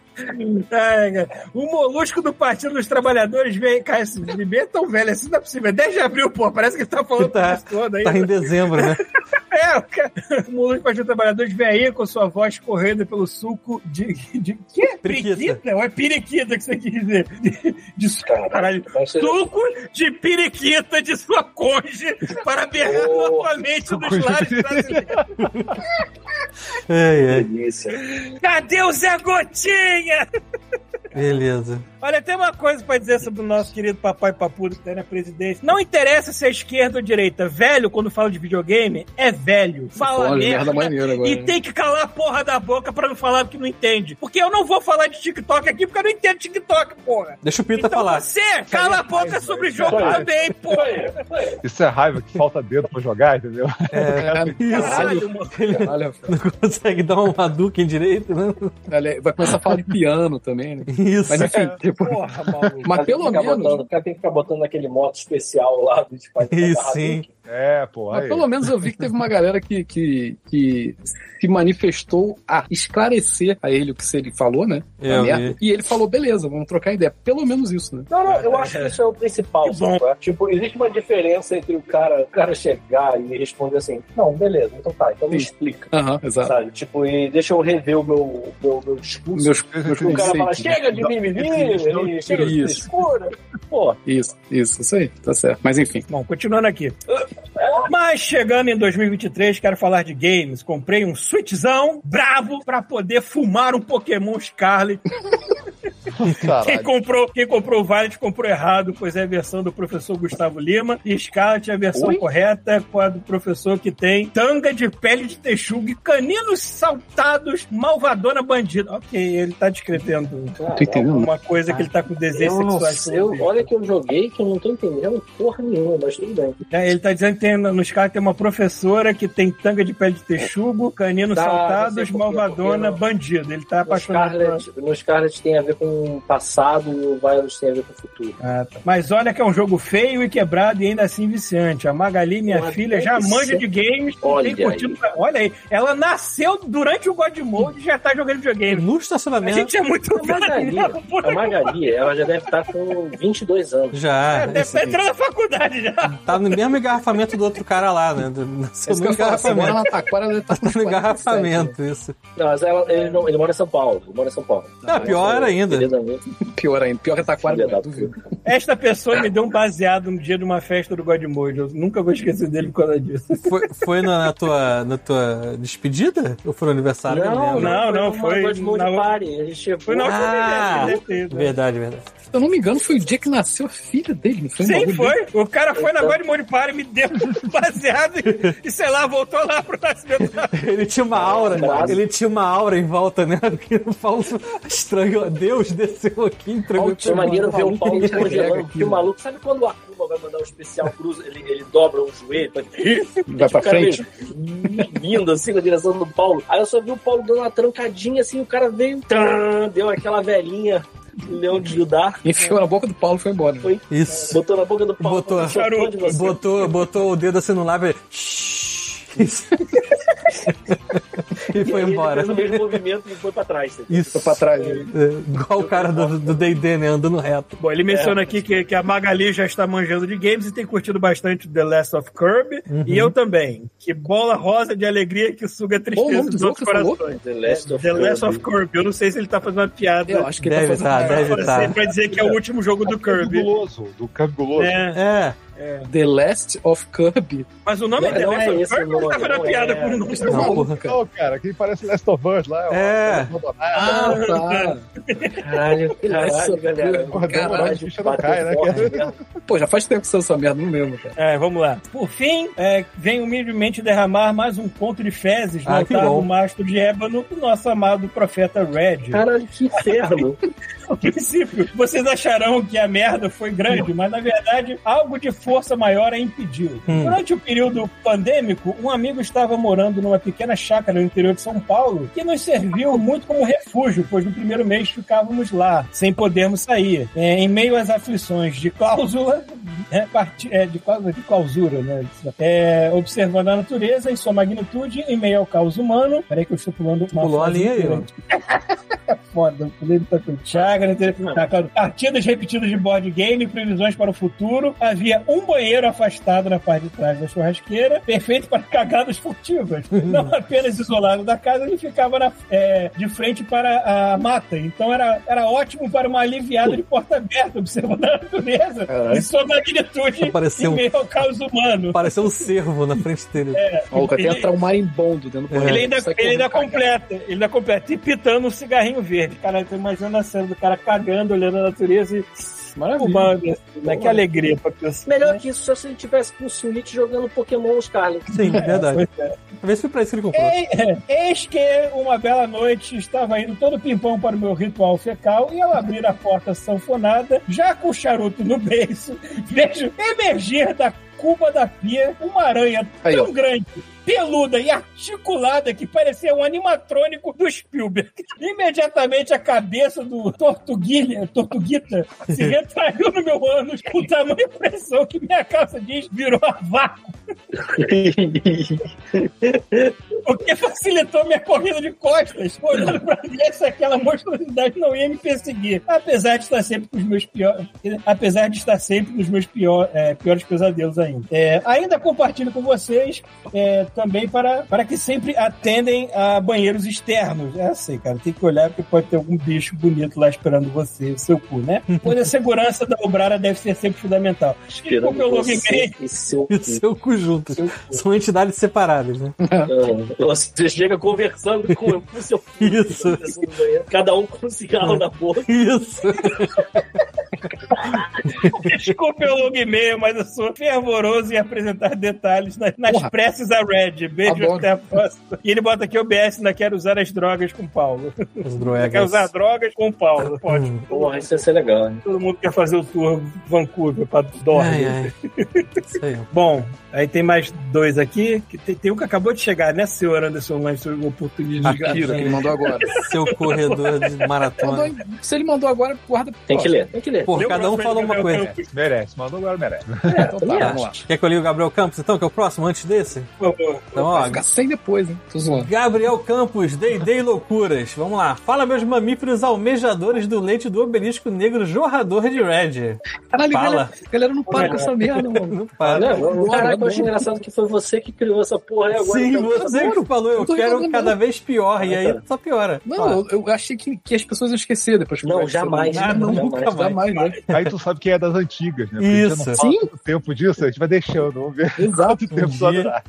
[SPEAKER 3] Ai, cara. o molusco do Partido dos Trabalhadores veio. Cara, esse bebê é tão velho assim, não é possível. É 10 de abril, pô, parece que ele tá falando
[SPEAKER 1] Tá,
[SPEAKER 3] isso todo aí.
[SPEAKER 1] Tá em dezembro, né?
[SPEAKER 3] É, o, cara, o Molusco do Partido dos Trabalhadores vem aí com sua voz correndo pelo suco de. de quê?
[SPEAKER 1] Periquita.
[SPEAKER 3] Periquita? Ou é periquita que você quis dizer? De, de su- caralho.
[SPEAKER 5] Então, você-
[SPEAKER 3] Suco de periquita de sua conge para berrar
[SPEAKER 5] Oh.
[SPEAKER 3] novamente dos lares brasileiros.
[SPEAKER 1] Ai, ai.
[SPEAKER 5] Delícia.
[SPEAKER 3] Cadê o Zé Gotinha?
[SPEAKER 1] Beleza.
[SPEAKER 3] Olha, tem uma coisa pra dizer sobre o nosso querido papai papudo que tá na presidência. Não interessa se é esquerda ou direita. Velho, quando fala de videogame, é velho. Fala
[SPEAKER 7] Olha, merda
[SPEAKER 3] merda, né?
[SPEAKER 7] maneira agora.
[SPEAKER 3] e tem que calar a porra da boca pra não falar que não entende. Porque eu não vou falar de TikTok aqui porque eu não entendo TikTok, porra.
[SPEAKER 1] Deixa o Pita
[SPEAKER 3] então
[SPEAKER 1] falar.
[SPEAKER 3] você cala a boca sobre jogo
[SPEAKER 2] Vai.
[SPEAKER 3] também, porra.
[SPEAKER 2] Isso é raiva que falta dedo pra jogar, entendeu?
[SPEAKER 7] É,
[SPEAKER 3] Caralho, mano.
[SPEAKER 7] Caralho,
[SPEAKER 1] É, Não consegue dar um Hadouken direito, né?
[SPEAKER 7] olha, vai começar a falar de piano também, né?
[SPEAKER 1] Isso.
[SPEAKER 7] Mas enfim, tipo,
[SPEAKER 3] Porra, maluco.
[SPEAKER 7] mas
[SPEAKER 5] Cara, tem que
[SPEAKER 7] pelo
[SPEAKER 5] ficar
[SPEAKER 7] menos,
[SPEAKER 5] botando- O cara tem que ficar botando aquele moto especial lá do tipo,
[SPEAKER 1] Isso, sim.
[SPEAKER 2] É, pô.
[SPEAKER 7] mas
[SPEAKER 2] Aí.
[SPEAKER 7] pelo menos eu vi que teve uma galera que, que, que se manifestou a esclarecer a ele o que se ele falou, né?
[SPEAKER 3] tá
[SPEAKER 1] Eu
[SPEAKER 7] A merda.
[SPEAKER 1] vi.
[SPEAKER 7] E ele falou, beleza, vamos trocar ideia. Pelo menos isso, né?
[SPEAKER 5] Não, não, eu acho que isso é o principal.
[SPEAKER 3] Que bom.
[SPEAKER 5] sabe? Tipo, existe uma diferença entre o cara, o cara chegar e responder assim: Não, beleza, então tá, então me
[SPEAKER 7] Sim.
[SPEAKER 5] explica.
[SPEAKER 7] Aham, exato.
[SPEAKER 5] Sabe? Tipo, e deixa eu rever o meu, meu, meu discurso.
[SPEAKER 7] Meus, meus
[SPEAKER 5] o cara fala,
[SPEAKER 7] conceitos. né?
[SPEAKER 5] chega de mimimi, chega de
[SPEAKER 7] Isso.
[SPEAKER 5] frescura. Pô,
[SPEAKER 7] Isso, isso, isso aí, tá certo. Mas enfim.
[SPEAKER 3] Bom, continuando aqui. Mas chegando em 2023, quero falar de games. Comprei um Switchzão bravo pra poder fumar um Pokémon Scarlet. Quem
[SPEAKER 6] Caralho.
[SPEAKER 3] comprou, quem comprou o Violet comprou errado, pois é a versão do professor Gustavo Lima. E Scarlet é a versão correta com a do professor que tem tanga de pele de texugo e caninos saltados, malvadona bandida. Ok, ele tá descrevendo
[SPEAKER 5] cara,
[SPEAKER 7] Tô entendendo.
[SPEAKER 3] uma coisa que ele tá com desejos
[SPEAKER 5] eu não
[SPEAKER 3] sexuais.
[SPEAKER 5] sei, eu- olha que eu joguei que eu não tô entendendo porra nenhuma, mas tudo bem.
[SPEAKER 3] É, ele tá dizendo que tem, nos caras tem uma professora que tem tanga de pele de texugo, caninos
[SPEAKER 5] Tá, já
[SPEAKER 3] saltados,
[SPEAKER 5] sei por quê,
[SPEAKER 3] malvadona,
[SPEAKER 5] porque
[SPEAKER 3] bandido. Ele tá
[SPEAKER 5] No
[SPEAKER 3] apaixonado por
[SPEAKER 5] Scarlet, no Scarlet tem a ver com o passado e o Virus tem a ver com o futuro.
[SPEAKER 3] Ah, tá. Mas olha que é um jogo feio e quebrado e ainda assim viciante. A Magali, minha
[SPEAKER 5] Pô,
[SPEAKER 3] filha, já
[SPEAKER 5] deve
[SPEAKER 3] manja
[SPEAKER 5] ser.
[SPEAKER 3] de games. e
[SPEAKER 5] Olha
[SPEAKER 3] tem curtido- Olha aí, ela nasceu durante o God Mode e já tá jogando videogame.
[SPEAKER 1] No
[SPEAKER 3] A
[SPEAKER 1] estacionamento
[SPEAKER 3] gente é muito
[SPEAKER 5] A Magali,
[SPEAKER 3] velho,
[SPEAKER 5] a
[SPEAKER 3] puta
[SPEAKER 5] Magali, ela já deve estar com 22 anos.
[SPEAKER 1] já.
[SPEAKER 3] Deve estar entrando tá É, na faculdade já.
[SPEAKER 1] Tá no mesmo engarrafamento do outro cara lá, né? Do-
[SPEAKER 5] É
[SPEAKER 1] Nasceu
[SPEAKER 7] Isso que
[SPEAKER 1] no
[SPEAKER 7] eu falo, você mora
[SPEAKER 1] engarrafamento.
[SPEAKER 7] na taquara, deve tá
[SPEAKER 1] Tá no engarrafamento, isso.
[SPEAKER 5] Não, mas ela- ele, não- ele mora em São Paulo. Ele mora em São Paulo. Então,
[SPEAKER 1] Ah, pior
[SPEAKER 5] Essa-
[SPEAKER 1] ainda.
[SPEAKER 5] queridamente,
[SPEAKER 7] Pior ainda, pior que a taquara,
[SPEAKER 5] filha
[SPEAKER 7] não é,
[SPEAKER 5] da
[SPEAKER 7] duvido.
[SPEAKER 5] puta.
[SPEAKER 3] Esta pessoa me deu um baseado no dia de uma festa do God Mode. Eu nunca vou esquecer dele por causa disso.
[SPEAKER 1] Foi, foi na, na tua, na tua despedida? Ou foi no aniversário? Eu
[SPEAKER 5] Não,
[SPEAKER 1] lembro.
[SPEAKER 3] Não, não, foi
[SPEAKER 5] Foi no
[SPEAKER 3] na-
[SPEAKER 5] party. Ele chegou.
[SPEAKER 3] Foi né? na
[SPEAKER 1] Ah,
[SPEAKER 3] última vez, deve ter ido.
[SPEAKER 1] Verdade, verdade.
[SPEAKER 7] Se eu não me engano, foi o dia que nasceu a filha dele, não foi? Um
[SPEAKER 3] Sim,
[SPEAKER 7] bagulho desse? Então.
[SPEAKER 3] foi. O cara foi na God Mode Party, me deu um baseado e, e, sei lá, voltou lá pro nascimento da
[SPEAKER 1] Ele tinha uma aura,
[SPEAKER 5] Claro.
[SPEAKER 1] ele tinha uma aura em volta, né? Porque o Paulo estranho, ó, Deus, desceu aqui e entregou.
[SPEAKER 7] Altíssimo.
[SPEAKER 5] Foi maneiro ver o Paulo
[SPEAKER 7] Maluco,
[SPEAKER 5] congelando,
[SPEAKER 7] aqui,
[SPEAKER 5] porque o
[SPEAKER 7] né?
[SPEAKER 5] maluco, sabe quando o Akuma vai mandar um especial cruz, ele, ele dobra um joelho, faz-
[SPEAKER 7] Vai pra
[SPEAKER 5] o Tipo, cara
[SPEAKER 7] frente.
[SPEAKER 5] veio vindo assim na direção do Paulo. Aí eu só vi o Paulo dando uma trancadinha assim, o cara veio, tã, deu aquela velhinha, leão de Judá,
[SPEAKER 7] Enfiou na boca do Paulo e foi embora.
[SPEAKER 5] Foi.
[SPEAKER 1] Isso.
[SPEAKER 5] botou na boca do Paulo.
[SPEAKER 1] Botou.
[SPEAKER 5] falou, "Sou fã de você."
[SPEAKER 1] Botou, botou o dedo assim no lábio e. Shhh. Isso. e
[SPEAKER 5] aí
[SPEAKER 1] foi
[SPEAKER 5] ele
[SPEAKER 1] embora.
[SPEAKER 5] fez o mesmo movimento e foi pra trás. assim.
[SPEAKER 1] Isso.
[SPEAKER 7] Foi pra trás. né?
[SPEAKER 1] É, igual o cara do do D&D, né? Andando reto.
[SPEAKER 3] Bom, ele menciona aqui que, que a Magali já está manjando de games e tem curtido bastante The Last of Kirby.
[SPEAKER 7] Uhum.
[SPEAKER 3] E eu também. Que bola rosa de alegria que suga a
[SPEAKER 7] Qual o
[SPEAKER 3] tristeza
[SPEAKER 7] nome do
[SPEAKER 3] dos
[SPEAKER 7] jogo
[SPEAKER 3] outros
[SPEAKER 7] que você falou?
[SPEAKER 3] corações.
[SPEAKER 5] The Last of
[SPEAKER 3] The Last
[SPEAKER 5] Us.
[SPEAKER 3] of Kirby. Eu não sei se ele tá fazendo uma piada.
[SPEAKER 7] Eu acho que ele
[SPEAKER 1] Deve
[SPEAKER 7] tá
[SPEAKER 1] tá,
[SPEAKER 7] fazendo
[SPEAKER 1] deve.
[SPEAKER 3] pra,
[SPEAKER 1] tá.
[SPEAKER 3] pra dizer que é o último jogo do
[SPEAKER 2] Câmbio
[SPEAKER 3] Kirby.
[SPEAKER 2] guloso, do câmbio guloso.
[SPEAKER 3] É.
[SPEAKER 1] É.
[SPEAKER 7] The Last of Kirby.
[SPEAKER 3] Mas o nome é The
[SPEAKER 5] Não
[SPEAKER 3] Last
[SPEAKER 5] é
[SPEAKER 3] of
[SPEAKER 5] esse
[SPEAKER 3] Kirby
[SPEAKER 5] o
[SPEAKER 3] ou ele tá
[SPEAKER 5] nome,
[SPEAKER 3] fazendo
[SPEAKER 5] não
[SPEAKER 3] piada
[SPEAKER 5] é.
[SPEAKER 3] com o nome do
[SPEAKER 1] Não,
[SPEAKER 3] jogo?
[SPEAKER 1] porra, cara.
[SPEAKER 2] Não, cara, quem parece Last of Us lá o-
[SPEAKER 1] É.
[SPEAKER 7] Ah, tá.
[SPEAKER 5] Caralho,
[SPEAKER 7] Nossa,
[SPEAKER 5] caralho, galera.
[SPEAKER 2] Porra, deu uma hora de bicha não
[SPEAKER 5] bateu
[SPEAKER 2] cai, né?
[SPEAKER 5] forte,
[SPEAKER 2] cara?
[SPEAKER 5] né?
[SPEAKER 7] Pô, já faz tempo que saiu essa merda, não lembro, cara.
[SPEAKER 3] É, vamos lá. Por fim, é, vem humildemente derramar mais um ponto de fezes no
[SPEAKER 1] Ah, que
[SPEAKER 3] altar
[SPEAKER 1] bom.
[SPEAKER 3] do mastro de ébano do nosso amado profeta Red.
[SPEAKER 5] Caralho, que inferno.
[SPEAKER 3] No princípio, vocês acharão que a merda foi grande, mas na verdade algo de força maior a impediu.
[SPEAKER 1] Hum.
[SPEAKER 3] Durante o período pandêmico, um amigo estava morando numa pequena chácara no interior de São Paulo que nos serviu muito como refúgio, pois no primeiro mês ficávamos lá, sem podermos sair. É, em meio às aflições de cláusula, né, parti- é, de, cláusula de clausura, né? É, observando a natureza em sua magnitude, em meio ao caos humano. Peraí que eu estou pulando uma
[SPEAKER 1] Pulou a
[SPEAKER 3] frase
[SPEAKER 1] linha aí,
[SPEAKER 3] inteira
[SPEAKER 1] ó.
[SPEAKER 3] foda. Pulei do Taco Chaga, né? Teve- tá, claro. Partidas repetidas de board game, previsões para o futuro. Havia um banheiro afastado na parte de trás da churrasqueira, perfeito para cagadas furtivas. Não apenas isolado da casa, ele ficava na- é, de frente para a mata. Então era, era ótimo para uma aliviada de porta aberta, observando a natureza
[SPEAKER 7] Caralho.
[SPEAKER 3] e sua magnitude
[SPEAKER 1] Apareceu um-
[SPEAKER 3] em meio ao caos humano.
[SPEAKER 1] Pareceu um cervo na frente dele.
[SPEAKER 7] Ó, o cara tem
[SPEAKER 3] Ele-
[SPEAKER 7] entrar um marimbondo dentro do
[SPEAKER 3] Ele ainda,
[SPEAKER 7] Sai
[SPEAKER 3] ele ainda
[SPEAKER 7] correndo, cara.
[SPEAKER 3] completa, ele ainda completa. E pitando um cigarrinho verde. Cara, eu tô imaginando a cena do cara cagando, olhando a natureza e
[SPEAKER 7] Maravilha.
[SPEAKER 3] fumando. assim, né? Que alegria pra pessoa.
[SPEAKER 5] Melhor que isso, só se ele tivesse com o Switch jogando Pokémon Scarlet.
[SPEAKER 1] Sim, verdade. Talvez foi pra isso que ele comprou.
[SPEAKER 3] Eis que uma bela noite estava indo todo pimpão para o meu ritual fecal e ao abrir a porta sanfonada, já com o charuto no beiço, vejo emergir da cuba da pia uma aranha
[SPEAKER 7] Aí,
[SPEAKER 3] tão
[SPEAKER 7] ó.
[SPEAKER 3] grande, peluda e articulada que parecia um animatrônico do Spielberg. Imediatamente a cabeça do Tortuguilha, Tortuguita, se retraiu no meu ânus com tamanho e pressão que minha calça jeans virou a vácuo, o que facilitou minha corrida de costas, olhando pra ver se aquela monstruosidade não ia me perseguir. Apesar de estar sempre com os meus piores. Apesar de estar sempre com os meus pior- é, piores pesadelos ainda. É, ainda compartilho com vocês é, também para, para que sempre atendem a banheiros externos. É assim, cara, tem que olhar porque pode ter algum bicho bonito lá esperando você, o seu cu, né? Pois a segurança da obrara deve ser sempre fundamental.
[SPEAKER 5] Esperando
[SPEAKER 3] Desculpa, eu não
[SPEAKER 5] você
[SPEAKER 3] liguei.
[SPEAKER 5] e seu...
[SPEAKER 1] E o seu cu junto. São entidades separadas, né?
[SPEAKER 5] Você É. chega conversando com com o seu filho.
[SPEAKER 1] Isso.
[SPEAKER 5] Cada um com um cigarro na boca.
[SPEAKER 1] Isso.
[SPEAKER 3] Desculpa o longo e-mail, mas eu sou fervoroso em apresentar detalhes nas, nas
[SPEAKER 7] Porra.
[SPEAKER 3] preces da Red.
[SPEAKER 1] Tá
[SPEAKER 3] Beijo
[SPEAKER 7] Adoro.
[SPEAKER 3] até a próxima. E ele bota aqui o BS, ainda quero usar as drogas com o Paulo.
[SPEAKER 1] As
[SPEAKER 3] Ainda quer
[SPEAKER 1] drogas.
[SPEAKER 3] usar drogas com o Paulo. Ótimo.
[SPEAKER 1] Hum.
[SPEAKER 5] Porra, isso ia ser legal, hein?
[SPEAKER 3] Todo mundo quer fazer o tour Vancouver pra
[SPEAKER 1] Ai,
[SPEAKER 3] Dorne.
[SPEAKER 1] ai. Isso aí.
[SPEAKER 3] Bom, aí tem mais dois aqui. que Tem, tem um que acabou de chegar, né, senhor Anderson Lange, seu oportunismo de
[SPEAKER 1] Akira,
[SPEAKER 7] Tira, que ele mandou agora.
[SPEAKER 1] Seu corredor de
[SPEAKER 7] Mandou-
[SPEAKER 1] maratona.
[SPEAKER 7] se ele mandou agora, guarda pro
[SPEAKER 5] Tem que
[SPEAKER 7] próximo.
[SPEAKER 5] ler, tem que ler.
[SPEAKER 1] Porra, cada um fala
[SPEAKER 3] falou
[SPEAKER 1] uma coisa.
[SPEAKER 2] Merece, mas agora merece.
[SPEAKER 7] É, então tá,
[SPEAKER 5] também
[SPEAKER 7] vamos lá.
[SPEAKER 1] Quer que eu liga o Gabriel Campos, então, que é o próximo, antes desse?
[SPEAKER 3] Por favor.
[SPEAKER 1] Então,
[SPEAKER 7] Vai
[SPEAKER 1] ó,
[SPEAKER 7] ficar sem depois, hein? Tô zoando.
[SPEAKER 1] Gabriel Campos, Day Loucuras. Vamos lá. Fala, meus mamíferos almejadores do leite do obelisco negro jorrador de Red.
[SPEAKER 7] Caralho,
[SPEAKER 1] Fala.
[SPEAKER 7] galera, galera não para com essa merda, mano.
[SPEAKER 1] Não para.
[SPEAKER 5] Não, né? Caraca, eu achei engraçado que foi você que criou essa porra aí agora. então tá
[SPEAKER 1] Sim, você que falou, eu
[SPEAKER 7] Eu tô
[SPEAKER 1] quero
[SPEAKER 7] jogando.
[SPEAKER 1] cada vez pior, e aí só piora. Ó,
[SPEAKER 7] Não, eu, eu achei que, que as pessoas iam esquecer depois. que
[SPEAKER 5] Não,
[SPEAKER 7] vai ser-
[SPEAKER 5] jamais.
[SPEAKER 1] Ah, não,
[SPEAKER 5] Jamais.
[SPEAKER 1] nunca mais.
[SPEAKER 7] Jamais, né?
[SPEAKER 2] Aí tu sabe quem é das antigas, né? Porque a gente não
[SPEAKER 1] Isso.
[SPEAKER 2] fala
[SPEAKER 7] Sim.
[SPEAKER 2] tanto tempo disso, a gente vai deixando, vamos ver
[SPEAKER 7] Exato,
[SPEAKER 2] quanto tempo só
[SPEAKER 1] dia.
[SPEAKER 2] durar.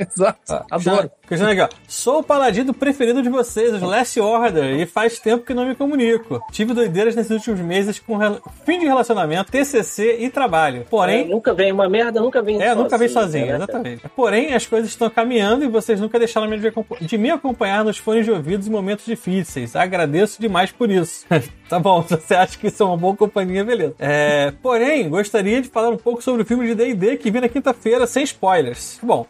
[SPEAKER 7] exato.
[SPEAKER 1] Ah,
[SPEAKER 7] Adoro.
[SPEAKER 1] Cristiano aqui, ó. Sou o paladino preferido de vocês, os Last Order, e faz tempo que não me comunico. Tive doideiras nesses últimos meses com rela- fim de relacionamento, TCC e trabalho.
[SPEAKER 5] É,
[SPEAKER 1] Porém,
[SPEAKER 5] nunca vem uma merda, nunca vem
[SPEAKER 1] é, eu nunca vi sozinho,
[SPEAKER 5] né, cara?
[SPEAKER 1] exatamente. Porém, as coisas estão caminhando e vocês nunca deixaram de, acompa- de me acompanhar nos fones de ouvidos em momentos difíceis. Agradeço demais por isso. tá bom, se você acha que isso é uma boa companhia, beleza. É, porém, gostaria de falar um pouco sobre o filme de D&D que vi na quinta-feira, sem spoilers. Bom,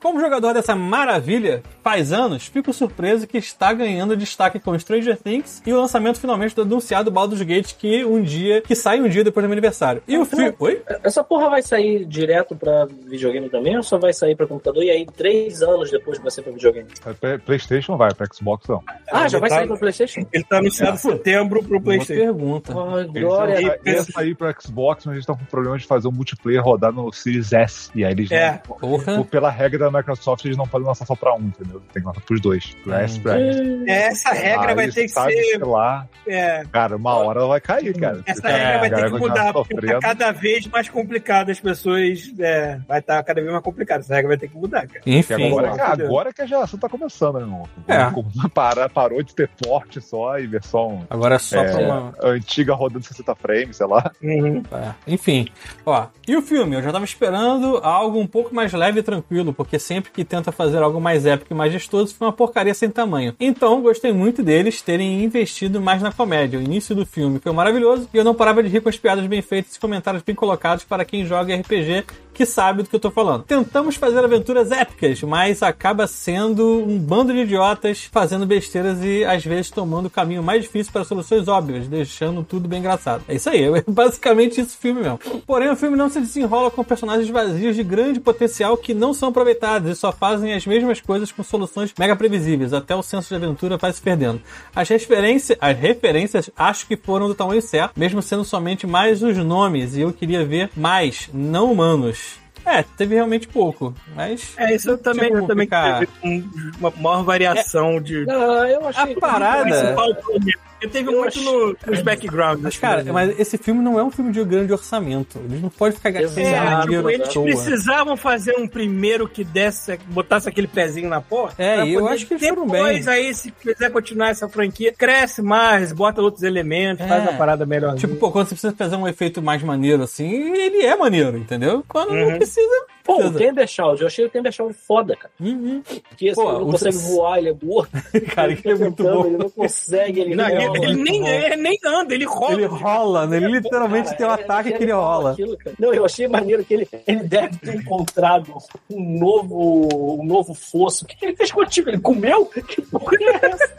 [SPEAKER 1] como jogador dessa maravilha, faz anos, fico surpreso que está ganhando destaque com Stranger Things e o lançamento finalmente do anunciado Baldur's Gate que um dia, que sai um dia depois do meu aniversário. E o filme... Oi?
[SPEAKER 5] É, Essa porra vai sair direto pra videogame também ou só vai sair pra computador e aí três anos depois vai ser pra videogame?
[SPEAKER 2] Pra PlayStation vai, pra Xbox não.
[SPEAKER 5] Ah, já vai
[SPEAKER 3] tá-
[SPEAKER 5] sair pra Playstation?
[SPEAKER 3] Ele tá anunciado em setembro pro
[SPEAKER 1] Boa
[SPEAKER 3] Playstation.
[SPEAKER 1] pergunta.
[SPEAKER 5] Oh,
[SPEAKER 2] Eles iam
[SPEAKER 3] é
[SPEAKER 5] glória.
[SPEAKER 2] sa- ia sair pra Xbox, mas eles estão com problema de fazer o multiplayer rodar no Series S. E aí eles
[SPEAKER 3] É.
[SPEAKER 2] não,
[SPEAKER 1] Porra.
[SPEAKER 2] por- pela regra da Microsoft, eles não podem lançar só pra um, entendeu? Tem que lançar pros dois. Pro S, pra S.
[SPEAKER 3] É, Essa regra
[SPEAKER 2] Aí,
[SPEAKER 3] vai ter que
[SPEAKER 2] sabe,
[SPEAKER 3] ser.
[SPEAKER 2] Sei lá,
[SPEAKER 3] é,
[SPEAKER 2] cara, uma hora ela vai cair, cara.
[SPEAKER 3] essa
[SPEAKER 1] É,
[SPEAKER 2] Cara,
[SPEAKER 3] regra vai
[SPEAKER 2] cara,
[SPEAKER 3] ter que
[SPEAKER 2] vai continuar
[SPEAKER 3] mudar, porque tá
[SPEAKER 2] sofrendo.
[SPEAKER 3] cada vez mais complicado. As pessoas. é, vai estar cada vez mais complicado. Essa regra vai ter que mudar, cara.
[SPEAKER 2] Que
[SPEAKER 1] Enfim.
[SPEAKER 2] agora,
[SPEAKER 3] Sim.
[SPEAKER 2] que- agora que a geração tá começando, né, irmão?
[SPEAKER 1] É.
[SPEAKER 2] Como para- parou de ter porte só e versão
[SPEAKER 1] Agora é só
[SPEAKER 2] É.
[SPEAKER 1] pra uma.
[SPEAKER 2] antiga rodando 60 frames, sei lá.
[SPEAKER 1] é. Enfim. Ó, e o filme? Eu já tava esperando algo um pouco mais leve e tranquilo, porque sempre que tenta fazer algo mais épico e majestoso, foi uma porcaria sem tamanho. Então, gostei muito deles terem investido mais na comédia. O início do filme foi maravilhoso e eu não parava de rir com as piadas bem feitas e comentários bem colocados para quem joga RPG que sabe do que eu tô falando. Tentamos fazer aventuras épicas, mas acaba sendo um bando de idiotas fazendo besteiras e às vezes tomando o caminho mais difícil para soluções óbvias, deixando tudo bem engraçado. É isso aí, é basicamente isso o filme mesmo. Porém, o filme não se desenrola com personagens vazios de grande potencial que não são aproveitados e só fazem as mesmas coisas com soluções mega previsíveis, até o senso de aventura vai se perdendo. As, referência, as referências acho que foram do tamanho certo, mesmo sendo somente mais os nomes, e eu queria ver mais, não humanos. É, teve realmente pouco, mas.
[SPEAKER 3] É, isso eu também,
[SPEAKER 1] Tipo,
[SPEAKER 3] eu também
[SPEAKER 1] ficar- É,
[SPEAKER 3] teve um- uma maior variação de.
[SPEAKER 5] Não, Ah, eu achei.
[SPEAKER 1] A parada-
[SPEAKER 3] Principal problema. Porque teve
[SPEAKER 5] Eu
[SPEAKER 3] muito no, nos backgrounds. assim, né?
[SPEAKER 1] Mas, cara, mas esse filme não é um filme de grande orçamento. Eles não podem ficar gastando
[SPEAKER 5] É,
[SPEAKER 3] É,
[SPEAKER 5] Exato,
[SPEAKER 1] dinheiro
[SPEAKER 3] tipo,
[SPEAKER 1] à
[SPEAKER 3] eles
[SPEAKER 1] toa.
[SPEAKER 3] precisavam fazer um primeiro que desse, botasse aquele pezinho na porra.
[SPEAKER 1] É,
[SPEAKER 3] pra
[SPEAKER 1] e eu
[SPEAKER 3] poder
[SPEAKER 1] acho que eles foram
[SPEAKER 3] Depois,
[SPEAKER 1] bem.
[SPEAKER 3] aí, se quiser continuar essa franquia, cresce mais, bota outros elementos,
[SPEAKER 1] É.
[SPEAKER 3] faz a parada melhor.
[SPEAKER 1] Tipo, pô, quando você precisa fazer um efeito mais maneiro assim, ele é maneiro, entendeu? Quando
[SPEAKER 3] Uhum.
[SPEAKER 1] não precisa.
[SPEAKER 5] Pô, o
[SPEAKER 1] precisa.
[SPEAKER 5] Tender Child, eu achei o Tender Child foda, cara.
[SPEAKER 1] Uhum.
[SPEAKER 5] Porque assim,
[SPEAKER 1] Pô,
[SPEAKER 5] ele não
[SPEAKER 1] o-
[SPEAKER 5] consegue voar, ele é gordo.
[SPEAKER 1] Cara, ele é
[SPEAKER 5] tá
[SPEAKER 1] muito
[SPEAKER 5] tentando,
[SPEAKER 1] bom.
[SPEAKER 5] Ele não consegue,
[SPEAKER 1] Tipo,
[SPEAKER 5] ele
[SPEAKER 3] Não,
[SPEAKER 5] não, é
[SPEAKER 3] ele, ele nem,
[SPEAKER 1] é, bom.
[SPEAKER 3] ele nem anda, ele rola.
[SPEAKER 1] Ele rola, né? Ele
[SPEAKER 3] É,
[SPEAKER 1] literalmente
[SPEAKER 5] Cara,
[SPEAKER 1] tem um
[SPEAKER 5] eu
[SPEAKER 1] ataque
[SPEAKER 5] achei
[SPEAKER 1] que ele
[SPEAKER 5] legal
[SPEAKER 1] rola.
[SPEAKER 5] aquilo, cara. não, eu achei maneiro que ele, ele deve ter encontrado um novo, um novo fosso. O que que ele fez contigo? Ele comeu? Que porra é essa?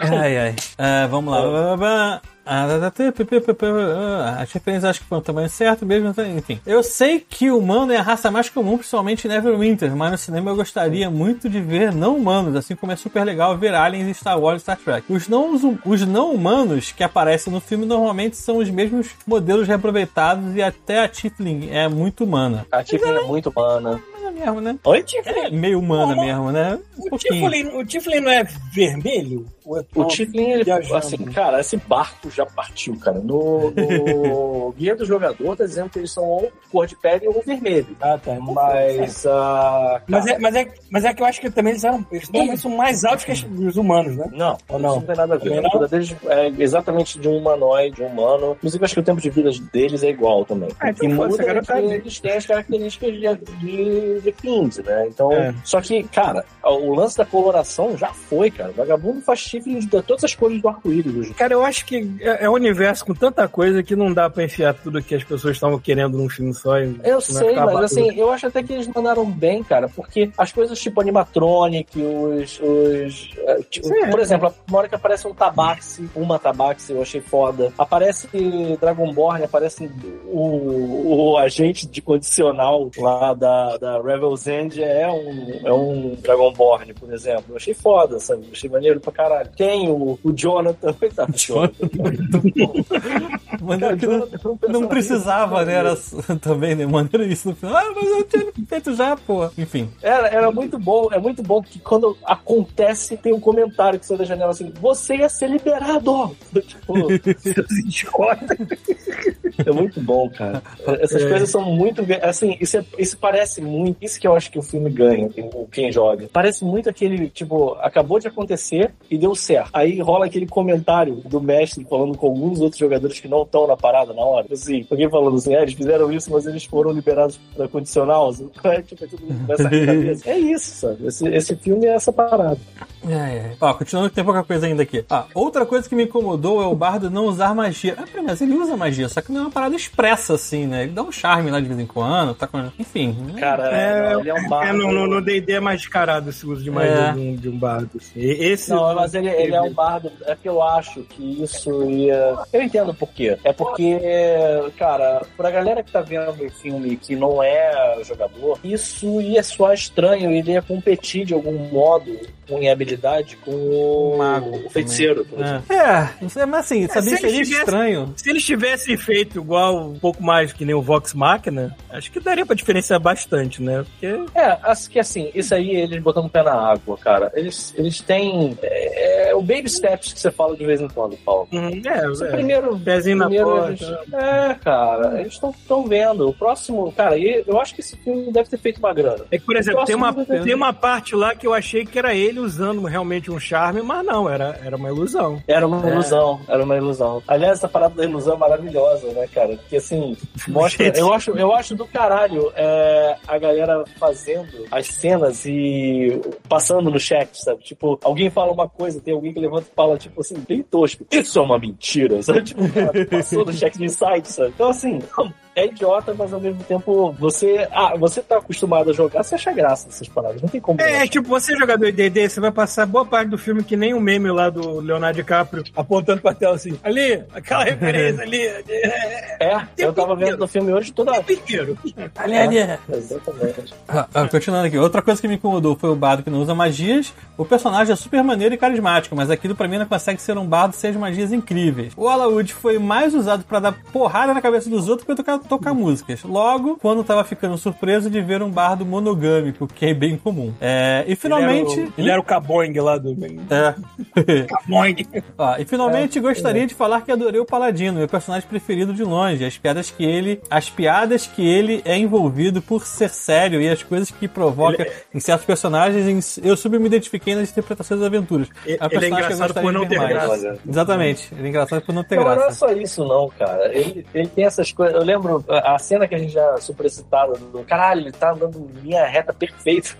[SPEAKER 1] Ai, ai. Ah, vamos lá. Blá, blá, blá. Ah, tá, tá, tá, pá, pá, pá, pá, ah, As referências acho que foram também certo, mesmo. tá? Enfim. Eu sei que o humano é a raça mais comum, principalmente em Neverwinter, mas no cinema eu gostaria muito de ver não humanos, assim como é super legal ver aliens em Star Wars e Star Trek. Os não, os não humanos que aparecem no filme normalmente são os mesmos modelos reaproveitados e até a Tifling é muito humana.
[SPEAKER 5] A Tiffany é muito humana.
[SPEAKER 1] Mas é mesmo, né?
[SPEAKER 5] Oi?
[SPEAKER 1] É meio humana mesmo, né? Um
[SPEAKER 3] O
[SPEAKER 1] pouquinho.
[SPEAKER 3] Tiflin, o Tiflin não é vermelho? Ou é
[SPEAKER 5] O
[SPEAKER 3] tom?
[SPEAKER 5] Tiflin, ele,
[SPEAKER 3] viajando.
[SPEAKER 5] assim, cara, esse barco já partiu, cara. No, no guia do jogador tá dizendo que eles são ou cor de pele ou vermelho.
[SPEAKER 3] Ah, tá.
[SPEAKER 5] Mas, ah, cara,
[SPEAKER 3] Mas é, mas, é, mas é que eu acho que também eles, eram, eles normalmente são mais altos que os humanos, né?
[SPEAKER 5] Não,
[SPEAKER 3] Ou não?
[SPEAKER 5] isso não tem nada a ver.
[SPEAKER 3] Também
[SPEAKER 5] A
[SPEAKER 3] não?
[SPEAKER 5] altura deles é exatamente de um humanoide, de um humano. Inclusive, acho que o tempo de vida deles é igual também.
[SPEAKER 3] Ah,
[SPEAKER 5] o que
[SPEAKER 3] então foda-se,
[SPEAKER 5] muda
[SPEAKER 3] agora
[SPEAKER 5] é que
[SPEAKER 3] tá aí.
[SPEAKER 5] eles têm as características de, de, de Fiends, né? Então,
[SPEAKER 3] É.
[SPEAKER 5] só que, cara, o lance da coloração já foi, cara. O vagabundo faz chifre de todas as cores do arco-íris hoje.
[SPEAKER 3] Cara, eu acho que é, é um universo com tanta coisa que não dá pra enfiar tudo que as pessoas estavam querendo num filme só. e um vai
[SPEAKER 5] Eu sei,
[SPEAKER 3] acabar
[SPEAKER 5] mas
[SPEAKER 3] tudo.
[SPEAKER 5] assim, eu acho até que eles mandaram bem, cara, porque as coisas tipo animatronic, os. os eh, tipo,
[SPEAKER 1] é.
[SPEAKER 3] Sim.
[SPEAKER 5] por exemplo, na hora que aparece um tabaxi, uma tabaxi, eu achei foda. Aparece Dragonborn, aparece o, o agente de condicional lá da, da Rebel's End, é um, é um Dragonborn, por exemplo. Eu achei foda, sabe? Eu achei maneiro pra caralho. Tem o, o Jonathan, um coitado do Jonathan.
[SPEAKER 1] Maneiro que não, não precisava, né? Era s- também, né? Maneiro isso no final. Ah, mas eu tinha feito já, pô. Enfim.
[SPEAKER 5] Era, era muito bom, é muito bom que quando acontece, tem um comentário que sai da janela assim, você ia ser liberado! Tipo,
[SPEAKER 3] Seus idiotas.
[SPEAKER 5] é muito bom, cara. Essas
[SPEAKER 3] É.
[SPEAKER 5] coisas são muito. ve- Assim, isso, é- isso parece muito. Isso que eu acho que o filme ganha, o- quem joga. Parece muito aquele, tipo, acabou de acontecer e deu certo. Aí rola aquele comentário do mestre falando com alguns outros jogadores que não estão na parada na hora. Assim, alguém falando assim, é, eles fizeram isso, mas eles foram liberados da condicional. Assim, é, tipo, todo mundo começa a rir da mesa. É isso, sabe? Esse, esse filme é essa parada.
[SPEAKER 1] É, é. Ó, continuando que tem pouca coisa ainda aqui. Ah, outra coisa que me incomodou é o bardo não usar magia. Ah, peraí, mas ele usa magia, só que não é uma parada expressa assim, né? Ele dá um charme lá de vez em quando, tá com. Enfim. né?
[SPEAKER 5] Cara,
[SPEAKER 3] É,
[SPEAKER 5] ele é um bardo.
[SPEAKER 3] É, não, não, não D&D é mais descarado esse uso de mais
[SPEAKER 1] É.
[SPEAKER 3] de, um, de um bardo. assim. E- Esse.
[SPEAKER 5] Não, mas ele, ele é um bardo. É que eu acho que isso ia. Eu entendo por quê. É porque, cara, pra galera que tá vendo o filme que não é jogador, isso ia soar estranho. Ele ia competir de algum modo com em habilidade com o,
[SPEAKER 1] O Um mago
[SPEAKER 5] o feiticeiro. por exemplo.
[SPEAKER 1] É. É, não sei, mas assim, sabia
[SPEAKER 3] se
[SPEAKER 1] que seria
[SPEAKER 3] ele tivesse-
[SPEAKER 1] estranho.
[SPEAKER 3] Se eles tivessem feito igual, um pouco mais que nem o Vox Machina, acho que daria pra diferenciar bastante, né? Porque
[SPEAKER 5] É, acho que assim, isso aí eles botando o pé na água, cara. Eles, eles têm. É, é o baby steps que você fala de vez em quando, Paulo.
[SPEAKER 3] Hum,
[SPEAKER 5] Você
[SPEAKER 3] é, é.
[SPEAKER 5] primeiro
[SPEAKER 3] pezinho na
[SPEAKER 5] Primeiro,
[SPEAKER 3] porta.
[SPEAKER 5] eles- É, cara, eles estão vendo. O próximo, cara, e eu acho que esse filme deve ter feito uma grana.
[SPEAKER 3] É que, por exemplo, tem uma,
[SPEAKER 5] Próximo do-
[SPEAKER 3] tem uma parte lá que eu achei que era ele usando realmente um charme, mas não, era, era uma ilusão.
[SPEAKER 5] Era uma ilusão, era uma ilusão. Aliás, essa parada da ilusão é maravilhosa, né, cara? Porque assim, mostra.
[SPEAKER 3] Gente.
[SPEAKER 5] eu, acho, eu acho do caralho é, a galera fazendo as cenas e passando no chat, sabe? Tipo, alguém fala uma coisa, tem alguém que levanta e fala, tipo assim, bem tosco. Isso é uma mentira, sabe? Tipo, cara, passou no chat de insight, sabe? Então, assim, é idiota, mas ao mesmo tempo você. Ah, você tá acostumado a jogar, você acha graça nessas paradas. Não tem como. não.
[SPEAKER 3] É, tipo, você jogador de D&D, você vai passar boa parte do filme que nem o meme lá do Leonardo DiCaprio apontando pra tela assim, ali, aquela referência ali, é,
[SPEAKER 5] É, eu tava vendo no filme hoje toda.
[SPEAKER 3] é inteiro.
[SPEAKER 1] Ali, ali, é.
[SPEAKER 5] Exatamente.
[SPEAKER 1] Ah, ah, continuando aqui, outra coisa que me incomodou foi o bardo que não usa magias. O personagem é super maneiro e carismático, mas aquilo pra mim não consegue ser um bardo sem as magias incríveis. O Alaud foi mais usado pra dar porrada na cabeça dos outros que tocar, tocar músicas. Logo, quando tava ficando surpreso de ver um bardo monogâmico, que é bem comum. É, e finalmente.
[SPEAKER 3] Ele era o, ele era o Caboing lá do...
[SPEAKER 1] É.
[SPEAKER 3] Caboing.
[SPEAKER 1] Ó, e finalmente
[SPEAKER 5] É,
[SPEAKER 1] gostaria de falar que adorei o Paladino, meu personagem preferido de longe. As piadas que ele, as piadas que ele é envolvido por ser sério e as coisas que provoca em certos personagens, em- eu super me identifiquei nas interpretações das aventuras.
[SPEAKER 3] Ele
[SPEAKER 1] É um
[SPEAKER 3] ele é
[SPEAKER 1] personagem que eu
[SPEAKER 3] engraçado
[SPEAKER 1] gostaria
[SPEAKER 3] por não
[SPEAKER 1] de ver
[SPEAKER 3] ter
[SPEAKER 1] mais.
[SPEAKER 3] graça.
[SPEAKER 5] Olha.
[SPEAKER 1] Exatamente, ele é engraçado por não ter
[SPEAKER 5] Não, mas não é
[SPEAKER 1] graça.
[SPEAKER 5] só isso, não, cara. Ele, ele tem essas coisas. Eu lembro a a cena que a gente já supercitada do caralho, ele tá andando linha reta perfeita.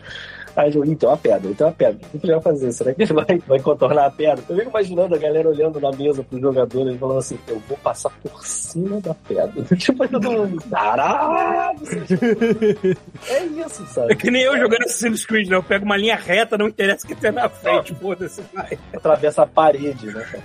[SPEAKER 5] Aí eu, "Ih, tem uma pedra, tem uma pedra. O que ele vai fazer? Será que ele vai, vai contornar a pedra? Eu fico imaginando a galera olhando na mesa pros jogadores e falando assim: eu vou passar por cima da pedra. Tipo, todo mundo, caralho! É isso,
[SPEAKER 3] É
[SPEAKER 5] sabe?
[SPEAKER 3] que nem eu jogando Assassin's Creed, né? Eu pego uma linha reta, não interessa o que tem na frente, foda-se, vai.
[SPEAKER 5] Atravessa a parede, né, cara?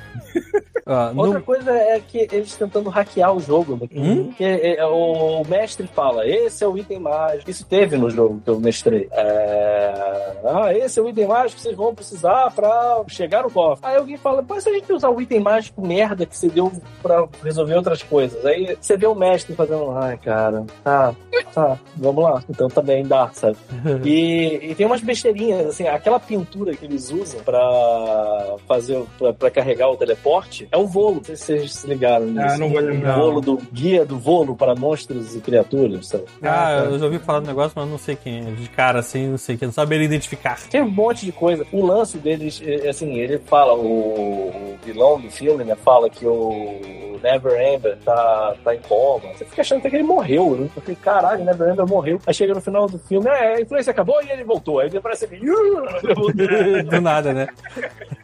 [SPEAKER 1] Ó, no-
[SPEAKER 5] Outra coisa é que eles tentando hackear o jogo. né?
[SPEAKER 1] Hum?
[SPEAKER 5] Que, é, é, o mestre fala, esse é o item mágico. Isso teve no jogo que eu mestrei. É, Ah, esse é o item mágico que vocês vão precisar pra chegar no cofre. Aí alguém fala, mas se a gente usar o item mágico merda que você deu pra resolver outras coisas. Aí você vê o mestre fazendo, ai, cara, tá, tá, vamos lá. Então também dá, sabe? E, e tem umas besteirinhas, assim, aquela pintura que eles usam pra fazer, o- pra, pra carregar o teleporte, é o volo. Não sei se vocês se ligaram nisso.
[SPEAKER 3] Ah, não vou lembrar.
[SPEAKER 5] O volo do guia do volo para monstros e criaturas, sabe?
[SPEAKER 1] Ah, eu já ouvi falar do negócio, mas não sei quem é. De cara assim, não sei quem. Não saberia identificar.
[SPEAKER 5] Tem um monte de coisa. O lance deles, é, assim, ele fala, o, o vilão do filme, né, fala que o Never Ember tá, tá em coma. Você fica achando até que ele morreu, né? Porque, caralho, o Never Ember morreu. Aí chega no final do filme, é, a influência acabou e ele voltou. Aí ele parece assim, "Ih!"
[SPEAKER 1] Do nada, né?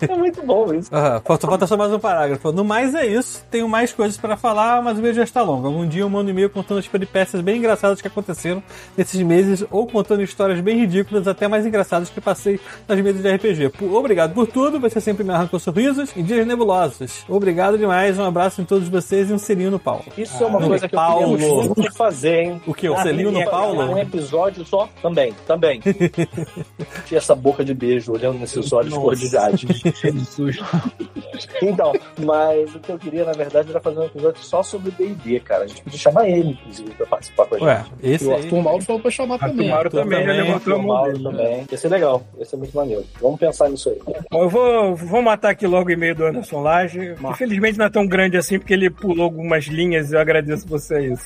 [SPEAKER 5] é muito bom isso.
[SPEAKER 1] Aham, falta, falta só mais um parágrafo. No mais é isso. Tenho mais coisas pra falar, mas o vídeo já está longo. Algum dia eu mando um e-mail contando as peripécias bem engraçadas que aconteceram nesses meses ou contando histórias bem ridículas, até mais engraçadas que passei nas mesas de RPG. Pô, obrigado por tudo. Você sempre me arrancou sorrisos e dias nebulosos. Obrigado demais. Um abraço em todos todos vocês e um selinho no pau.
[SPEAKER 5] Isso é uma
[SPEAKER 1] Ah,
[SPEAKER 5] coisa que
[SPEAKER 1] Paulo.
[SPEAKER 5] eu queria muito fazer, hein?
[SPEAKER 1] O que? O
[SPEAKER 5] Ah,
[SPEAKER 1] selinho no
[SPEAKER 5] queria fazer Um
[SPEAKER 1] Paulo?
[SPEAKER 5] episódio só? Também, também. Tinha essa boca de beijo olhando nesses olhos
[SPEAKER 1] Nossa.
[SPEAKER 5] cor de idade.
[SPEAKER 2] Jesus.
[SPEAKER 5] Então, mas o que eu queria, na verdade, era fazer um episódio só sobre o D&D, cara. A gente podia chamar ele, inclusive, pra participar com a gente.
[SPEAKER 1] Ué, esse
[SPEAKER 7] o
[SPEAKER 1] aí.
[SPEAKER 7] Arthur Mauro falou pra chamar também.
[SPEAKER 3] Mauro
[SPEAKER 1] Arthur
[SPEAKER 3] também já
[SPEAKER 1] também,
[SPEAKER 3] levantou a
[SPEAKER 5] O
[SPEAKER 3] mão
[SPEAKER 5] Mauro
[SPEAKER 3] dele.
[SPEAKER 5] também. Ia ser legal, ia ser muito maneiro. Vamos pensar nisso aí.
[SPEAKER 3] Bom, Eu vou, vou matar aqui logo o e-mail do Anderson Laje. Infelizmente não é tão grande assim, porque ele pulou algumas linhas e eu agradeço você a isso.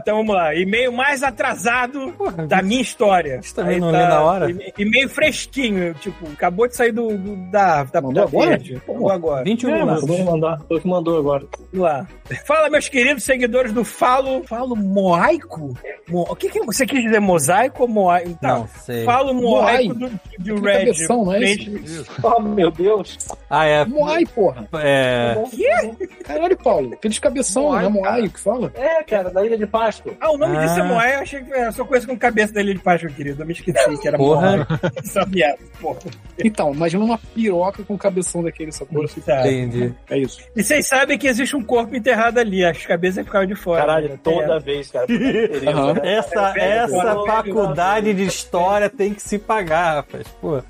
[SPEAKER 3] Então vamos lá, e-mail mais atrasado
[SPEAKER 1] Porra,
[SPEAKER 3] da minha história.
[SPEAKER 1] Isso também
[SPEAKER 3] Aí
[SPEAKER 1] não lê na hora?
[SPEAKER 3] E- E-mail fresquinho, tipo, acabou de sair do, do- da, da,
[SPEAKER 7] Mandou
[SPEAKER 3] da
[SPEAKER 7] agora?
[SPEAKER 3] verde. Mandou agora.
[SPEAKER 1] 21
[SPEAKER 5] né?
[SPEAKER 3] É,
[SPEAKER 1] anos.
[SPEAKER 5] Vamos mandar. Foi o que mandou agora.
[SPEAKER 3] Vamos lá. Fala, meus queridos seguidores do Falo. Falo Moaico? Mo- O que, que é- você quis dizer? Mosaico ou Moaico? Tá.
[SPEAKER 1] Não sei.
[SPEAKER 3] Falo Moaico do, do
[SPEAKER 7] Que
[SPEAKER 3] Red.
[SPEAKER 7] cabeção, não é isso?
[SPEAKER 5] Oh, meu Deus.
[SPEAKER 1] Ah, é.
[SPEAKER 7] Moai, porra.
[SPEAKER 1] É.
[SPEAKER 7] Caralho, Paulo. Aqueles cabeção,
[SPEAKER 5] Moai,
[SPEAKER 7] né? Moai, que fala?
[SPEAKER 5] É, cara, da Ilha de Páscoa.
[SPEAKER 3] Ah, o nome
[SPEAKER 1] Ah.
[SPEAKER 3] disso é Moai. Eu achei que eu só conheço com cabeça da Ilha de Páscoa, querido. Eu me esqueci que era
[SPEAKER 1] Porra.
[SPEAKER 3] Moai. Essa piada, porra.
[SPEAKER 7] Então, imagina uma piroca com cabeção daquele, sacou?
[SPEAKER 3] Tá.
[SPEAKER 1] Entendi.
[SPEAKER 7] É isso.
[SPEAKER 3] E vocês sabem que existe um corpo enterrado ali. As cabeças ficavam de fora.
[SPEAKER 5] Caralho, é.
[SPEAKER 3] Né?
[SPEAKER 5] toda vez, cara. Tereza,
[SPEAKER 7] Aham.
[SPEAKER 5] né?
[SPEAKER 3] É,
[SPEAKER 1] Essa, essa
[SPEAKER 5] velho,
[SPEAKER 1] faculdade de história tem que se pagar, rapaz. Pô,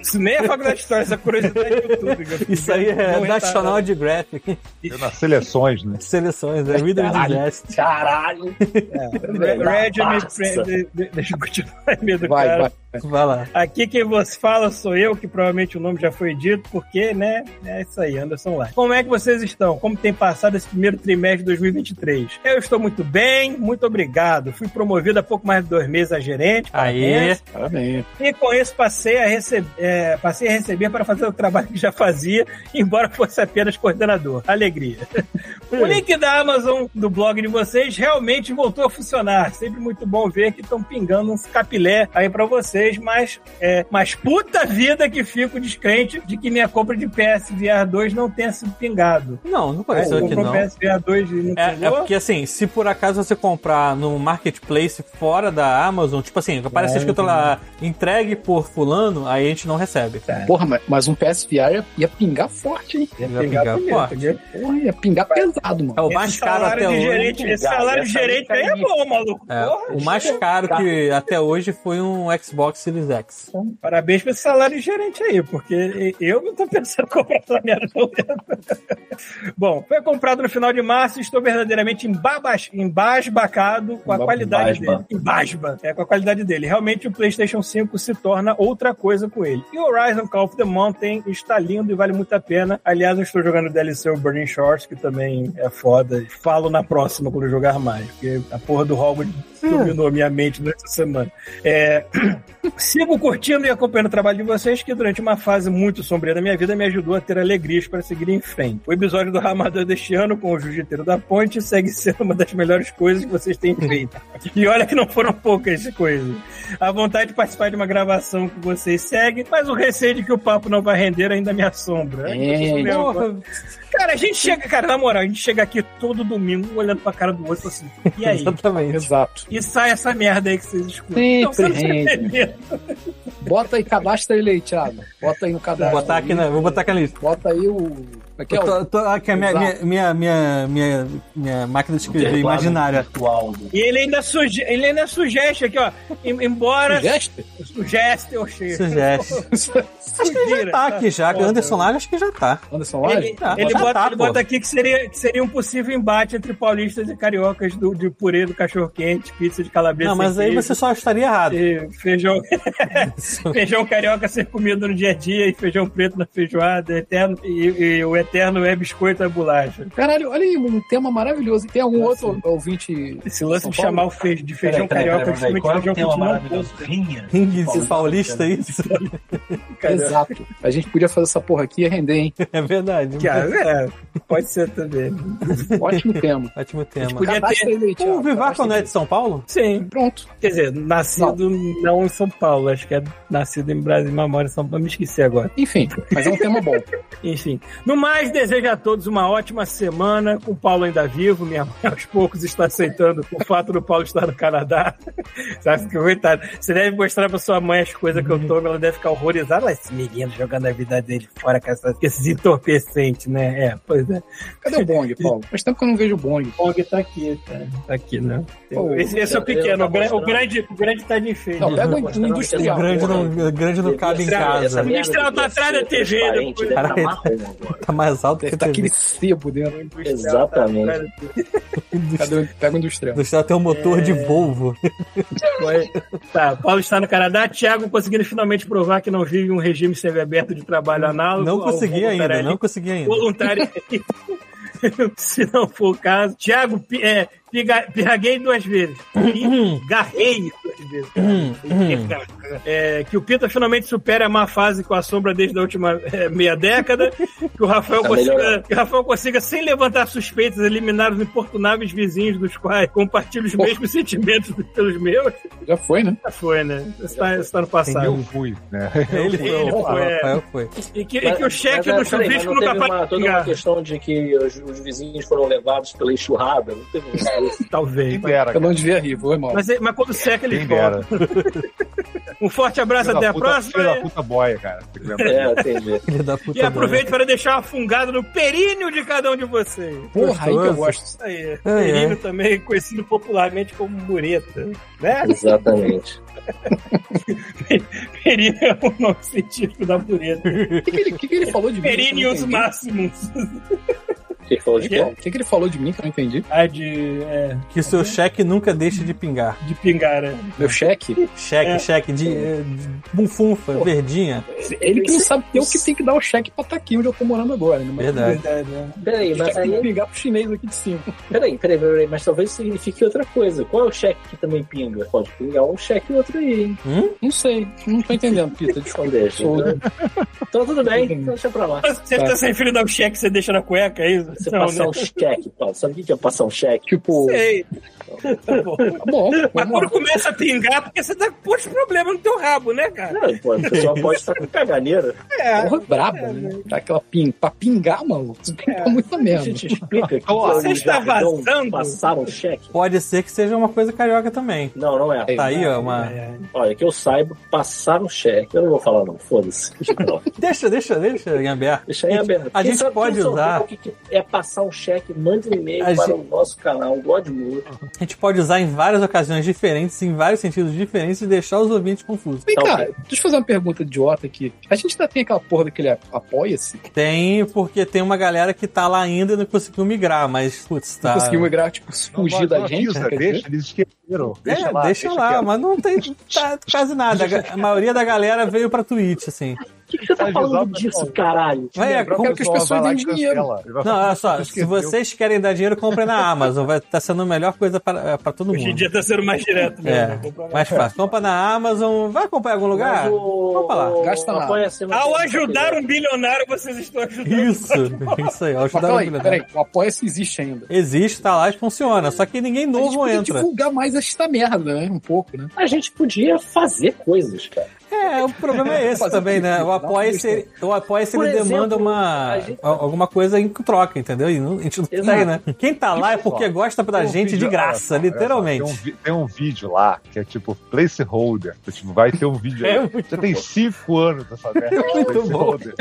[SPEAKER 3] Isso nem é faculdade de história, essa curiosidade do YouTube. que eu fiz.
[SPEAKER 1] isso aí é
[SPEAKER 3] Não
[SPEAKER 1] National Geographic.
[SPEAKER 2] Eu nas seleções, né?
[SPEAKER 1] Seleções, é Reader's
[SPEAKER 5] Caralho.
[SPEAKER 1] Digest.
[SPEAKER 5] Caralho.
[SPEAKER 7] É,
[SPEAKER 3] Red, Red me
[SPEAKER 5] Nossa.
[SPEAKER 3] prende. de- Deixa eu continuar medo,
[SPEAKER 7] Vai,
[SPEAKER 3] cara.
[SPEAKER 7] vai.
[SPEAKER 1] Vai lá.
[SPEAKER 3] Aqui quem vos fala sou eu, que provavelmente o nome já foi dito, porque, né? É isso aí, Anderson lá. Como é que vocês estão? Como tem passado esse primeiro trimestre de 2023? Eu estou muito bem, muito obrigado. Fui promovido há pouco mais de dois meses a gerente.
[SPEAKER 1] Aê.
[SPEAKER 3] parabéns.
[SPEAKER 7] Parabéns.
[SPEAKER 3] E com isso passei a, receb- é, passei a receber para fazer o trabalho que já fazia, embora fosse apenas coordenador. Alegria. O link da Amazon do blog de vocês realmente voltou a funcionar. Sempre muito bom ver que estão pingando uns capilé aí pra vocês, mas é, mas puta vida que fico descrente de que minha compra de PSVR 2 não tenha sido pingado.
[SPEAKER 1] Não, não apareceu aqui
[SPEAKER 3] comprou
[SPEAKER 1] é, não.
[SPEAKER 3] PSVR 2 e não
[SPEAKER 1] É, é
[SPEAKER 3] pingou?
[SPEAKER 1] porque assim, se por acaso você comprar no marketplace fora da Amazon, tipo assim, aparece
[SPEAKER 3] É,
[SPEAKER 1] escrito lá, entregue por fulano, aí a gente não recebe.
[SPEAKER 3] É,
[SPEAKER 7] Porra, mas, mas um PSVR ia, ia pingar forte, hein?
[SPEAKER 1] Vai pingar forte.
[SPEAKER 7] Porra, ia pingar pesado,
[SPEAKER 1] É
[SPEAKER 7] mano.
[SPEAKER 1] o mais
[SPEAKER 3] Esse
[SPEAKER 1] caro
[SPEAKER 3] salário
[SPEAKER 1] até
[SPEAKER 3] de
[SPEAKER 1] hoje. né?
[SPEAKER 3] gerente, esse
[SPEAKER 5] Cara,
[SPEAKER 3] salário de
[SPEAKER 5] essa aí
[SPEAKER 3] gerente
[SPEAKER 5] tá
[SPEAKER 3] aí é
[SPEAKER 5] difícil.
[SPEAKER 3] bom, maluco.
[SPEAKER 1] É,
[SPEAKER 3] Porra,
[SPEAKER 1] o mais caro que até hoje foi um Xbox Series X.
[SPEAKER 3] Parabéns pra esse salário de gerente aí, porque eu não tô pensando em comprar essa merda. não. Bom, foi comprado no final de março e estou verdadeiramente embabas, embasbacado com a
[SPEAKER 7] Emba-
[SPEAKER 3] qualidade
[SPEAKER 5] embasba.
[SPEAKER 3] dele. Embasba. É, com a qualidade dele. Realmente o PlayStation 5 se torna outra coisa com ele. E o Horizon Call of the Mountain está lindo e vale muito a pena. Aliás, eu estou jogando o DLC o Burning Shores, que também é foda. Falo na próxima quando eu jogar mais, porque a porra do Hogwarts dominou minha mente durante a semana. É, Sigo curtindo e acompanhando o trabalho de vocês, que durante uma fase muito sombria da minha vida me ajudou a ter alegrias para seguir em frente. O episódio do Ramadã deste ano, com o Jiu-Jiteiro da Ponte, segue sendo uma das melhores coisas que vocês têm feito. E olha que não foram poucas coisas. A vontade de participar de uma gravação que vocês seguem, mas o receio de que o papo não vai render ainda me assombra.
[SPEAKER 7] É,
[SPEAKER 3] Meu,
[SPEAKER 1] Porra,
[SPEAKER 3] Cara, a gente chega, cara, na moral, a gente chega aqui todo domingo um olhando pra cara do outro assim, e aí?
[SPEAKER 1] exatamente.
[SPEAKER 7] Exato.
[SPEAKER 3] E sai essa merda aí que vocês escutam.
[SPEAKER 7] Sempre
[SPEAKER 3] você não
[SPEAKER 7] rende.
[SPEAKER 3] tem medo.
[SPEAKER 7] Bota aí, cadastra ele aí, Thiago. Bota aí no
[SPEAKER 1] Vou
[SPEAKER 7] cadastro.
[SPEAKER 1] botar aqui na, vou botar aqui na lista.
[SPEAKER 7] Bota aí é? o. Aqui,
[SPEAKER 1] Eu
[SPEAKER 7] ó.
[SPEAKER 1] tô, tô- aqui, a minha,
[SPEAKER 7] Exato.
[SPEAKER 1] minha, minha, minha, minha, minha máquina de escrever
[SPEAKER 5] Intervalo
[SPEAKER 1] imaginária.
[SPEAKER 5] virtual.
[SPEAKER 3] E ele ainda, suge ele ainda sugeste aqui, ó. em- Embora
[SPEAKER 7] Gesto?
[SPEAKER 3] sugeste, eu achei.
[SPEAKER 1] Sugeste. Acho que ele já tá aqui já. que o Anderson Lago acho que já tá.
[SPEAKER 7] Anderson
[SPEAKER 3] Ele,
[SPEAKER 7] Laje?
[SPEAKER 1] Ah,
[SPEAKER 3] ele
[SPEAKER 1] já
[SPEAKER 3] bota,
[SPEAKER 1] tá,
[SPEAKER 3] ele
[SPEAKER 1] pô.
[SPEAKER 3] bota aqui que seria, que seria um possível embate entre paulistas e cariocas do, de purê do cachorro-quente, pizza de calabresa.
[SPEAKER 1] Não, mas
[SPEAKER 3] sem
[SPEAKER 1] aí
[SPEAKER 3] queijo,
[SPEAKER 1] você só estaria errado.
[SPEAKER 3] e Feijão,
[SPEAKER 1] Isso.
[SPEAKER 3] feijão carioca ser comido no dia a dia e feijão preto na feijoada eterno, e, e o eterno é biscoito é bolacha.
[SPEAKER 7] Caralho, olha aí, um tema maravilhoso. E Tem algum outro ouvinte.
[SPEAKER 3] Esse lance
[SPEAKER 7] São
[SPEAKER 3] de
[SPEAKER 7] Paulo?
[SPEAKER 3] chamar o feijão de feijão carioca justamente
[SPEAKER 5] Qual é
[SPEAKER 3] feijão um
[SPEAKER 5] o tema
[SPEAKER 3] quente não
[SPEAKER 5] maravilhoso? Rinha.
[SPEAKER 1] Ringue de paulista, isso.
[SPEAKER 3] carioca.
[SPEAKER 7] Exato. A gente podia fazer essa porra aqui e render, hein?
[SPEAKER 1] É verdade.
[SPEAKER 3] Cara, é, pode ser também.
[SPEAKER 7] Ótimo tema.
[SPEAKER 1] Ótimo
[SPEAKER 7] A gente
[SPEAKER 1] tema.
[SPEAKER 7] podia
[SPEAKER 3] Cadastra
[SPEAKER 7] ter... ele aí,
[SPEAKER 1] O
[SPEAKER 7] Thiago.
[SPEAKER 1] Vivaco
[SPEAKER 7] Cadastra
[SPEAKER 1] não é
[SPEAKER 7] ele.
[SPEAKER 1] de São Paulo?
[SPEAKER 3] Sim.
[SPEAKER 7] Pronto.
[SPEAKER 3] Quer dizer, nascido não. em São Paulo, acho que é nascido em Brasil, mas mora em São Paulo, me esqueci agora.
[SPEAKER 7] Enfim, mas é um tema bom.
[SPEAKER 3] Enfim. No mais, desejo a todos uma ótima semana, com o Paulo ainda vivo, minha mãe aos poucos está aceitando o fato do Paulo estar no Canadá. Sabe que coitado. Você deve mostrar pra sua mãe as coisas que eu tomo, ela deve ficar horrorizada.
[SPEAKER 8] Fala esse menino jogando a vida dele fora com, essas- com esses entorpecentes, né? É, pois é.
[SPEAKER 7] Cadê o Bong, Paulo? Faz tempo que eu não vejo o Bong.
[SPEAKER 8] Pong tá aqui, cara. Tá aqui, né?
[SPEAKER 7] Pô,
[SPEAKER 3] Esse, esse é o pequeno, o, gran- o grande, o grande tá de enfeite.
[SPEAKER 7] Não, pega o
[SPEAKER 5] Mostrando
[SPEAKER 7] um industrial.
[SPEAKER 5] essa
[SPEAKER 1] é grande
[SPEAKER 5] porra.
[SPEAKER 1] não, grande não
[SPEAKER 5] Devia
[SPEAKER 1] cabe em
[SPEAKER 5] ser- essa
[SPEAKER 1] casa.
[SPEAKER 5] merda
[SPEAKER 3] Industrial tá
[SPEAKER 5] devia
[SPEAKER 3] atrás da
[SPEAKER 5] ser
[SPEAKER 3] TG,
[SPEAKER 5] transparente,
[SPEAKER 3] depois-
[SPEAKER 5] deve tá
[SPEAKER 1] Caralho.
[SPEAKER 5] marrom agora.
[SPEAKER 1] Tá mais alto que
[SPEAKER 7] Tá
[SPEAKER 1] a
[SPEAKER 7] aquele
[SPEAKER 1] TV.
[SPEAKER 7] sebo dentro.
[SPEAKER 3] tá-
[SPEAKER 5] Exatamente.
[SPEAKER 7] Cadê o- Pega o industrial.
[SPEAKER 1] Do céu tem um motor
[SPEAKER 3] É.
[SPEAKER 1] de Volvo.
[SPEAKER 3] Tá, Paulo está no Canadá. Thiago conseguindo finalmente provar que não vive um regime semiaberto de trabalho análogo.
[SPEAKER 1] Não
[SPEAKER 3] ao
[SPEAKER 1] consegui ainda,
[SPEAKER 3] voluntariado-
[SPEAKER 1] não consegui ainda.
[SPEAKER 3] Voluntário. Se não for o caso. Thiago, pi- é, piga- pirraguei duas vezes. Garrei duas vezes.
[SPEAKER 1] Uhum.
[SPEAKER 3] É, que o Pita finalmente supere a má fase com a sombra desde a última é, meia década, que o Rafael
[SPEAKER 5] Tá
[SPEAKER 3] consiga,
[SPEAKER 5] melhorando.
[SPEAKER 3] que o Rafael consiga sem levantar suspeitas eliminar os importunáveis vizinhos dos quais compartilho os
[SPEAKER 7] Pô.
[SPEAKER 3] mesmos sentimentos pelos meus.
[SPEAKER 7] Já foi, né?
[SPEAKER 3] Já foi, né? Isso tá, isso tá no passado.
[SPEAKER 2] Eu fui, né?
[SPEAKER 1] Ele foi,
[SPEAKER 3] Ele
[SPEAKER 1] o
[SPEAKER 3] foi, é.
[SPEAKER 1] Rafael foi.
[SPEAKER 3] E que, e
[SPEAKER 5] Mas-
[SPEAKER 3] que o cheque
[SPEAKER 5] mas,
[SPEAKER 3] do
[SPEAKER 5] é, peraí, mas
[SPEAKER 3] chuvisco
[SPEAKER 5] não
[SPEAKER 3] nunca
[SPEAKER 5] teve uma,
[SPEAKER 3] vai
[SPEAKER 5] toda uma
[SPEAKER 3] pagar.
[SPEAKER 5] questão de que os, os vizinhos foram levados pela enxurrada. Não teve um isso.
[SPEAKER 3] Talvez.
[SPEAKER 2] Quem dera,
[SPEAKER 7] Eu
[SPEAKER 2] cara.
[SPEAKER 7] não devia rir, vou, irmão.
[SPEAKER 3] Mas, mas
[SPEAKER 5] É,
[SPEAKER 3] quando seca, eles
[SPEAKER 2] Quem dera.
[SPEAKER 3] voltam. Um forte abraço,
[SPEAKER 2] Filho da
[SPEAKER 3] até a
[SPEAKER 2] puta-
[SPEAKER 3] próxima.
[SPEAKER 2] Filho da puta boia, cara. Tem que lembrar.
[SPEAKER 5] É, entendi.
[SPEAKER 1] Filho da puta.
[SPEAKER 3] E
[SPEAKER 5] né?
[SPEAKER 3] aproveite para deixar uma fungada no períneo de cada um de vocês.
[SPEAKER 7] Porra, aí que eu
[SPEAKER 1] gostoso.
[SPEAKER 7] gosto.
[SPEAKER 3] Isso aí.
[SPEAKER 1] Ai,
[SPEAKER 3] períneo
[SPEAKER 1] ai.
[SPEAKER 3] também conhecido popularmente como mureta. Né?
[SPEAKER 5] Exatamente.
[SPEAKER 3] Períneo é o nome científico da mureta.
[SPEAKER 7] O que, que ele, que que ele falou de mim?
[SPEAKER 3] Perinius
[SPEAKER 7] Que eu não entendi?
[SPEAKER 3] máximos.
[SPEAKER 5] Quem falou de quê?
[SPEAKER 7] O que, que ele falou de mim que eu não entendi?
[SPEAKER 3] Ah, de, é,
[SPEAKER 1] Que o seu cheque nunca deixe de pingar.
[SPEAKER 3] de pingara.
[SPEAKER 7] Meu cheque?
[SPEAKER 1] Cheque,
[SPEAKER 3] É.
[SPEAKER 1] cheque de, eh, de bufunfa,
[SPEAKER 7] Pô.
[SPEAKER 1] verdinha.
[SPEAKER 7] Ele que não sabe ter o que tem que dar o cheque pra estar aqui onde eu tô morando agora, né? Mas
[SPEAKER 1] Verdade.
[SPEAKER 3] Verdade, né?
[SPEAKER 5] Peraí,
[SPEAKER 7] Ele
[SPEAKER 5] mas
[SPEAKER 7] tem que
[SPEAKER 5] aí.
[SPEAKER 7] ligar pro chinês aqui de cima.
[SPEAKER 5] Peraí, peraí, peraí, mas talvez signifique outra coisa. Qual é o cheque que também pinga? Pode pingar um cheque e outro aí, hein?
[SPEAKER 7] Não sei, não tô entendendo, Pita.
[SPEAKER 5] Então
[SPEAKER 7] Desculpa.
[SPEAKER 5] deixa.
[SPEAKER 7] Sou-
[SPEAKER 5] Então, então tudo bem, então deixa pra lá.
[SPEAKER 3] Você tá sem filho dar um cheque, você deixa na cueca, é isso?
[SPEAKER 5] Você passar um cheque, Paulo. Sabe o que que é passar um cheque?
[SPEAKER 7] Tipo,
[SPEAKER 3] Sei. Tá bom.
[SPEAKER 7] tá bom,
[SPEAKER 3] Mas
[SPEAKER 7] vamos
[SPEAKER 3] quando
[SPEAKER 7] lá.
[SPEAKER 3] começa a pingar, porque você tá com pôs problema no teu rabo, né, cara?
[SPEAKER 5] Não, pô, o pessoal pode estar com caganeira.
[SPEAKER 7] Porra, braba, né? Tá aquela ping... Pra pingar, maluco, tu pinga muita
[SPEAKER 5] É. A
[SPEAKER 7] merda.
[SPEAKER 5] gente explica que
[SPEAKER 2] Você
[SPEAKER 5] que
[SPEAKER 3] está
[SPEAKER 5] jargão
[SPEAKER 3] vazando?
[SPEAKER 5] Passaram um cheque?
[SPEAKER 1] Pode ser que seja uma coisa carioca também.
[SPEAKER 5] Não, não é.
[SPEAKER 1] Tá aí, ó, uma...
[SPEAKER 5] Olha, que eu saiba, passaram um cheque. Eu não vou falar, não. Foda-se. Deixa pra lá.
[SPEAKER 1] Deixa, deixa, deixa, Gambiar.
[SPEAKER 5] Deixa aí aberto.
[SPEAKER 1] A
[SPEAKER 5] Quem
[SPEAKER 1] gente
[SPEAKER 5] sabe-
[SPEAKER 1] pode
[SPEAKER 5] quem souber
[SPEAKER 1] usar.
[SPEAKER 5] O que que é passar um cheque, mande um e-mail para
[SPEAKER 1] A gente- Ah.
[SPEAKER 5] o nosso canal, Godmode.
[SPEAKER 1] A gente pode usar em várias ocasiões diferentes, em vários sentidos diferentes e deixar os ouvintes confusos.
[SPEAKER 7] Vem
[SPEAKER 5] Tá
[SPEAKER 7] cá, deixa eu fazer uma pergunta idiota aqui. A gente ainda tem aquela porra daquele apoia-se?
[SPEAKER 1] Tem, porque tem uma galera que tá lá ainda e não conseguiu migrar, mas, putz, tá...
[SPEAKER 7] Não conseguiu migrar, tipo,
[SPEAKER 2] Não,
[SPEAKER 7] fugir
[SPEAKER 2] não,
[SPEAKER 7] da
[SPEAKER 2] não
[SPEAKER 7] gente?
[SPEAKER 2] avisa,
[SPEAKER 7] né, quer dizer?
[SPEAKER 2] Deixa, eles esqueceram.
[SPEAKER 1] É, deixa lá,
[SPEAKER 2] quieto.
[SPEAKER 1] mas não tem tá quase nada. A ga- A maioria da galera veio pra Twitch, assim.
[SPEAKER 5] O que, que você tá
[SPEAKER 2] Tá
[SPEAKER 5] falando
[SPEAKER 2] avisado,
[SPEAKER 5] disso,
[SPEAKER 2] pessoal.
[SPEAKER 5] caralho?
[SPEAKER 1] Vai, é,
[SPEAKER 7] lembrar
[SPEAKER 1] com-
[SPEAKER 7] que eu quero que as pessoas
[SPEAKER 2] Vai lá e
[SPEAKER 7] deem dinheiro.
[SPEAKER 2] cancela. Ele vai
[SPEAKER 1] Não,
[SPEAKER 2] falar,
[SPEAKER 1] olha só,
[SPEAKER 2] "Você
[SPEAKER 1] se
[SPEAKER 2] esqueceu".
[SPEAKER 1] vocês querem dar dinheiro, comprem na Amazon. Vai, tá sendo a melhor coisa pra, pra todo
[SPEAKER 3] Hoje em
[SPEAKER 1] mundo.
[SPEAKER 3] dia tá sendo mais direto, né?
[SPEAKER 1] É. Mais fácil. Compra na Amazon, vai comprar em algum lugar?
[SPEAKER 5] Mas o-
[SPEAKER 1] Ah, Vamos falar.
[SPEAKER 5] o-
[SPEAKER 7] Gasta nada.
[SPEAKER 5] apoia-se, né? mas-
[SPEAKER 3] Ao ajudar um bilionário, vocês estão ajudando.
[SPEAKER 1] Isso, isso aí.
[SPEAKER 7] Mas
[SPEAKER 1] Ajudar o
[SPEAKER 7] peraí,
[SPEAKER 1] bilionário.
[SPEAKER 7] peraí, o apoia-se existe ainda.
[SPEAKER 1] Existe, tá lá e funciona. Só que ninguém
[SPEAKER 7] A gente
[SPEAKER 1] novo
[SPEAKER 7] podia
[SPEAKER 1] entra.
[SPEAKER 7] divulgar mais esta merda, né? Um pouco, né?
[SPEAKER 5] A gente podia fazer coisas, cara.
[SPEAKER 1] É, o problema é esse
[SPEAKER 7] Fazer
[SPEAKER 1] também,
[SPEAKER 7] o quê?
[SPEAKER 1] né? O
[SPEAKER 7] Dar uma
[SPEAKER 1] apoia-se o apoia
[SPEAKER 5] Por
[SPEAKER 1] ele
[SPEAKER 5] exemplo,
[SPEAKER 1] demanda uma,
[SPEAKER 5] a gente-
[SPEAKER 1] a- alguma coisa em troca, entendeu? E não- a gente não
[SPEAKER 5] Exato.
[SPEAKER 1] tem, né? Quem tá lá é porque gosta da
[SPEAKER 2] Tem um
[SPEAKER 1] gente de
[SPEAKER 2] vídeo-
[SPEAKER 1] graça,
[SPEAKER 2] olha só,
[SPEAKER 1] literalmente.
[SPEAKER 2] olha só, Tem um, vi- tem um vídeo lá que é tipo placeholder. Então, tipo, vai ter um vídeo.
[SPEAKER 1] É
[SPEAKER 2] aí.
[SPEAKER 1] muito É
[SPEAKER 2] Já tem cinco anos dessa merda. de
[SPEAKER 1] Muito bom.
[SPEAKER 2] placeholder.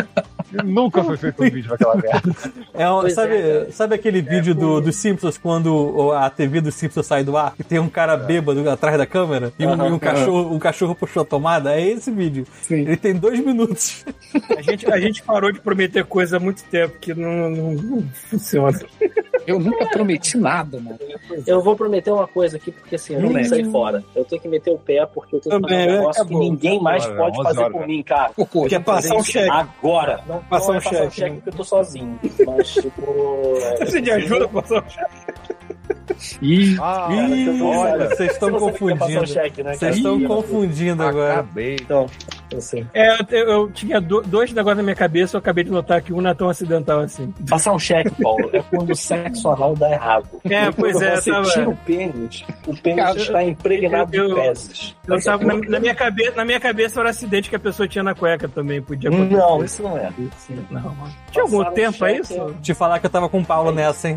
[SPEAKER 2] E nunca foi feito um vídeo daquela merda.
[SPEAKER 1] É um-
[SPEAKER 5] Pois
[SPEAKER 1] sabe,
[SPEAKER 5] é,
[SPEAKER 1] sabe aquele vídeo do, dos Simpsons quando o- a TV dos Simpsons sai do ar e tem um cara bêbado atrás da câmera e um,
[SPEAKER 5] Aham,
[SPEAKER 1] e um cachorro, um cachorro puxou a tomada? É esse vídeo.
[SPEAKER 7] Sim.
[SPEAKER 1] Ele tem dois minutos.
[SPEAKER 3] A gente, a gente parou de prometer coisa há muito tempo que não, não- não funciona.
[SPEAKER 7] Eu nunca prometi nada, mano.
[SPEAKER 5] Eu vou prometer uma coisa aqui, porque assim, eu não
[SPEAKER 3] Hum.
[SPEAKER 5] tenho que sair fora. Eu tenho que meter o pé, porque eu tenho que
[SPEAKER 3] Também,
[SPEAKER 5] fazer um
[SPEAKER 3] né?
[SPEAKER 5] negócio que
[SPEAKER 3] Acabou.
[SPEAKER 5] ninguém mais
[SPEAKER 2] Olha,
[SPEAKER 5] pode
[SPEAKER 2] 11
[SPEAKER 5] fazer
[SPEAKER 2] horas,
[SPEAKER 5] por
[SPEAKER 2] cara.
[SPEAKER 5] mim, cara.
[SPEAKER 7] Cocô.
[SPEAKER 3] Quer passar um cheque.
[SPEAKER 5] ah, Agora. Não,
[SPEAKER 3] Passar
[SPEAKER 5] não
[SPEAKER 3] um
[SPEAKER 5] é passar um
[SPEAKER 3] cheque,
[SPEAKER 5] cheque
[SPEAKER 3] né?
[SPEAKER 5] porque eu tô sozinho. Mas, tipo.
[SPEAKER 3] Você de ajuda, passou um cheque.
[SPEAKER 7] Ih,
[SPEAKER 2] Ah,
[SPEAKER 1] Ih,
[SPEAKER 5] olha,
[SPEAKER 1] vocês
[SPEAKER 5] Se você não quer passar
[SPEAKER 1] estão
[SPEAKER 5] um
[SPEAKER 1] confundindo.
[SPEAKER 5] cheque, né, cara?
[SPEAKER 1] Vocês estão
[SPEAKER 5] Ih,
[SPEAKER 1] confundindo agora.
[SPEAKER 2] acabei.
[SPEAKER 5] Então, assim.
[SPEAKER 3] É, eu, eu tinha do- dois negócios na minha cabeça, eu acabei de notar que um não é tão acidental assim.
[SPEAKER 5] Passar um cheque, Paulo, é quando o sexo anal dá errado.
[SPEAKER 3] É, pois
[SPEAKER 5] Quando
[SPEAKER 3] é,
[SPEAKER 5] você
[SPEAKER 3] tava-
[SPEAKER 5] tira o pênis, o pênis
[SPEAKER 7] Cara,
[SPEAKER 5] está impregnado
[SPEAKER 3] eu-
[SPEAKER 5] de fezes.
[SPEAKER 3] Eu tava- na, na minha cabeça, na minha cabeça era um acidente que a pessoa tinha na cueca também, podia acontecer.
[SPEAKER 5] Não, isso não é.
[SPEAKER 3] Não, mano. Tinha algum
[SPEAKER 5] Passar um
[SPEAKER 3] tempo, é
[SPEAKER 5] cheque
[SPEAKER 3] isso?
[SPEAKER 1] Te falar que eu tava com o um Paulo nessa, hein?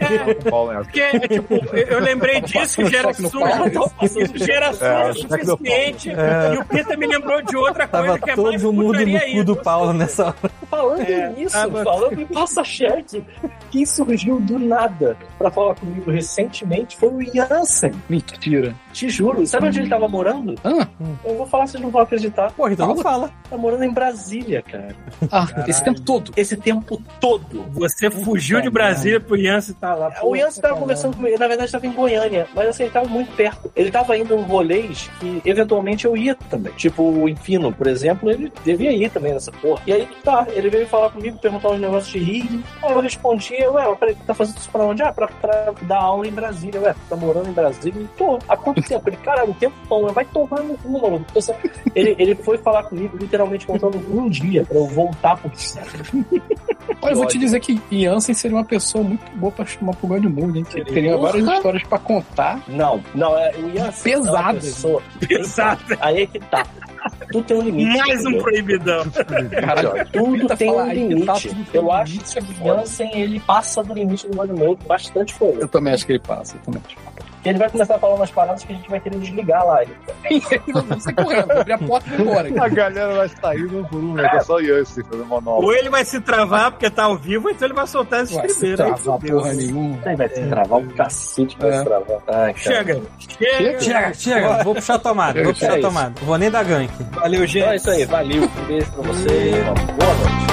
[SPEAKER 2] É, com Paulo nessa.
[SPEAKER 3] Porque, é, tipo, eu eu lembrei disso que
[SPEAKER 7] Choque no
[SPEAKER 3] gerações
[SPEAKER 7] pau.
[SPEAKER 3] não passando
[SPEAKER 2] É,
[SPEAKER 3] gerações o
[SPEAKER 2] choque no pau.
[SPEAKER 3] suficiente. E o Pita me lembrou de outra coisa
[SPEAKER 1] Tava
[SPEAKER 3] que é mais
[SPEAKER 1] todo mundo
[SPEAKER 3] putaria
[SPEAKER 1] no cu do
[SPEAKER 3] ainda.
[SPEAKER 1] Paulo nessa hora.
[SPEAKER 5] Falando
[SPEAKER 3] É,
[SPEAKER 5] nisso,
[SPEAKER 3] tava-
[SPEAKER 5] falando em passa-cheque, quem surgiu do nada pra falar comigo recentemente foi o Jansen.
[SPEAKER 7] Mentira.
[SPEAKER 5] Te juro. Sabe onde ele tava morando?
[SPEAKER 7] Ah.
[SPEAKER 5] Eu vou falar, vocês não vão acreditar.
[SPEAKER 1] Porra, então não fala.
[SPEAKER 5] Tá morando em Brasília, cara.
[SPEAKER 7] Ah, esse tempo todo.
[SPEAKER 5] Esse tempo todo.
[SPEAKER 3] Você fugiu de Brasília pro Yancy tá lá.
[SPEAKER 5] É, O Yancy tava conversando comigo, na verdade tava em Goiânia, mas assim, ele tava muito perto. Ele tava indo em rolês que eventualmente eu ia também. Tipo o Infino, por exemplo, ele devia ir também nessa porra. E aí, tá, ele veio falar comigo, perguntar uns negócios de Rio. Aí eu respondi, ué, mas peraí, tu tá fazendo isso pra onde? Ah, pra, pra dar aula em Brasília. Ué, tu tá morando em Brasília? Eu Tô. Há quanto tempo? Ele, caralho, um tempão. Eu, Vai tomar no cu, maluco. Tô sa- Ele, ele foi falar comigo, literalmente, contando um dia pra eu voltar pro
[SPEAKER 7] Olha, eu vou te dizer que Jansen seria uma pessoa muito boa pra chamar pro Grande Mundo, hein? Que
[SPEAKER 5] Seria.
[SPEAKER 7] teria várias
[SPEAKER 5] Porra.
[SPEAKER 7] histórias pra contar.
[SPEAKER 5] Não, não, é, o Ian
[SPEAKER 7] Pesado.
[SPEAKER 5] é uma pessoa-
[SPEAKER 3] Pesado.
[SPEAKER 5] Aí é que tá. Tudo tem um limite.
[SPEAKER 3] Mais um
[SPEAKER 5] entendeu?
[SPEAKER 3] proibidão.
[SPEAKER 7] Caralho,
[SPEAKER 5] Tudo tem um
[SPEAKER 7] falar aí que tá
[SPEAKER 5] limite.
[SPEAKER 7] tudo tem
[SPEAKER 5] Eu acho
[SPEAKER 7] limite, é
[SPEAKER 5] que o
[SPEAKER 7] foda.
[SPEAKER 5] Jansen ele passa do limite do Godmode bastante
[SPEAKER 7] Eu
[SPEAKER 5] coisa.
[SPEAKER 7] também acho que ele passa, eu também acho.
[SPEAKER 5] Porque ele vai começar a falar umas paradas que a gente vai querer desligar lá.
[SPEAKER 7] Vamos sair correndo, vou abrir a porta e vou embora.
[SPEAKER 2] A galera vai saindo por um, né? Que é só o Yance fazendo monólogo.
[SPEAKER 3] Ou ele vai se travar porque tá ao vivo, ou então ele vai soltar esse
[SPEAKER 7] Vai se
[SPEAKER 3] estribeiro. aí
[SPEAKER 7] travar
[SPEAKER 3] fudeu.
[SPEAKER 7] porra nenhuma.
[SPEAKER 5] Aí vai se travar um cacete pra
[SPEAKER 7] É.
[SPEAKER 5] se travar. Ai, cara.
[SPEAKER 3] Chega. Chega.
[SPEAKER 1] Chega, chega, vou puxar a tomada, vou
[SPEAKER 7] É
[SPEAKER 1] puxar a
[SPEAKER 7] isso.
[SPEAKER 1] tomada. Vou nem dar gank.
[SPEAKER 3] Valeu, gente.
[SPEAKER 5] Então é isso aí. Valeu. Um beijo pra você. Uma boa noite.